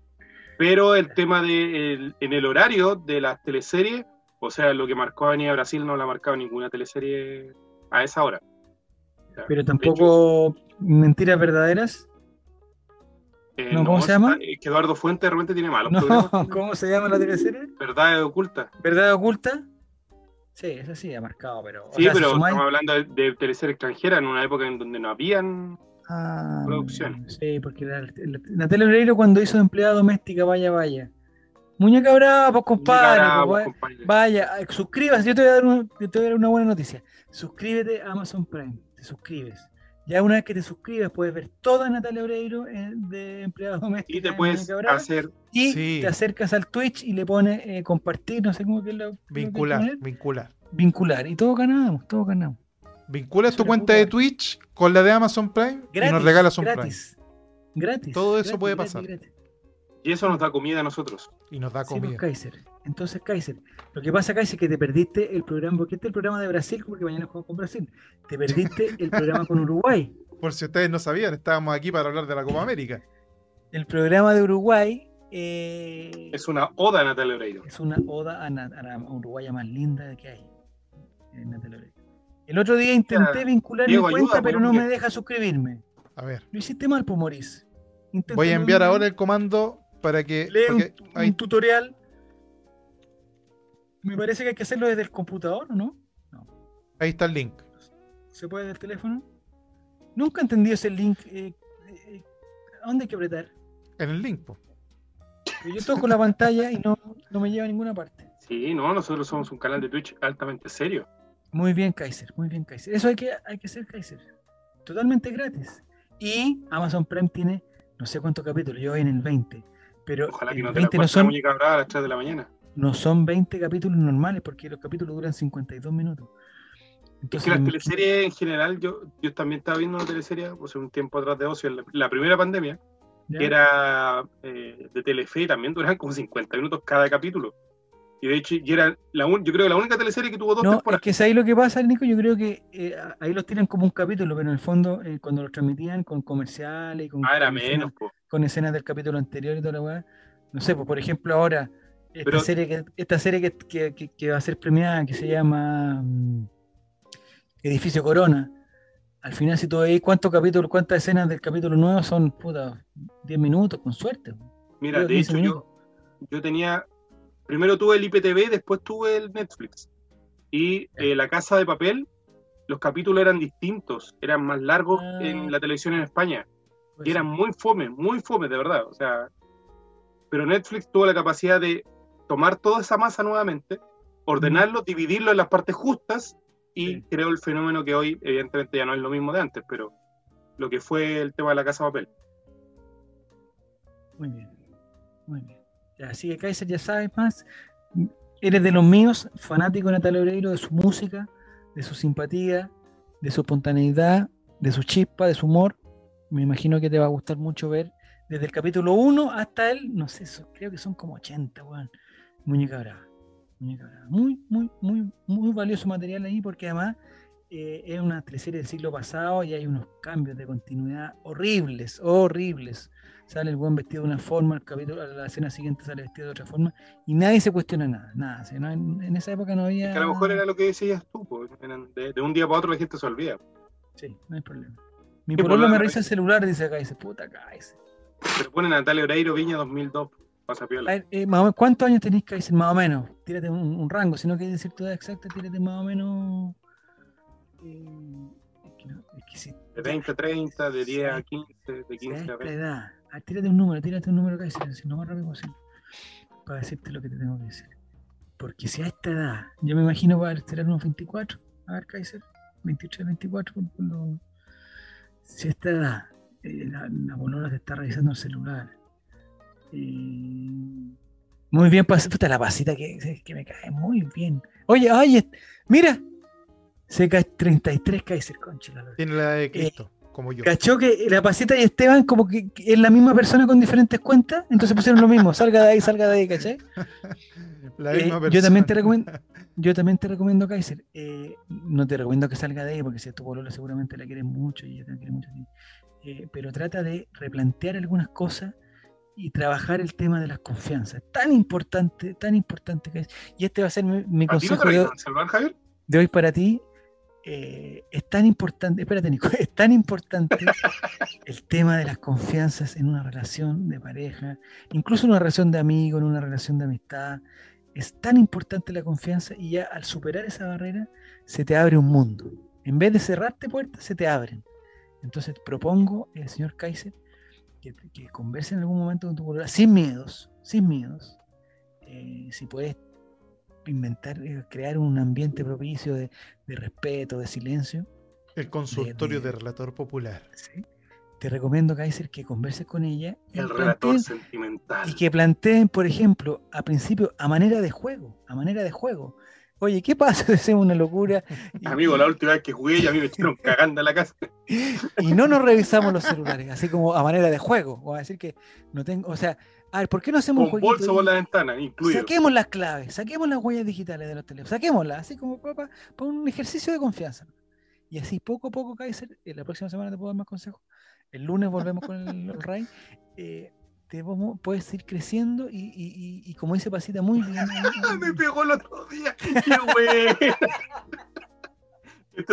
Speaker 3: Pero el tema de el- en el horario de las teleseries, o sea, lo que marcó Avenida Brasil no la ha marcado ninguna teleserie a esa hora. O sea,
Speaker 1: Pero tampoco mentiras verdaderas.
Speaker 3: de hecho, eh,
Speaker 1: no, ¿cómo se llama?
Speaker 3: eh, que Eduardo Fuentes realmente tiene malos
Speaker 1: No,
Speaker 3: programas.
Speaker 1: ¿cómo se llama la teleserie?
Speaker 3: Verdades ocultas.
Speaker 1: ¿Verdad oculta? Sí, esa sí ha marcado, pero. o
Speaker 3: Sí,
Speaker 1: sea, si
Speaker 3: pero
Speaker 1: sumáis-
Speaker 3: estamos hablando de, de teleseries extranjeras en una época en donde no habían.
Speaker 1: Ah,
Speaker 3: producción.
Speaker 1: Sí, porque la, la- Natalia Oreiro cuando hizo de empleada doméstica, vaya, vaya. Muñeca brava, pues compadre.
Speaker 3: Nicaragua,
Speaker 1: pues, vaya-
Speaker 3: compadre.
Speaker 1: Vaya, eh, suscríbase. Yo te voy a dar, un- te voy a dar una buena noticia. Suscríbete a Amazon Prime. Te suscribes. Ya una vez que te suscribas, puedes ver toda Natalia Oreiro eh, de empleados domésticos.
Speaker 3: Y te puedes hacer
Speaker 1: y
Speaker 2: Sí.
Speaker 1: te acercas al Twitch y le pones eh, compartir, no sé cómo que es lo. lo que hay que
Speaker 2: Vincular,
Speaker 1: poner.
Speaker 2: vincular.
Speaker 1: Vincular. Y todos ganamos, todos ganamos.
Speaker 2: Vinculas
Speaker 1: Eso
Speaker 2: tu
Speaker 1: era
Speaker 2: cuenta
Speaker 1: muy
Speaker 2: de
Speaker 1: bueno.
Speaker 2: Twitch con la de Amazon Prime y nos regalas un
Speaker 1: gratis. Gratis.
Speaker 2: Todo eso
Speaker 1: gratis,
Speaker 2: puede
Speaker 1: gratis,
Speaker 2: pasar.
Speaker 1: gratis.
Speaker 3: Y eso nos da comida a nosotros.
Speaker 2: Prime y nos da
Speaker 1: Sí, pues,
Speaker 2: comida.
Speaker 1: Kaiser. Entonces, Kaiser, lo que pasa, Kaiser, que te perdiste el programa, porque este es el programa de Brasil, porque mañana juego con Brasil. Te perdiste el programa con Uruguay.
Speaker 2: Por si ustedes no sabían, estábamos aquí para hablar de la Copa América.
Speaker 1: El programa de Uruguay eh,
Speaker 3: Es una oda a Natalia Oreiro.
Speaker 1: es una oda a, na- a la uruguaya más linda que hay. eh, Natalia Oreiro. El otro día intenté
Speaker 3: Ya,
Speaker 1: vincular
Speaker 3: Diego,
Speaker 1: mi cuenta,
Speaker 3: ayuda,
Speaker 1: pero
Speaker 3: por
Speaker 1: no
Speaker 3: hombre.
Speaker 1: me deja suscribirme.
Speaker 2: A ver,
Speaker 1: Lo hiciste mal, pues, Moris. Intenta
Speaker 2: voy a
Speaker 1: no-
Speaker 2: enviar ahora el comando para que.
Speaker 1: Lee un,
Speaker 2: porque ahí-
Speaker 1: un tutorial. Me parece que hay que hacerlo desde el computador, ¿o ¿no?
Speaker 2: ahí está el link.
Speaker 1: ¿Se puede del teléfono? Nunca entendí ese link. eh, eh, ¿A dónde hay que apretar?
Speaker 2: En el link, po.
Speaker 1: Yo toco la pantalla y no, no me lleva a ninguna parte.
Speaker 3: Sí, no, nosotros somos un canal de Twitch altamente serio.
Speaker 1: Muy bien, Kaiser, muy bien, Kaiser. Eso hay que, hay que hacer, Kaiser. Totalmente gratis. Y Amazon Prime tiene no sé cuántos capítulos, yo voy en el 20. Pero
Speaker 3: Ojalá que
Speaker 1: el
Speaker 3: no te la
Speaker 1: 20 Eh, no
Speaker 3: cueste la
Speaker 1: son,
Speaker 3: muñeca brava a las 3 de la mañana.
Speaker 1: no son 20 capítulos normales porque los capítulos duran 52 minutos.
Speaker 3: Es
Speaker 1: Entonces,
Speaker 3: que las
Speaker 1: me-
Speaker 3: teleseries en general, yo, yo también estaba viendo una teleserie hace un tiempo atrás de ocio, en la, la primera pandemia,
Speaker 1: ¿ya?
Speaker 3: que era eh, de Telefe y también duraban como 50 minutos cada capítulo. Y de hecho, y era la un- yo creo que la única teleserie que tuvo dos
Speaker 1: No, es
Speaker 3: temporadas.
Speaker 1: que es ahí lo que pasa, Nico. Yo creo que eh, a- ahí los tiran como un capítulo, pero en el fondo, eh, cuando los transmitían con comerciales y con,
Speaker 3: Ah, era
Speaker 1: con escenas-
Speaker 3: menos, po.
Speaker 1: con escenas del capítulo anterior y toda la weá, no sé, pues por ejemplo, ahora Esta
Speaker 3: Pero-
Speaker 1: serie, que, esta serie que, que- que- que va a ser premiada, que se llama mm, Edificio Corona. Al final, si tú veis cuántos capítulos, cuántas escenas del capítulo nuevo son, puta, 10 minutos, con suerte.
Speaker 3: Mira,
Speaker 1: Dios,
Speaker 3: de
Speaker 1: quince
Speaker 3: hecho yo,
Speaker 1: minutos.
Speaker 3: yo tenía, primero tuve el IPTV, después tuve el Netflix. Y eh, La Casa de Papel, los capítulos eran distintos, eran más largos
Speaker 1: Ah.
Speaker 3: en la televisión en España.
Speaker 1: Pues,
Speaker 3: Y eran muy fome, muy fome, de verdad. O sea, pero Netflix tuvo la capacidad de tomar toda esa masa nuevamente, ordenarlo, dividirlo en las partes justas y
Speaker 1: Sí.
Speaker 3: creó el fenómeno que hoy, evidentemente, ya no es lo mismo de antes, pero lo que fue el tema de la Casa de Papel.
Speaker 1: Muy bien. Muy bien. Ya, Así que, Kaiser, ya sabes más. Eres de los míos, fanático de Natalia Oreiro, de su música, de su simpatía, de su espontaneidad, de su chispa, de su humor. Me imagino que te va a gustar mucho ver desde el capítulo 1 hasta el, no sé, so- creo que son como 80, weón. Muñeca Brava. Muñeca Brava. Muy, muy, muy, muy valioso material ahí porque además eh, es una teleserie del siglo pasado y hay unos cambios de continuidad horribles, horribles sale el buen vestido de una forma, el capítulo, a la escena siguiente sale vestido de otra forma, y nadie se cuestiona nada, nada. o sea, no- en, en esa época no había.
Speaker 3: Que a lo mejor era lo que decías tú, po, eran de, de un día para otro la gente se olvida.
Speaker 1: Sí, no hay problema. Mi
Speaker 3: Sí,
Speaker 1: pololo
Speaker 3: polola
Speaker 1: me
Speaker 3: no
Speaker 1: revisa el celular, dice acá, dice, puta Kaiser.
Speaker 3: Pero pone Natalia Oreiro Viña 2002, pasa
Speaker 1: A
Speaker 3: piola.
Speaker 1: ver, eh, más o menos, ¿Cuántos años tenés, Kaiser? Más o menos, tírate un, un rango, si no quieres decir tu edad exacta, tírate más o menos. eh, es que no- es que si-
Speaker 3: De 20 a 30, de 10 a 15, de
Speaker 1: si a
Speaker 3: 15 a
Speaker 1: esta
Speaker 3: 20.
Speaker 1: edad, ah, tírate un número, tírate un número, Kaiser, así lo más rápido posible, para decirte lo que te tengo que decir. Porque si a esta edad, yo me imagino va a tener unos 24, a ver, Kaiser, 23, 24, por- por lo- si a esta edad eh, la, la bolola te está revisando el celular, eh, muy bien, pas- puta, la pasita que, que me cae muy bien. Oye, oye, mira, se cae 33 Kaiser, concha la lora.
Speaker 2: Tiene la edad de Cristo, como yo.
Speaker 1: ¿Cachó que la pasita y Esteban como que que es la misma persona con diferentes cuentas? Entonces pusieron lo mismo, salga de ahí, salga de ahí, ¿cachai?
Speaker 2: La
Speaker 1: Eh,
Speaker 2: misma
Speaker 1: yo también te
Speaker 2: persona.
Speaker 1: recomiendo, yo también te recomiendo Kaiser. Eh, no te recomiendo que salga de ahí, porque si es tu polola seguramente la quieres mucho y ella te quiere mucho a ti. Eh, pero trata de replantear algunas cosas y trabajar el tema de las confianzas. Tan importante, tan importante que es. Y este va a ser mi, mi
Speaker 3: ¿A ti no te
Speaker 1: consejo de,
Speaker 3: revisan el celular, Javier?
Speaker 1: de hoy para ti. eh, es tan importante, espérate Nico, es tan importante el tema de las confianzas en una relación de pareja, incluso en una relación de amigo, en una relación de amistad. Es tan importante la confianza y ya al superar esa barrera se te abre un mundo. En vez de cerrarte puertas, se te abren. Entonces propongo, eh, señor Kaiser, que, que converse en algún momento con tu polola, sin miedos, sin miedos. Eh, si puedes inventar, eh, crear un ambiente propicio de, de respeto, de silencio,
Speaker 2: El consultorio
Speaker 1: de-
Speaker 2: de relator popular.
Speaker 1: ¿sí? te recomiendo, Kaiser, que converses con ella y,
Speaker 3: El
Speaker 1: planteen-
Speaker 3: relator sentimental.
Speaker 1: y que planteen, por ejemplo, a principio, a manera de juego, a manera de juego. Oye, ¿qué pasa si hacemos una locura y,
Speaker 3: Amigo, la última vez que jugué y a mí me echaron cagando a la casa.
Speaker 1: y no nos revisamos los celulares? Así como a manera de juego. O a decir que no tengo, o sea, a ver, ¿por qué no hacemos
Speaker 3: Con
Speaker 1: un jueguito
Speaker 3: bolso por
Speaker 1: ahí?
Speaker 3: la ventana, incluido.
Speaker 1: Saquemos las claves, saquemos las huellas digitales de los teléfonos, saquémoslas, así como papá, para un ejercicio de confianza. Y así poco a poco, Kaiser, eh, la próxima semana te puedo dar más consejos. El lunes volvemos con el, el Ray. eh, te vamos- puedes ir creciendo y, y- y- y como dice Pasita, muy bien.
Speaker 3: ¡Ah, me pegó el otro día! ¡Qué güey! Esto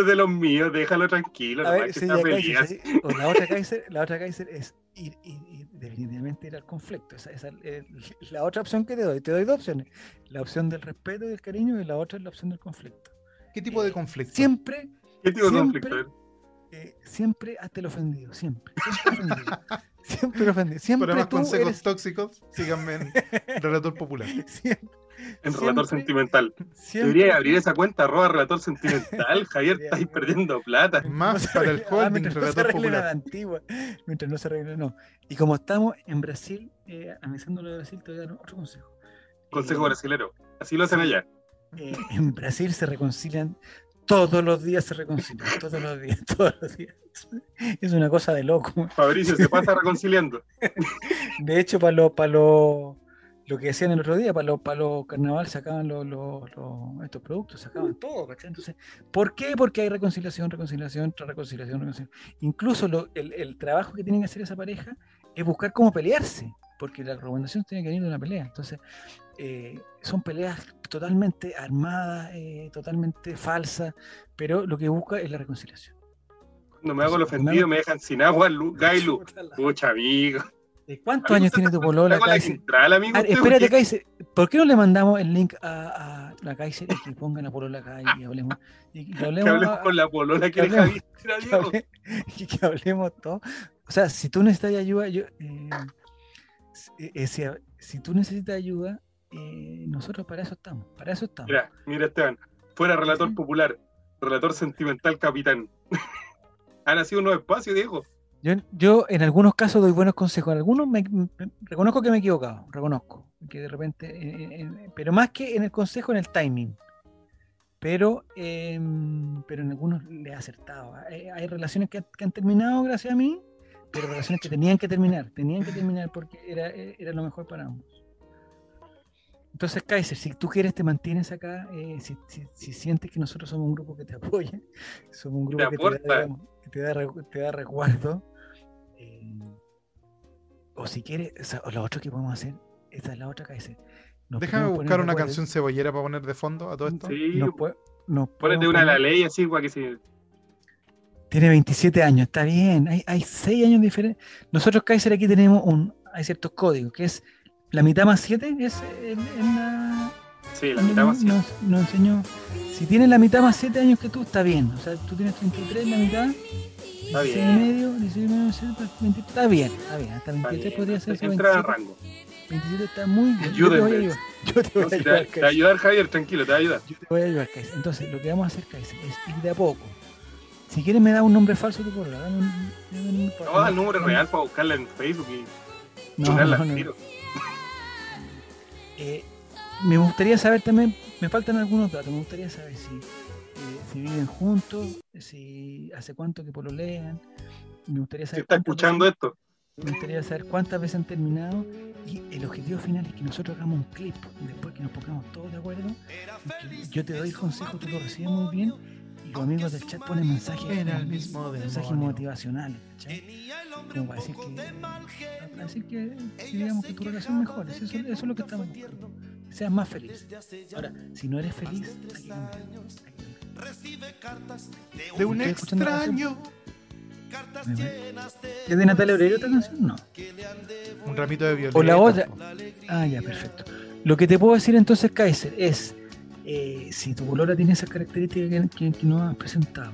Speaker 3: Este es de los míos, déjalo tranquilo.
Speaker 1: A
Speaker 3: nomás
Speaker 1: ver,
Speaker 3: que
Speaker 1: sí,
Speaker 3: está
Speaker 1: ya,
Speaker 3: feliz.
Speaker 1: Kaiser, sí. O la otra Kaiser, la otra Kaiser es ir, ir- ir- definitivamente ir al conflicto. Esa, esa es la otra opción que te doy. Te doy dos opciones. La opción del respeto y del cariño y la otra es la opción del conflicto.
Speaker 2: ¿Qué tipo de
Speaker 1: Eh,
Speaker 2: conflicto?
Speaker 1: Siempre
Speaker 3: ¿Qué Este tipo de
Speaker 1: siempre-
Speaker 3: conflicto? era?
Speaker 1: eh, siempre hazte el ofendido, siempre. Siempre ofendido. Siempre ofendido.
Speaker 2: Para
Speaker 1: Siempre
Speaker 2: más
Speaker 1: tú
Speaker 2: consejos
Speaker 1: eres.
Speaker 2: tóxicos, síganme en relator popular.
Speaker 1: Siempre,
Speaker 3: El relator
Speaker 1: siempre-
Speaker 3: sentimental.
Speaker 1: siempre-
Speaker 3: Debería abrir esa cuenta, arroba relator sentimental. Javier,
Speaker 1: Debería,
Speaker 3: estáis
Speaker 1: bueno.
Speaker 3: perdiendo plata.
Speaker 2: Más
Speaker 1: se
Speaker 2: para el
Speaker 1: arregle- ah,
Speaker 2: holding
Speaker 1: mientras no se
Speaker 2: relator
Speaker 1: arregle la
Speaker 2: popular.
Speaker 1: antigua, mientras no se arregle, no. Y como estamos en Brasil, eh, analizando lo de Brasil, te voy a dar otro consejo.
Speaker 3: Consejo
Speaker 1: Eh,
Speaker 3: brasilero. Así lo hacen
Speaker 1: sí.
Speaker 3: allá.
Speaker 1: eh, en Brasil se reconcilian todos los días, se reconcilian todos los días, todos los días. Es una cosa de loco.
Speaker 3: Fabricio se pasa reconciliando.
Speaker 1: De hecho, para lo, para lo, lo que decían el otro día, para los para lo carnaval sacaban los los- los- estos productos, sacaban todo, ¿cachai? Entonces, ¿por qué? Porque hay reconciliación, reconciliación, tras reconciliación, reconciliación. Incluso lo- el, el trabajo que tienen que hacer esa pareja es buscar cómo pelearse, porque la recomendación tiene que venir de una pelea. Entonces, eh, son peleas totalmente armadas, eh, totalmente falsas, pero lo que busca es la reconciliación.
Speaker 3: Cuando me hago el ofendido, me dejan sin agua, Lu- Gailu.
Speaker 1: Puta la-
Speaker 3: Pucha, amigo.
Speaker 1: Eh, ¿Cuántos
Speaker 3: Amigo,
Speaker 1: años
Speaker 3: usted
Speaker 1: tiene
Speaker 3: está
Speaker 1: tu polola,
Speaker 3: con la
Speaker 1: Kaiser?
Speaker 3: quintral, amigo,
Speaker 1: Ah,
Speaker 3: usted,
Speaker 1: espérate,
Speaker 3: porque-
Speaker 1: Kaiser. ¿Por qué no le mandamos el link a, a la Kaiser y que pongan a polola acá y hablemos? Y que
Speaker 3: que
Speaker 1: hablemos,
Speaker 3: hablemos con la polola que
Speaker 1: que
Speaker 3: deja
Speaker 1: hablemos-
Speaker 3: viste,
Speaker 1: que,
Speaker 3: amigo.
Speaker 1: hable- y que hablemos todo. O sea, si tú necesitas ayuda, yo. eh, si- eh, si, si tú necesitas ayuda, eh, nosotros para eso estamos. Para eso estamos.
Speaker 3: Mira, mira, Esteban. Fuera relator
Speaker 1: Sí.
Speaker 3: popular, relator sentimental capitán. Han nacido unos espacios, Diego.
Speaker 1: Yo, yo en algunos casos doy buenos consejos, en algunos me, me- reconozco que me he equivocado, reconozco, que de repente, eh, eh, pero más que en el consejo, en el timing. Pero, eh, pero en algunos le he acertado. Hay, hay relaciones que, que han terminado gracias a mí, pero relaciones que tenían que terminar, tenían que terminar porque era, eh, era lo mejor para ambos. Entonces, Kaiser, si tú quieres, te mantienes acá, eh, si, si- si sientes que nosotros somos un grupo que te apoya, somos un grupo que te,
Speaker 3: aporta.
Speaker 1: da, digamos, que te da re- te da resguardo, eh, o si quieres, o sea, o lo otro que podemos hacer, esta es la otra, Kaiser. nos
Speaker 2: Déjame
Speaker 1: podemos poner
Speaker 2: buscar
Speaker 1: de
Speaker 2: una
Speaker 1: acuerdo.
Speaker 2: canción cebollera para poner de fondo a todo esto.
Speaker 3: Sí,
Speaker 1: Nos pue- nos
Speaker 3: ponete
Speaker 1: podemos
Speaker 3: una a la
Speaker 1: poner-
Speaker 3: ley así, para que se.
Speaker 1: Tiene 27 años, está bien. Hay, hay 6 años diferentes. Nosotros, Kaiser, aquí tenemos un. Hay ciertos códigos, que es. La mitad más 7 es. eh, en- en la-
Speaker 3: Sí, la mitad más
Speaker 1: nos,
Speaker 3: cien.
Speaker 1: nos enseñó. Si tienes la mitad más 7 años que tú, está bien. O sea, tú tienes 33, la mitad.
Speaker 3: Está
Speaker 1: 16 y
Speaker 3: bien.
Speaker 1: medio, 16 y medio, 23. Está bien, está bien. Hasta
Speaker 3: Está
Speaker 1: 23
Speaker 3: bien,
Speaker 1: podría ser. hasta
Speaker 3: Entra a
Speaker 1: 27.
Speaker 3: rango.
Speaker 1: 27 está muy bien. Yo te voy a
Speaker 3: Ayúdenme.
Speaker 1: ayudar. Yo te
Speaker 3: No,
Speaker 1: voy a
Speaker 3: si te,
Speaker 1: ayudar,
Speaker 3: te va a
Speaker 1: Kaiser.
Speaker 3: ayudar Javier, tranquilo, te va a ayudar.
Speaker 1: Yo te voy a ayudar, Kaiser. Entonces, lo que vamos a hacer, Kaiser, es ir de a poco. Si quieres, me da un nombre falso, tú por dame un, dame un-
Speaker 3: No vas al número real para buscarla en Facebook y
Speaker 1: No,
Speaker 3: ponerla
Speaker 1: no,
Speaker 3: al
Speaker 1: no.
Speaker 3: tiro.
Speaker 1: Eh, me gustaría saber también, me faltan algunos datos, me gustaría saber si, eh, si viven juntos, si hace cuánto que pololean, me gustaría
Speaker 3: Si
Speaker 1: saber,
Speaker 3: está
Speaker 1: cuántas
Speaker 3: escuchando
Speaker 1: veces-
Speaker 3: esto,
Speaker 1: me gustaría saber cuántas veces han terminado y el objetivo final es que nosotros hagamos un clip, después que nos pongamos todos de acuerdo, y que yo te doy consejos, tú lo recibes muy bien y los amigos del chat ponen mensajes,
Speaker 2: En el
Speaker 1: digamos,
Speaker 2: mismo
Speaker 1: mensajes
Speaker 2: demonio.
Speaker 1: motivacionales, ¿cachai? como para decir que, para decir que, que digamos que tu relación mejore. Eso, eso es lo que estamos buscando. Que Seas más feliz. Ahora, si no eres feliz, hay que cambiar. Hay que cambiar.
Speaker 2: De un
Speaker 1: Estoy escuchando la canción.
Speaker 2: extraño.
Speaker 1: Me parece. ¿Es de Natalia Oreiro esta canción? No.
Speaker 2: Un ramito de violeta.
Speaker 1: O la otra. Ah, ya, perfecto. Lo que te puedo decir entonces, Kaiser, es eh, si tu colora tiene esas características que, que- que no has presentado,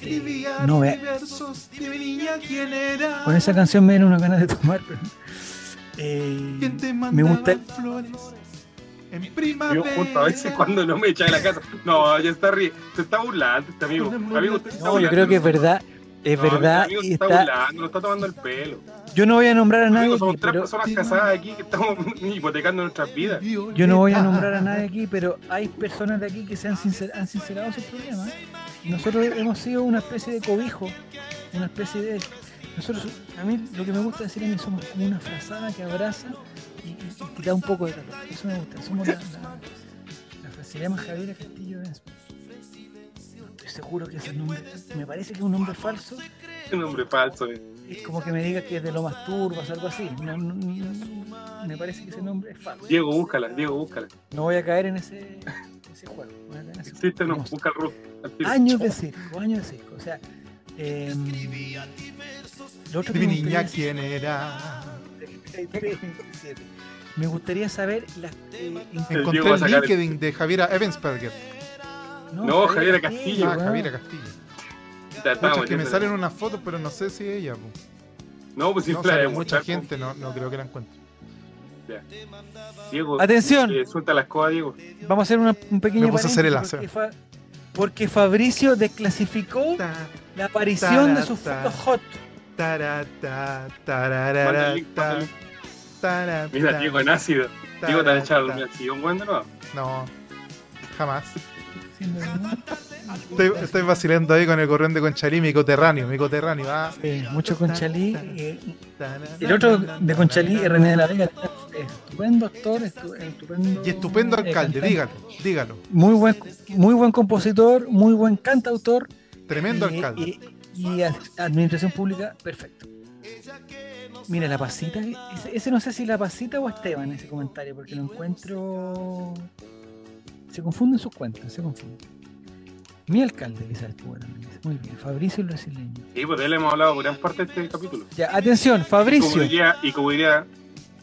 Speaker 1: eh, no veas.
Speaker 2: versos. Dime niña quién era.
Speaker 1: Con esa canción me dieron unas ganas de tomar, pero. eh,
Speaker 2: ¿Quién te
Speaker 1: me
Speaker 2: mandaba
Speaker 1: gusta.
Speaker 2: flores? En
Speaker 3: yo
Speaker 2: primavera.
Speaker 3: junto a veces cuando no me echa de la casa. No, ya está ri- Se está burlando este amigo. Amigo, usted se está
Speaker 1: No, yo creo que es
Speaker 3: burlando.
Speaker 1: verdad. Es
Speaker 3: No,
Speaker 1: verdad.
Speaker 3: amigo, se
Speaker 1: Y
Speaker 3: está
Speaker 1: está,
Speaker 3: burlando, nos está tomando el pelo.
Speaker 1: Yo no voy a nombrar a nadie
Speaker 3: Amigos,
Speaker 1: aquí,
Speaker 3: somos tres
Speaker 1: pero
Speaker 3: personas casadas aquí que estamos hipotecando nuestras vidas.
Speaker 1: yo no voy a nombrar a nadie aquí, pero hay personas de aquí que se han, sincer- han sincerado sus problemas. Y nosotros hemos sido una especie de cobijo, una especie de nosotros a mí lo que me gusta decir a mí somos como una frazada que abraza y, y- y que da un poco de calor. Eso me gusta. Somos la, la, la frazada. Se llama Javiera Castillo Benz. No Estoy seguro que es el nombre. Me parece que es un nombre falso.
Speaker 3: Un hombre falso. eh.
Speaker 1: Es como que me diga que es de Lomas Turbas, algo así. No, no- no- me parece que ese nombre es falso.
Speaker 3: Diego, búscala, Diego, búscala.
Speaker 1: No voy a caer en ese, en ese juego. no voy a caer en ese juego.
Speaker 3: Existe, no,
Speaker 1: Vamos.
Speaker 3: busca el root. al tiro.
Speaker 1: Años de circo, años de circo. O sea, eh, lo otro que
Speaker 2: Dime
Speaker 1: me gustaría
Speaker 2: niña
Speaker 1: decir-
Speaker 2: quién era.
Speaker 1: 33, 27. Me gustaría saber las. eh,
Speaker 3: El
Speaker 1: inc-
Speaker 2: Encontré
Speaker 3: Diego va a
Speaker 2: el
Speaker 3: sacar el-
Speaker 2: LinkedIn de Javiera Evensperger.
Speaker 3: No, Javiera Sí,
Speaker 2: ah,
Speaker 1: weón.
Speaker 2: Javiera Castillo.
Speaker 3: Ya
Speaker 2: Pucha,
Speaker 3: estamos,
Speaker 2: es que
Speaker 3: ya
Speaker 2: me
Speaker 3: está.
Speaker 2: salen unas fotos, pero no sé si ella. po.
Speaker 3: No,
Speaker 2: No,
Speaker 3: pues siempre la
Speaker 2: sale
Speaker 3: de
Speaker 2: mucha
Speaker 3: mostrar,
Speaker 2: gente, no, no creo que la encuentre.
Speaker 3: pues. Diego,
Speaker 1: Atención.
Speaker 3: eh, suelta la escoba, Diego.
Speaker 1: Vamos a hacer una, un pequeño.
Speaker 2: Me puse a hacer el
Speaker 1: paréntesis Porque, Fa- porque Fabricio desclasificó
Speaker 2: Ta,
Speaker 1: la aparición de
Speaker 2: ta,
Speaker 1: sus
Speaker 2: ta.
Speaker 1: fotos hot.
Speaker 2: tarara, ta,
Speaker 3: Manda
Speaker 2: tarara,
Speaker 3: el link,
Speaker 2: ta,
Speaker 3: pásale.
Speaker 2: tarara,
Speaker 3: Mira,
Speaker 2: ta,
Speaker 3: Diego en ácido. Diego te ha
Speaker 2: tarara,
Speaker 3: echado
Speaker 2: ta.
Speaker 3: un sillón, weón, de nuevo.
Speaker 2: No, jamás.
Speaker 1: Siendo-
Speaker 2: Estoy, estoy vacilando ahí con el corrión de Concharí, mi coterráneo, mi coterráneo. Ah,
Speaker 1: Sí, mucho Conchalí. eh,
Speaker 2: tarara,
Speaker 1: El otro de
Speaker 2: tarara,
Speaker 1: Conchalí,
Speaker 2: tarara.
Speaker 1: René de la Vega, estupendo actor, estu- estupendo. eh,
Speaker 2: Y estupendo alcalde,
Speaker 1: cantante,
Speaker 2: dígalo, dígalo.
Speaker 1: Muy buen, muy buen compositor, muy buen cantautor.
Speaker 2: Tremendo
Speaker 1: y,
Speaker 2: alcalde.
Speaker 1: y- y ad- administración pública, perfecto. Mira, la pasita, ese, ese no sé si la pasita o Esteban ese comentario, porque lo encuentro. Se confunden sus cuentas, se confunden. Mi alcalde, Elizabeth Puga también dice. Muy bien, Fabricio el brasileño.
Speaker 3: Sí, pues de él hemos hablado por gran parte de este capítulo.
Speaker 1: Ya, atención,
Speaker 3: Como
Speaker 1: Fabricio.
Speaker 3: diría, y como diría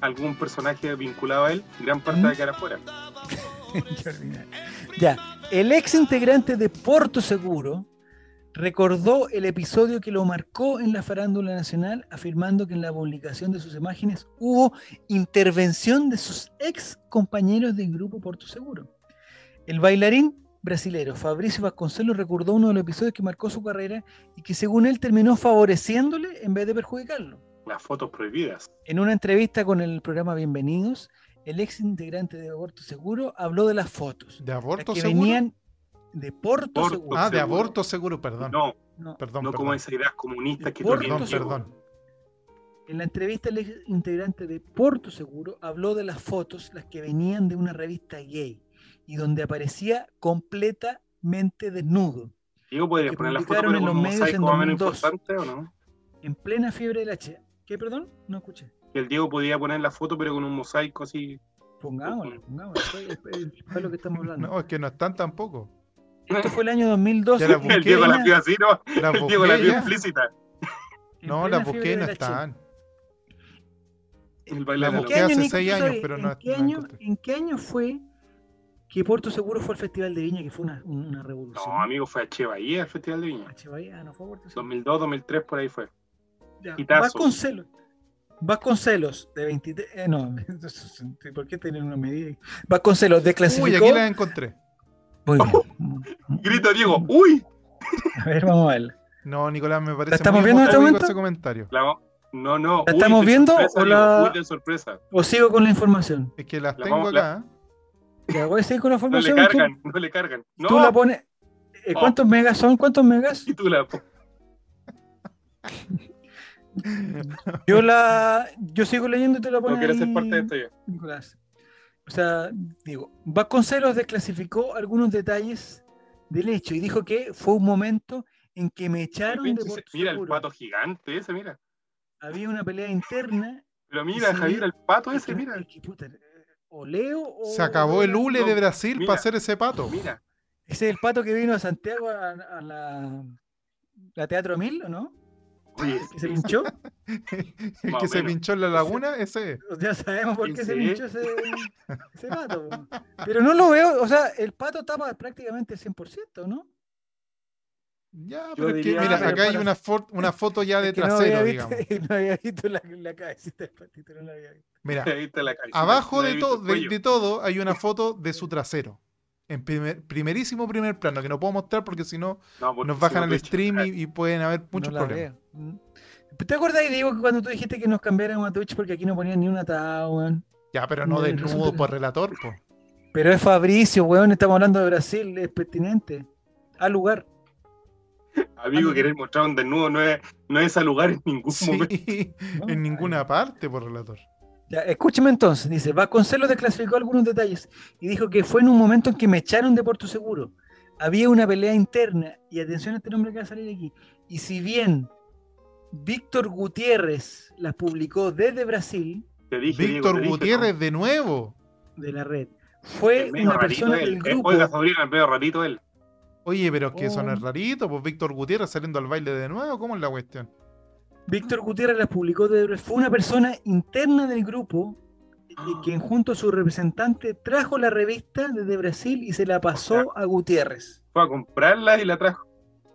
Speaker 3: algún personaje vinculado a él, gran parte
Speaker 1: ¿Mm?
Speaker 3: de cara afuera.
Speaker 1: Qué ordinario. ya, el ex integrante de Porto Seguro recordó el episodio que lo marcó en la farándula nacional, afirmando que en la publicación de sus imágenes hubo intervención de sus ex compañeros del grupo Porto Seguro. El bailarín brasilero Fabricio Vasconcelos recordó uno de los episodios que marcó su carrera y que según él terminó favoreciéndole en vez de perjudicarlo.
Speaker 3: Las fotos prohibidas.
Speaker 1: En una entrevista con el programa Bienvenidos, el ex integrante de Aborto Seguro habló de las fotos.
Speaker 2: ¿De
Speaker 1: las
Speaker 2: aborto
Speaker 1: que
Speaker 2: seguro?
Speaker 1: venían de Porto,
Speaker 3: Porto.
Speaker 1: Seguro.
Speaker 2: Ah, de
Speaker 3: seguro.
Speaker 2: aborto seguro, perdón.
Speaker 3: No,
Speaker 1: No,
Speaker 2: perdón,
Speaker 3: no
Speaker 2: perdón.
Speaker 3: como esas ideas comunistas que
Speaker 1: Por-
Speaker 3: también
Speaker 2: Perdón,
Speaker 1: Seguro.
Speaker 2: perdón.
Speaker 1: En la entrevista, el ex integrante de Porto Seguro habló de las fotos, las que venían de una revista gay y donde aparecía completamente desnudo.
Speaker 3: Diego podría
Speaker 1: que
Speaker 3: poner las fotos,
Speaker 1: publicaron
Speaker 3: pero
Speaker 1: en
Speaker 3: con
Speaker 1: los
Speaker 3: un
Speaker 1: medios en
Speaker 3: mosaico más o menos
Speaker 1: 2002.
Speaker 3: importante, ¿o no?
Speaker 1: en plena fiebre del H. ¿Qué, perdón? No escuché.
Speaker 3: Que el Diego podía poner la foto, pero con un mosaico así.
Speaker 1: Pongámosla, pongámosla. Fue, fue- fue lo que estamos hablando.
Speaker 2: No, es que no están tampoco.
Speaker 1: Esto fue el año 2012.
Speaker 2: Ya la
Speaker 1: en
Speaker 2: busqué.
Speaker 3: El Diego la
Speaker 1: plena-
Speaker 3: vio así, ¿no?
Speaker 2: Las
Speaker 3: El Diego la
Speaker 2: busqué
Speaker 3: vio
Speaker 2: ya.
Speaker 3: implícita.
Speaker 1: en
Speaker 2: No,
Speaker 1: plena
Speaker 2: las busqué
Speaker 1: fiebre
Speaker 2: y no
Speaker 1: del H.
Speaker 2: están.
Speaker 3: El
Speaker 2: La
Speaker 3: baile de
Speaker 2: busqué
Speaker 3: la
Speaker 2: hace
Speaker 1: Nico?
Speaker 2: seis
Speaker 1: Sorry,
Speaker 2: años, pero no-
Speaker 1: ¿en qué,
Speaker 2: no
Speaker 1: año,
Speaker 2: encontré.
Speaker 1: ¿En qué año fue que Puerto Seguro fue al Festival de Viña, que fue una, un- una revolución?
Speaker 3: No, amigo, fue a Che Bahía el Festival de Viña.
Speaker 1: H. Bahía, no fue a Puerto Seguro.
Speaker 3: 2002, 2003, por ahí fue.
Speaker 1: Ya,
Speaker 3: Pitazo.
Speaker 1: Vasconcelos. Vasconcelos, de 23. eh, no, ¿por qué tener una medida? Vasconcelos, desclasificó.
Speaker 2: Uy, aquí las encontré.
Speaker 1: Muy bien. Mm,
Speaker 3: Grita Diego, ¡Uy!
Speaker 1: A ver, vamos a verla.
Speaker 2: No, Nicolás, me parece
Speaker 1: estamos
Speaker 2: muy
Speaker 1: viendo en este
Speaker 2: homofóbico
Speaker 1: momento?
Speaker 2: ese comentario.
Speaker 3: La- no, no.
Speaker 1: ¿La
Speaker 3: uy,
Speaker 1: estamos
Speaker 3: de
Speaker 1: viendo
Speaker 3: sorpresa,
Speaker 1: o
Speaker 3: Diego,
Speaker 1: la-
Speaker 3: uy, de sorpresa.
Speaker 1: O sigo con la información.
Speaker 2: Es que las
Speaker 3: La
Speaker 2: tengo
Speaker 3: vamos- la-
Speaker 2: acá. ¿eh?
Speaker 1: Ya voy a seguir con la
Speaker 3: No le
Speaker 1: información. tú-
Speaker 3: cargan, no le cargan. No,
Speaker 1: tú, la pones. eh, ¿Cuántos megas son? ¿Cuántos megas?
Speaker 3: y tú la-
Speaker 1: Yo la. Yo sigo leyendo y te la pones.
Speaker 3: No quiero ser
Speaker 1: ahí.
Speaker 3: parte de esto ya.
Speaker 1: Nicolás. O sea, digo, Vasconcelos desclasificó algunos detalles del hecho y dijo que fue un momento en que me echaron de
Speaker 3: Pinche
Speaker 1: Porto
Speaker 3: se- Mira el
Speaker 1: Seguro.
Speaker 3: pato gigante ese, mira.
Speaker 1: Había una pelea interna.
Speaker 3: Pero mira,
Speaker 1: Sí.
Speaker 3: Javier, el pato
Speaker 1: es
Speaker 3: ese,
Speaker 1: que-
Speaker 3: mira.
Speaker 1: es que, puta, eh, o Leo o.
Speaker 2: Se acabó el hule
Speaker 3: Oh, no,
Speaker 2: de Brasil
Speaker 3: mira,
Speaker 2: para hacer ese pato.
Speaker 3: Mira,
Speaker 1: Ese es el pato que vino a Santiago a, a la, la Teatro Mil, ¿o no?
Speaker 3: oye,
Speaker 2: Ah,
Speaker 1: Que se pinchó.
Speaker 2: El
Speaker 3: Más
Speaker 2: que
Speaker 3: o
Speaker 2: se
Speaker 3: menos.
Speaker 2: pinchó en la laguna, ese es.
Speaker 1: Ya sabemos por
Speaker 3: Sí,
Speaker 1: qué se
Speaker 3: sí.
Speaker 1: pinchó ese, ese pato. po. Pero no lo veo, o sea, el pato tapa prácticamente el 100%, ¿no?
Speaker 2: Ya,
Speaker 3: Yo
Speaker 2: pero es que,
Speaker 3: diría-
Speaker 2: mira,
Speaker 1: Ah, pero
Speaker 2: acá hay
Speaker 1: para-
Speaker 2: una, fo- una foto ya de
Speaker 1: Es que
Speaker 2: trasero,
Speaker 1: no había
Speaker 2: digamos.
Speaker 1: visto, no había visto la, la cabecita del patito, no la había visto.
Speaker 2: Mira,
Speaker 3: ahí está la cabeza,
Speaker 2: abajo
Speaker 3: ahí
Speaker 2: de,
Speaker 3: está el
Speaker 2: todo de,
Speaker 3: cuello.
Speaker 2: de todo hay una foto de su trasero. En primer- primerísimo primer plano, que no puedo mostrar porque si no
Speaker 3: No, pues, porque
Speaker 2: nos
Speaker 3: si
Speaker 2: bajan
Speaker 3: no te
Speaker 2: el
Speaker 3: echan.
Speaker 2: stream y, y pueden haber muchos
Speaker 1: no la
Speaker 2: problemas.
Speaker 1: veo. Mm. ¿Te acordás, Diego, que cuando tú dijiste que nos cambiáramos a Twitch porque aquí no ponían ni una tabla, weón?
Speaker 2: Ya, pero no
Speaker 1: No,
Speaker 2: desnudo
Speaker 1: resulta-
Speaker 2: por relator, po.
Speaker 1: Pero es Fabricio, weón, estamos hablando de Brasil, es pertinente. Al lugar.
Speaker 3: Amigo, querer mostrar un desnudo no es, no es a lugar en ningún momento.
Speaker 2: Sí,
Speaker 1: ¿no?
Speaker 2: en ninguna parte por relator.
Speaker 1: Ya, escúchame entonces, dice, Vasconcelos desclasificó algunos detalles y dijo que fue en un momento en que me echaron de Porto Seguro. Había una pelea interna, y atención a este nombre que va a salir aquí, y si bien Víctor Gutiérrez las publicó desde Brasil,
Speaker 3: Te dije, Diego,
Speaker 2: Víctor
Speaker 3: te dije,
Speaker 2: Gutiérrez
Speaker 3: ¿no?
Speaker 2: de nuevo.
Speaker 1: de la red,
Speaker 3: Es
Speaker 1: fue
Speaker 3: medio
Speaker 1: una
Speaker 3: rarito
Speaker 1: persona
Speaker 3: él.
Speaker 1: del
Speaker 3: Eh,
Speaker 1: grupo...
Speaker 3: Oiga, Fabricio, es medio ratito él.
Speaker 2: Oye, pero es que eso no es
Speaker 1: Oh.
Speaker 2: rarito, pues Víctor Gutiérrez saliendo al baile de nuevo, ¿cómo es la cuestión?
Speaker 1: Víctor Gutiérrez las publicó desde Brasil, fue una persona interna del grupo eh,
Speaker 3: Ah.
Speaker 1: quien junto a su representante trajo la revista desde Brasil y se la pasó a Gutiérrez.
Speaker 3: Fue a comprarla y la trajo.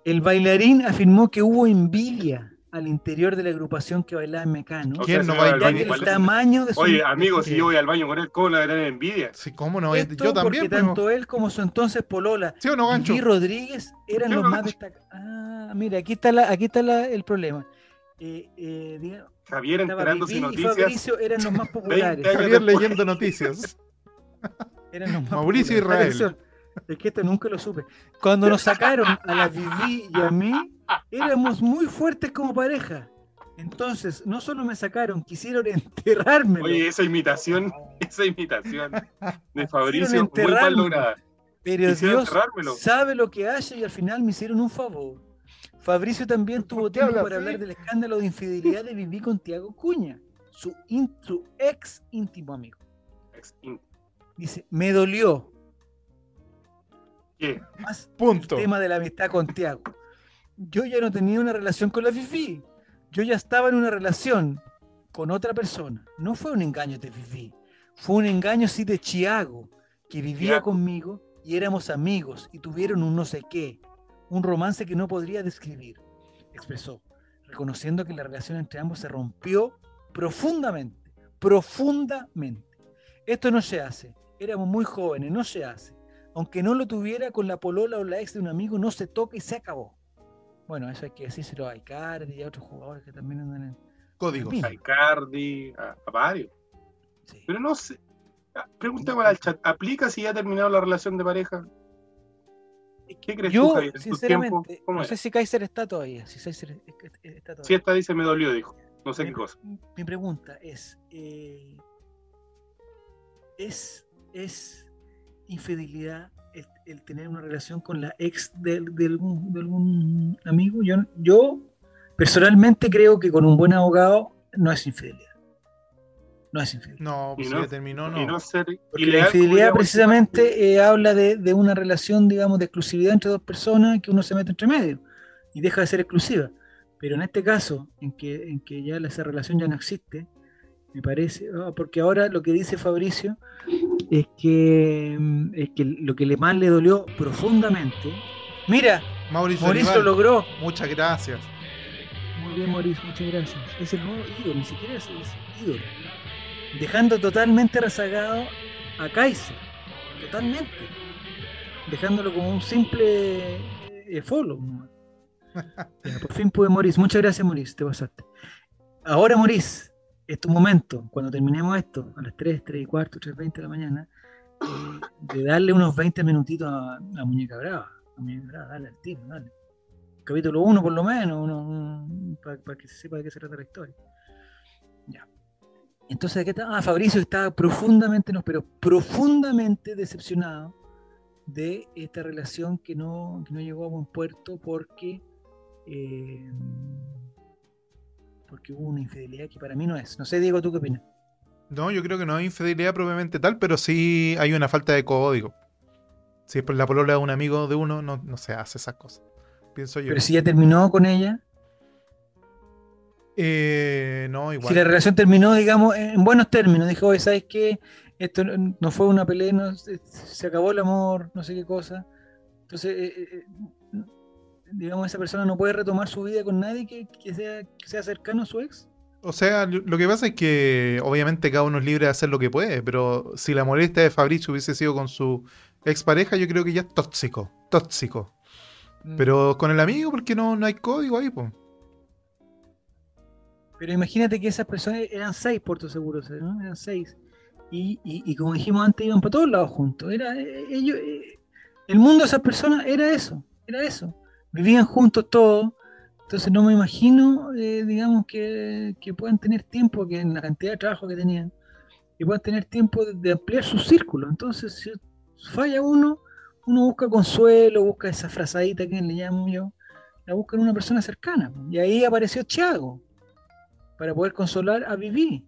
Speaker 1: El bailarín afirmó que hubo envidia al interior de la agrupación que bailaba en Mecano,
Speaker 3: O
Speaker 2: ¿Quién no
Speaker 3: sea, se va al
Speaker 2: baila
Speaker 1: ya
Speaker 3: baño
Speaker 1: que
Speaker 2: igual?
Speaker 1: el
Speaker 3: igual.
Speaker 1: tamaño de su...
Speaker 3: Oye, amigo, si
Speaker 1: de-
Speaker 3: yo voy al baño con él, ¿cómo la verán envidia?
Speaker 2: Sí, ¿cómo no?
Speaker 1: Esto
Speaker 2: Yo
Speaker 1: porque
Speaker 2: también, pues,
Speaker 1: tanto él como su entonces polola,
Speaker 2: ¿sí o no, Gancho?
Speaker 1: Vivi Rodríguez, eran
Speaker 3: Yo
Speaker 1: los
Speaker 3: no
Speaker 1: más
Speaker 3: gancho.
Speaker 1: destacados. Ah, mira, aquí está, la, aquí está la- el problema. Eh, eh, diga-
Speaker 3: Javier
Speaker 1: estaba
Speaker 3: enterándose
Speaker 1: Vivi y
Speaker 3: noticias.
Speaker 1: Fabricio eran los más
Speaker 3: 20 años
Speaker 1: populares.
Speaker 2: Javier leyendo noticias.
Speaker 1: Eran los más
Speaker 2: Mauricio
Speaker 1: populares.
Speaker 2: Israel.
Speaker 1: Atención, Es que esto nunca lo supe. Cuando nos sacaron a la Vivi y a mí, éramos muy fuertes como pareja. Entonces, no solo me sacaron, quisieron enterrarme.
Speaker 3: Oye, esa imitación, esa imitación de Fabricio,
Speaker 1: Quisieron
Speaker 3: muy mal
Speaker 1: enterrarme.
Speaker 3: lograda.
Speaker 1: Pero
Speaker 3: quisieron
Speaker 1: Dios
Speaker 3: enterrármelo.
Speaker 1: sabe lo que hace y al final me hicieron un favor. Fabricio también tuvo
Speaker 2: ¿Por qué
Speaker 1: tiempo
Speaker 2: habla
Speaker 1: para
Speaker 2: así?
Speaker 1: hablar del escándalo de infidelidad de Viví con Tiago Cuña, su, in- su ex íntimo amigo.
Speaker 3: Ex in-
Speaker 1: Dice, me dolió
Speaker 3: ¿Qué?
Speaker 1: más
Speaker 2: Punto.
Speaker 1: el tema de la amistad con Tiago. Yo ya no tenía una relación con la Fifi. Yo ya estaba en una relación con otra persona. No fue un engaño de Fifi. Fue un engaño sí de Chiago, que vivía
Speaker 3: Chiago.
Speaker 1: conmigo y éramos amigos y tuvieron un no sé qué. Un romance que no podría describir, expresó, reconociendo que la relación entre ambos se rompió profundamente, profundamente. Esto no se hace. Éramos muy jóvenes, no se hace. Aunque no lo tuviera con la polola o la ex de un amigo, no se toca y se acabó. Bueno, eso hay que decírselo a Icardi y a otros jugadores que también andan en...
Speaker 2: Códigos.
Speaker 1: Mira.
Speaker 3: A Icardi, a, a varios.
Speaker 1: Sí.
Speaker 3: Pero no sé. Ah, Pregúntame al chat, ¿aplica si ya ha terminado la relación de pareja? ¿Qué crees tú,
Speaker 1: Yo,
Speaker 3: Javier? ¿En tus tiempos?
Speaker 1: sinceramente,
Speaker 3: ¿Cómo
Speaker 1: no
Speaker 3: era?
Speaker 1: sé si Kaiser está todavía. Si Kaiser es- es- está
Speaker 3: Si
Speaker 1: todavía.
Speaker 3: esta dice me dolió, dijo. No sé qué cosa.
Speaker 1: Mi pregunta es, eh, ¿es, ¿es infidelidad el, el tener una relación con la ex de, de algún, de algún amigo? Yo, yo personalmente creo que con un buen abogado no es infidelidad. No es infidelidad.
Speaker 2: No,
Speaker 3: Y
Speaker 2: pues
Speaker 3: no-
Speaker 2: si determinó, no.
Speaker 3: Y no ser
Speaker 1: Porque
Speaker 3: ilegal,
Speaker 1: la
Speaker 3: como
Speaker 1: infidelidad
Speaker 3: diría-
Speaker 1: precisamente eh, habla de, de una relación, digamos, de exclusividad entre dos personas que uno se mete entre medio y deja de ser exclusiva. Pero en este caso, en que, en que ya la- esa relación ya no existe, me parece, ah, porque ahora lo que dice Fabricio es que, mm, es que lo que le más le dolió profundamente. Mira,
Speaker 2: Mauricio,
Speaker 1: Mauricio
Speaker 2: Rival,
Speaker 1: lo logró.
Speaker 2: muchas gracias.
Speaker 1: Muy bien, Mauricio, muchas gracias. Es el nuevo ídolo, ni siquiera es, es ídolo. Dejando totalmente rezagado a Kaiser. Totalmente. Dejándolo como un simple eh, follow. ¿no? Ya, por fin pude, Maurice. Muchas gracias, Maurice. Te pasaste. Ahora, Maurice, es tu momento. Cuando terminemos esto, a las 3, 3 y cuarto, 3, 20 de la mañana, eh, de darle unos 20 minutitos a, a Muñeca Brava. A Muñeca Brava, dale al tiro, dale capítulo 1 por lo menos, para, que se sepa de qué se trata la historia. Ya. Entonces, ¿de ¿qué está? Ah, Fabricio está profundamente, no, pero profundamente decepcionado de esta relación que no, que no llegó a buen puerto porque, eh, porque hubo una infidelidad que para mí no es. No sé, Diego, ¿tú qué opinas?
Speaker 2: No, yo creo que no es infidelidad propiamente tal, pero sí hay una falta de código. Si es por la polola de un amigo de uno, no, no se hace esas cosas. Pienso yo.
Speaker 1: Pero si ya terminó con ella,
Speaker 2: Eh, no, igual.
Speaker 1: Si la relación terminó, digamos, en buenos términos, dijo, oye, ¿sabes qué? Esto no no fue una pelea, no, se se acabó el amor, no sé qué cosa. Entonces, eh, eh, eh, digamos, esa persona no puede retomar su vida con nadie que, que sea, que sea cercano a su ex.
Speaker 2: O sea, lo lo que pasa es que obviamente cada uno es libre de hacer lo que puede, pero si la molestia de Fabricio hubiese sido con su expareja, yo creo que ya es tóxico, tóxico.
Speaker 3: Mm.
Speaker 2: Pero con el amigo, porque no, no hay código ahí, pues.
Speaker 1: Pero imagínate que esas personas eran seis, por tu seguro, ¿no? Eran seis. Y, y- y como dijimos antes, iban para todos lados juntos. Era, eh, ellos, eh, el mundo de esas personas era eso, era eso. Vivían juntos todos. Entonces no me imagino, eh, digamos, que, que puedan tener tiempo, que en la cantidad de trabajo que tenían, que puedan tener tiempo de, de ampliar su círculo. Entonces, si falla uno, uno busca consuelo, busca esa frazadita que le llamo yo, la busca en una persona cercana. Y ahí apareció Thiago para poder consolar a Vivi.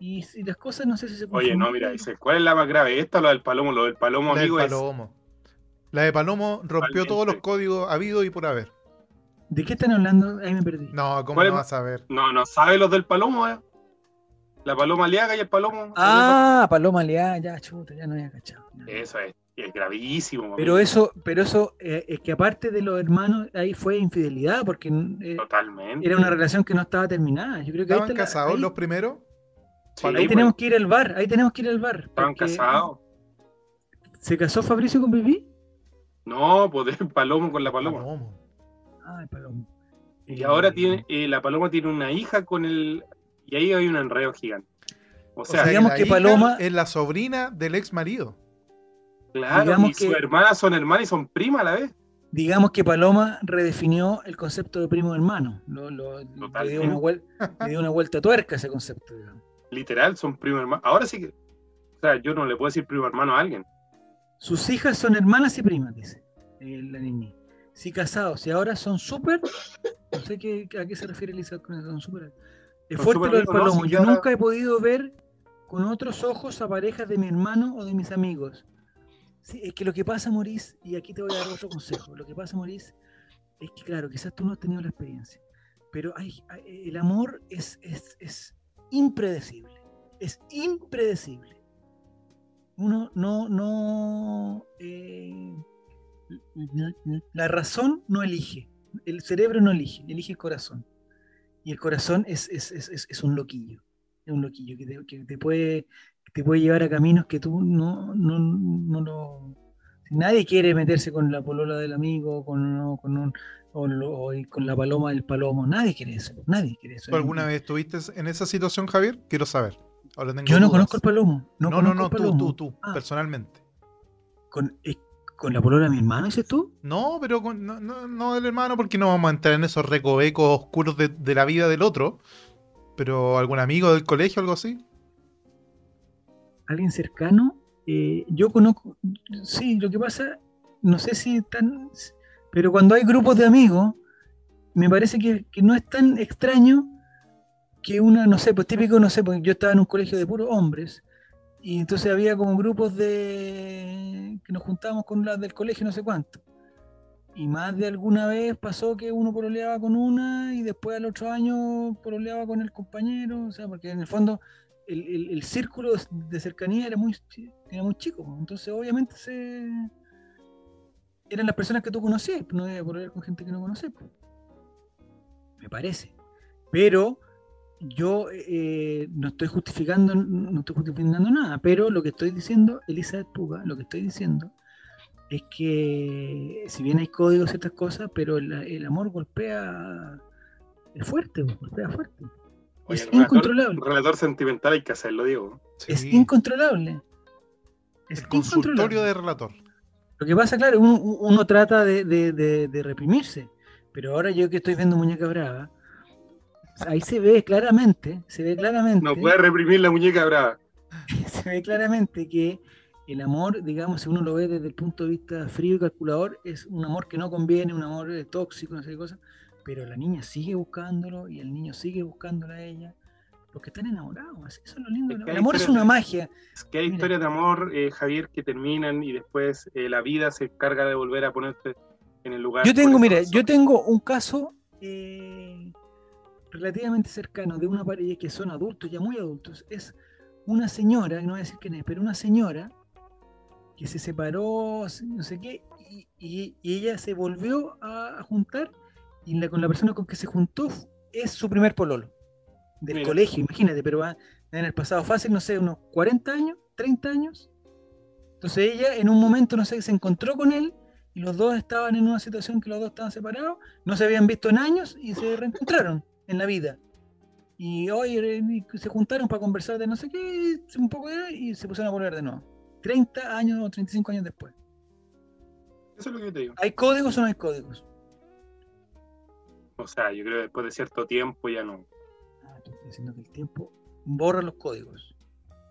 Speaker 1: Y, si las cosas no sé si se
Speaker 3: Oye, no,
Speaker 1: confundieron.
Speaker 3: mira, dice, ¿cuál es la más grave? ¿Esta o la del Palomo? Lo del Palomo,
Speaker 2: La de
Speaker 3: amigo, es
Speaker 2: Palomo. La de Palomo rompió todos los
Speaker 3: Totalmente.
Speaker 2: códigos habido y por haber.
Speaker 1: ¿De qué están hablando? Ahí me perdí.
Speaker 2: No, ¿cómo
Speaker 3: ¿Cuál
Speaker 2: no
Speaker 3: es?
Speaker 2: vas a ver?
Speaker 3: No, no sabe los del Palomo, eh. La Paloma Aliaga y el Palomo.
Speaker 1: Ah, Paloma Leá, ya, chuta, ya no había cachado.
Speaker 3: Eso es, es gravísimo.
Speaker 1: Pero
Speaker 3: amigo.
Speaker 1: eso, pero eso, eh, es que aparte de los hermanos, ahí fue infidelidad, porque eh,
Speaker 3: Totalmente.
Speaker 1: era una relación que no estaba terminada. Yo creo que ahí,
Speaker 2: ¿Estaban
Speaker 1: está la-
Speaker 2: casados
Speaker 1: ahí-
Speaker 2: los primeros?
Speaker 3: Sí,
Speaker 2: ahí
Speaker 1: ahí
Speaker 3: pues,
Speaker 1: tenemos que ir al bar, ahí tenemos que ir al bar.
Speaker 3: Estaban
Speaker 1: porque-
Speaker 3: casados.
Speaker 1: ¿Se casó Fabricio con Vivi?
Speaker 3: No, pues del Palomo con la
Speaker 2: Ah,
Speaker 3: Paloma.
Speaker 2: Palomo.
Speaker 1: Ay, Paloma.
Speaker 3: Y
Speaker 1: Mm.
Speaker 3: ahora tiene, eh, la Paloma tiene una hija con el. Y ahí hay un enredo gigante. O sea,
Speaker 1: sea, digamos
Speaker 2: la
Speaker 1: que
Speaker 2: hija
Speaker 1: Paloma-
Speaker 2: es la sobrina del ex marido.
Speaker 3: claro,
Speaker 1: digamos
Speaker 3: y sus
Speaker 1: que-
Speaker 3: hermanas son hermanas y son primas a la vez.
Speaker 1: Digamos que Paloma redefinió el concepto de primo hermano. Lo- lo- le, dio una vuel- le dio una vuelta a tuerca ese concepto. digamos.
Speaker 3: Literal, son primo hermano. Ahora sí que. O sea, yo no le puedo decir primo hermano a alguien.
Speaker 1: Sus hijas son hermanas y primas, dice eh, la niña. Si casados, si ahora son súper, no sé qué, a qué se refiere Elisa con eso, son súper. Es
Speaker 3: Son
Speaker 1: fuerte
Speaker 3: súper
Speaker 1: lo del
Speaker 3: ricos, ¿no?
Speaker 1: palomo.
Speaker 3: Si
Speaker 1: Yo
Speaker 3: ahora-
Speaker 1: nunca he podido ver con otros ojos a parejas de mi hermano o de mis amigos. Sí, es que lo que pasa, Maurice, y aquí te voy a dar otro consejo, lo que pasa, Maurice, es que claro, quizás tú no has tenido la experiencia, pero hay, hay- el amor es, es, es impredecible, es impredecible. Uno no, no, eh, la razón no elige, el cerebro no elige, elige el corazón. Y el corazón es, es, es, es- es un loquillo, es un loquillo que te, que te puede que te puede llevar a caminos que tú no, no, no lo... si nadie quiere meterse con la polola del amigo, con, uno- con, un, o lo- o y con la paloma del palomo, nadie quiere eso, nadie quiere eso.
Speaker 2: ¿Tú alguna vez estuviste en esa situación, Javier? Quiero saber. Ahora tengo
Speaker 1: Yo no
Speaker 2: dudas.
Speaker 1: conozco el palomo. No,
Speaker 2: No, no,
Speaker 1: conozco
Speaker 2: no,
Speaker 1: el
Speaker 2: tú,
Speaker 1: palomo.
Speaker 2: tú, tú,
Speaker 1: Ah,
Speaker 2: personalmente.
Speaker 1: con, eh, ¿Con la polola de mi hermano, dices tú?
Speaker 2: No, pero con- no, no, no del hermano, porque no vamos a entrar en esos recovecos oscuros de, de la vida del otro. Pero algún amigo del colegio, algo así.
Speaker 1: alguien cercano, eh, yo conozco, sí, lo que pasa, no sé si tan, pero cuando hay grupos de amigos, me parece que, que no es tan extraño que una, no sé, pues típico, no sé, porque yo estaba en un colegio de puros hombres, y entonces había como grupos de que nos juntábamos con las del colegio no sé cuánto. Y más de alguna vez pasó que uno pololeaba con una y después al otro año pololeaba con el compañero, o sea, porque en el fondo el, el- el círculo de cercanía era muy, chi- era muy chico. po. Entonces, obviamente, se... eran las personas que tú conocías. No debía volver con gente que no conoces. po. Me parece. Pero yo eh, no estoy justificando no estoy justificando nada. Pero lo que estoy diciendo, Elisa Puga, lo que estoy diciendo es que, si bien hay códigos, ciertas cosas, pero el, el amor golpea es fuerte, po, golpea fuerte.
Speaker 3: Oye,
Speaker 1: es
Speaker 3: el relator-
Speaker 1: incontrolable.
Speaker 3: Relator sentimental hay que hacerlo, Diego.
Speaker 1: Es
Speaker 2: Sí.
Speaker 1: incontrolable. Es
Speaker 2: El consultorio
Speaker 1: incontrolable.
Speaker 2: de relator.
Speaker 1: Lo que pasa, claro, uno, uno trata de, de- de- de reprimirse. Pero ahora yo que estoy viendo Muñeca Brava, ahí se ve claramente, se ve claramente,
Speaker 3: No puede reprimir la muñeca brava.
Speaker 1: se ve claramente que el amor, digamos, si uno lo ve desde el punto de vista frío y calculador, es un amor que no conviene, un amor eh, tóxico, no sé qué cosa. Pero la niña sigue buscándolo y el niño sigue buscándola a ella. Porque están enamorados. Eso es lo lindo.
Speaker 3: Es
Speaker 1: del amor. El
Speaker 3: que hay
Speaker 1: amor es
Speaker 3: tres-
Speaker 1: una magia.
Speaker 3: Es que hay
Speaker 1: Mira.
Speaker 3: historias de amor, eh, Javier, que terminan y después eh, la vida se encarga de volver a ponerte en el lugar.
Speaker 8: Yo tengo,
Speaker 3: por
Speaker 8: mire,
Speaker 3: esa
Speaker 8: yo
Speaker 3: razón.
Speaker 8: tengo un caso.
Speaker 1: eh, relativamente cercano de una pareja que son adultos, ya muy adultos, es una señora, no voy a decir quién es, pero una señora que se separó, se- no sé qué, y, y- y ella se volvió a, a juntar y la, con la persona con que se juntó f- es su primer pololo del
Speaker 3: Mira.
Speaker 1: colegio, imagínate, pero va en el pasado fácil, no sé, unos 40 años, 30 años. Entonces ella en un momento, no sé, se encontró con él y los dos estaban en una situación que los dos estaban separados no se habían visto en años y se reencontraron en la vida. Y hoy eh, y se juntaron para conversar de no sé qué, un poco de, y se pusieron a volver de nuevo. 30 años o 35 años después.
Speaker 3: Eso es lo que yo te digo.
Speaker 1: ¿Hay códigos o no hay códigos?
Speaker 3: O sea, yo creo que después de cierto tiempo ya no.
Speaker 1: Ah, tú estás diciendo que el tiempo borra los códigos.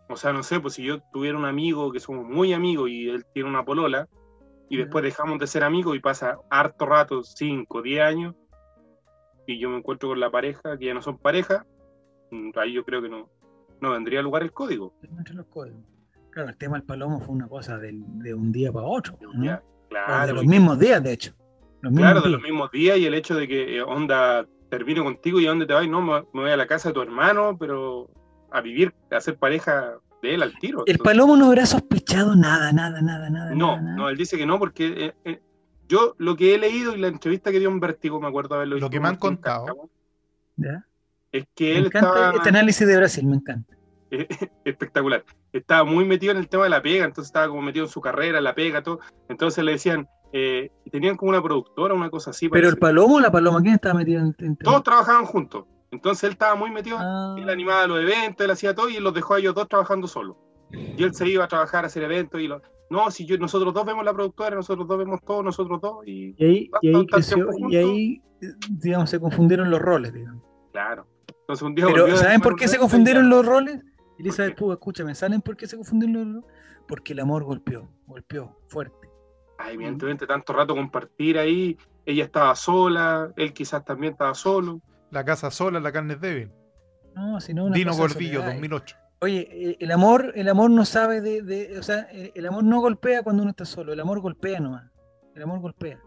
Speaker 3: O sea, no sé, pues si yo tuviera un amigo que somos muy amigos y él tiene una polola y
Speaker 1: Ya.
Speaker 3: después dejamos de ser amigos y pasa harto rato, 5, 10 años, y yo me encuentro con la pareja, que ya no son pareja, mm, ahí yo creo que no, no vendría a lugar el código.
Speaker 1: Te encuentras los códigos. Claro, el tema del palomo fue una cosa del- de, un día para otro. ¿no?
Speaker 3: Ya,
Speaker 1: O Ah, de
Speaker 3: claro,
Speaker 1: los
Speaker 3: porque-
Speaker 1: mismos días, de hecho. Los mismos
Speaker 3: claro, de los
Speaker 1: días.
Speaker 3: mismos días y el hecho de que eh, onda termino contigo y a dónde te vas, no, me me voy a la casa de tu hermano, pero a vivir, a ser pareja de él al tiro.
Speaker 1: El
Speaker 3: Entonces-
Speaker 1: palomo no habrá sospechado nada, nada, nada, nada.
Speaker 3: No,
Speaker 1: nada, nada.
Speaker 3: no, él dice que no, porque eh, eh, yo lo que he leído y la entrevista que dio en Vértigo, me acuerdo haberlo
Speaker 2: Lo
Speaker 3: visto
Speaker 2: que
Speaker 3: con
Speaker 2: me han
Speaker 3: Martín
Speaker 2: contado.
Speaker 3: Cárcamo,
Speaker 1: Ya.
Speaker 3: Es que
Speaker 1: Me
Speaker 3: él
Speaker 1: encanta
Speaker 3: estaba
Speaker 1: este análisis de Brasil, me encanta.
Speaker 3: espectacular. Estaba muy metido en el tema de la pega, entonces estaba como metido en su carrera, la pega, todo. Entonces le decían, eh, y tenían como una productora, una cosa así.
Speaker 1: Pero el
Speaker 3: parece.
Speaker 1: palomo o la paloma, ¿quién estaba metido en el en-
Speaker 3: Todos trabajaban juntos. Entonces él estaba muy metido,
Speaker 1: Ah,
Speaker 3: él animaba los eventos, él hacía todo y él los dejó a ellos dos trabajando solos. Y él se iba a trabajar a hacer eventos y los. No, si yo, nosotros dos vemos la productora, nosotros dos vemos todo, nosotros dos y
Speaker 1: Y ahí, y ahí
Speaker 3: tanto
Speaker 1: creció,
Speaker 3: tiempo
Speaker 1: y ahí, eh, digamos, se confundieron los roles, digamos.
Speaker 3: Claro. Entonces un día volvió
Speaker 1: Pero
Speaker 3: a
Speaker 1: ¿saben
Speaker 3: tomar
Speaker 1: por
Speaker 3: un
Speaker 1: qué se
Speaker 3: refresco y
Speaker 1: confundieron
Speaker 3: ya.
Speaker 1: los roles? Elizabeth
Speaker 3: qué?
Speaker 1: Puga, escúchame, ¿saben por qué se confundieron los roles? Porque el amor golpeó, golpeó fuerte.
Speaker 3: Ay, evidentemente, tanto rato compartir ahí ella estaba sola, él quizás también estaba solo.
Speaker 2: La casa sola, la carne es débil.
Speaker 1: No, sino una
Speaker 2: Dino
Speaker 1: cosa de
Speaker 2: Gordillo,
Speaker 1: soledad.
Speaker 2: 2008.
Speaker 1: Oye, eh, el amor, el amor no sabe de, de- o sea, eh, el el amor no golpea cuando uno está solo, el amor golpea nomás, el amor golpea.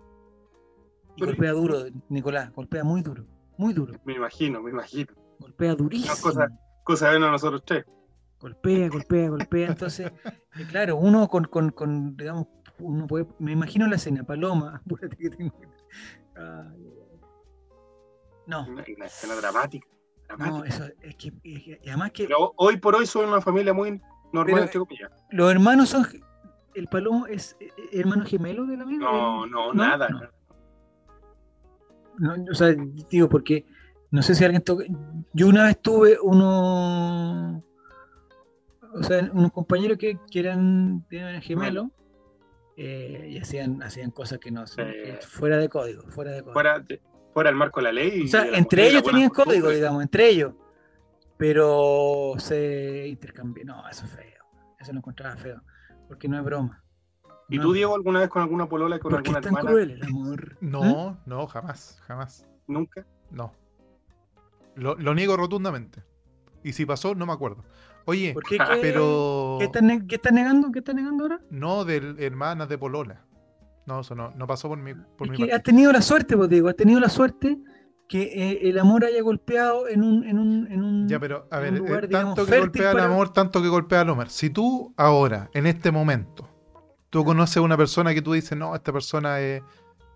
Speaker 1: Y
Speaker 3: Pero-
Speaker 1: golpea duro, Nicolás, golpea muy duro, muy duro,
Speaker 3: Me imagino, me imagino.
Speaker 1: golpea durísimo.
Speaker 3: cosa- Cosa de uno de nosotros tres.
Speaker 1: golpea, golpea, golpea. Entonces, eh, claro, uno con, con, con, digamos, uno puede, me imagino la escena, Paloma, apúrate que tengo- Ay, No,
Speaker 3: Una, una escena dramática. dramática.
Speaker 1: no, eh. eso es que, es que- y además que
Speaker 3: Pero hoy por hoy son una familia muy normal,
Speaker 1: Pero- eh,
Speaker 3: entre comillas.
Speaker 1: los hermanos son, ge- el Palomo es eh, eh, hermano gemelo de la misma.
Speaker 3: No, no, nada.
Speaker 1: no. No, o sea, digo, porque no sé si alguien toca. Yo una vez tuve uno. O sea, unos compañeros que, que eran, eran gemelos eh, y hacían, hacían cosas que no sé,
Speaker 3: Eh.
Speaker 1: que fuera de código, fuera de código.
Speaker 3: Fuera, de- fuera del marco de la ley.
Speaker 1: o
Speaker 3: y
Speaker 1: sea,
Speaker 3: de la
Speaker 1: entre
Speaker 3: moral y
Speaker 1: ellos
Speaker 3: las buenas
Speaker 1: tenían código,
Speaker 3: costumbres.
Speaker 1: digamos, entre ellos. Pero se intercambió. No, eso es feo. Eso lo encontraba feo. Porque no es broma.
Speaker 3: ¿Y
Speaker 1: No
Speaker 3: tú,
Speaker 1: es-
Speaker 3: Diego, alguna vez con alguna polola, con
Speaker 1: ¿Por qué
Speaker 3: alguna
Speaker 1: es tan
Speaker 3: hermana?
Speaker 1: cruel el amor? ¿Mm?
Speaker 2: No, no, jamás, jamás.
Speaker 3: Nunca.
Speaker 2: No. Lo, lo niego rotundamente. Y si pasó, no me acuerdo. Oye,
Speaker 1: ¿Por qué?
Speaker 3: Ah,
Speaker 1: ¿Qué-
Speaker 2: pero.
Speaker 1: ¿Qué estás ne- qué estás negando? ¿Qué estás negando ahora?
Speaker 2: No de hermanas de Polola. No, eso no, no pasó por mi, por
Speaker 1: Es
Speaker 2: mi
Speaker 1: que
Speaker 2: parte.
Speaker 1: has tenido la suerte, pues digo, has tenido la suerte que eh, el amor haya golpeado en un, en un, en un-
Speaker 2: Ya, pero a
Speaker 1: en
Speaker 2: ver,
Speaker 1: un
Speaker 2: eh,
Speaker 1: lugar, digamos,
Speaker 2: tanto que
Speaker 1: fértil
Speaker 2: golpea al
Speaker 1: para-
Speaker 2: amor, tanto que golpea al Homer. Si tú ahora, en este momento, tú conoces a una persona que tú dices, no, esta persona es, eh,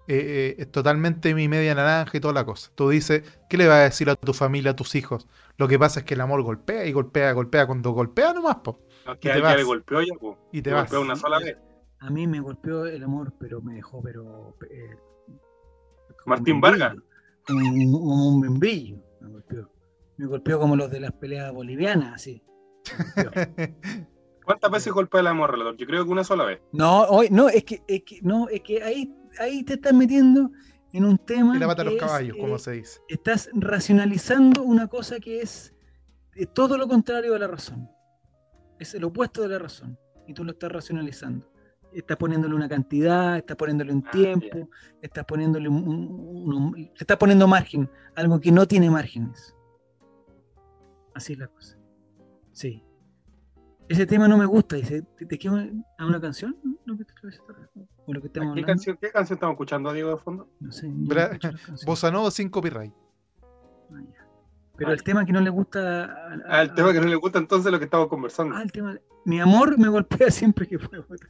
Speaker 2: eh, es totalmente mi media naranja y toda la cosa. Tú dices, ¿qué le vas a decir a tu familia, a tus hijos? Lo que pasa es que el amor golpea y golpea, golpea. Cuando golpea nomás, po,
Speaker 3: No,
Speaker 2: te
Speaker 3: que alguien
Speaker 2: vas.
Speaker 3: le golpeó ya, po.
Speaker 2: y te
Speaker 3: Le
Speaker 2: vas.
Speaker 3: golpeó una sola vez.
Speaker 1: A mí me golpeó el amor, pero me dejó, pero... eh, como
Speaker 3: Martín
Speaker 1: un
Speaker 3: Vargas.
Speaker 1: membrillo, Como un, como un membrillo me golpeó. Me golpeó como los de las peleas bolivianas, así. Me golpeó.
Speaker 3: ¿Cuántas veces golpea la amor, relator? Yo creo que una sola vez.
Speaker 1: No, hoy, no, es que, es que, no, es que ahí, ahí te estás metiendo en un tema...
Speaker 2: y la pata a los
Speaker 1: que es,
Speaker 2: caballos, como
Speaker 1: eh,
Speaker 2: se dice.
Speaker 1: estás racionalizando una cosa que es eh, todo lo contrario de la razón. Es el opuesto de la razón. Y tú lo estás racionalizando. Estás poniéndole una cantidad, estás poniéndole un
Speaker 3: Ah,
Speaker 1: tiempo, estás poniéndole un, un- un- un- te estás poniendo margen, algo que no tiene márgenes. Así es la cosa. Sí. Ese tema no me gusta. Dice, ¿te, te quiero a una canción? ¿Lo que te- o lo que
Speaker 3: ¿Qué
Speaker 1: estamos hablando?
Speaker 3: canción, ¿Qué canción estamos escuchando, Diego, de fondo?
Speaker 1: No sé, yo no
Speaker 2: Bra-
Speaker 1: escucho las canciones.
Speaker 2: Bossa Nova sin copyright.
Speaker 1: Ah, ya. Pero el tema que no le gusta. al-
Speaker 3: Ah, el tema que no le gusta entonces lo que estamos conversando.
Speaker 1: Ah, el tema- Mi amor me golpea siempre que puedo. Oye,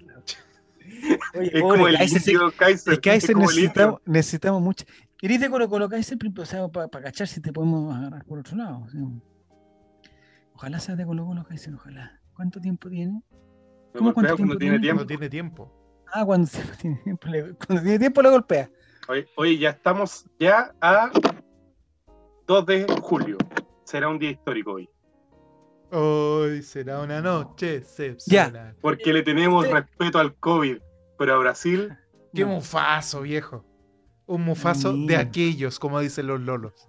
Speaker 9: pobre,
Speaker 3: es como el
Speaker 9: Kaiser,
Speaker 3: indio Kaiser.
Speaker 9: Es que ahí
Speaker 3: es
Speaker 9: se
Speaker 3: como el
Speaker 9: necesitamos,
Speaker 3: indio.
Speaker 9: necesitamos mucho. ¿Querés de Colo Colo Kaiser o sea, para cachar si te podemos agarrar por otro lado? o sea. Ojalá sea de Colo Colo Kaiser, ojalá. ¿Cuánto tiempo tiene?
Speaker 3: Me
Speaker 1: ¿Cómo cuánto
Speaker 3: golpea cuando
Speaker 1: tiempo
Speaker 3: tiene
Speaker 1: tiene?
Speaker 2: Cuando
Speaker 3: tiempo.
Speaker 2: tiene tiempo.
Speaker 9: Ah, cuando, se- tiene tiempo le- cuando tiene tiempo le golpea.
Speaker 3: Oye, oye, ya estamos ya a 2 de julio. Será un día histórico hoy.
Speaker 2: Hoy será una noche excepcional.
Speaker 3: Porque le tenemos
Speaker 1: Sí.
Speaker 3: respeto al COVID. Pero a Brasil,
Speaker 2: Qué mufazo, viejo. Un mufazo de
Speaker 9: Amigo.
Speaker 2: aquellos, como dicen los lolos.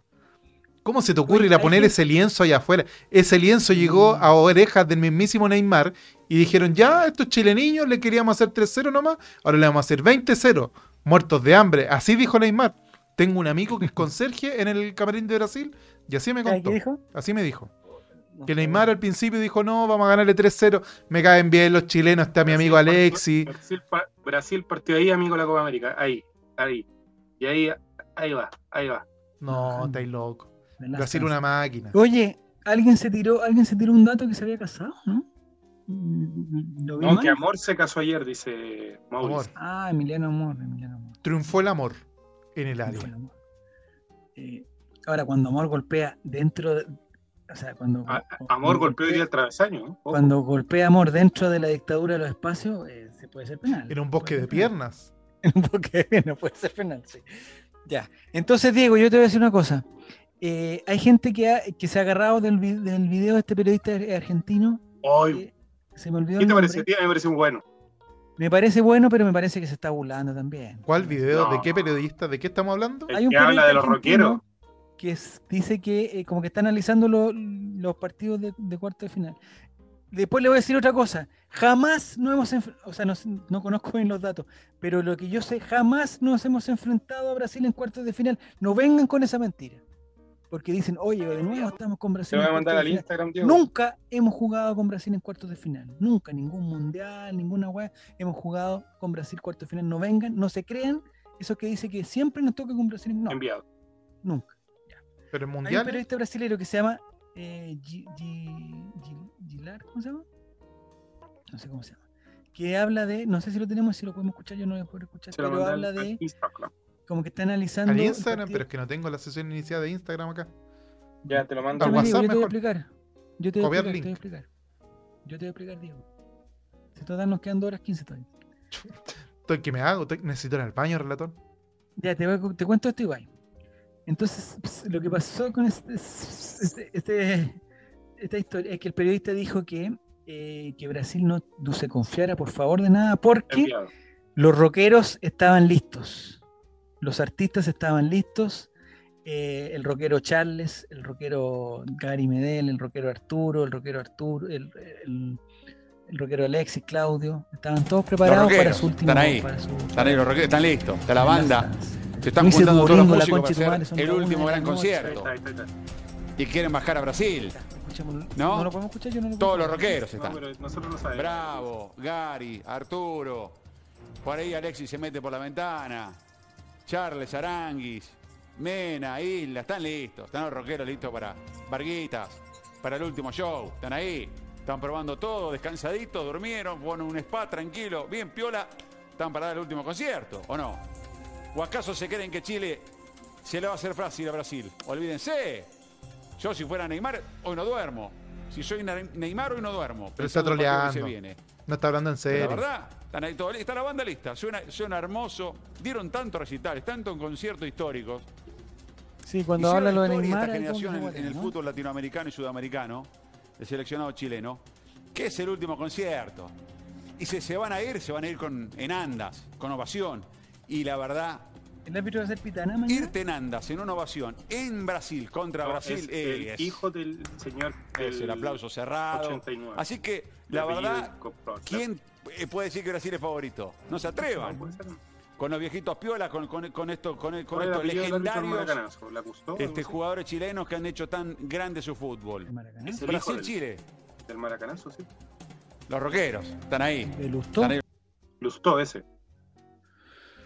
Speaker 2: ¿Cómo se te ocurre ir a
Speaker 1: hay
Speaker 2: poner
Speaker 1: gente-
Speaker 2: ese lienzo allá afuera? Ese lienzo llegó a orejas del mismísimo Neymar y dijeron, ya, estos chileniños le queríamos hacer 3-0 nomás, ahora le vamos a hacer 20-0, muertos de hambre. Así dijo Neymar. Tengo un amigo que es conserje en el camarín de Brasil y así me
Speaker 9: ¿Sabes
Speaker 2: contó.
Speaker 9: ¿Qué dijo?
Speaker 2: Así me dijo.
Speaker 9: No,
Speaker 2: Que
Speaker 9: no.
Speaker 2: Neymar al principio dijo, no, vamos a ganarle 3-0. Me caen bien los chilenos, está mi
Speaker 3: Brasil
Speaker 2: amigo
Speaker 3: partió-
Speaker 2: Alexi.
Speaker 3: Brasil, pa- Brasil partió ahí, amigo, la Copa América. Ahí, ahí. Y ahí, ahí va, ahí va.
Speaker 2: No, estáis loco.
Speaker 1: The Last
Speaker 2: Brasil
Speaker 1: Dance.
Speaker 2: una máquina.
Speaker 1: Oye, alguien se tiró, alguien se tiró un dato que se había casado, ¿no? Mm, ¿Lo vi
Speaker 3: No,
Speaker 1: mal?
Speaker 3: que amor se casó ayer, dice Mauricio.
Speaker 2: Amor.
Speaker 1: Ah, Emiliano Amor, Emiliano Amor.
Speaker 2: Triunfó el amor en el
Speaker 1: Fue el
Speaker 2: área.
Speaker 1: amor. Eh, ahora, cuando Amor golpea dentro de. O sea, cuando.
Speaker 3: A-
Speaker 1: cuando
Speaker 3: Amor golpeó hoy
Speaker 1: golpea-
Speaker 3: día el travesaño. ¿no? Ojo.
Speaker 1: Cuando golpea amor dentro de la dictadura de los espacios, eh, se puede ser penal.
Speaker 2: En un bosque
Speaker 1: Puede ser
Speaker 2: de
Speaker 1: penal.
Speaker 2: piernas.
Speaker 1: En un bosque de piernas puede ser penal, sí.
Speaker 9: Ya. Entonces, Diego, yo te voy a decir una cosa. Eh, hay gente que, ha- que se ha agarrado del, vi- del video de este periodista ar- argentino.
Speaker 3: Ay,
Speaker 9: eh, se me olvidó.
Speaker 3: ¿Qué
Speaker 9: el
Speaker 3: te
Speaker 9: nombre.
Speaker 3: parece? a ti? A mí Me parece muy bueno.
Speaker 9: Me parece bueno, pero me parece que se está burlando también.
Speaker 2: ¿Cuál video? ¿De
Speaker 3: No.
Speaker 2: qué periodista? ¿De qué estamos hablando?
Speaker 3: El que habla de los
Speaker 9: argentino
Speaker 3: rockeros.
Speaker 9: Que es- dice que eh, como que está analizando lo- los partidos de, de cuarto de final.
Speaker 1: después le voy a decir otra cosa. Jamás no hemos, enf- o sea, no, sé- no conozco bien los datos, pero lo que yo sé, jamás nos hemos enfrentado a Brasil en cuartos de final. No vengan con esa mentira. Porque dicen, oye, de nuevo estamos con
Speaker 3: Te
Speaker 1: Brasil.
Speaker 3: voy
Speaker 1: en
Speaker 3: a
Speaker 1: cuartos
Speaker 3: mandar
Speaker 1: de
Speaker 3: al
Speaker 1: final".
Speaker 3: Instagram, Diego.
Speaker 1: Nunca hemos jugado con Brasil en cuartos de final. Nunca, ningún mundial, ninguna web. Hemos jugado con Brasil cuartos de final. No vengan, no se crean. Eso que dice que siempre nos toca con Brasil. No,
Speaker 3: Enviado.
Speaker 1: nunca.
Speaker 2: Pero el
Speaker 1: Hay un
Speaker 2: mundial.
Speaker 1: periodista brasileño que se llama eh, Gi- Gi- Gi- Gilar, ¿cómo se llama? No sé cómo se llama. Que habla de, no sé si lo tenemos, si lo podemos escuchar, yo no lo voy a poder escuchar,
Speaker 3: Se lo
Speaker 1: pero
Speaker 3: mandé al-
Speaker 1: habla
Speaker 3: al
Speaker 1: de
Speaker 3: Instagram.
Speaker 1: como que está analizando.
Speaker 2: Al
Speaker 1: el
Speaker 2: Instagram,
Speaker 1: partido.
Speaker 2: pero es que no tengo la sesión iniciada de Instagram acá.
Speaker 3: Ya te lo mando
Speaker 1: Yo
Speaker 2: Al
Speaker 1: me
Speaker 3: al
Speaker 1: digo,
Speaker 2: WhatsApp
Speaker 1: yo te voy a
Speaker 2: mejor.
Speaker 1: explicar. Yo te voy a
Speaker 2: Copiar
Speaker 1: explicar, te voy a explicar. Yo te voy a explicar, Diego. Si total nos quedan dos horas 15 todavía.
Speaker 2: Estoy que me hago, Estoy- necesito ir al baño, relator.
Speaker 1: Ya, te, voy a cu- te cuento esto igual. Entonces, ps, lo que pasó con este- este- este- esta historia es que el periodista dijo que, eh, que Brasil no, no se confiara por favor de nada porque
Speaker 3: Enviado.
Speaker 1: los rockeros estaban listos, los artistas estaban listos, eh, el rockero Charles, el rockero Gary Medel, el rockero Arturo, el rockero Arturo, el, el- el rockero Alexis, Claudio, estaban todos preparados para
Speaker 10: rockeros,
Speaker 1: su último
Speaker 10: están ahí,
Speaker 1: para su-
Speaker 10: Están ahí los rockeros, están listos. Está la banda. Se están
Speaker 1: Luis
Speaker 10: juntando todos los
Speaker 1: Eduardo, la
Speaker 10: músicos
Speaker 1: concha de su
Speaker 10: para
Speaker 1: madre, son
Speaker 10: hacer el
Speaker 1: la una
Speaker 10: último
Speaker 1: de la
Speaker 10: gran
Speaker 1: noche.
Speaker 3: Ahí
Speaker 10: concierto.
Speaker 3: está, ahí está, ahí está.
Speaker 10: Y quieren bajar a Brasil.
Speaker 1: Escuchemos-
Speaker 10: ¿No?
Speaker 1: ¿No? lo podemos escuchar? Yo no lo
Speaker 10: Todos
Speaker 1: puedo
Speaker 10: los
Speaker 1: escuchar.
Speaker 10: rockeros
Speaker 3: No,
Speaker 10: están.
Speaker 3: pero nosotros no sabemos.
Speaker 10: Bravo, Gary, Arturo. Por ahí Alexis se mete por la ventana. Charles Aranguis, Mena, Isla, están listos. Están los rockeros listos para Varguitas, para el último show. Están ahí. Están probando todo, descansaditos, durmieron, fueron a un spa tranquilo, bien piola. Están para dar el último concierto, ¿o no? ¿O acaso se creen que Chile se le va a hacer fácil a Brasil? Olvídense. Yo si fuera Neymar, hoy no duermo. Si soy Ne- Neymar, hoy no duermo.
Speaker 2: Pero está
Speaker 10: Pensando en el partido que se
Speaker 2: troleando.
Speaker 10: viene.
Speaker 2: No está hablando en
Speaker 10: Pero
Speaker 2: serio.
Speaker 10: La verdad, están ahí todos, está la banda lista, suena, suena hermoso, dieron tantos recitales, tanto en conciertos históricos.
Speaker 1: Sí, cuando
Speaker 10: Hicieron
Speaker 1: habla lo de
Speaker 10: historia
Speaker 1: Neymar.
Speaker 10: esta
Speaker 1: ahí como
Speaker 10: generación
Speaker 1: que
Speaker 10: en,
Speaker 1: se
Speaker 10: en el
Speaker 1: guarda, ¿no?
Speaker 10: fútbol latinoamericano y sudamericano, el seleccionado chileno, que es el último concierto. Y si se van a ir, se van a ir con, en andas, con ovación. Y la verdad,
Speaker 1: El árbitro va a ser Pitana mañana.
Speaker 10: irte en andas, en una ovación, en Brasil, contra
Speaker 3: No,
Speaker 10: Brasil, eh,
Speaker 3: es el
Speaker 10: es-
Speaker 3: hijo del señor.
Speaker 10: es el
Speaker 3: del-
Speaker 10: aplauso cerrado.
Speaker 3: 89.
Speaker 10: Así que, la
Speaker 3: apellido
Speaker 10: verdad,
Speaker 3: del Coprol.
Speaker 10: ¿quién eh, puede decir que Brasil es favorito? No se
Speaker 3: No,
Speaker 10: atrevan.
Speaker 3: puede ser, no.
Speaker 10: con los viejitos piolas, con, con, con esto, con, con
Speaker 3: ¿Cuál era el
Speaker 10: estos
Speaker 3: apellido del árbitro del
Speaker 10: legendarios
Speaker 3: Maracanazo? ¿La Custó?
Speaker 10: este, jugadores chilenos que han hecho tan grande su fútbol.
Speaker 1: El Maracaná.
Speaker 3: Es el hijo del-
Speaker 10: Brasil-Chile,
Speaker 3: Del Maracanazo, sí.
Speaker 10: los rockeros, están ahí.
Speaker 1: El Lustó.
Speaker 10: Están ahí.
Speaker 3: Lustó ese.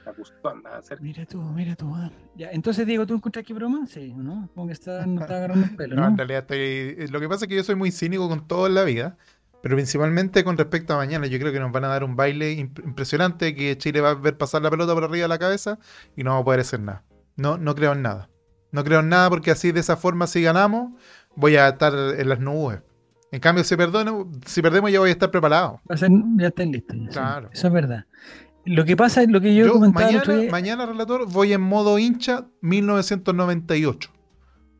Speaker 3: La Custó andaba cerca.
Speaker 1: Mira tú, mira tú. ah. Ya, entonces, Diego, ¿tú encontraste aquí broma? Sí, ¿no? Como que está, no está agarrando el pelo,
Speaker 2: No,
Speaker 1: ¿no?
Speaker 2: en realidad estoy. Lo que pasa es que yo soy muy cínico con todo en la vida, pero principalmente con respecto a mañana. Yo creo que nos van a dar un baile imp- impresionante, que Chile va a ver pasar la pelota por arriba de la cabeza y no va a poder hacer nada. No, no creo en nada. No creo en nada porque así de esa forma si ganamos voy a estar en las nubes. En cambio, si, perdono, si perdemos ya voy a estar preparado.
Speaker 1: Va a ser- ya están listos. ya, sí.
Speaker 2: Claro.
Speaker 1: Eso es verdad. Lo que pasa es lo que yo,
Speaker 2: Yo
Speaker 1: comentaba el
Speaker 2: mañana,
Speaker 1: otro día-
Speaker 2: mañana, relator, voy en modo hincha 1998.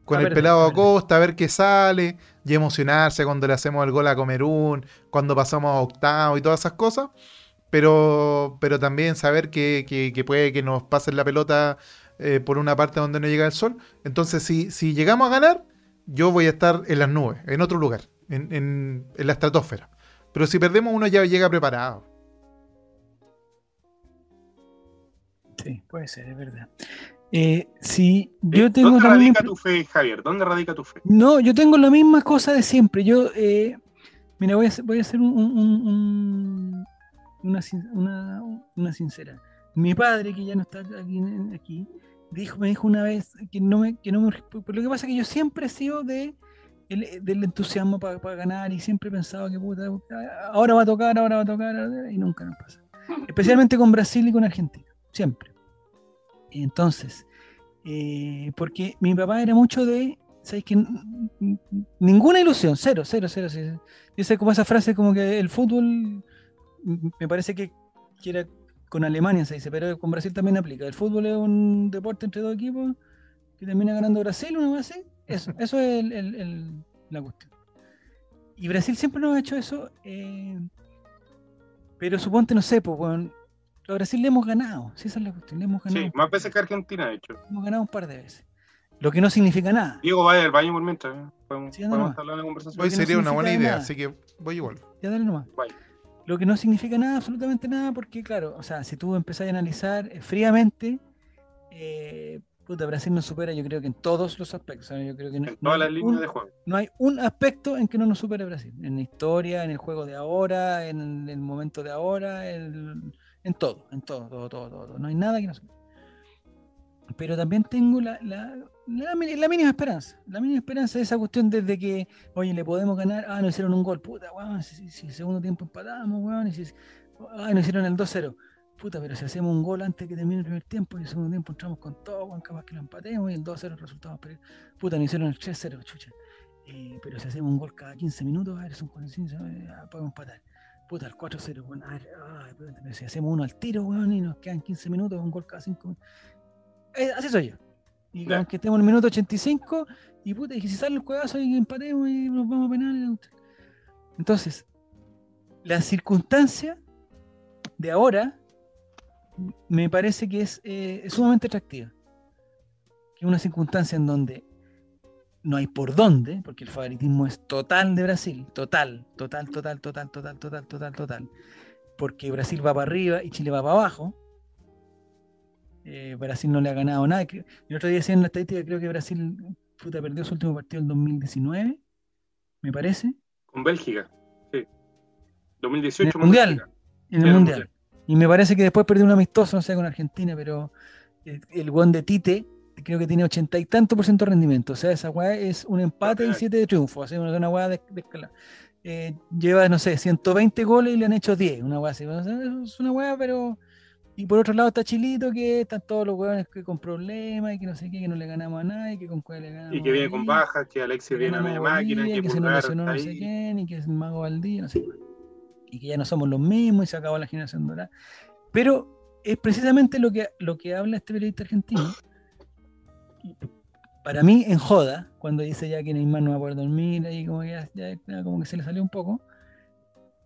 Speaker 2: Con
Speaker 1: A
Speaker 2: el
Speaker 1: ver,
Speaker 2: pelado
Speaker 1: a ver.
Speaker 2: Acosta, a ver qué sale, y emocionarse cuando le hacemos el gol a Comerún, cuando pasamos a octavo y todas esas cosas. Pero, pero también saber que, que- que puede que nos pasen la pelota eh, por una parte donde no llega el sol. Entonces, si, si llegamos a ganar, yo voy a estar en las nubes, en otro lugar, en, en- en la estratosfera. Pero si perdemos, uno ya llega preparado.
Speaker 1: Sí, puede ser, es verdad. Eh, sí,
Speaker 3: Eh,
Speaker 1: yo tengo
Speaker 3: ¿Dónde
Speaker 1: la misma
Speaker 3: radica tu fe, Javier? ¿Dónde radica tu fe?
Speaker 1: No, yo tengo la misma cosa de siempre. Yo, eh, mira, voy a, hacer- voy a hacer un- un- un- un- una, sin- una- una sincera. Mi padre, que ya no está aquí, en- aquí, dijo, me dijo una vez que no me... Que no me pero lo que pasa es que yo siempre he sido de, el- del entusiasmo para ganar y siempre he pensado que puta, ahora va a tocar, ahora va a tocar, ahora- y nunca nos pasa. Especialmente con Brasil y con Argentina, siempre. Entonces, eh, porque mi papá era mucho de, ¿sabes que Ninguna ilusión, cero, cero, cero. cero. Y esa, como esa frase como que el fútbol, mm, me parece que, que era con Alemania se dice, pero con Brasil también aplica. El fútbol es un deporte entre dos equipos que termina ganando Brasil, una vez así. Eso, eso es el- el- el- la cuestión. Y Brasil siempre nos ha hecho eso, eh, pero suponte, no sé, pues, weón, a Brasil le hemos ganado, si esa es la cuestión, le hemos ganado.
Speaker 3: Sí, más veces que Argentina, de hecho.
Speaker 1: Hemos ganado un par de veces. Lo que no significa nada.
Speaker 3: Diego, vaya al baño por mientras. ¿eh? Podemos,
Speaker 1: Sí, anda
Speaker 3: podemos
Speaker 1: nomás.
Speaker 3: entablar una conversación.
Speaker 2: Hoy
Speaker 1: no
Speaker 2: sería una buena
Speaker 1: significa
Speaker 2: idea,
Speaker 1: nada.
Speaker 2: así que voy igual.
Speaker 1: Ya dale nomás.
Speaker 3: Vaya.
Speaker 1: Lo que no significa nada, absolutamente nada, porque claro, o sea, si tú empezás a analizar eh, fríamente, eh, puta, Brasil nos supera yo creo que en todos los aspectos. ¿no? Yo creo que no,
Speaker 3: En
Speaker 1: no
Speaker 3: todas las
Speaker 1: hay
Speaker 3: líneas
Speaker 1: un-
Speaker 3: de juego.
Speaker 1: no hay un aspecto en que no nos supere Brasil. En la historia, en el juego de ahora, en el momento de ahora, en, en todo, en todo, todo, todo, todo, todo. No hay nada que nos supere. Pero también tengo la, la, la mi- la mínima esperanza. La mínima esperanza de esa cuestión desde que, oye, le podemos ganar. Ah, nos hicieron un gol, puta, weón. Si, si- si el segundo tiempo empatamos, weón. Y si, ah, nos hicieron el 2-0. Puta, pero si hacemos un gol antes que termine el primer tiempo y el segundo tiempo entramos con todo, weón, capaz que lo empatemos y el 2-0 el resultado. es peligroso. Puta, nos hicieron el 3-0, chucha. Eh, pero si hacemos un gol cada 15 minutos, a ver, son 45, eh, ah, podemos empatar. Puta, al 4-0, weón. a ver, ah, puta, pero si hacemos uno al tiro, weón, y nos quedan 15 minutos, un gol cada 5 minutos. Eh, así soy yo. Y
Speaker 3: Ya.
Speaker 1: aunque estemos en el minuto 85, y puta, y si sale el juegazo y empatemos y nos vamos a penales. la cuestión. Entonces, la circunstancia de ahora me parece que es eh, sumamente atractiva. Que es una circunstancia en donde no hay por dónde, porque el favoritismo es total de Brasil, total, total, total, total, total, total, total, total. Porque Brasil va para arriba y Chile va para abajo. Eh, Brasil no le ha ganado nada. Creo- El otro día decía en la estadística, creo que Brasil puta, perdió su último partido en 2019, me parece,
Speaker 3: Con Bélgica. Sí.
Speaker 1: en
Speaker 3: 2018.
Speaker 1: el
Speaker 3: con
Speaker 1: Mundial.
Speaker 3: Bélgica.
Speaker 1: En
Speaker 3: Sí,
Speaker 1: el Mundial. Y me parece que después perdió un amistoso, no sé, con Argentina, pero el, el guan de Tite creo que tiene ochenta y tanto por ciento de rendimiento. O sea, esa weá es un empate y
Speaker 3: Lateral.
Speaker 1: siete de triunfo. Así una, una weá de, de escala. Eh, lleva, no sé, 120 goles y le han hecho 10. Una weá así. O sea, es una weá, pero. Y por otro lado está Chilito, que están todos los weones que con problemas y que no sé qué, que no le ganamos a nadie, que con cuál le ganamos.
Speaker 3: Y que viene
Speaker 1: a
Speaker 3: con
Speaker 1: Bolivia
Speaker 3: bajas, que Alexis viene a
Speaker 1: ganamos
Speaker 3: media máquina,
Speaker 1: Bolivia,
Speaker 3: que
Speaker 1: se nos
Speaker 3: Pulgar
Speaker 1: lesionó
Speaker 3: está
Speaker 1: no sé
Speaker 3: ahí.
Speaker 1: quién, y que es Mago Valdí, no sé cuál. Y que ya no somos los mismos y se acabó la generación dorada. Pero es precisamente lo que, lo que habla este periodista argentino. Para mí, en joda, cuando dice ya que Neymar no va a poder dormir, ahí como que, ya- ya- ya como que se le salió un poco.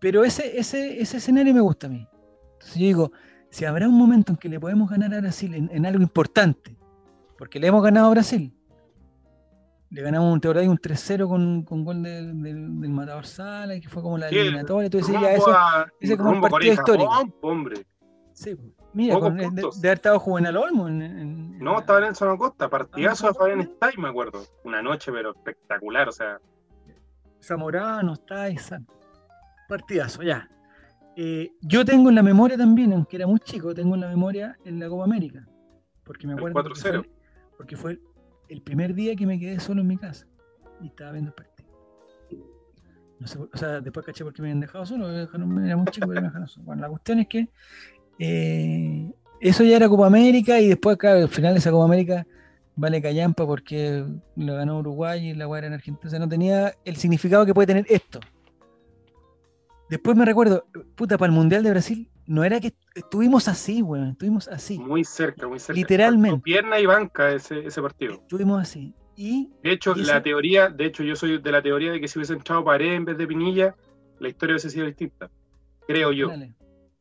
Speaker 1: Pero ese, ese, ese escenario me gusta a mí. Entonces yo digo, si habrá un momento en que le podemos ganar a Brasil en, en algo importante, porque le hemos ganado a Brasil. Le ganamos un, te acordás, un 3-0 con, con gol del, del, del Matador Sala, que fue como la
Speaker 3: Sí, el
Speaker 1: eliminatoria. Tú decís,
Speaker 3: Rumbo
Speaker 1: ya eso.
Speaker 3: a-
Speaker 1: ese como un
Speaker 3: rumbo a
Speaker 1: partido
Speaker 3: Corea,
Speaker 1: histórico.
Speaker 3: Japón, hombre.
Speaker 1: sí, mira,
Speaker 3: pocos
Speaker 1: con, de,
Speaker 3: puntos.
Speaker 1: de haber estado Juvenal Olmo. En, en-
Speaker 3: No,
Speaker 1: en-
Speaker 3: estaba Nelson Acosta, partidazo de
Speaker 1: Nelson
Speaker 3: Fabián
Speaker 1: Acosta.
Speaker 3: Stein, me acuerdo. Una noche, pero espectacular, o sea.
Speaker 1: Zamorano, está esa. Partidazo, ya. Eh, yo tengo en la memoria también, aunque era muy chico, tengo en la memoria en la Copa América. Porque me
Speaker 3: El
Speaker 1: acuerdo. Porque fue,
Speaker 3: 4-0.
Speaker 1: porque fue el primer día que me quedé solo en mi casa y estaba viendo el partido. No sé, por- o sea, después caché por qué me habían dejado solo, me dejaron- era muy chico, pero me dejaron solo. Bueno, la cuestión es que eh, eso ya era Copa América y después, claro, al final de esa Copa América vale callampa porque lo ganó Uruguay y la guerra en Argentina. O sea, no tenía el significado que puede tener esto. Después me recuerdo, puta, para el Mundial de Brasil, no era que estuvimos así, weón, estuvimos así.
Speaker 3: Muy cerca, muy cerca.
Speaker 1: Literalmente.
Speaker 3: Partió Pierna y banca ese, ese partido.
Speaker 1: Estuvimos así. Y
Speaker 3: De hecho,
Speaker 1: ¿Y
Speaker 3: la
Speaker 1: ese?
Speaker 3: teoría, de hecho, yo soy de la teoría de que si hubiese entrado Pared en vez de Pinilla, la historia hubiese sido distinta. Creo yo.
Speaker 1: Dale.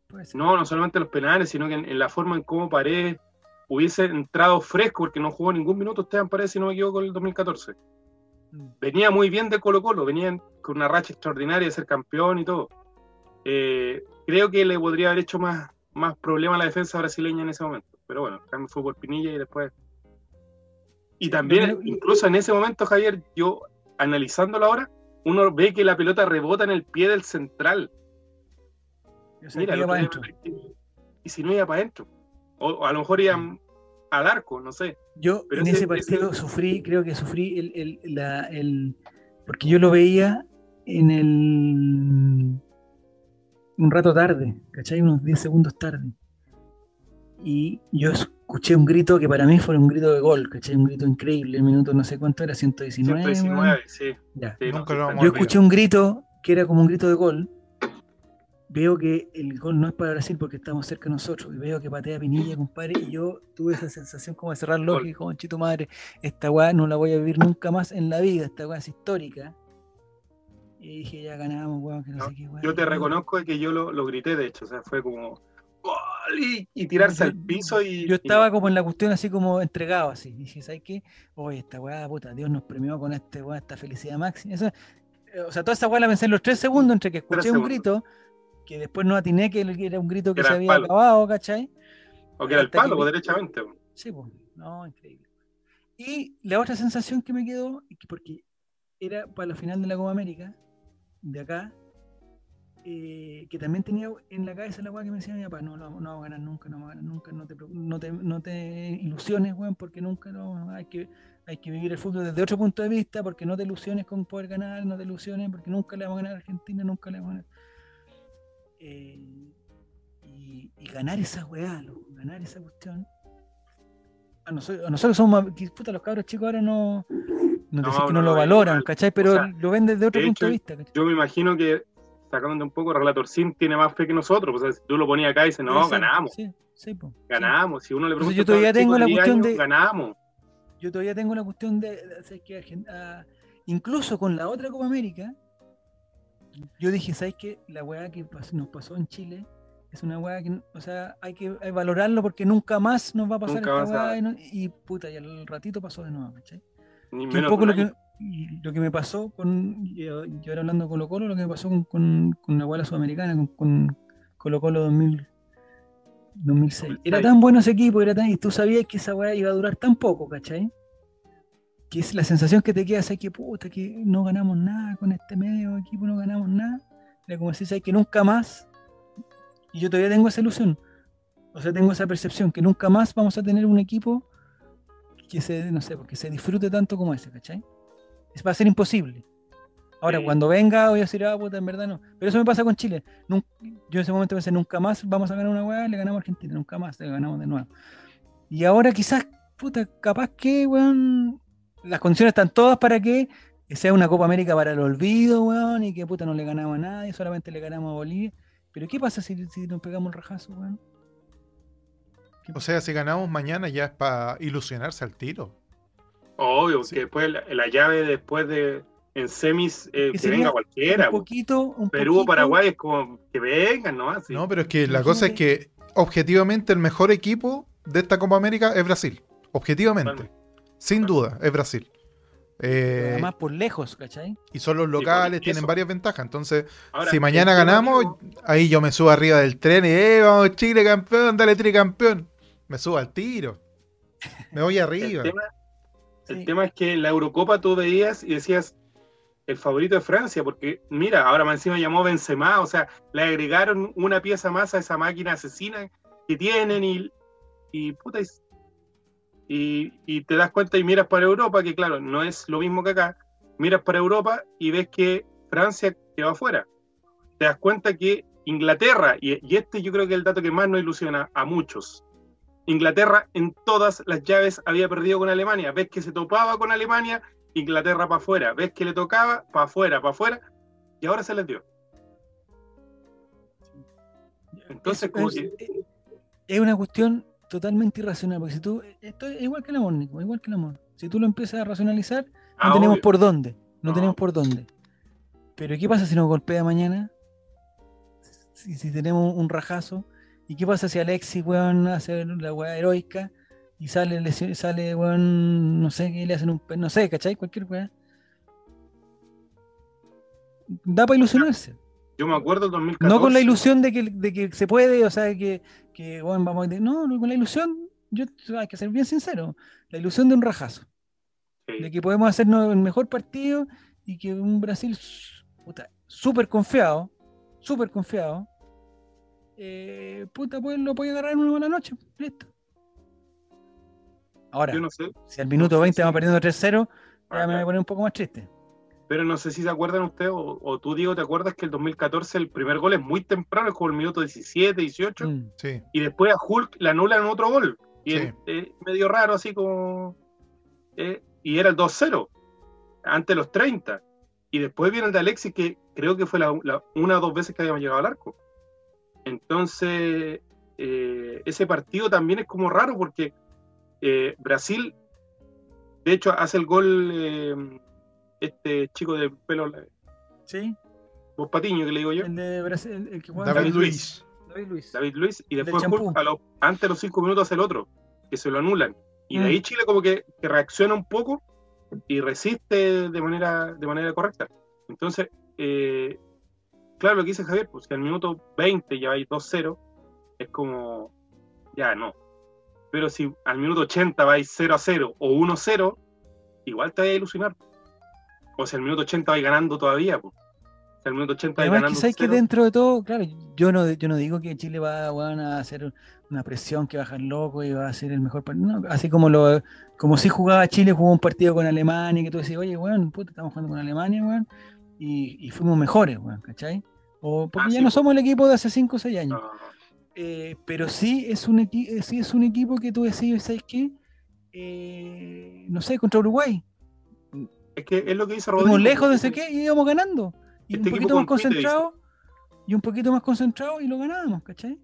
Speaker 1: Puede ser.
Speaker 3: No, no solamente los penales, sino que en, en la forma en cómo Pared hubiese entrado fresco, porque no jugó ningún minuto Esteban Pared, si no me equivoco, en el 2014.
Speaker 1: Mm.
Speaker 3: Venía muy bien de Colo Colo, venía en- con una racha extraordinaria de ser campeón y todo. Eh, creo que le podría haber hecho más, más problema a la defensa brasileña en ese momento. Pero bueno, también fue por Pinilla y después... Y
Speaker 1: Sí,
Speaker 3: también,
Speaker 1: pero-
Speaker 3: incluso en ese momento, Javier, yo analizándolo ahora, uno ve que la pelota rebota en el pie del central.
Speaker 1: O sea,
Speaker 3: Mira,
Speaker 1: que iba
Speaker 3: el
Speaker 1: para adentro.
Speaker 3: otro día me metí. Y si no iba para adentro. O, o a lo mejor iban al arco, no sé.
Speaker 1: Yo
Speaker 3: Pero
Speaker 1: en
Speaker 3: ese-
Speaker 1: ese partido sufrí, creo que sufrí el, el- la- el- porque yo lo veía en el un rato tarde, ¿cachai? Unos 10 segundos tarde. Y yo escuché un grito que para mí fue un grito de gol, ¿cachai? Un grito increíble, el minuto no sé cuánto era, 119.
Speaker 3: 119, sí.
Speaker 1: weón. Ya.
Speaker 3: sí,
Speaker 2: Nunca lo
Speaker 3: no,
Speaker 2: vamos a
Speaker 1: Yo
Speaker 2: olvidar.
Speaker 1: escuché un grito que era como un grito de gol. Veo que el gol no es para Brasil porque estamos cerca nosotros. Y veo que patea Pinilla, compadre. Y yo tuve esa sensación como de cerrar los ojos y
Speaker 3: Gol.
Speaker 1: dije, conchito madre, esta weá no la voy a vivir nunca más en la vida. Esta weá es histórica. Y dije, ya ganamos, weón, que no,
Speaker 3: No,
Speaker 1: sé qué weá.
Speaker 3: Yo te
Speaker 1: Y-
Speaker 3: reconozco que yo lo, lo grité, de hecho. O sea, fue como. "¡Oh!", y, y tirarse al piso y...
Speaker 1: Yo estaba como en la cuestión así como entregado así. Y dije, ¿sabes qué? Oye, esta weá, puta, Dios nos premió con este weá, esta felicidad máxima. Esa- eh, o sea, toda esa weá la pensé en los tres segundos entre que escuché
Speaker 3: Tres
Speaker 1: un
Speaker 3: segundos.
Speaker 1: grito, que después no atiné que era un grito que
Speaker 3: Era
Speaker 1: se
Speaker 3: el
Speaker 1: había
Speaker 3: palo.
Speaker 1: acabado, ¿cachai?
Speaker 3: o que era el
Speaker 1: hasta que
Speaker 3: palo, pues,
Speaker 1: vi-
Speaker 3: derechamente. po.
Speaker 1: Sí, pues, no, increíble. Y la otra sensación que me quedó, y que porque era para la final de la Copa América, de acá, eh, que también tenía en la cabeza la weá que me decía mi papá, no, no, no vamos a ganar nunca, no vamos a ganar nunca, no te, preocu- no te, no te ilusiones, weón, porque nunca no, hay, que, hay que vivir el fútbol desde otro punto de vista, porque no te ilusiones con poder ganar, no te ilusiones, porque nunca le vamos a ganar a Argentina, nunca le vamos a ganar. Eh, y, y ganar esa weá, loco, ganar esa cuestión. A nosotros, a nosotros somos, más- que puta, los cabros chicos ahora no, no,
Speaker 3: No,
Speaker 1: decís que
Speaker 3: no
Speaker 1: no
Speaker 3: lo
Speaker 1: lo
Speaker 3: ven
Speaker 1: valoran,
Speaker 3: igual.
Speaker 1: ¿cachai? Pero
Speaker 3: sea,
Speaker 1: lo ven desde otro
Speaker 3: de
Speaker 1: punto de
Speaker 3: hecho,
Speaker 1: vista, ¿cachai?
Speaker 3: Yo me imagino que, sacándote un poco, Relator Sim tiene más fe que nosotros. pues, O sea, si tú lo ponías acá y dices, no,
Speaker 1: Puede ser,
Speaker 3: ganamos,
Speaker 1: Sí, sí, po, sí.
Speaker 3: ganamos. Si uno le
Speaker 1: Entonces,
Speaker 3: pregunta,
Speaker 1: yo
Speaker 3: a todos los
Speaker 1: todavía tengo
Speaker 3: chicos
Speaker 1: la
Speaker 3: 10
Speaker 1: cuestión
Speaker 3: años,
Speaker 1: de-
Speaker 3: Ganamos.
Speaker 1: Yo todavía tengo la cuestión de, de- ¿sabes qué? Argen- ah, incluso con la otra Copa América, yo dije, ¿sabes qué? La weá que pas- nos pasó en Chile es una weá que, n- o sea, hay que hay valorarlo porque nunca más nos va a pasar esta
Speaker 3: Nunca vas a-
Speaker 1: weá. Y, no- y, puta, y al ratito pasó de nuevo, ¿cachai?
Speaker 3: Ni
Speaker 1: Que un
Speaker 3: menos
Speaker 1: poco
Speaker 3: de
Speaker 1: lo
Speaker 3: un
Speaker 1: que,
Speaker 3: año.
Speaker 1: lo que me pasó con. Yo, yo era hablando de Colo Colo, lo que me pasó con, con, con la guala sudamericana, con, con Colo Colo 2000, 2006. Era
Speaker 3: 2006.
Speaker 1: tan bueno ese equipo, era tan, y tú sabías que esa weá iba a durar tan poco, ¿cachai? Que es la sensación que te queda, es que puta, que no ganamos nada con este medio equipo, no ganamos nada. Era como si sabes que nunca más. Y yo todavía tengo esa ilusión. O sea, tengo esa percepción que nunca más vamos a tener un equipo que se, no sé, pues, que se disfrute tanto como ese, ¿cachai? Es- Va a ser imposible. Ahora,
Speaker 3: Sí.
Speaker 1: cuando venga, voy a decir, ah, puta, en verdad no. Pero eso me pasa con Chile. Nun- yo en ese momento pensé, nunca más vamos a ganar una weá, le ganamos a Argentina, nunca más, le ganamos de nuevo. Y ahora quizás, puta, capaz que, weón, las condiciones están todas para que sea una Copa América para el olvido, weón, y que, puta, no le ganamos a nadie, solamente le ganamos a Bolivia. Pero ¿qué pasa si, si nos pegamos el rajazo, weón?
Speaker 2: O sea, si ganamos mañana ya es para ilusionarse al tiro.
Speaker 3: Obvio,
Speaker 2: Sí.
Speaker 3: que después la, la llave después de en semis, eh,
Speaker 1: Que
Speaker 3: que
Speaker 1: sería
Speaker 3: venga
Speaker 1: Un
Speaker 3: cualquiera. po.
Speaker 1: poquito, un
Speaker 3: Perú o
Speaker 1: poquito-
Speaker 3: Paraguay es como que vengan, ¿no? Así.
Speaker 2: No, pero es que la cosa es que objetivamente el mejor equipo de esta Copa América es Brasil. Objetivamente.
Speaker 3: Totalmente.
Speaker 2: Sin duda, es Brasil.
Speaker 1: Pero
Speaker 2: Eh,
Speaker 1: además por lejos, ¿cachai?
Speaker 2: y son los
Speaker 3: bueno,
Speaker 2: locales,
Speaker 3: eso.
Speaker 2: tienen varias ventajas. Entonces,
Speaker 3: Ahora,
Speaker 2: si mañana
Speaker 3: el tema,
Speaker 2: ganamos,
Speaker 3: amigo,
Speaker 2: ahí yo me subo arriba del tren y ¡eh, vamos Chile campeón, dale tricampeón! Me subo al tiro. Me voy
Speaker 3: el,
Speaker 2: arriba.
Speaker 3: tema, el
Speaker 1: Sí.
Speaker 3: tema es que en la Eurocopa tú veías y decías el favorito de Francia, porque mira, ahora más encima llamó Benzema, o sea, le agregaron una pieza más a esa máquina asesina que tienen y, y puta, y, y- y te das cuenta y miras para Europa, que claro, no es lo mismo que acá, miras para Europa y ves que Francia quedó afuera. Te das cuenta que Inglaterra, y, y este yo creo que es el dato que más nos ilusiona a muchos, Inglaterra en todas las llaves había perdido con Alemania, ves que se topaba con Alemania, Inglaterra para afuera, ves que le tocaba para afuera, para afuera, y ahora se les dio. Entonces,
Speaker 1: Es-
Speaker 3: como
Speaker 1: es, eh,
Speaker 3: que-
Speaker 1: es una cuestión totalmente irracional, porque si tú, esto es igual que el amor, Nico, igual que el amor. Si tú lo empiezas a racionalizar, no
Speaker 3: Ah,
Speaker 1: tenemos
Speaker 3: obvio.
Speaker 1: por dónde, no,
Speaker 3: No.
Speaker 1: tenemos por dónde. Pero ¿qué pasa si nos golpea mañana? Si, si tenemos un rajazo, ¿y qué pasa si Alexis, weón, hace la weá heroica y sale, lesio- sale, weón, no sé, qué le hacen un, pe- no sé, ¿cachai? Cualquier weá. Da para ilusionarse.
Speaker 3: Yo me acuerdo del 2014.
Speaker 1: No con la ilusión de que, de que se puede, o sea, que, que bueno, vamos a... No, no, con la ilusión, yo hay que ser bien sincero, la ilusión de un rajazo,
Speaker 3: Sí.
Speaker 1: de que podemos hacernos el mejor partido y que un Brasil s- puta, súper confiado, súper confiado, eh, puta, pues lo puede agarrar en una buena noche, listo. Ahora,
Speaker 3: Yo no sé,
Speaker 1: si al minuto
Speaker 3: sé
Speaker 1: 20
Speaker 3: si-
Speaker 1: vamos perdiendo 3-0, ya
Speaker 3: Ah,
Speaker 1: me voy a
Speaker 3: claro.
Speaker 1: poner un poco más triste.
Speaker 3: pero no sé si se acuerdan ustedes, o, o tú, Diego, ¿te acuerdas que el 2014 el primer gol es muy temprano, es como el minuto 17, 18,
Speaker 1: Mm.
Speaker 2: Sí.
Speaker 3: y después a Hulk le anulan otro gol? Y
Speaker 2: Sí.
Speaker 3: es- es medio raro, así como. eh, y era el 2-0, ante los 30. Y después viene el de Alexis, que creo que fue la, la- una o dos veces que habíamos llegado al arco. Entonces, eh, ese partido también es como raro porque eh, Brasil, de hecho, hace el gol eh, este chico de pelo,
Speaker 1: ¿Sí?
Speaker 3: Vos Patiño, que le digo yo.
Speaker 1: El de Brasil, el que juega...
Speaker 2: David
Speaker 3: David
Speaker 2: Luis.
Speaker 6: David Luis.
Speaker 3: David Luis, y
Speaker 6: Del
Speaker 3: después
Speaker 6: champú.
Speaker 3: Hulk a los- antes de los cinco minutos hace el otro, que se lo anulan. Y
Speaker 6: Mm.
Speaker 3: de ahí Chile como que, que reacciona un poco y resiste de manera, de manera correcta. Entonces, eh, claro, lo que dice Javier, pues que al minuto 20 ya vais 2-0, es como, ya no. Pero si al minuto 80 vais 0-0 o 1-0, igual te vais a ilusionar. O si al minuto 80 vais ganando todavía, pues. Si al minuto 80 vais
Speaker 1: Además, que
Speaker 3: ganando
Speaker 1: sabes que
Speaker 3: 1-0,
Speaker 1: dentro de todo, claro, yo no, yo no digo que Chile va weón, a hacer una presión que va a dejar loco y va a ser el mejor partido. No, así como lo como si jugaba Chile, jugó un partido con Alemania, que tú decís, oye, weón, puta, estamos jugando con Alemania, weón, y, y fuimos mejores, weón, ¿cachai? O porque
Speaker 3: Ah,
Speaker 1: ya
Speaker 3: sí, Ah.
Speaker 1: no
Speaker 3: pues.
Speaker 1: somos el equipo de hace 5 o 6 años.
Speaker 3: no.
Speaker 1: Eh, pero sí es, un equi- eh, sí es un equipo que tú decís, ¿sabes qué? Eh, no sé, contra Uruguay.
Speaker 3: Es que es lo que dice Rodrigo.
Speaker 1: Estuvimos lejos de
Speaker 3: porque
Speaker 1: sé qué y íbamos ganando. Y un
Speaker 3: pues, Este equipo
Speaker 1: poquito más
Speaker 3: compite, dice.
Speaker 1: concentrado. Y un poquito más concentrado y lo ganábamos, ¿cachai?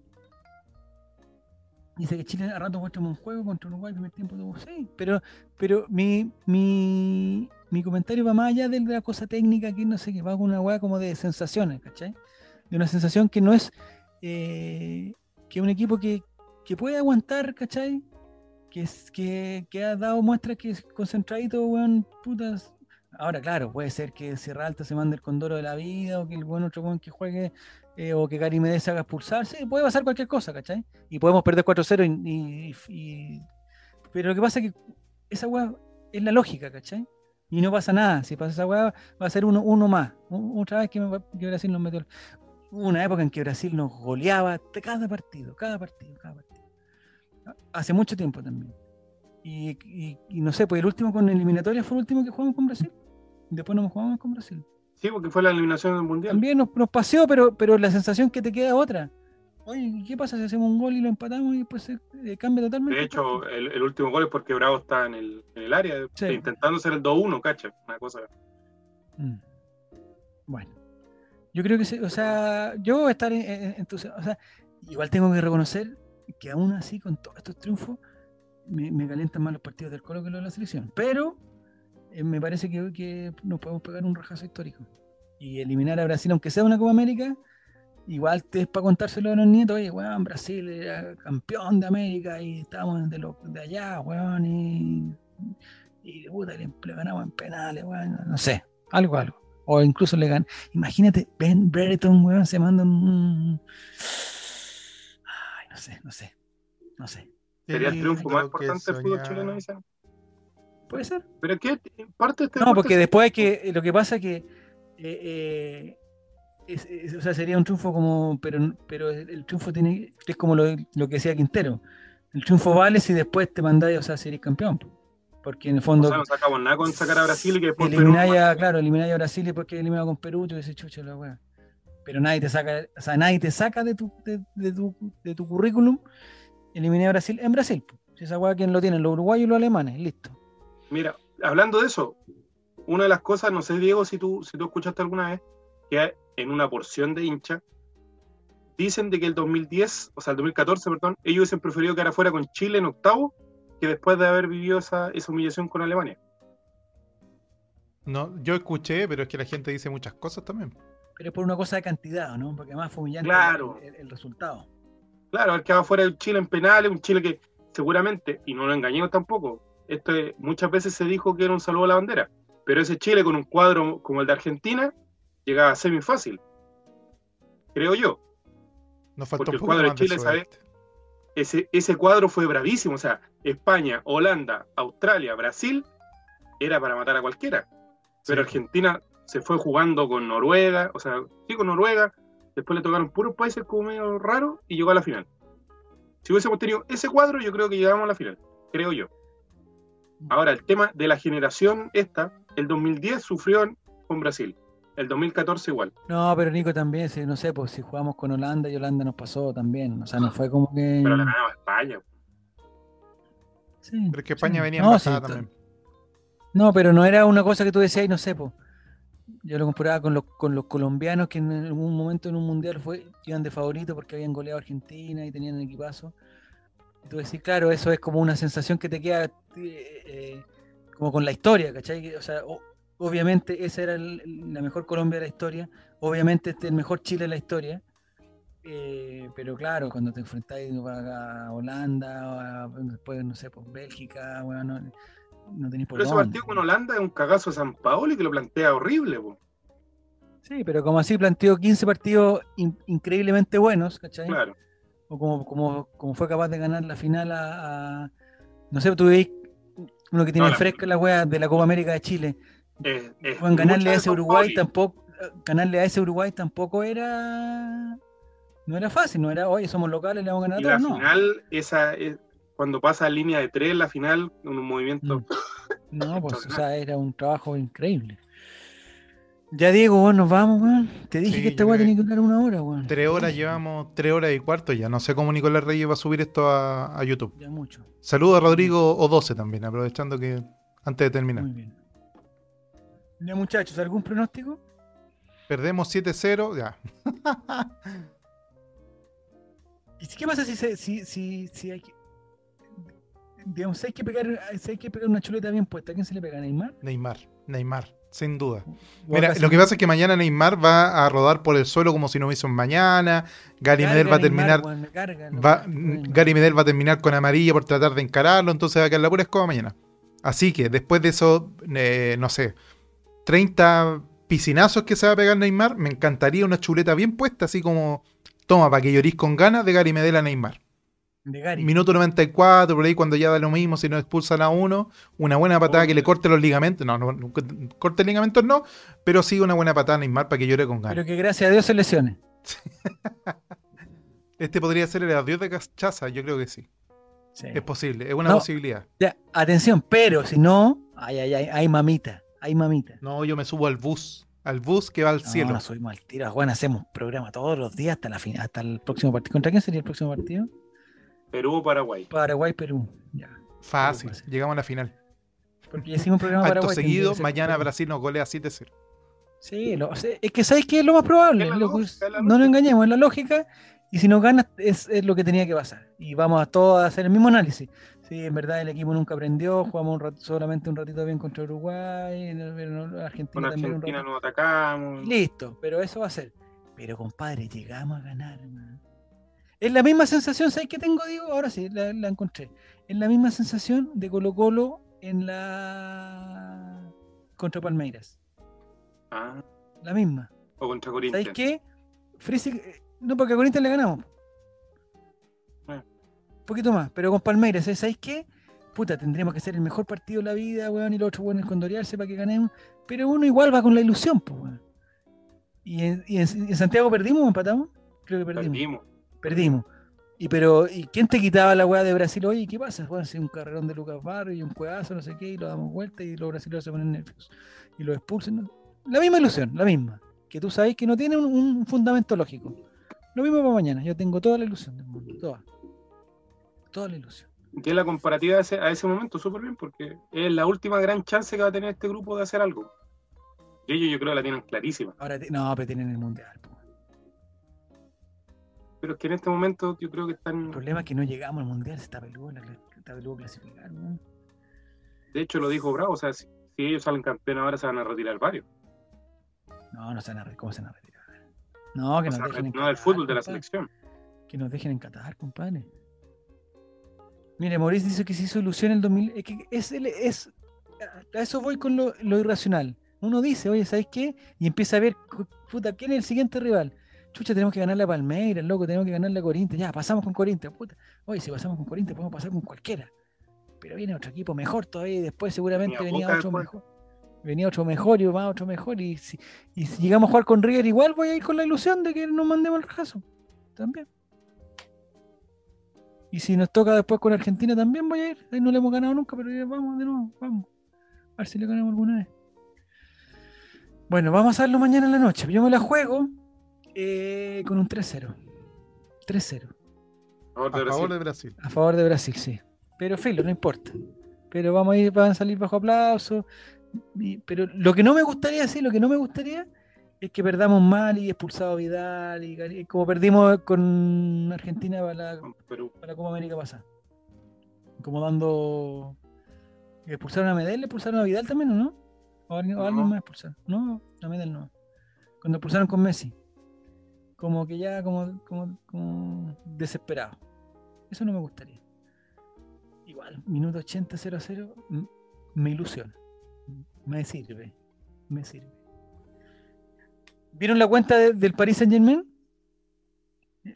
Speaker 1: Dice que Chile a rato muestra un juego contra Uruguay, primer tiempo tuvo sí. Pero, pero mi, mi, mi comentario va más allá del de la cosa técnica que no sé qué, va con una weá como de sensaciones, ¿cachai? De una sensación que no es eh, que un equipo que, que puede aguantar, ¿cachai? Que, es- que, que ha dado muestras que es concentradito, weón, putas. Ahora, claro, puede ser que Sierra Alta se mande el condoro de la vida o que el buen otro buen que juegue eh, o que Gary Medel se haga expulsar. Sí, puede pasar cualquier cosa, ¿cachai? Y podemos perder 4-0 y, y- y- Pero lo que pasa es que esa weá es la lógica, ¿cachai? Y no pasa nada. Si pasa esa weá, va a ser uno, uno más. U- Otra vez que, me- que Brasil nos metió... el- Hubo una época en que Brasil nos goleaba t- cada partido, cada partido, cada partido. Hace mucho tiempo también. Y, y- y no sé, pues el último con eliminatoria fue el último que jugamos con Brasil. Después no jugamos con Brasil.
Speaker 3: Sí, porque fue la eliminación del mundial.
Speaker 1: También nos, nos paseó, pero, pero la sensación que te queda es otra. Oye, ¿y ¿qué pasa si hacemos un gol y lo empatamos y después se eh, cambia totalmente?
Speaker 3: De
Speaker 1: el partido?
Speaker 3: hecho, el, el último gol es porque Bravo está en el, en el área,
Speaker 1: Sí.
Speaker 3: intentando hacer el 2-1, cacha. Una cosa.
Speaker 1: Mm. Bueno, yo creo que, sí, o sea, yo estar en- en- entusiasmado, o sea, igual tengo que reconocer que aún así, con todos estos triunfos, me, me calientan más los partidos del Colo que los de la selección. Pero eh, me parece que, que nos podemos pegar un rajazo histórico. Y eliminar a Brasil, aunque sea una Copa América, igual te es para contárselo a los nietos, oye, weón, Brasil era campeón de América y estábamos de, lo- de allá, weón, y, y puta, le, le ganamos en penales, weón, no sé, algo, algo. O incluso le ganan. Imagínate, Ben Brereton, weón, se manda un... Ay, no sé, no sé, no sé.
Speaker 3: Sería el
Speaker 2: Qué
Speaker 3: triunfo más
Speaker 2: lindo que
Speaker 3: importante del fútbol
Speaker 2: soñar.
Speaker 3: chileno, dicen.
Speaker 1: ¿Puede ser?
Speaker 3: Pero es que en parte este
Speaker 1: No,
Speaker 3: deporte
Speaker 1: porque
Speaker 3: se-
Speaker 1: después hay que. eh, Lo que pasa que. eh, eh, es- es- o sea, sería un triunfo como. Pero, pero el el triunfo tiene. Es como lo, lo que decía Quintero. El triunfo vale si después te mandáis, o sea, si eres campeón. Porque en el
Speaker 3: O
Speaker 1: fondo.
Speaker 3: sea, no sacamos nada con sacar a Brasil y que después Perú
Speaker 1: elimináis
Speaker 3: nomás.
Speaker 1: a, claro, elimináis a Brasil y porque eliminado con Perú, tú dices, chucha la wea. Pero nadie te saca, o sea, nadie te saca de tu, de, de tu, de tu currículum. Eliminé a Brasil en Brasil. po. Si esa wea quién lo tienen, los uruguayos y los alemanes, listo.
Speaker 3: Mira, hablando de eso, una de las cosas, no sé, Diego, si tú, si tú escuchaste alguna vez, que en una porción de hincha, dicen de que el 2010, o sea, el 2014, perdón, ellos hubiesen preferido quedar afuera con Chile en octavo que después de haber vivido esa, esa humillación con Alemania.
Speaker 2: No, yo escuché, pero es que la gente dice muchas cosas también.
Speaker 1: Pero es por una cosa de cantidad, ¿no? Porque más fue humillante
Speaker 3: Claro.
Speaker 1: el, el- el resultado.
Speaker 3: Claro, haber quedado afuera de Chile en penales, un Chile que seguramente, y no lo engañemos tampoco, esto es- muchas veces se dijo que era un saludo a la bandera, pero ese Chile con un cuadro como el de Argentina llegaba semifácil, creo yo.
Speaker 2: Nos faltó
Speaker 3: Porque
Speaker 2: un
Speaker 3: el
Speaker 2: poco
Speaker 3: cuadro de
Speaker 2: más
Speaker 3: Chile, ¿sabes?
Speaker 2: suerte.
Speaker 3: ese, ese cuadro fue bravísimo. O sea, España, Holanda, Australia, Brasil, era para matar a cualquiera. Pero
Speaker 2: Sí.
Speaker 3: Argentina se fue jugando con Noruega, o sea, sí con Noruega, después le tocaron puros países como medio raro y llegó a la final. Si hubiésemos tenido ese cuadro, yo creo que llegábamos a la final, creo yo. Ahora, el tema de la generación esta, el 2010 sufrió en- con Brasil, el 2014 igual.
Speaker 1: No, pero Nico también, si, no sé, pues si jugamos con Holanda y Holanda nos pasó también. O sea, no fue como que.
Speaker 3: Ah. Pero la ganaba España.
Speaker 1: Sí,
Speaker 2: Pero es que
Speaker 1: sí.
Speaker 2: España venía
Speaker 1: Mm. no,
Speaker 2: embarazada
Speaker 1: sí, to-
Speaker 2: también.
Speaker 1: No, pero no era una cosa que tú decías, y no sé, pues. Yo lo comparaba con los, con los colombianos que en algún momento en un mundial fue, iban de favorito porque habían goleado a Argentina y tenían el equipazo. Y tú decís, claro, eso es como una sensación que te queda eh, eh, como con la historia, ¿cachai? Que, O sea, o- obviamente esa era el- la mejor Colombia de la historia, obviamente este es el mejor Chile de la historia, Eh, pero claro, cuando te enfrentáis a Holanda, o a- después, no sé, por Bélgica, weón, no, no tenéis por
Speaker 3: Pero ese
Speaker 1: dónde.
Speaker 3: partido con Holanda es un cagazo a San Paolo y que lo plantea horrible, po.
Speaker 1: Sí, pero como así planteó 15 partidos in- increíblemente buenos, ¿cachai?
Speaker 3: claro.
Speaker 1: O como, como, como fue capaz de ganar la final a. a- no sé, tú veis uno que tiene
Speaker 3: No, la-
Speaker 1: fresca la wea de la Copa América de Chile.
Speaker 3: Es- es
Speaker 1: Weón, ganarle
Speaker 3: mucho
Speaker 1: a
Speaker 3: de
Speaker 1: ese
Speaker 3: San
Speaker 1: Uruguay
Speaker 3: Paoli.
Speaker 1: tampoco. Ganarle a ese Uruguay tampoco era. No era fácil, no era, oye, somos locales, le vamos a ganar a
Speaker 3: Y la
Speaker 1: todos, no.
Speaker 3: final, esa, es- cuando pasa a línea de tres, la final, un movimiento.
Speaker 1: Mm. No, pues, o sea, era un trabajo increíble. Ya, Diego, vos nos vamos, weón. Te dije
Speaker 2: Sí,
Speaker 1: que esta
Speaker 2: yo
Speaker 1: weá
Speaker 2: creo
Speaker 1: tenía que durar una hora, weón.
Speaker 2: Tres horas llevamos, tres horas y cuarto ya. No sé cómo Nicolás Reyes va a subir esto a, a YouTube.
Speaker 1: Ya mucho.
Speaker 2: Saludo a Rodrigo O12 también, aprovechando que antes de terminar.
Speaker 1: Mm. Muy bien. Ya, muchachos, ¿algún pronóstico?
Speaker 2: Perdemos 7-0, ya.
Speaker 1: ¿Y si- qué pasa si, se- si, si, si hay que. Digamos, si hay que pegar, si hay que pegar una chuleta bien puesta, ¿a quién se le pega a Neymar?
Speaker 2: Neymar, Neymar, sin duda.
Speaker 1: ¿O
Speaker 2: Mira,
Speaker 1: acaso-
Speaker 2: lo que pasa es que mañana Neymar va a rodar por el suelo como si no hubiese un mañana. Gary
Speaker 1: Carga
Speaker 2: Medel va a
Speaker 1: Neymar,
Speaker 2: terminar.
Speaker 1: weón, me carga, no,
Speaker 2: va- mm,
Speaker 1: weón.
Speaker 2: Gary Medel va a terminar con amarilla por tratar de encararlo, entonces va a quedar la pura escoba mañana. Así que después de esos, eh, no sé, 30 piscinazos que se va a pegar Neymar, me encantaría una chuleta bien puesta, así como, toma, para que llorís con ganas de Gary Medel a Neymar.
Speaker 1: De Gary.
Speaker 2: Minuto 94, por ahí cuando ya da lo mismo, si no expulsan a uno, una buena patada que le corte los ligamentos, no, no, no, corte ligamentos no, pero sí una buena patada a Neymar para que llore con ganas.
Speaker 1: Pero que gracias a Dios se lesione.
Speaker 2: Este podría ser el adiós de Cachaza, yo creo que sí. Es posible, es una
Speaker 1: No.
Speaker 2: posibilidad.
Speaker 1: Ya, atención, pero si no, ay, ay, ay, hay mamita, hay mamita.
Speaker 2: No, yo me subo al bus. Al bus que va al
Speaker 1: No,
Speaker 2: cielo.
Speaker 1: nos subimos al tiro, Juan, hacemos programa todos los días hasta la fin, hasta el próximo partido. ¿Contra quién sería el próximo partido?
Speaker 3: Perú, Paraguay.
Speaker 1: Paraguay, Perú. Ya.
Speaker 2: Fácil.
Speaker 1: Fácil.
Speaker 2: Llegamos a la final.
Speaker 1: Porque ya hicimos un programa
Speaker 2: Acto
Speaker 1: para Paraguay.
Speaker 2: seguido,
Speaker 1: tendría que ser
Speaker 2: mañana
Speaker 1: Perú.
Speaker 2: Brasil nos golea 7-0.
Speaker 1: Sí, lo- o sea, es que sabes que es lo más probable.
Speaker 3: Es la
Speaker 1: lo que-
Speaker 3: lógica, es la
Speaker 1: no nos
Speaker 3: lógica.
Speaker 1: engañemos, es la lógica. Y si nos ganas, es, es lo que tenía que pasar. Y vamos a todos a hacer el mismo análisis. Sí, en verdad el equipo nunca aprendió. Jugamos un rat- solamente un ratito bien contra Uruguay. en el- en el- Argentina
Speaker 3: Con
Speaker 1: también un
Speaker 3: Argentina
Speaker 1: ratito.
Speaker 3: nos atacamos.
Speaker 1: Listo, pero eso va a ser. Pero compadre, llegamos a ganar. man. Es la misma sensación, ¿sabes qué tengo, Diego? Ahora sí, la, la encontré. Es la misma sensación de Colo Colo en la... contra Palmeiras.
Speaker 3: Ah,
Speaker 1: La misma.
Speaker 3: o contra
Speaker 1: ¿Sabéis
Speaker 3: Corinthians.
Speaker 1: qué? Frisi- eh, No, porque a Corinthians le ganamos.
Speaker 3: Ah.
Speaker 1: Un poquito más, pero con Palmeiras, ¿eh? ¿sabéis qué? Puta, tendríamos que hacer el mejor partido de la vida, weón, y los otros weones condorearse para que ganemos. Pero uno igual va con la ilusión, pues, weón. ¿Y en, y en- en Santiago perdimos o empatamos? Creo que perdimos. Perdimos.
Speaker 3: Perdimos.
Speaker 1: Y pero, ¿y quién te quitaba la weá de Brasil hoy? ¿Qué pasa? Weón, si un carrerón de Lucas Barrio y un cuedazo, no sé qué, y lo damos vuelta y los brasileños se ponen nerviosos. Y lo expulsan. ¿no? La misma ilusión, la misma que tú sabes que no tiene un, un fundamento lógico. Lo mismo para mañana, yo tengo toda la ilusión del mundo, toda. Toda la ilusión.
Speaker 3: Que la comparativa a ese, a ese momento súper bien, porque es la última gran chance que va a tener este grupo de hacer algo. Y ellos yo creo que la tienen clarísima.
Speaker 1: Ahora, ti- no, pero tienen el mundial. po.
Speaker 3: Pero es que en este momento yo creo que
Speaker 1: El
Speaker 3: están...
Speaker 1: problema es que no llegamos al mundial, se está peludo, la- está peludo clasificar. ¿no?
Speaker 3: De hecho lo dijo Bravo, o sea, si, si ellos salen campeones ahora se van a retirar varios.
Speaker 1: No, no se van a re- ¿cómo se van a retirar? No, que
Speaker 3: O
Speaker 1: nos
Speaker 3: sea,
Speaker 1: dejen en
Speaker 3: no del
Speaker 1: Qatar,
Speaker 3: fútbol, de la
Speaker 1: compadre.
Speaker 3: selección.
Speaker 1: Que nos dejen en Qatar, compadre. Mire, Maurice dice que se hizo ilusión en el 2000. Es que es, el- es, a eso voy con lo, lo irracional. Uno dice, oye, ¿sabes qué? Y empieza a ver, cu- puta, ¿quién es el siguiente rival? Chucha, tenemos que ganar la Palmeiras, loco, tenemos que ganar la Corinthians. Ya, pasamos con Corinthians, puta. Oye, si pasamos con Corinthians, podemos pasar con cualquiera. Pero viene otro equipo mejor todavía y después seguramente
Speaker 3: Venía
Speaker 1: venía
Speaker 3: Boca
Speaker 1: otro
Speaker 3: después.
Speaker 1: mejor. Venía otro mejor y va otro mejor. Y si, y si llegamos a jugar con River, igual voy a ir con la ilusión de que nos mandemos el rajazo. También. Y si nos toca después con Argentina también voy a ir. Ahí no le hemos ganado nunca, pero ya vamos de nuevo, vamos. A ver si le ganamos alguna vez. Bueno, vamos a hacerlo mañana en la noche. Yo me la juego eh, con un 3-0. 3-0.
Speaker 3: A favor
Speaker 2: A
Speaker 3: de
Speaker 2: favor de
Speaker 3: Brasil.
Speaker 2: Brasil.
Speaker 1: A favor de Brasil, sí. Pero filo, no importa. Pero vamos a ir, van a salir bajo aplauso. Y- pero lo que no me gustaría, sí, lo que no me gustaría es que perdamos mal y expulsado Vidal. Y, Gary- como perdimos con Argentina para la
Speaker 3: Con Perú.
Speaker 1: para la Copa América pasa. Como dando. ¿Expulsaron a Medel? ¿Le expulsaron a Vidal también o no? ¿O alguien, o alguien
Speaker 3: No.
Speaker 1: más expulsaron? No, a Medel no. Cuando expulsaron con Messi.
Speaker 6: como que ya como, como, como desesperado. Eso no me gustaría. Igual, minuto 80 0 0 m- me ilusiona. Me sirve. Me sirve.
Speaker 1: ¿Vieron la cuenta de- del Paris Saint Germain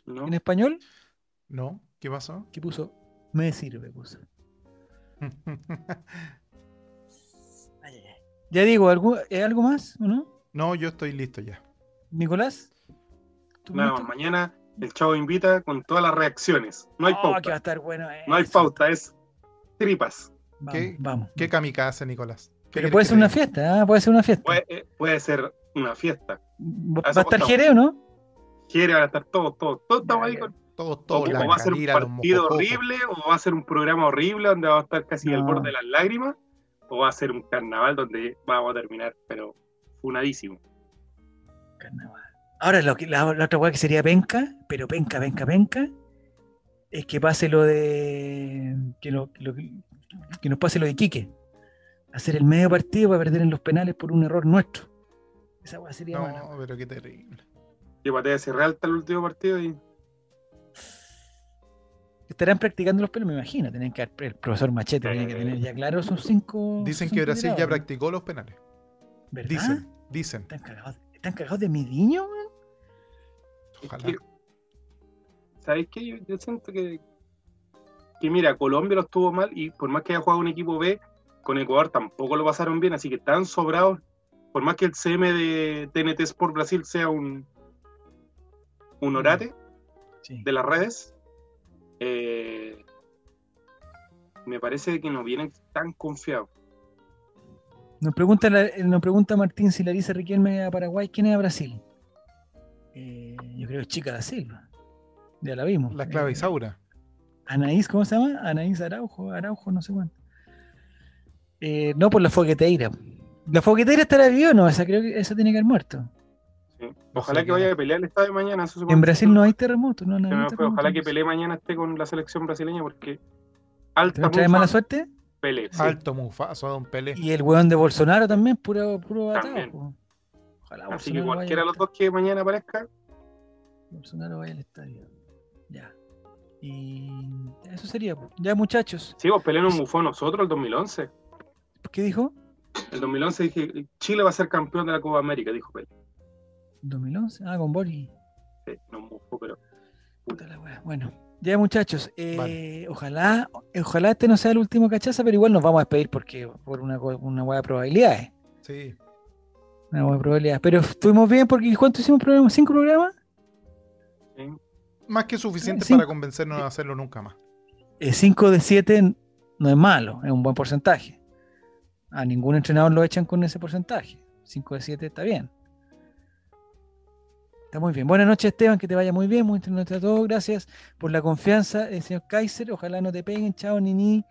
Speaker 3: ¿no?
Speaker 1: en español?
Speaker 2: No, ¿qué pasó?
Speaker 6: ¿Qué puso? Me sirve, puso.
Speaker 1: Ya digo, ¿algo, eh, algo más o no?
Speaker 2: no, yo estoy listo ya.
Speaker 1: Nicolás. ¿Tú
Speaker 3: Nada,
Speaker 1: listo?
Speaker 3: mañana el chavo invita con todas las reacciones. No hay
Speaker 1: Oh, que va a
Speaker 3: pauta,
Speaker 1: estar bueno. eh.
Speaker 3: no hay pauta, es tripas.
Speaker 6: Vamos,
Speaker 2: ¿Qué?
Speaker 6: vamos.
Speaker 2: ¿Qué kamikaze, Nicolás? ¿Qué
Speaker 1: Mm. Pero
Speaker 2: querés
Speaker 1: puede
Speaker 2: que
Speaker 1: ser
Speaker 2: te
Speaker 1: una
Speaker 2: diga?
Speaker 1: fiesta, ¿ah? puede ser una fiesta.
Speaker 3: Puede, eh, puede ser una fiesta.
Speaker 1: Va va
Speaker 3: a eso
Speaker 1: a estar
Speaker 3: apostamos.
Speaker 1: Jerez, ¿o ¿no?
Speaker 3: Quiere van a estar todos, todos, todos
Speaker 1: Ya,
Speaker 3: estamos ahí
Speaker 1: ya.
Speaker 3: con
Speaker 2: Todos,
Speaker 3: o,
Speaker 2: todos, la
Speaker 3: o va a ser un
Speaker 2: Carila, los
Speaker 3: partido
Speaker 2: mocococos.
Speaker 3: horrible, o va a ser un programa horrible donde va a estar casi al
Speaker 1: pues. No.
Speaker 3: borde de las lágrimas, o va a ser un carnaval donde vamos a terminar, pero funadísimo.
Speaker 6: Carnaval.
Speaker 1: Ahora, lo que, la, la otra weá que sería penca, pero penca, penca, penca, es que pase lo de. que, lo- que lo- que nos pase lo de Quique. Hacer el medio partido para perder en los penales por un error nuestro. Esa weá sería buena.
Speaker 2: No, pero qué terrible.
Speaker 3: Yo pateé hacia Real hasta el último partido y
Speaker 1: Estarán practicando los pelos, me imagino. Tienen que haber- el profesor Machete tiene que tener ya claro sus cinco.
Speaker 2: Eh, Dicen
Speaker 1: cinco
Speaker 2: que Brasil ya
Speaker 1: tirados, ¿no?
Speaker 2: practicó los penales.
Speaker 1: ¿Verdad?
Speaker 2: Dicen, dicen.
Speaker 1: ¿Están cagados, están cagados de Mediño, weón?
Speaker 2: Ojalá.
Speaker 3: que- ¿sabéis qué? Yo, yo siento que, que, mira, Colombia lo estuvo mal y por más que haya jugado un equipo B, con Ecuador tampoco lo pasaron bien, así que están sobrados. Por más que el CM de TNT Sport Brasil sea un,
Speaker 1: Mm.
Speaker 3: un orate,
Speaker 1: Sí.
Speaker 3: de las redes, eh, me parece que no vienen tan confiados.
Speaker 1: Nos pregunta, la- eh, nos pregunta Martín si Larisa Riquelme es a Paraguay, ¿quién es a Brasil? Eh, yo creo que es Chica da Silva. Ya la vimos.
Speaker 2: La clave
Speaker 1: Eh,
Speaker 2: Isaura.
Speaker 1: Anaís, ¿cómo se llama? Anaís Araujo, Araujo, no sé cuánto. Eh, no por la fogueteira. ¿La fogueteira estará viva o no? Esa creo que esa tiene que haber muerto.
Speaker 3: ¿sí? Ojalá que vaya a pelear el estado de mañana. eso se
Speaker 1: En
Speaker 3: puede-
Speaker 1: Brasil no hay terremoto, no, no
Speaker 3: Se
Speaker 1: hay
Speaker 3: me fue.
Speaker 1: terremoto.
Speaker 3: Ojalá que pelee mañana esté con la selección brasileña porque
Speaker 1: ¿Te
Speaker 3: alta
Speaker 1: trae
Speaker 3: mufa,
Speaker 1: mala suerte?
Speaker 3: Pelé, sí.
Speaker 2: Alto Mufaso, Don Pelé.
Speaker 1: Y el weón de Bolsonaro también, puro, puro
Speaker 3: También.
Speaker 1: atado. po. Ojalá
Speaker 3: Así que
Speaker 1: Bolsonaro vaya
Speaker 3: cualquiera de
Speaker 1: al
Speaker 3: los dos que mañana aparezca,
Speaker 1: Bolsonaro vaya al estadio. Ya. Y eso sería. po. Ya, muchachos.
Speaker 3: sí, vos Pelé nos mufó a nosotros el 2011.
Speaker 1: ¿Qué dijo?
Speaker 3: El 2011 dije, Chile va a ser campeón de la Copa América, dijo Pelé.
Speaker 1: 2011. Ah, con Borghi.
Speaker 3: Sí, nos mufó, pero
Speaker 1: Puta la wea. Bueno. Ya, muchachos. eh, Ojalá ojalá este no sea el último cachaza, pero igual nos vamos a despedir porque por una, co- una wea de probabilidades.
Speaker 2: Sí.
Speaker 1: Una wea de probabilidades. Pero estuvimos bien porque ¿cuánto hicimos programas? ¿Cinco programas?
Speaker 3: sí,
Speaker 2: Más que suficiente
Speaker 1: Sí.
Speaker 2: para convencernos de hacerlo nunca más.
Speaker 1: Eh, cinco de siete no es malo, es un buen porcentaje. A ningún entrenador lo echan con ese porcentaje. 5 de 7 está bien. Está muy bien. Buenas noches, Esteban, que te vaya muy bien. Muy entrenador a todos. Gracias por la confianza, eh, señor Kaiser. Ojalá no te peguen. Chao, Nini.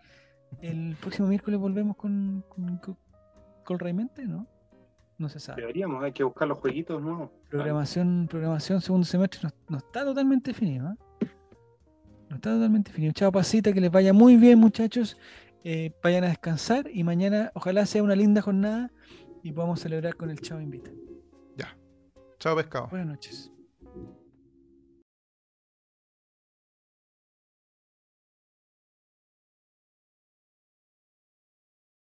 Speaker 1: El próximo miércoles volvemos con, con, con- con Raimente, ¿no? No se sabe.
Speaker 3: deberíamos, hay que buscar los jueguitos nuevos.
Speaker 1: Programación, programación segundo semestre no, no está totalmente definido. ¿eh? No está totalmente definido. Chao, pasita, que les vaya muy bien, muchachos. Eh, vayan a descansar y mañana ojalá sea una linda jornada y podamos celebrar con el Chao Invita.
Speaker 2: Chao, pescado.
Speaker 1: Buenas noches.